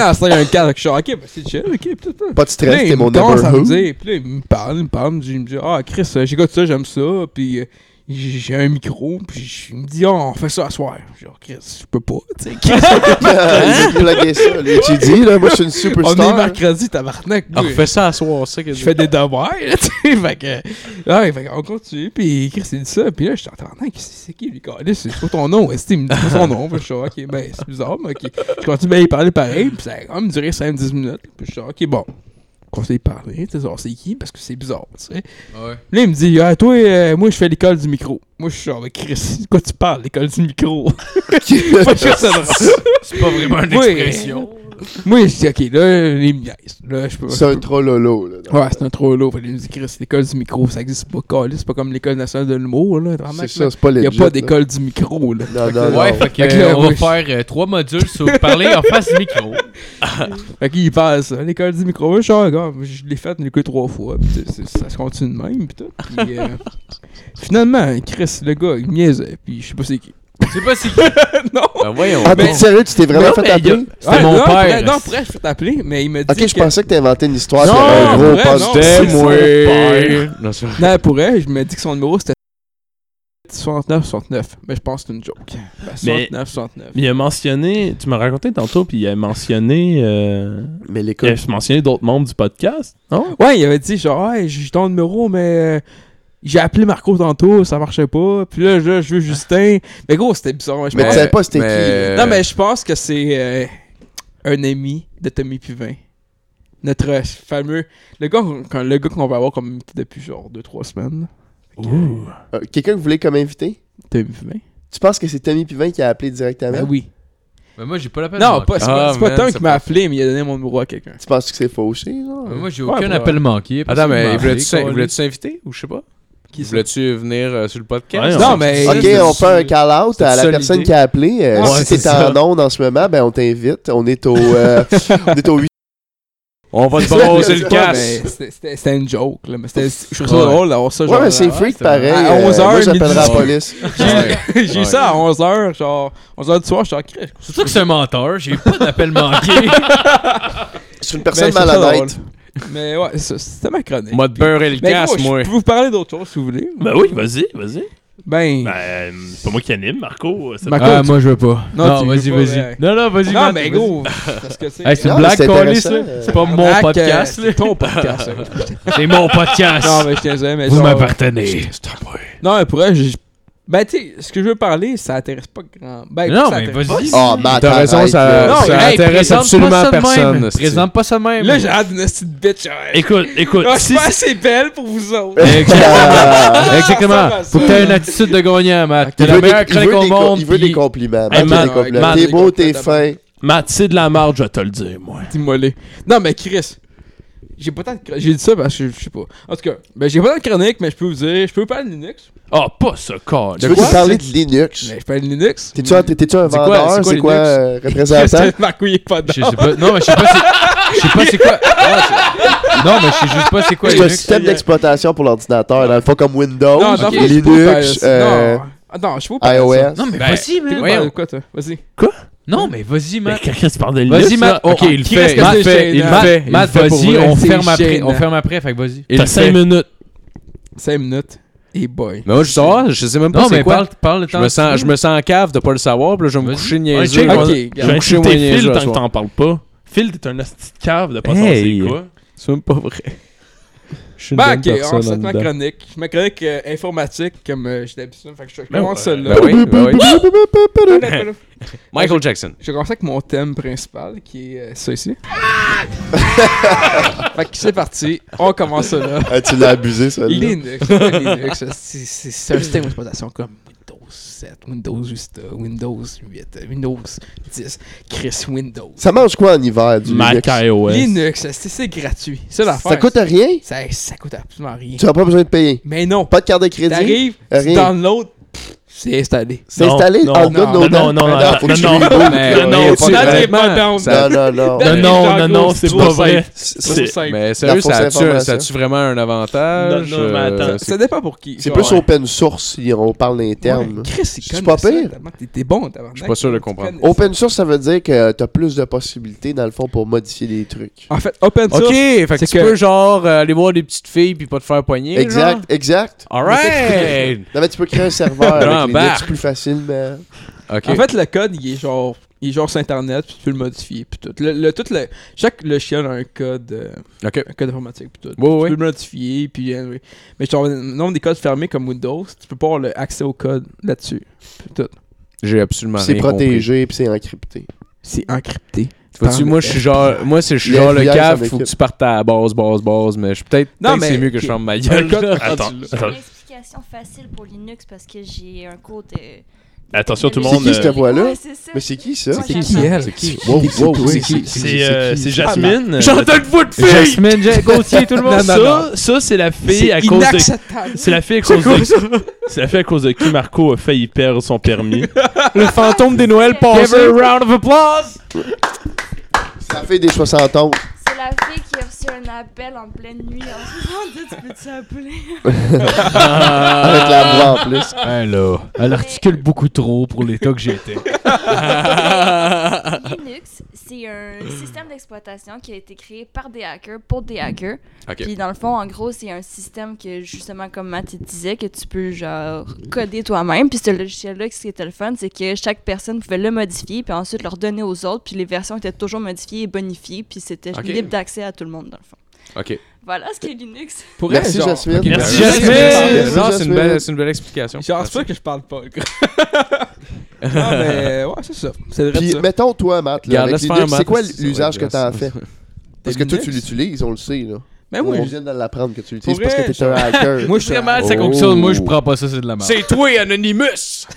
[SPEAKER 2] le 514. Je suis, OK, ben, c'est chill, OK, pis tout, tout.
[SPEAKER 6] Pas de
[SPEAKER 2] Puis là,
[SPEAKER 6] stress,
[SPEAKER 2] il
[SPEAKER 6] t'es
[SPEAKER 2] me
[SPEAKER 6] mon
[SPEAKER 2] commence à me
[SPEAKER 6] neighborhood.
[SPEAKER 2] dire, Puis là, il me parle, il me parle, il me dit- il me dit Ah, Chris, euh, j'écoute ça, j'aime ça. Puis euh, j'ai j'ai un micro, puis je- il me dit Ah, on fait ça à soir. Genre, Chris, je peux pas. tu sais, Chris,
[SPEAKER 6] J'ai plugué ça. lui. Tu dis, là, moi, je suis une
[SPEAKER 2] Hein? on est
[SPEAKER 6] superstar.
[SPEAKER 2] mercredi, tabarnak.
[SPEAKER 5] Ah, On
[SPEAKER 2] moi.
[SPEAKER 5] refait ça à soir, ça.
[SPEAKER 2] Je fais des devoirs, là, tu sais. Fait que. Ouais, fait qu'on continue. Puis Chris, il dit ça. Puis là, je t'entends, c'est qui lui, Calis C'est quoi ton nom Est-ce qu'il me dit pas son nom Puis je suis genre, ok, ben, c'est bizarre, mais ok. Je continue à y parler pareil. Puis ça a quand même duré 5-10 minutes. Puis je suis genre, ok, bon. Conseil parler, tu sais, genre, c'est qui Parce que c'est bizarre, tu sais.
[SPEAKER 3] Ouais.
[SPEAKER 2] Là, il me dit, ah, toi, euh, moi, je fais l'école du micro. Moi, je suis genre, Mais Chris, de quoi tu parles, l'école du micro? Pas sûr que ça drôle.
[SPEAKER 3] C'est pas vraiment une
[SPEAKER 2] Oui.
[SPEAKER 3] expression.
[SPEAKER 2] Moi, je dis, ok, là, les niaises. Là, je peux.
[SPEAKER 6] C'est un trollolo. là.
[SPEAKER 2] Ouais, c'est un trop lourd. Fait que là, il me dit, Chris, l'école du micro, ça existe pas, calé. C'est pas comme l'école nationale de l'humour, là.
[SPEAKER 6] C'est ça, c'est pas
[SPEAKER 2] Il
[SPEAKER 6] legit.
[SPEAKER 2] Ah, y a pas
[SPEAKER 6] là.
[SPEAKER 2] d'école du micro, là.
[SPEAKER 6] Non, non, non.
[SPEAKER 3] Ouais, fait que,
[SPEAKER 2] Fait que là,
[SPEAKER 3] euh, on
[SPEAKER 2] oui.
[SPEAKER 3] va faire euh, trois modules sur parler en face du micro.
[SPEAKER 2] Fait qu'il passe ça. hein. L'école du micro, je suis genre, gars, je l'ai faite, une que trois fois. Puis tu sais, c'est- ça se continue de même, pis tout. Puis, euh, finalement, Chris, le gars, il me niaisait, pis je sais pas c'est qui.
[SPEAKER 3] Je sais pas si.
[SPEAKER 2] non!
[SPEAKER 5] Ben voyons.
[SPEAKER 6] Ah,
[SPEAKER 2] Mais-
[SPEAKER 6] t'es sérieux, tu t'es vraiment
[SPEAKER 2] Non,
[SPEAKER 6] fait
[SPEAKER 2] mais il y a-
[SPEAKER 6] appeler?
[SPEAKER 2] Ouais,
[SPEAKER 5] mon
[SPEAKER 2] Ah, non,
[SPEAKER 5] père.
[SPEAKER 2] après- non, après, je peux t'appeler, mais il me dit.
[SPEAKER 6] Ok, je
[SPEAKER 2] que-
[SPEAKER 6] pensais que t'as inventé une histoire
[SPEAKER 2] Non,
[SPEAKER 6] sur un
[SPEAKER 2] pour
[SPEAKER 6] gros
[SPEAKER 2] vrai, non,
[SPEAKER 8] Eh,
[SPEAKER 6] poste.
[SPEAKER 2] c'est son père.
[SPEAKER 5] Non, c'est vrai.
[SPEAKER 2] Non, pour elle, je me dis que son numéro c'était 69 69. Mais je pense que c'est une joke. Ben,
[SPEAKER 7] Mais-
[SPEAKER 2] 69 69.
[SPEAKER 7] il a mentionné, tu m'as raconté tantôt, puis il a mentionné, euh,
[SPEAKER 6] Mais
[SPEAKER 7] il
[SPEAKER 6] l'école.
[SPEAKER 7] a mentionné d'autres membres du podcast, non?
[SPEAKER 2] Ouais, il avait dit genre, ouais, j'ai ton numéro, mais euh, j'ai appelé Marco tantôt, ça marchait pas. Puis là, là, je veux Justin. Mais gros, c'était bizarre. Je
[SPEAKER 6] Mais euh, tu
[SPEAKER 2] pense-
[SPEAKER 6] savais pas c'était qui.
[SPEAKER 5] Mais- euh,
[SPEAKER 2] Non, mais je pense que c'est euh, un ami de Tommy Pivin. Notre euh, fameux. Le gars, qu'on- qu'on- le gars qu'on va avoir comme invité depuis genre 2-3 semaines.
[SPEAKER 6] Euh, Quelqu'un que vous voulez comme invité?
[SPEAKER 2] Tommy Pivin.
[SPEAKER 6] Tu penses que c'est Tommy Pivin qui a appelé directement?
[SPEAKER 2] Ben oui.
[SPEAKER 3] Mais moi, j'ai pas l'appel
[SPEAKER 2] Non,
[SPEAKER 3] manqué.
[SPEAKER 2] pas, c'est
[SPEAKER 5] Ah,
[SPEAKER 2] pas, c'est pas
[SPEAKER 5] man,
[SPEAKER 2] Tom
[SPEAKER 5] c'est
[SPEAKER 2] qui m'a
[SPEAKER 5] pas-
[SPEAKER 2] appelé, mais il a donné mon numéro à quelqu'un.
[SPEAKER 6] Tu penses que c'est fauché, genre?
[SPEAKER 3] Moi, j'ai
[SPEAKER 2] Ouais,
[SPEAKER 3] aucun
[SPEAKER 2] pour-
[SPEAKER 3] appel manqué.
[SPEAKER 5] Attends, mais il
[SPEAKER 3] Personne
[SPEAKER 5] voulait-tu
[SPEAKER 3] m'a
[SPEAKER 5] s'in-
[SPEAKER 3] appelé,
[SPEAKER 5] voulais-tu s'inviter ou je sais pas?
[SPEAKER 2] Qui ça?
[SPEAKER 5] Voulais-tu venir euh, sur le podcast?
[SPEAKER 7] Ouais,
[SPEAKER 2] Non, mais.
[SPEAKER 6] Ok, on fait un call-out à la
[SPEAKER 5] ça,
[SPEAKER 6] personne
[SPEAKER 5] l'idée.
[SPEAKER 6] qui a appelé. Euh,
[SPEAKER 7] Ouais,
[SPEAKER 6] si t'es
[SPEAKER 7] c'est
[SPEAKER 6] en
[SPEAKER 7] ça.
[SPEAKER 6] onde en ce moment, ben on t'invite. On est au, euh, on est au 8.
[SPEAKER 5] On va te
[SPEAKER 2] C'est
[SPEAKER 5] brosser le
[SPEAKER 2] pas,
[SPEAKER 5] casse.
[SPEAKER 2] mais c'était- C'était c'était une joke, là. Mais c'était- je trouve ça
[SPEAKER 3] Ouais.
[SPEAKER 2] drôle d'avoir ça.
[SPEAKER 6] Ouais,
[SPEAKER 2] genre,
[SPEAKER 6] mais c'est
[SPEAKER 2] là.
[SPEAKER 6] freak
[SPEAKER 3] c'est
[SPEAKER 6] pareil.
[SPEAKER 2] vrai. À
[SPEAKER 6] Euh,
[SPEAKER 2] 11 heures,
[SPEAKER 6] moi, j'appellerai la
[SPEAKER 2] midi.
[SPEAKER 6] police.
[SPEAKER 5] Ouais.
[SPEAKER 2] J'ai eu ça à 11h, genre 11h du soir, je suis en crèche.
[SPEAKER 3] C'est sûr que c'est un menteur, j'ai pas d'appel manqué.
[SPEAKER 6] C'est une personne
[SPEAKER 2] Mais Ben, c'est ça
[SPEAKER 6] malhonnête.
[SPEAKER 2] Mais ouais, ça, c'était ma chronique.
[SPEAKER 5] Moi, te beurrer le
[SPEAKER 2] Mais
[SPEAKER 5] casse,
[SPEAKER 2] gros,
[SPEAKER 5] moi.
[SPEAKER 2] Je peux vous parler d'autre chose si vous voulez.
[SPEAKER 7] Ben oui, vas-y, vas-y.
[SPEAKER 2] Ben.
[SPEAKER 7] Ben, euh, c'est pas moi qui anime, Marco. euh, c'est-
[SPEAKER 2] Marco,
[SPEAKER 3] Ah,
[SPEAKER 2] tu-
[SPEAKER 3] moi, je veux pas.
[SPEAKER 2] Non,
[SPEAKER 3] Non,
[SPEAKER 2] tu
[SPEAKER 3] vas-y,
[SPEAKER 2] veux pas, ouais.
[SPEAKER 3] vas-y. Non, non, vas-y,
[SPEAKER 2] non,
[SPEAKER 3] Matt,
[SPEAKER 2] mais
[SPEAKER 3] vas-y.
[SPEAKER 2] gros, parce que c'est.
[SPEAKER 3] Hey, c'est
[SPEAKER 6] Non,
[SPEAKER 3] une
[SPEAKER 6] mais
[SPEAKER 3] blague,
[SPEAKER 6] c'est
[SPEAKER 3] Carlis,
[SPEAKER 6] intéressant,
[SPEAKER 3] là.
[SPEAKER 6] euh,
[SPEAKER 3] C'est pas mon
[SPEAKER 2] Arnaque,
[SPEAKER 3] podcast,
[SPEAKER 2] euh,
[SPEAKER 3] là.
[SPEAKER 2] C'est ton podcast. hein.
[SPEAKER 3] C'est mon podcast.
[SPEAKER 2] non, mais je tiens mais
[SPEAKER 3] Vous
[SPEAKER 2] genre-
[SPEAKER 3] m'appartenez.
[SPEAKER 2] Non, mais pour vrai, je- ben, tu sais, ce que je veux parler, ça intéresse pas grand. Ben,
[SPEAKER 3] Non,
[SPEAKER 2] ça
[SPEAKER 3] mais
[SPEAKER 2] intéresse
[SPEAKER 3] vas-y.
[SPEAKER 6] Oh, Matt,
[SPEAKER 5] T'as raison,
[SPEAKER 6] arrête,
[SPEAKER 5] ça,
[SPEAKER 6] là.
[SPEAKER 2] Non,
[SPEAKER 5] ça
[SPEAKER 2] hey,
[SPEAKER 5] intéresse
[SPEAKER 3] présente pas
[SPEAKER 5] absolument
[SPEAKER 3] ça de même.
[SPEAKER 5] personne.
[SPEAKER 3] Présente pas ça de même.
[SPEAKER 2] Là, j'ai hâte d'une petite bitch. hein.
[SPEAKER 7] Écoute, écoute,
[SPEAKER 2] Ah, je
[SPEAKER 7] si,
[SPEAKER 2] suis pas assez belle pour vous autres.
[SPEAKER 3] Exactement. Faut que t'aies une attitude de gagnant, Matt. T'es
[SPEAKER 6] Il
[SPEAKER 3] la
[SPEAKER 6] veut des-
[SPEAKER 3] meilleure
[SPEAKER 6] il veut
[SPEAKER 3] chronique au
[SPEAKER 6] des co-
[SPEAKER 3] monde.
[SPEAKER 6] Il veut des
[SPEAKER 3] puis-
[SPEAKER 6] compliments.
[SPEAKER 7] Hey,
[SPEAKER 6] Matt,
[SPEAKER 7] Matt,
[SPEAKER 6] des compliments.
[SPEAKER 2] Matt,
[SPEAKER 6] T'es
[SPEAKER 2] des
[SPEAKER 6] beau, t'es
[SPEAKER 2] compliments.
[SPEAKER 6] fin.
[SPEAKER 7] Matt, c'est de la marge, je vais te le dire, moi.
[SPEAKER 2] petit mollet. Non, mais Chris, j'ai pas tant de chronique. J'ai dit ça parce que je je sais pas. En tout cas, ben, j'ai pas tant de chronique, mais je peux vous dire, je peux vous parler de Linux.
[SPEAKER 7] Ah, pas ce corps.
[SPEAKER 6] Tu veux nous parler de Linux?
[SPEAKER 2] Mais je parle de Linux.
[SPEAKER 6] T'es-tu un, t'es- t'es-tu un
[SPEAKER 2] C'est quoi- c'est
[SPEAKER 6] vendeur?
[SPEAKER 2] quoi
[SPEAKER 6] C'est quoi,
[SPEAKER 2] Linux?
[SPEAKER 6] euh,
[SPEAKER 2] Chris,
[SPEAKER 6] représentant?
[SPEAKER 2] c'est Marco, il est pas
[SPEAKER 3] Je
[SPEAKER 2] dedans.
[SPEAKER 3] sais pas. Non, mais je sais pas c'est. Je sais pas c'est quoi. Ah, c'est- Non, mais je sais juste pas c'est quoi
[SPEAKER 6] C'est un
[SPEAKER 3] Linux.
[SPEAKER 6] système d'exploitation pour l'ordinateur, dans le fond comme Windows,
[SPEAKER 2] Non, non,
[SPEAKER 3] Ok.
[SPEAKER 2] faut que je vous parle de
[SPEAKER 6] Linux,
[SPEAKER 2] ça.
[SPEAKER 6] euh,
[SPEAKER 2] Non, Ah, non, je peux pas.
[SPEAKER 6] iOS.
[SPEAKER 3] Non, mais
[SPEAKER 5] Ben,
[SPEAKER 3] vas-y,
[SPEAKER 2] T'es
[SPEAKER 3] man.
[SPEAKER 2] pas
[SPEAKER 5] voyons.
[SPEAKER 2] de quoi, toi Vas-y.
[SPEAKER 3] Non, mais vas-y,
[SPEAKER 7] Mais
[SPEAKER 3] Matt.
[SPEAKER 7] Ben, quelqu'un se parle de Linux.
[SPEAKER 3] Vas-y, Matt.
[SPEAKER 7] là?
[SPEAKER 3] Oh,
[SPEAKER 7] Ok, il le
[SPEAKER 3] qui
[SPEAKER 7] fait.
[SPEAKER 3] reste que
[SPEAKER 7] Matt
[SPEAKER 2] c'est
[SPEAKER 7] fait.
[SPEAKER 2] gênant?
[SPEAKER 7] Il le
[SPEAKER 3] Matt,
[SPEAKER 7] fait.
[SPEAKER 3] Matt,
[SPEAKER 7] il le fait pour
[SPEAKER 3] vas-y,
[SPEAKER 7] vrai.
[SPEAKER 3] on
[SPEAKER 2] C'est
[SPEAKER 3] ferme après.
[SPEAKER 2] gênant.
[SPEAKER 3] On ferme après, fait que vas-y.
[SPEAKER 7] T'as 5 minutes.
[SPEAKER 2] 5 minutes. Et boy.
[SPEAKER 5] Mais moi, je sors, je sais même pas
[SPEAKER 3] Non,
[SPEAKER 5] c'est
[SPEAKER 3] mais
[SPEAKER 5] quoi.
[SPEAKER 3] parle, parle le
[SPEAKER 5] Je
[SPEAKER 3] temps.
[SPEAKER 5] me sens, je me sens en cave de pas le savoir, puis là, je vais me
[SPEAKER 3] Vas-y.
[SPEAKER 5] coucher
[SPEAKER 7] Ouais,
[SPEAKER 5] niaiseux.
[SPEAKER 7] check.
[SPEAKER 5] Je vais-
[SPEAKER 2] Ok,
[SPEAKER 7] Je vais
[SPEAKER 5] coucher
[SPEAKER 7] écouter
[SPEAKER 5] moyen,
[SPEAKER 7] Phil
[SPEAKER 5] je vais
[SPEAKER 7] tant que
[SPEAKER 5] soir.
[SPEAKER 7] t'en parles pas. Phil, t'es un asti de cave de pas
[SPEAKER 8] Hey.
[SPEAKER 7] savoir c'est quoi.
[SPEAKER 8] C'est même pas vrai. Je suis une
[SPEAKER 2] Bah,
[SPEAKER 8] bonne
[SPEAKER 2] ok, on
[SPEAKER 8] personne
[SPEAKER 2] sort
[SPEAKER 8] en
[SPEAKER 2] ma
[SPEAKER 8] dedans.
[SPEAKER 2] chronique. Ma chronique euh, informatique, comme euh, j'étais habitué. Fait que je
[SPEAKER 7] Ben
[SPEAKER 2] commence
[SPEAKER 7] ouais.
[SPEAKER 2] celle-là.
[SPEAKER 5] Ben oui, ben oui.
[SPEAKER 2] Michael
[SPEAKER 5] Jackson.
[SPEAKER 2] Je vais commencer avec mon thème principal qui est euh, ça ici. fait que c'est parti, on commence ça là.
[SPEAKER 6] Ah, tu l'as abusé, celle-là.
[SPEAKER 2] Linux, Linux, c'est- c'est c'est un système d'exploitation comme Windows 7, Windows Vista, Windows 8, euh, Windows 10, Chris Windows.
[SPEAKER 6] Ça mange quoi en hiver, du
[SPEAKER 7] Mac
[SPEAKER 6] Linux?
[SPEAKER 7] iOS.
[SPEAKER 2] Linux, c'est- c'est gratuit. C'est l'affaire.
[SPEAKER 6] Ça coûte rien?
[SPEAKER 2] ça, ça coûte absolument rien.
[SPEAKER 6] Tu n'as pas besoin de payer.
[SPEAKER 2] Mais non,
[SPEAKER 6] Pas de carte de crédit?
[SPEAKER 2] t'arrives, tu
[SPEAKER 6] Rien.
[SPEAKER 2] downloads, pff, c'est installé.
[SPEAKER 6] C'est
[SPEAKER 7] Non,
[SPEAKER 6] installé
[SPEAKER 7] non,
[SPEAKER 6] en dedans,
[SPEAKER 2] non,
[SPEAKER 6] nos
[SPEAKER 7] non, non, non,
[SPEAKER 6] faut que tu
[SPEAKER 7] non,
[SPEAKER 6] rebootes,
[SPEAKER 5] mais-
[SPEAKER 6] là.
[SPEAKER 5] Ah, non,
[SPEAKER 6] euh, Il y a
[SPEAKER 5] tu-
[SPEAKER 6] pas de-
[SPEAKER 5] honnêtement,
[SPEAKER 6] Non, non, non.
[SPEAKER 7] Non, non, non, non, c'est pas
[SPEAKER 1] Trop
[SPEAKER 7] vrai.
[SPEAKER 1] simple.
[SPEAKER 7] C'est-
[SPEAKER 5] Mais
[SPEAKER 6] La
[SPEAKER 5] sérieux,
[SPEAKER 6] fausse
[SPEAKER 5] ça a-tu,
[SPEAKER 6] information.
[SPEAKER 5] ça a-tu vraiment un avantage?
[SPEAKER 7] Non, non, mais
[SPEAKER 5] Euh,
[SPEAKER 7] attends.
[SPEAKER 5] c'est-
[SPEAKER 2] Ça dépend pour qui.
[SPEAKER 6] C'est
[SPEAKER 2] Genre,
[SPEAKER 6] plus open source, si on parle des termes.
[SPEAKER 2] Ouais, Chris, c'est
[SPEAKER 6] C'est
[SPEAKER 2] comme
[SPEAKER 6] pas
[SPEAKER 2] ça,
[SPEAKER 6] pire.
[SPEAKER 2] tellement que T'es t'es bon, tabarnak.
[SPEAKER 5] Je suis pas sûr de comprendre.
[SPEAKER 2] Tu connais ça.
[SPEAKER 6] Open source, ça veut dire que t'as plus de possibilités, dans le fond, pour modifier des trucs.
[SPEAKER 2] En fait, open source.
[SPEAKER 5] Ok, fait que
[SPEAKER 2] c'est
[SPEAKER 5] tu
[SPEAKER 2] que-
[SPEAKER 5] peux genre euh, aller voir des petites filles puis pas te faire poigner. genre?
[SPEAKER 6] Exact, exact.
[SPEAKER 5] Alright!
[SPEAKER 6] Non, mais tu peux créer un serveur
[SPEAKER 5] Grand
[SPEAKER 6] avec Linux
[SPEAKER 5] bac.
[SPEAKER 6] plus facilement.
[SPEAKER 5] Ok.
[SPEAKER 2] En fait, le code, il est genre. Il est genre sur Internet, puis tu peux le modifier, puis tout. Le, le- tout le, chaque logiciel a un code, euh,
[SPEAKER 5] Ok.
[SPEAKER 2] un code informatique, puis tout.
[SPEAKER 5] Ouais, ouais.
[SPEAKER 2] Tu peux le modifier, puis. euh, oui. Mais genre, le nombre des codes fermés comme Windows, tu peux pas avoir le accès au code là-dessus, puis tout.
[SPEAKER 5] J'ai absolument
[SPEAKER 6] C'est
[SPEAKER 5] rien compris.
[SPEAKER 6] protégé puis c'est encrypté.
[SPEAKER 2] C'est encrypté.
[SPEAKER 5] Tu vois-tu, moi, je suis genre, moi, c'est, je suis
[SPEAKER 6] Le
[SPEAKER 5] genre le
[SPEAKER 6] FBI, ça
[SPEAKER 5] cave,
[SPEAKER 6] m'équipe.
[SPEAKER 5] faut que tu partes à la base, base, base, mais je peut-être,
[SPEAKER 2] Non,
[SPEAKER 5] peut-être
[SPEAKER 2] mais-
[SPEAKER 5] c'est mieux que je ferme ma gueule.
[SPEAKER 2] Un code-
[SPEAKER 5] là.
[SPEAKER 7] Attends,
[SPEAKER 9] J'ai
[SPEAKER 7] attends.
[SPEAKER 9] une explication facile pour Linux parce que j'ai un cours de.
[SPEAKER 7] Attention, tout le
[SPEAKER 6] C'est
[SPEAKER 7] monde, euh,
[SPEAKER 6] qui cette voix-là?
[SPEAKER 9] Ouais, c'est ça.
[SPEAKER 6] Mais c'est qui ça?
[SPEAKER 9] Moi,
[SPEAKER 2] C'est
[SPEAKER 9] j'apprends.
[SPEAKER 2] qui hein? elle C'est
[SPEAKER 5] qui?
[SPEAKER 6] Wow,
[SPEAKER 5] C'est
[SPEAKER 6] wow,
[SPEAKER 5] qui?
[SPEAKER 6] c'est
[SPEAKER 5] qui?
[SPEAKER 6] qui?
[SPEAKER 7] C'est euh, c'est Jasmine.
[SPEAKER 1] J'entends une voix de fille!
[SPEAKER 3] Jasmine, Jack, Gauthier, tout le monde.
[SPEAKER 2] Non, non, non.
[SPEAKER 7] Ça, ça c'est la fille à cause de
[SPEAKER 2] inacceptable.
[SPEAKER 7] c'est la fille à cause de c'est la fille à cause de qui Marco a failli perdre son permis.
[SPEAKER 5] Le fantôme des Noëls
[SPEAKER 3] Give
[SPEAKER 5] passés.
[SPEAKER 3] her a round of applause!
[SPEAKER 6] Ça fait des 60 ans.
[SPEAKER 9] C'est la fille qui a reçu un appel en pleine nuit en se disant Tu peux-tu appeler
[SPEAKER 6] Avec la voix en plus.
[SPEAKER 3] Elle articule beaucoup trop pour l'état que j'étais.
[SPEAKER 9] Linux, c'est un système d'exploitation qui a été créé par des hackers pour des hackers.
[SPEAKER 5] Ok.
[SPEAKER 9] Puis dans le fond, en gros, c'est un système que justement, comme Matt disait, que tu peux genre coder toi-même. Puis ce logiciel-là, ce qui était le fun, c'est que chaque personne pouvait le modifier, puis ensuite le redonner aux autres. Puis les versions étaient toujours modifiées et bonifiées. Puis c'était
[SPEAKER 5] Ok.
[SPEAKER 9] libre d'accès à tout le monde dans le fond.
[SPEAKER 5] Ok.
[SPEAKER 9] Voilà ce qu'est Linux.
[SPEAKER 2] Pour elle,
[SPEAKER 6] Merci,
[SPEAKER 2] genre-
[SPEAKER 6] Jasmine.
[SPEAKER 7] Merci,
[SPEAKER 5] Jasmine!
[SPEAKER 6] Jasmine!
[SPEAKER 5] Non, c'est une belle,
[SPEAKER 6] Jasmine.
[SPEAKER 5] c'est une belle explication. Ah,
[SPEAKER 2] Genre, c'est pour ça que je parle pas, gros. non, mais ouais, c'est ça. C'est vrai.
[SPEAKER 6] Puis,
[SPEAKER 2] ça.
[SPEAKER 6] mettons, toi, Matt, là,
[SPEAKER 5] Regarde,
[SPEAKER 6] avec
[SPEAKER 5] laisse faire
[SPEAKER 6] Linux, c'est
[SPEAKER 5] Matt,
[SPEAKER 6] quoi
[SPEAKER 5] parce que ça va
[SPEAKER 6] l'usage
[SPEAKER 5] être
[SPEAKER 6] que t'en
[SPEAKER 5] intéressant.
[SPEAKER 6] fais? Parce que toi, tu
[SPEAKER 2] Linux?
[SPEAKER 6] l'utilises, on le sait, là.
[SPEAKER 2] Mais
[SPEAKER 6] on
[SPEAKER 2] moi,
[SPEAKER 6] vient de l'apprendre que tu l'utilises
[SPEAKER 2] Pour
[SPEAKER 6] parce que
[SPEAKER 2] vrai,
[SPEAKER 6] t'es un hacker.
[SPEAKER 2] Moi, je suis
[SPEAKER 3] Vraiment, ça
[SPEAKER 5] Oh.
[SPEAKER 3] conclusion, moi, je prends pas ça, c'est de la merde.
[SPEAKER 5] toi, Anonymous!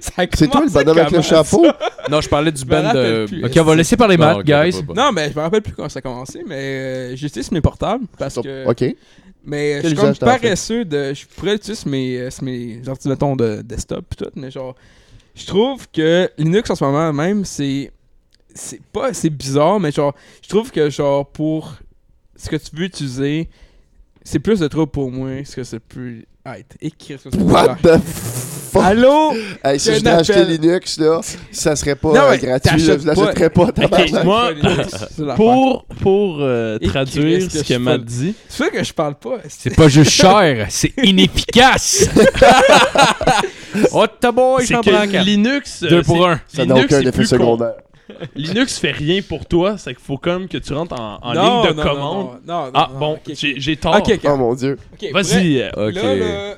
[SPEAKER 6] C'est toi le bonhomme avec le chapeau?
[SPEAKER 5] Non, je parlais du
[SPEAKER 2] me
[SPEAKER 5] band
[SPEAKER 2] rappelle
[SPEAKER 5] de.
[SPEAKER 2] plus.
[SPEAKER 3] Ah, Ok, on va laisser parler
[SPEAKER 5] Non,
[SPEAKER 3] Matt,
[SPEAKER 5] ok,
[SPEAKER 3] guys.
[SPEAKER 5] pas, pas, pas.
[SPEAKER 2] Non, mais je me rappelle plus quand ça a commencé, mais euh, j'utilise sur mes portables parce que.
[SPEAKER 6] OK.
[SPEAKER 2] Mais euh, je
[SPEAKER 6] Quel
[SPEAKER 2] suis comme
[SPEAKER 6] usage t'en fais?
[SPEAKER 2] paresseux de. Je pourrais l'utiliser sur mes, euh, sur mes ordi, mettons, de desktop pis tout, mais genre. Je trouve que Linux en ce moment même, c'est. C'est pas. C'est bizarre, mais genre. Je trouve que genre pour ce que tu veux utiliser, c'est plus de trouble pour moi ce que ça peut être. Écrire ce que ça peut
[SPEAKER 6] What
[SPEAKER 2] faire.
[SPEAKER 6] the fuck?
[SPEAKER 2] Allô?
[SPEAKER 6] Hey, si
[SPEAKER 2] un
[SPEAKER 6] je acheté
[SPEAKER 2] appel.
[SPEAKER 6] Linux, là, ça serait pas
[SPEAKER 2] Non,
[SPEAKER 6] euh,
[SPEAKER 2] ouais,
[SPEAKER 6] gratuit. là,
[SPEAKER 2] t'achètes
[SPEAKER 6] Je l'achèterais pas. tabarnak.
[SPEAKER 7] moi,
[SPEAKER 2] c'est l'affaire.
[SPEAKER 7] Pour pour euh,
[SPEAKER 2] Et
[SPEAKER 7] traduire
[SPEAKER 2] Christ,
[SPEAKER 7] ce
[SPEAKER 2] que
[SPEAKER 7] que
[SPEAKER 2] je
[SPEAKER 7] m'a
[SPEAKER 2] suis
[SPEAKER 7] dit,
[SPEAKER 2] C'est sûr que je parle pas.
[SPEAKER 3] C'est pas juste cher, c'est inefficace!
[SPEAKER 5] Oh, ta boy,
[SPEAKER 7] c'est
[SPEAKER 5] j'en prends
[SPEAKER 7] que
[SPEAKER 5] quatre.
[SPEAKER 7] Linux euh,
[SPEAKER 3] Deux
[SPEAKER 7] c'est-
[SPEAKER 3] pour un.
[SPEAKER 6] Ça n'a
[SPEAKER 7] Linux,
[SPEAKER 6] aucun
[SPEAKER 7] c'est
[SPEAKER 6] effet
[SPEAKER 7] plus con-
[SPEAKER 6] secondaire.
[SPEAKER 7] Linux fait rien pour toi, c'est qu'il faut comme que tu rentres en, en ligne de commande.
[SPEAKER 2] Non, non,
[SPEAKER 7] Ah
[SPEAKER 2] non,
[SPEAKER 7] bon,
[SPEAKER 2] ok, ok.
[SPEAKER 7] j'ai j'ai tort.
[SPEAKER 2] Ok,
[SPEAKER 6] Oh
[SPEAKER 2] ok.
[SPEAKER 6] mon dieu.
[SPEAKER 2] ok, bref,
[SPEAKER 7] Vas-y, euh,
[SPEAKER 5] Ok.
[SPEAKER 2] Là, là,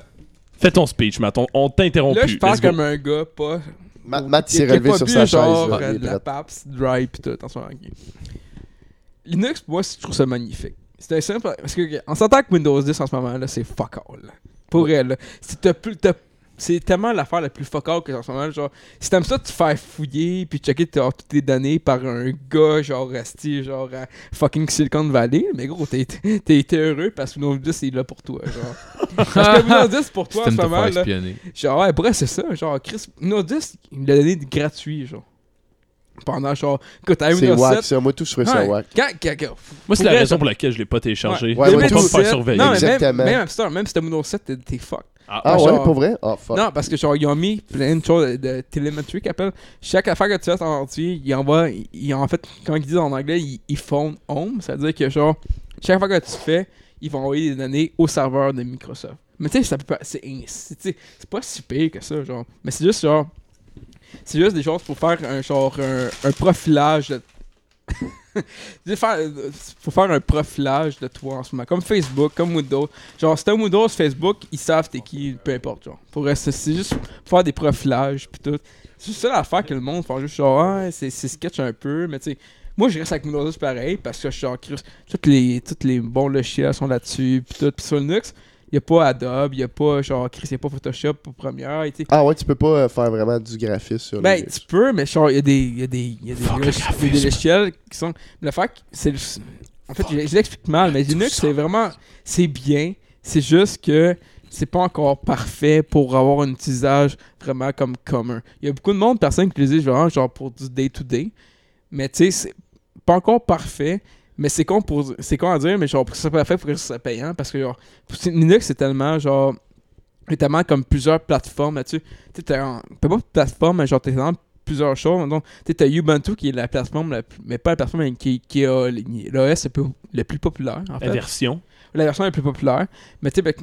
[SPEAKER 7] fais ton speech, Matt. on- On t'interrompt
[SPEAKER 2] là,
[SPEAKER 7] plus.
[SPEAKER 2] je parle
[SPEAKER 7] let's go.
[SPEAKER 2] comme un gars pas.
[SPEAKER 6] Ma- Matt
[SPEAKER 2] qui-
[SPEAKER 6] s'est
[SPEAKER 2] qui a
[SPEAKER 6] relevé
[SPEAKER 2] pas
[SPEAKER 6] sur
[SPEAKER 2] bu,
[SPEAKER 6] sa chaise.
[SPEAKER 2] genre,
[SPEAKER 6] là,
[SPEAKER 2] euh,
[SPEAKER 6] il est
[SPEAKER 2] de la
[SPEAKER 6] prêt.
[SPEAKER 2] Pabst, Dry, pis tout, en ce moment, ok. Linux, pour moi, je trouve ça magnifique. C'était simple, parce que, ok, on s'entend que Windows 10 en ce moment, là, c'est fuck all. là. Pour elle, c'est t'as plus- t'as- c'est tellement l'affaire la plus fuck all que en ce moment, genre, si t'aimes ça, te faire fouiller puis checker tes- toutes tes données par un gars, genre, resté, genre, à fucking Silicon Valley, mais gros, t'es t'es- t'es heureux parce que Windows 10 c'est là pour toi, genre. parce que Windows 10 pour toi en ce
[SPEAKER 3] Système de faire
[SPEAKER 2] moment, là,
[SPEAKER 3] espionner.
[SPEAKER 2] Genre, ouais, bref, c'est ça. Genre, Chris, Windows 10, il me l'a donné de gratuit, genre. Pendant, genre, écoute, à
[SPEAKER 6] C'est
[SPEAKER 2] Windows
[SPEAKER 6] whack,
[SPEAKER 2] 7.
[SPEAKER 6] ça. Moi, tout, je trouvais ça
[SPEAKER 2] ouais,
[SPEAKER 6] whack.
[SPEAKER 2] quand, quand- quand-
[SPEAKER 7] Moi, c'est la
[SPEAKER 2] Ouais,
[SPEAKER 7] raison
[SPEAKER 2] ça-
[SPEAKER 7] pour laquelle je l'ai pas téléchargé.
[SPEAKER 2] ouais.
[SPEAKER 7] Pour pas
[SPEAKER 6] ouais,
[SPEAKER 7] me faire
[SPEAKER 2] 2017,
[SPEAKER 7] surveiller.
[SPEAKER 2] Non, mais même,
[SPEAKER 6] Exactement.
[SPEAKER 2] même App Store, même si t'as Windows 7, t'es- t'es fuck.
[SPEAKER 6] Ah
[SPEAKER 2] genre-
[SPEAKER 6] ouais, pour vrai? Oh fuck.
[SPEAKER 2] Non, parce que, genre, ils ont mis plein de choses de, de télémétrie qu'ils appellent. Chaque affaire que tu fais sur ton ordi, ils envoient, ils- ils- en fait, quand ils disent en anglais, ils, ils phone home. Ça veut dire que, genre, chaque fois que tu fais, ils vont envoyer des données au serveur de Microsoft. Mais tu sais, ça peut pas. C'est in- c'est- tu sais, c'est pas si pire que ça, genre. Mais c'est juste, genre. C'est juste des choses pour faire un genre un, un profilage de. de faire, euh, faut faire un profilage de toi en ce moment. Comme Facebook, comme Windows. Genre, si t'as un Windows Facebook, ils savent t'es qui, peu importe. Genre. Pour rester, c'est juste faire des profilages pis tout. C'est juste ça l'affaire que le monde fait juste genre, ah, c'est, c'est sketch un peu, mais tu sais. Moi, je reste avec Windows 10 pareil parce que je suis en crise. Toutes les, toutes les bons logiciels sont là-dessus pis tout. Pis sur Linux, y a pas Adobe, y a pas genre, Chris, y a pas Photoshop pour première. Et tu sais,
[SPEAKER 6] Ah ouais, tu peux pas euh, faire vraiment du graphisme sur
[SPEAKER 2] ben,
[SPEAKER 6] Linux.
[SPEAKER 2] tu peux, mais genre, il y a des, il y a des, il y a des, logiciels- des logiciels qui sont. Mais la fac, c'est. le- En fait, je, je l'explique mal, mais Linux, c'est vraiment. C'est bien. C'est juste que c'est pas encore parfait pour avoir un usage vraiment comme commun. Il y a beaucoup de monde, personnes qui les utilisent vraiment genre pour du day-to-day. Mais tu sais, c'est pas encore parfait. Mais c'est con, pour, c'est con à dire, mais genre, pour que ça soit parfait, pour que ça soit payant. Parce que genre, pour- Linux, c'est tellement genre. Il y a tellement comme plusieurs plateformes là-dessus. Tu sais, t'as un- pas pas plateforme, mais genre, t'as vraiment plusieurs choses. Donc, tu sais, t'as Ubuntu qui est la plateforme, la plus- mais pas la plateforme, mais qui, qui a l- l'OS le plus, le plus populaire, en
[SPEAKER 7] La
[SPEAKER 2] fait.
[SPEAKER 7] version.
[SPEAKER 2] La version la plus populaire. Mais tu sais, ben,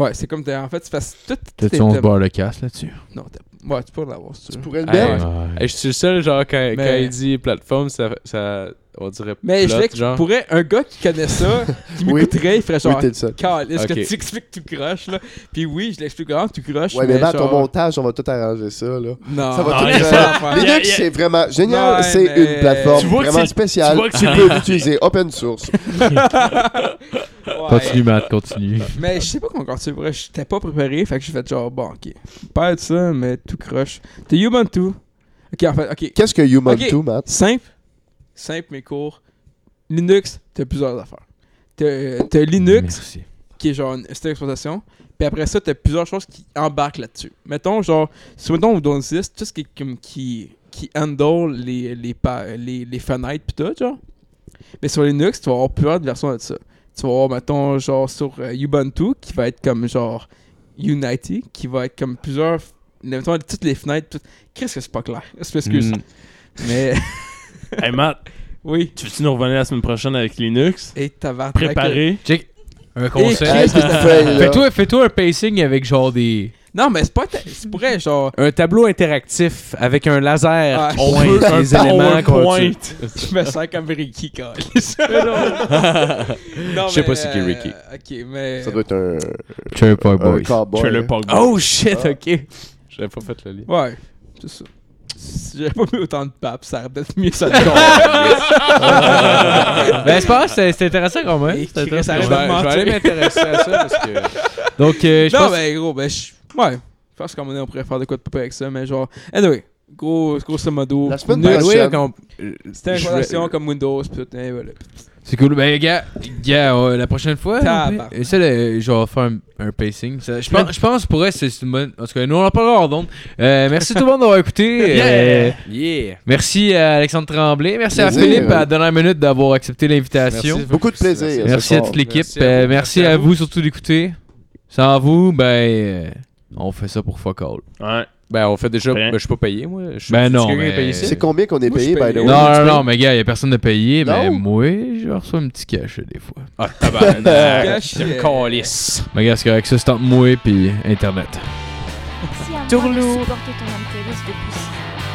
[SPEAKER 2] ouais, c'est comme, t'as- en fait, tu fasses tout. tout est-
[SPEAKER 3] Peut-être on se barre le casse là-dessus.
[SPEAKER 2] Non, t'as- ouais, tu peux l'avoir, si tu
[SPEAKER 6] Tu
[SPEAKER 2] veux.
[SPEAKER 6] pourrais le
[SPEAKER 5] Hey,
[SPEAKER 6] mettre.
[SPEAKER 5] Hey, je suis le seul, genre, quand,
[SPEAKER 2] Mais-
[SPEAKER 5] quand il dit plateforme, ça, ça- on dirait
[SPEAKER 2] Mais je
[SPEAKER 5] plot,
[SPEAKER 2] vais que
[SPEAKER 5] genre.
[SPEAKER 2] pourrais, un gars qui connaît ça, qui
[SPEAKER 6] Oui.
[SPEAKER 2] m'écouterait, il ferait
[SPEAKER 6] Oui,
[SPEAKER 2] genre.
[SPEAKER 6] t'es le seul.
[SPEAKER 2] Calisse
[SPEAKER 5] Ok.
[SPEAKER 2] que tu expliques tout croche, là. Puis oui, je l'explique vraiment tout croche.
[SPEAKER 6] Ouais, mais Matt,
[SPEAKER 2] genre-
[SPEAKER 6] ton montage, on va tout arranger ça, là.
[SPEAKER 2] Non.
[SPEAKER 6] Ça va
[SPEAKER 7] Non,
[SPEAKER 6] tout
[SPEAKER 7] il y a
[SPEAKER 6] faire.
[SPEAKER 2] ça.
[SPEAKER 6] Linux,
[SPEAKER 7] Il y a- il y a-
[SPEAKER 6] c'est vraiment génial.
[SPEAKER 2] Ouais,
[SPEAKER 6] c'est
[SPEAKER 2] mais-
[SPEAKER 6] une plateforme
[SPEAKER 7] Tu vois que
[SPEAKER 6] vraiment
[SPEAKER 7] c'est-
[SPEAKER 6] spéciale.
[SPEAKER 7] tu vois que
[SPEAKER 6] Tu peux l'utiliser open source.
[SPEAKER 2] Ouais.
[SPEAKER 3] Continue, Matt, continue.
[SPEAKER 2] Mais je sais pas comment continuer. pour vrai, J'étais pas préparé, fait que j'ai fait genre, bon, ok. Pas de ça, mais tout croche. T'es Ubuntu. Ok, en fait, ok.
[SPEAKER 6] Qu'est-ce que Ubuntu,
[SPEAKER 2] Ok.
[SPEAKER 6] Matt?
[SPEAKER 2] Simple. Simple, mais court. Linux, t'as plusieurs affaires. T'as t'as Linux,
[SPEAKER 3] Merci.
[SPEAKER 2] qui est genre une système d'exploitation. Puis après ça, t'as plusieurs choses qui embarquent là-dessus. Mettons, genre, si mettons Windows 10, tout ce qui, est comme qui, qui handle les, les, pa- les, les fenêtres pis tout, genre. Mais sur Linux, tu vas avoir plusieurs versions de ça. Tu vas avoir, mettons, genre sur euh, Ubuntu, qui va être comme genre Unity, qui va être comme plusieurs. Mettons, toutes les fenêtres, tout. Qu'est-ce que c'est pas clair? Je m'excuse.
[SPEAKER 7] Mm.
[SPEAKER 2] Mais,
[SPEAKER 7] Hey Matt,
[SPEAKER 2] oui.
[SPEAKER 7] tu veux-tu nous revenir la semaine prochaine avec Linux?
[SPEAKER 2] Et euh, Eh, t'as
[SPEAKER 7] Préparé.
[SPEAKER 3] Check. Un
[SPEAKER 2] Et-
[SPEAKER 3] conseil.
[SPEAKER 6] Qu'est-ce que tu fais,
[SPEAKER 2] Euh,
[SPEAKER 6] là?
[SPEAKER 3] Fais-toi fais-toi un pacing avec genre des.
[SPEAKER 2] Non, mais c'est pas. C'est pour vrai, genre.
[SPEAKER 5] Un tableau interactif avec un laser
[SPEAKER 2] Ah,
[SPEAKER 5] qui
[SPEAKER 2] on
[SPEAKER 5] pointe
[SPEAKER 7] veut un
[SPEAKER 5] les éléments qu'on tue.
[SPEAKER 7] PowerPoint.
[SPEAKER 2] Je me sens comme Ricky, quand Je
[SPEAKER 5] Je sais pas c'est qui Ricky.
[SPEAKER 2] euh, Ok, mais.
[SPEAKER 6] Ça doit être un,
[SPEAKER 3] Chirper
[SPEAKER 6] un
[SPEAKER 3] Boys.
[SPEAKER 6] cowboy. hein.
[SPEAKER 7] Trailer Park Boys.
[SPEAKER 5] Oh shit, ok. J'avais pas fait le lien.
[SPEAKER 2] Ouais, c'est ça. Si j'avais pas mis autant de papes, ça aurait peut-être mieux ça de
[SPEAKER 3] ben, c'est pas grave, c'était c'était intéressant quand même.
[SPEAKER 2] Et
[SPEAKER 3] C'était
[SPEAKER 2] Chris,
[SPEAKER 3] intéressant.
[SPEAKER 5] Je vais, je vais aller m'intéresser à ça parce que.
[SPEAKER 3] Donc, euh, je
[SPEAKER 2] Non,
[SPEAKER 3] pense.
[SPEAKER 2] mais gros, ben, je. Ouais. Je pense qu'à un moment donné, on pourrait faire de quoi de peu avec ça, mais genre. Anyway, gros, grosso modo.
[SPEAKER 6] La semaine
[SPEAKER 2] Linux,
[SPEAKER 6] prochaine.
[SPEAKER 5] Oui, quand
[SPEAKER 2] C'était une
[SPEAKER 5] Je vais-
[SPEAKER 2] relation comme Windows, pis tout, et voilà.
[SPEAKER 3] C'est cool. Ben, gars, gars euh, la prochaine fois,
[SPEAKER 2] Tabarnak.
[SPEAKER 3] euh, ça, là, je vais faire un, un pacing. Ça, je, pense, je pense pour elle, c'est une bonne. En tout cas, nous, on en parlera hors d'onde. Euh, merci tout le monde d'avoir écouté. Euh,
[SPEAKER 5] on- Yeah.
[SPEAKER 3] merci à Alexandre Tremblay. Merci à
[SPEAKER 6] Plaisir.
[SPEAKER 3] Philippe à la dernière minute d'avoir accepté l'invitation.
[SPEAKER 5] Merci.
[SPEAKER 6] Beaucoup de plaisir.
[SPEAKER 3] Merci
[SPEAKER 6] ce
[SPEAKER 3] à
[SPEAKER 6] soir.
[SPEAKER 3] toute l'équipe.
[SPEAKER 5] Merci
[SPEAKER 3] Euh,
[SPEAKER 5] à
[SPEAKER 3] Merci,
[SPEAKER 5] vous. Merci
[SPEAKER 3] à,
[SPEAKER 5] à
[SPEAKER 3] vous. surtout d'écouter. Sans vous, ben, euh, on fait ça pour fuck all.
[SPEAKER 7] Ouais.
[SPEAKER 5] Ben, on fait déjà.
[SPEAKER 7] Rien.
[SPEAKER 5] Ben, je suis pas payé, moi. Je suis
[SPEAKER 3] Ben
[SPEAKER 5] c'est
[SPEAKER 3] non,
[SPEAKER 5] quelqu'un qui est
[SPEAKER 3] mais-
[SPEAKER 5] payé ici?
[SPEAKER 6] C'est combien qu'on est
[SPEAKER 2] Moi, je
[SPEAKER 6] payé,
[SPEAKER 2] paye.
[SPEAKER 6] by the way?
[SPEAKER 3] Non, non, non, mais gars, il y a personne de payé, mais
[SPEAKER 6] Non?
[SPEAKER 3] moi, je reçois un petit cachet des fois.
[SPEAKER 5] Ah, tabarnak.
[SPEAKER 2] Cache,
[SPEAKER 5] C'est
[SPEAKER 2] euh,
[SPEAKER 5] calice.
[SPEAKER 3] Mais gars, c'est correct, ça, c'est entre moi et Internet.
[SPEAKER 9] Merci à moi de
[SPEAKER 5] Tourlou.
[SPEAKER 9] supporter ton homme depuis six ans.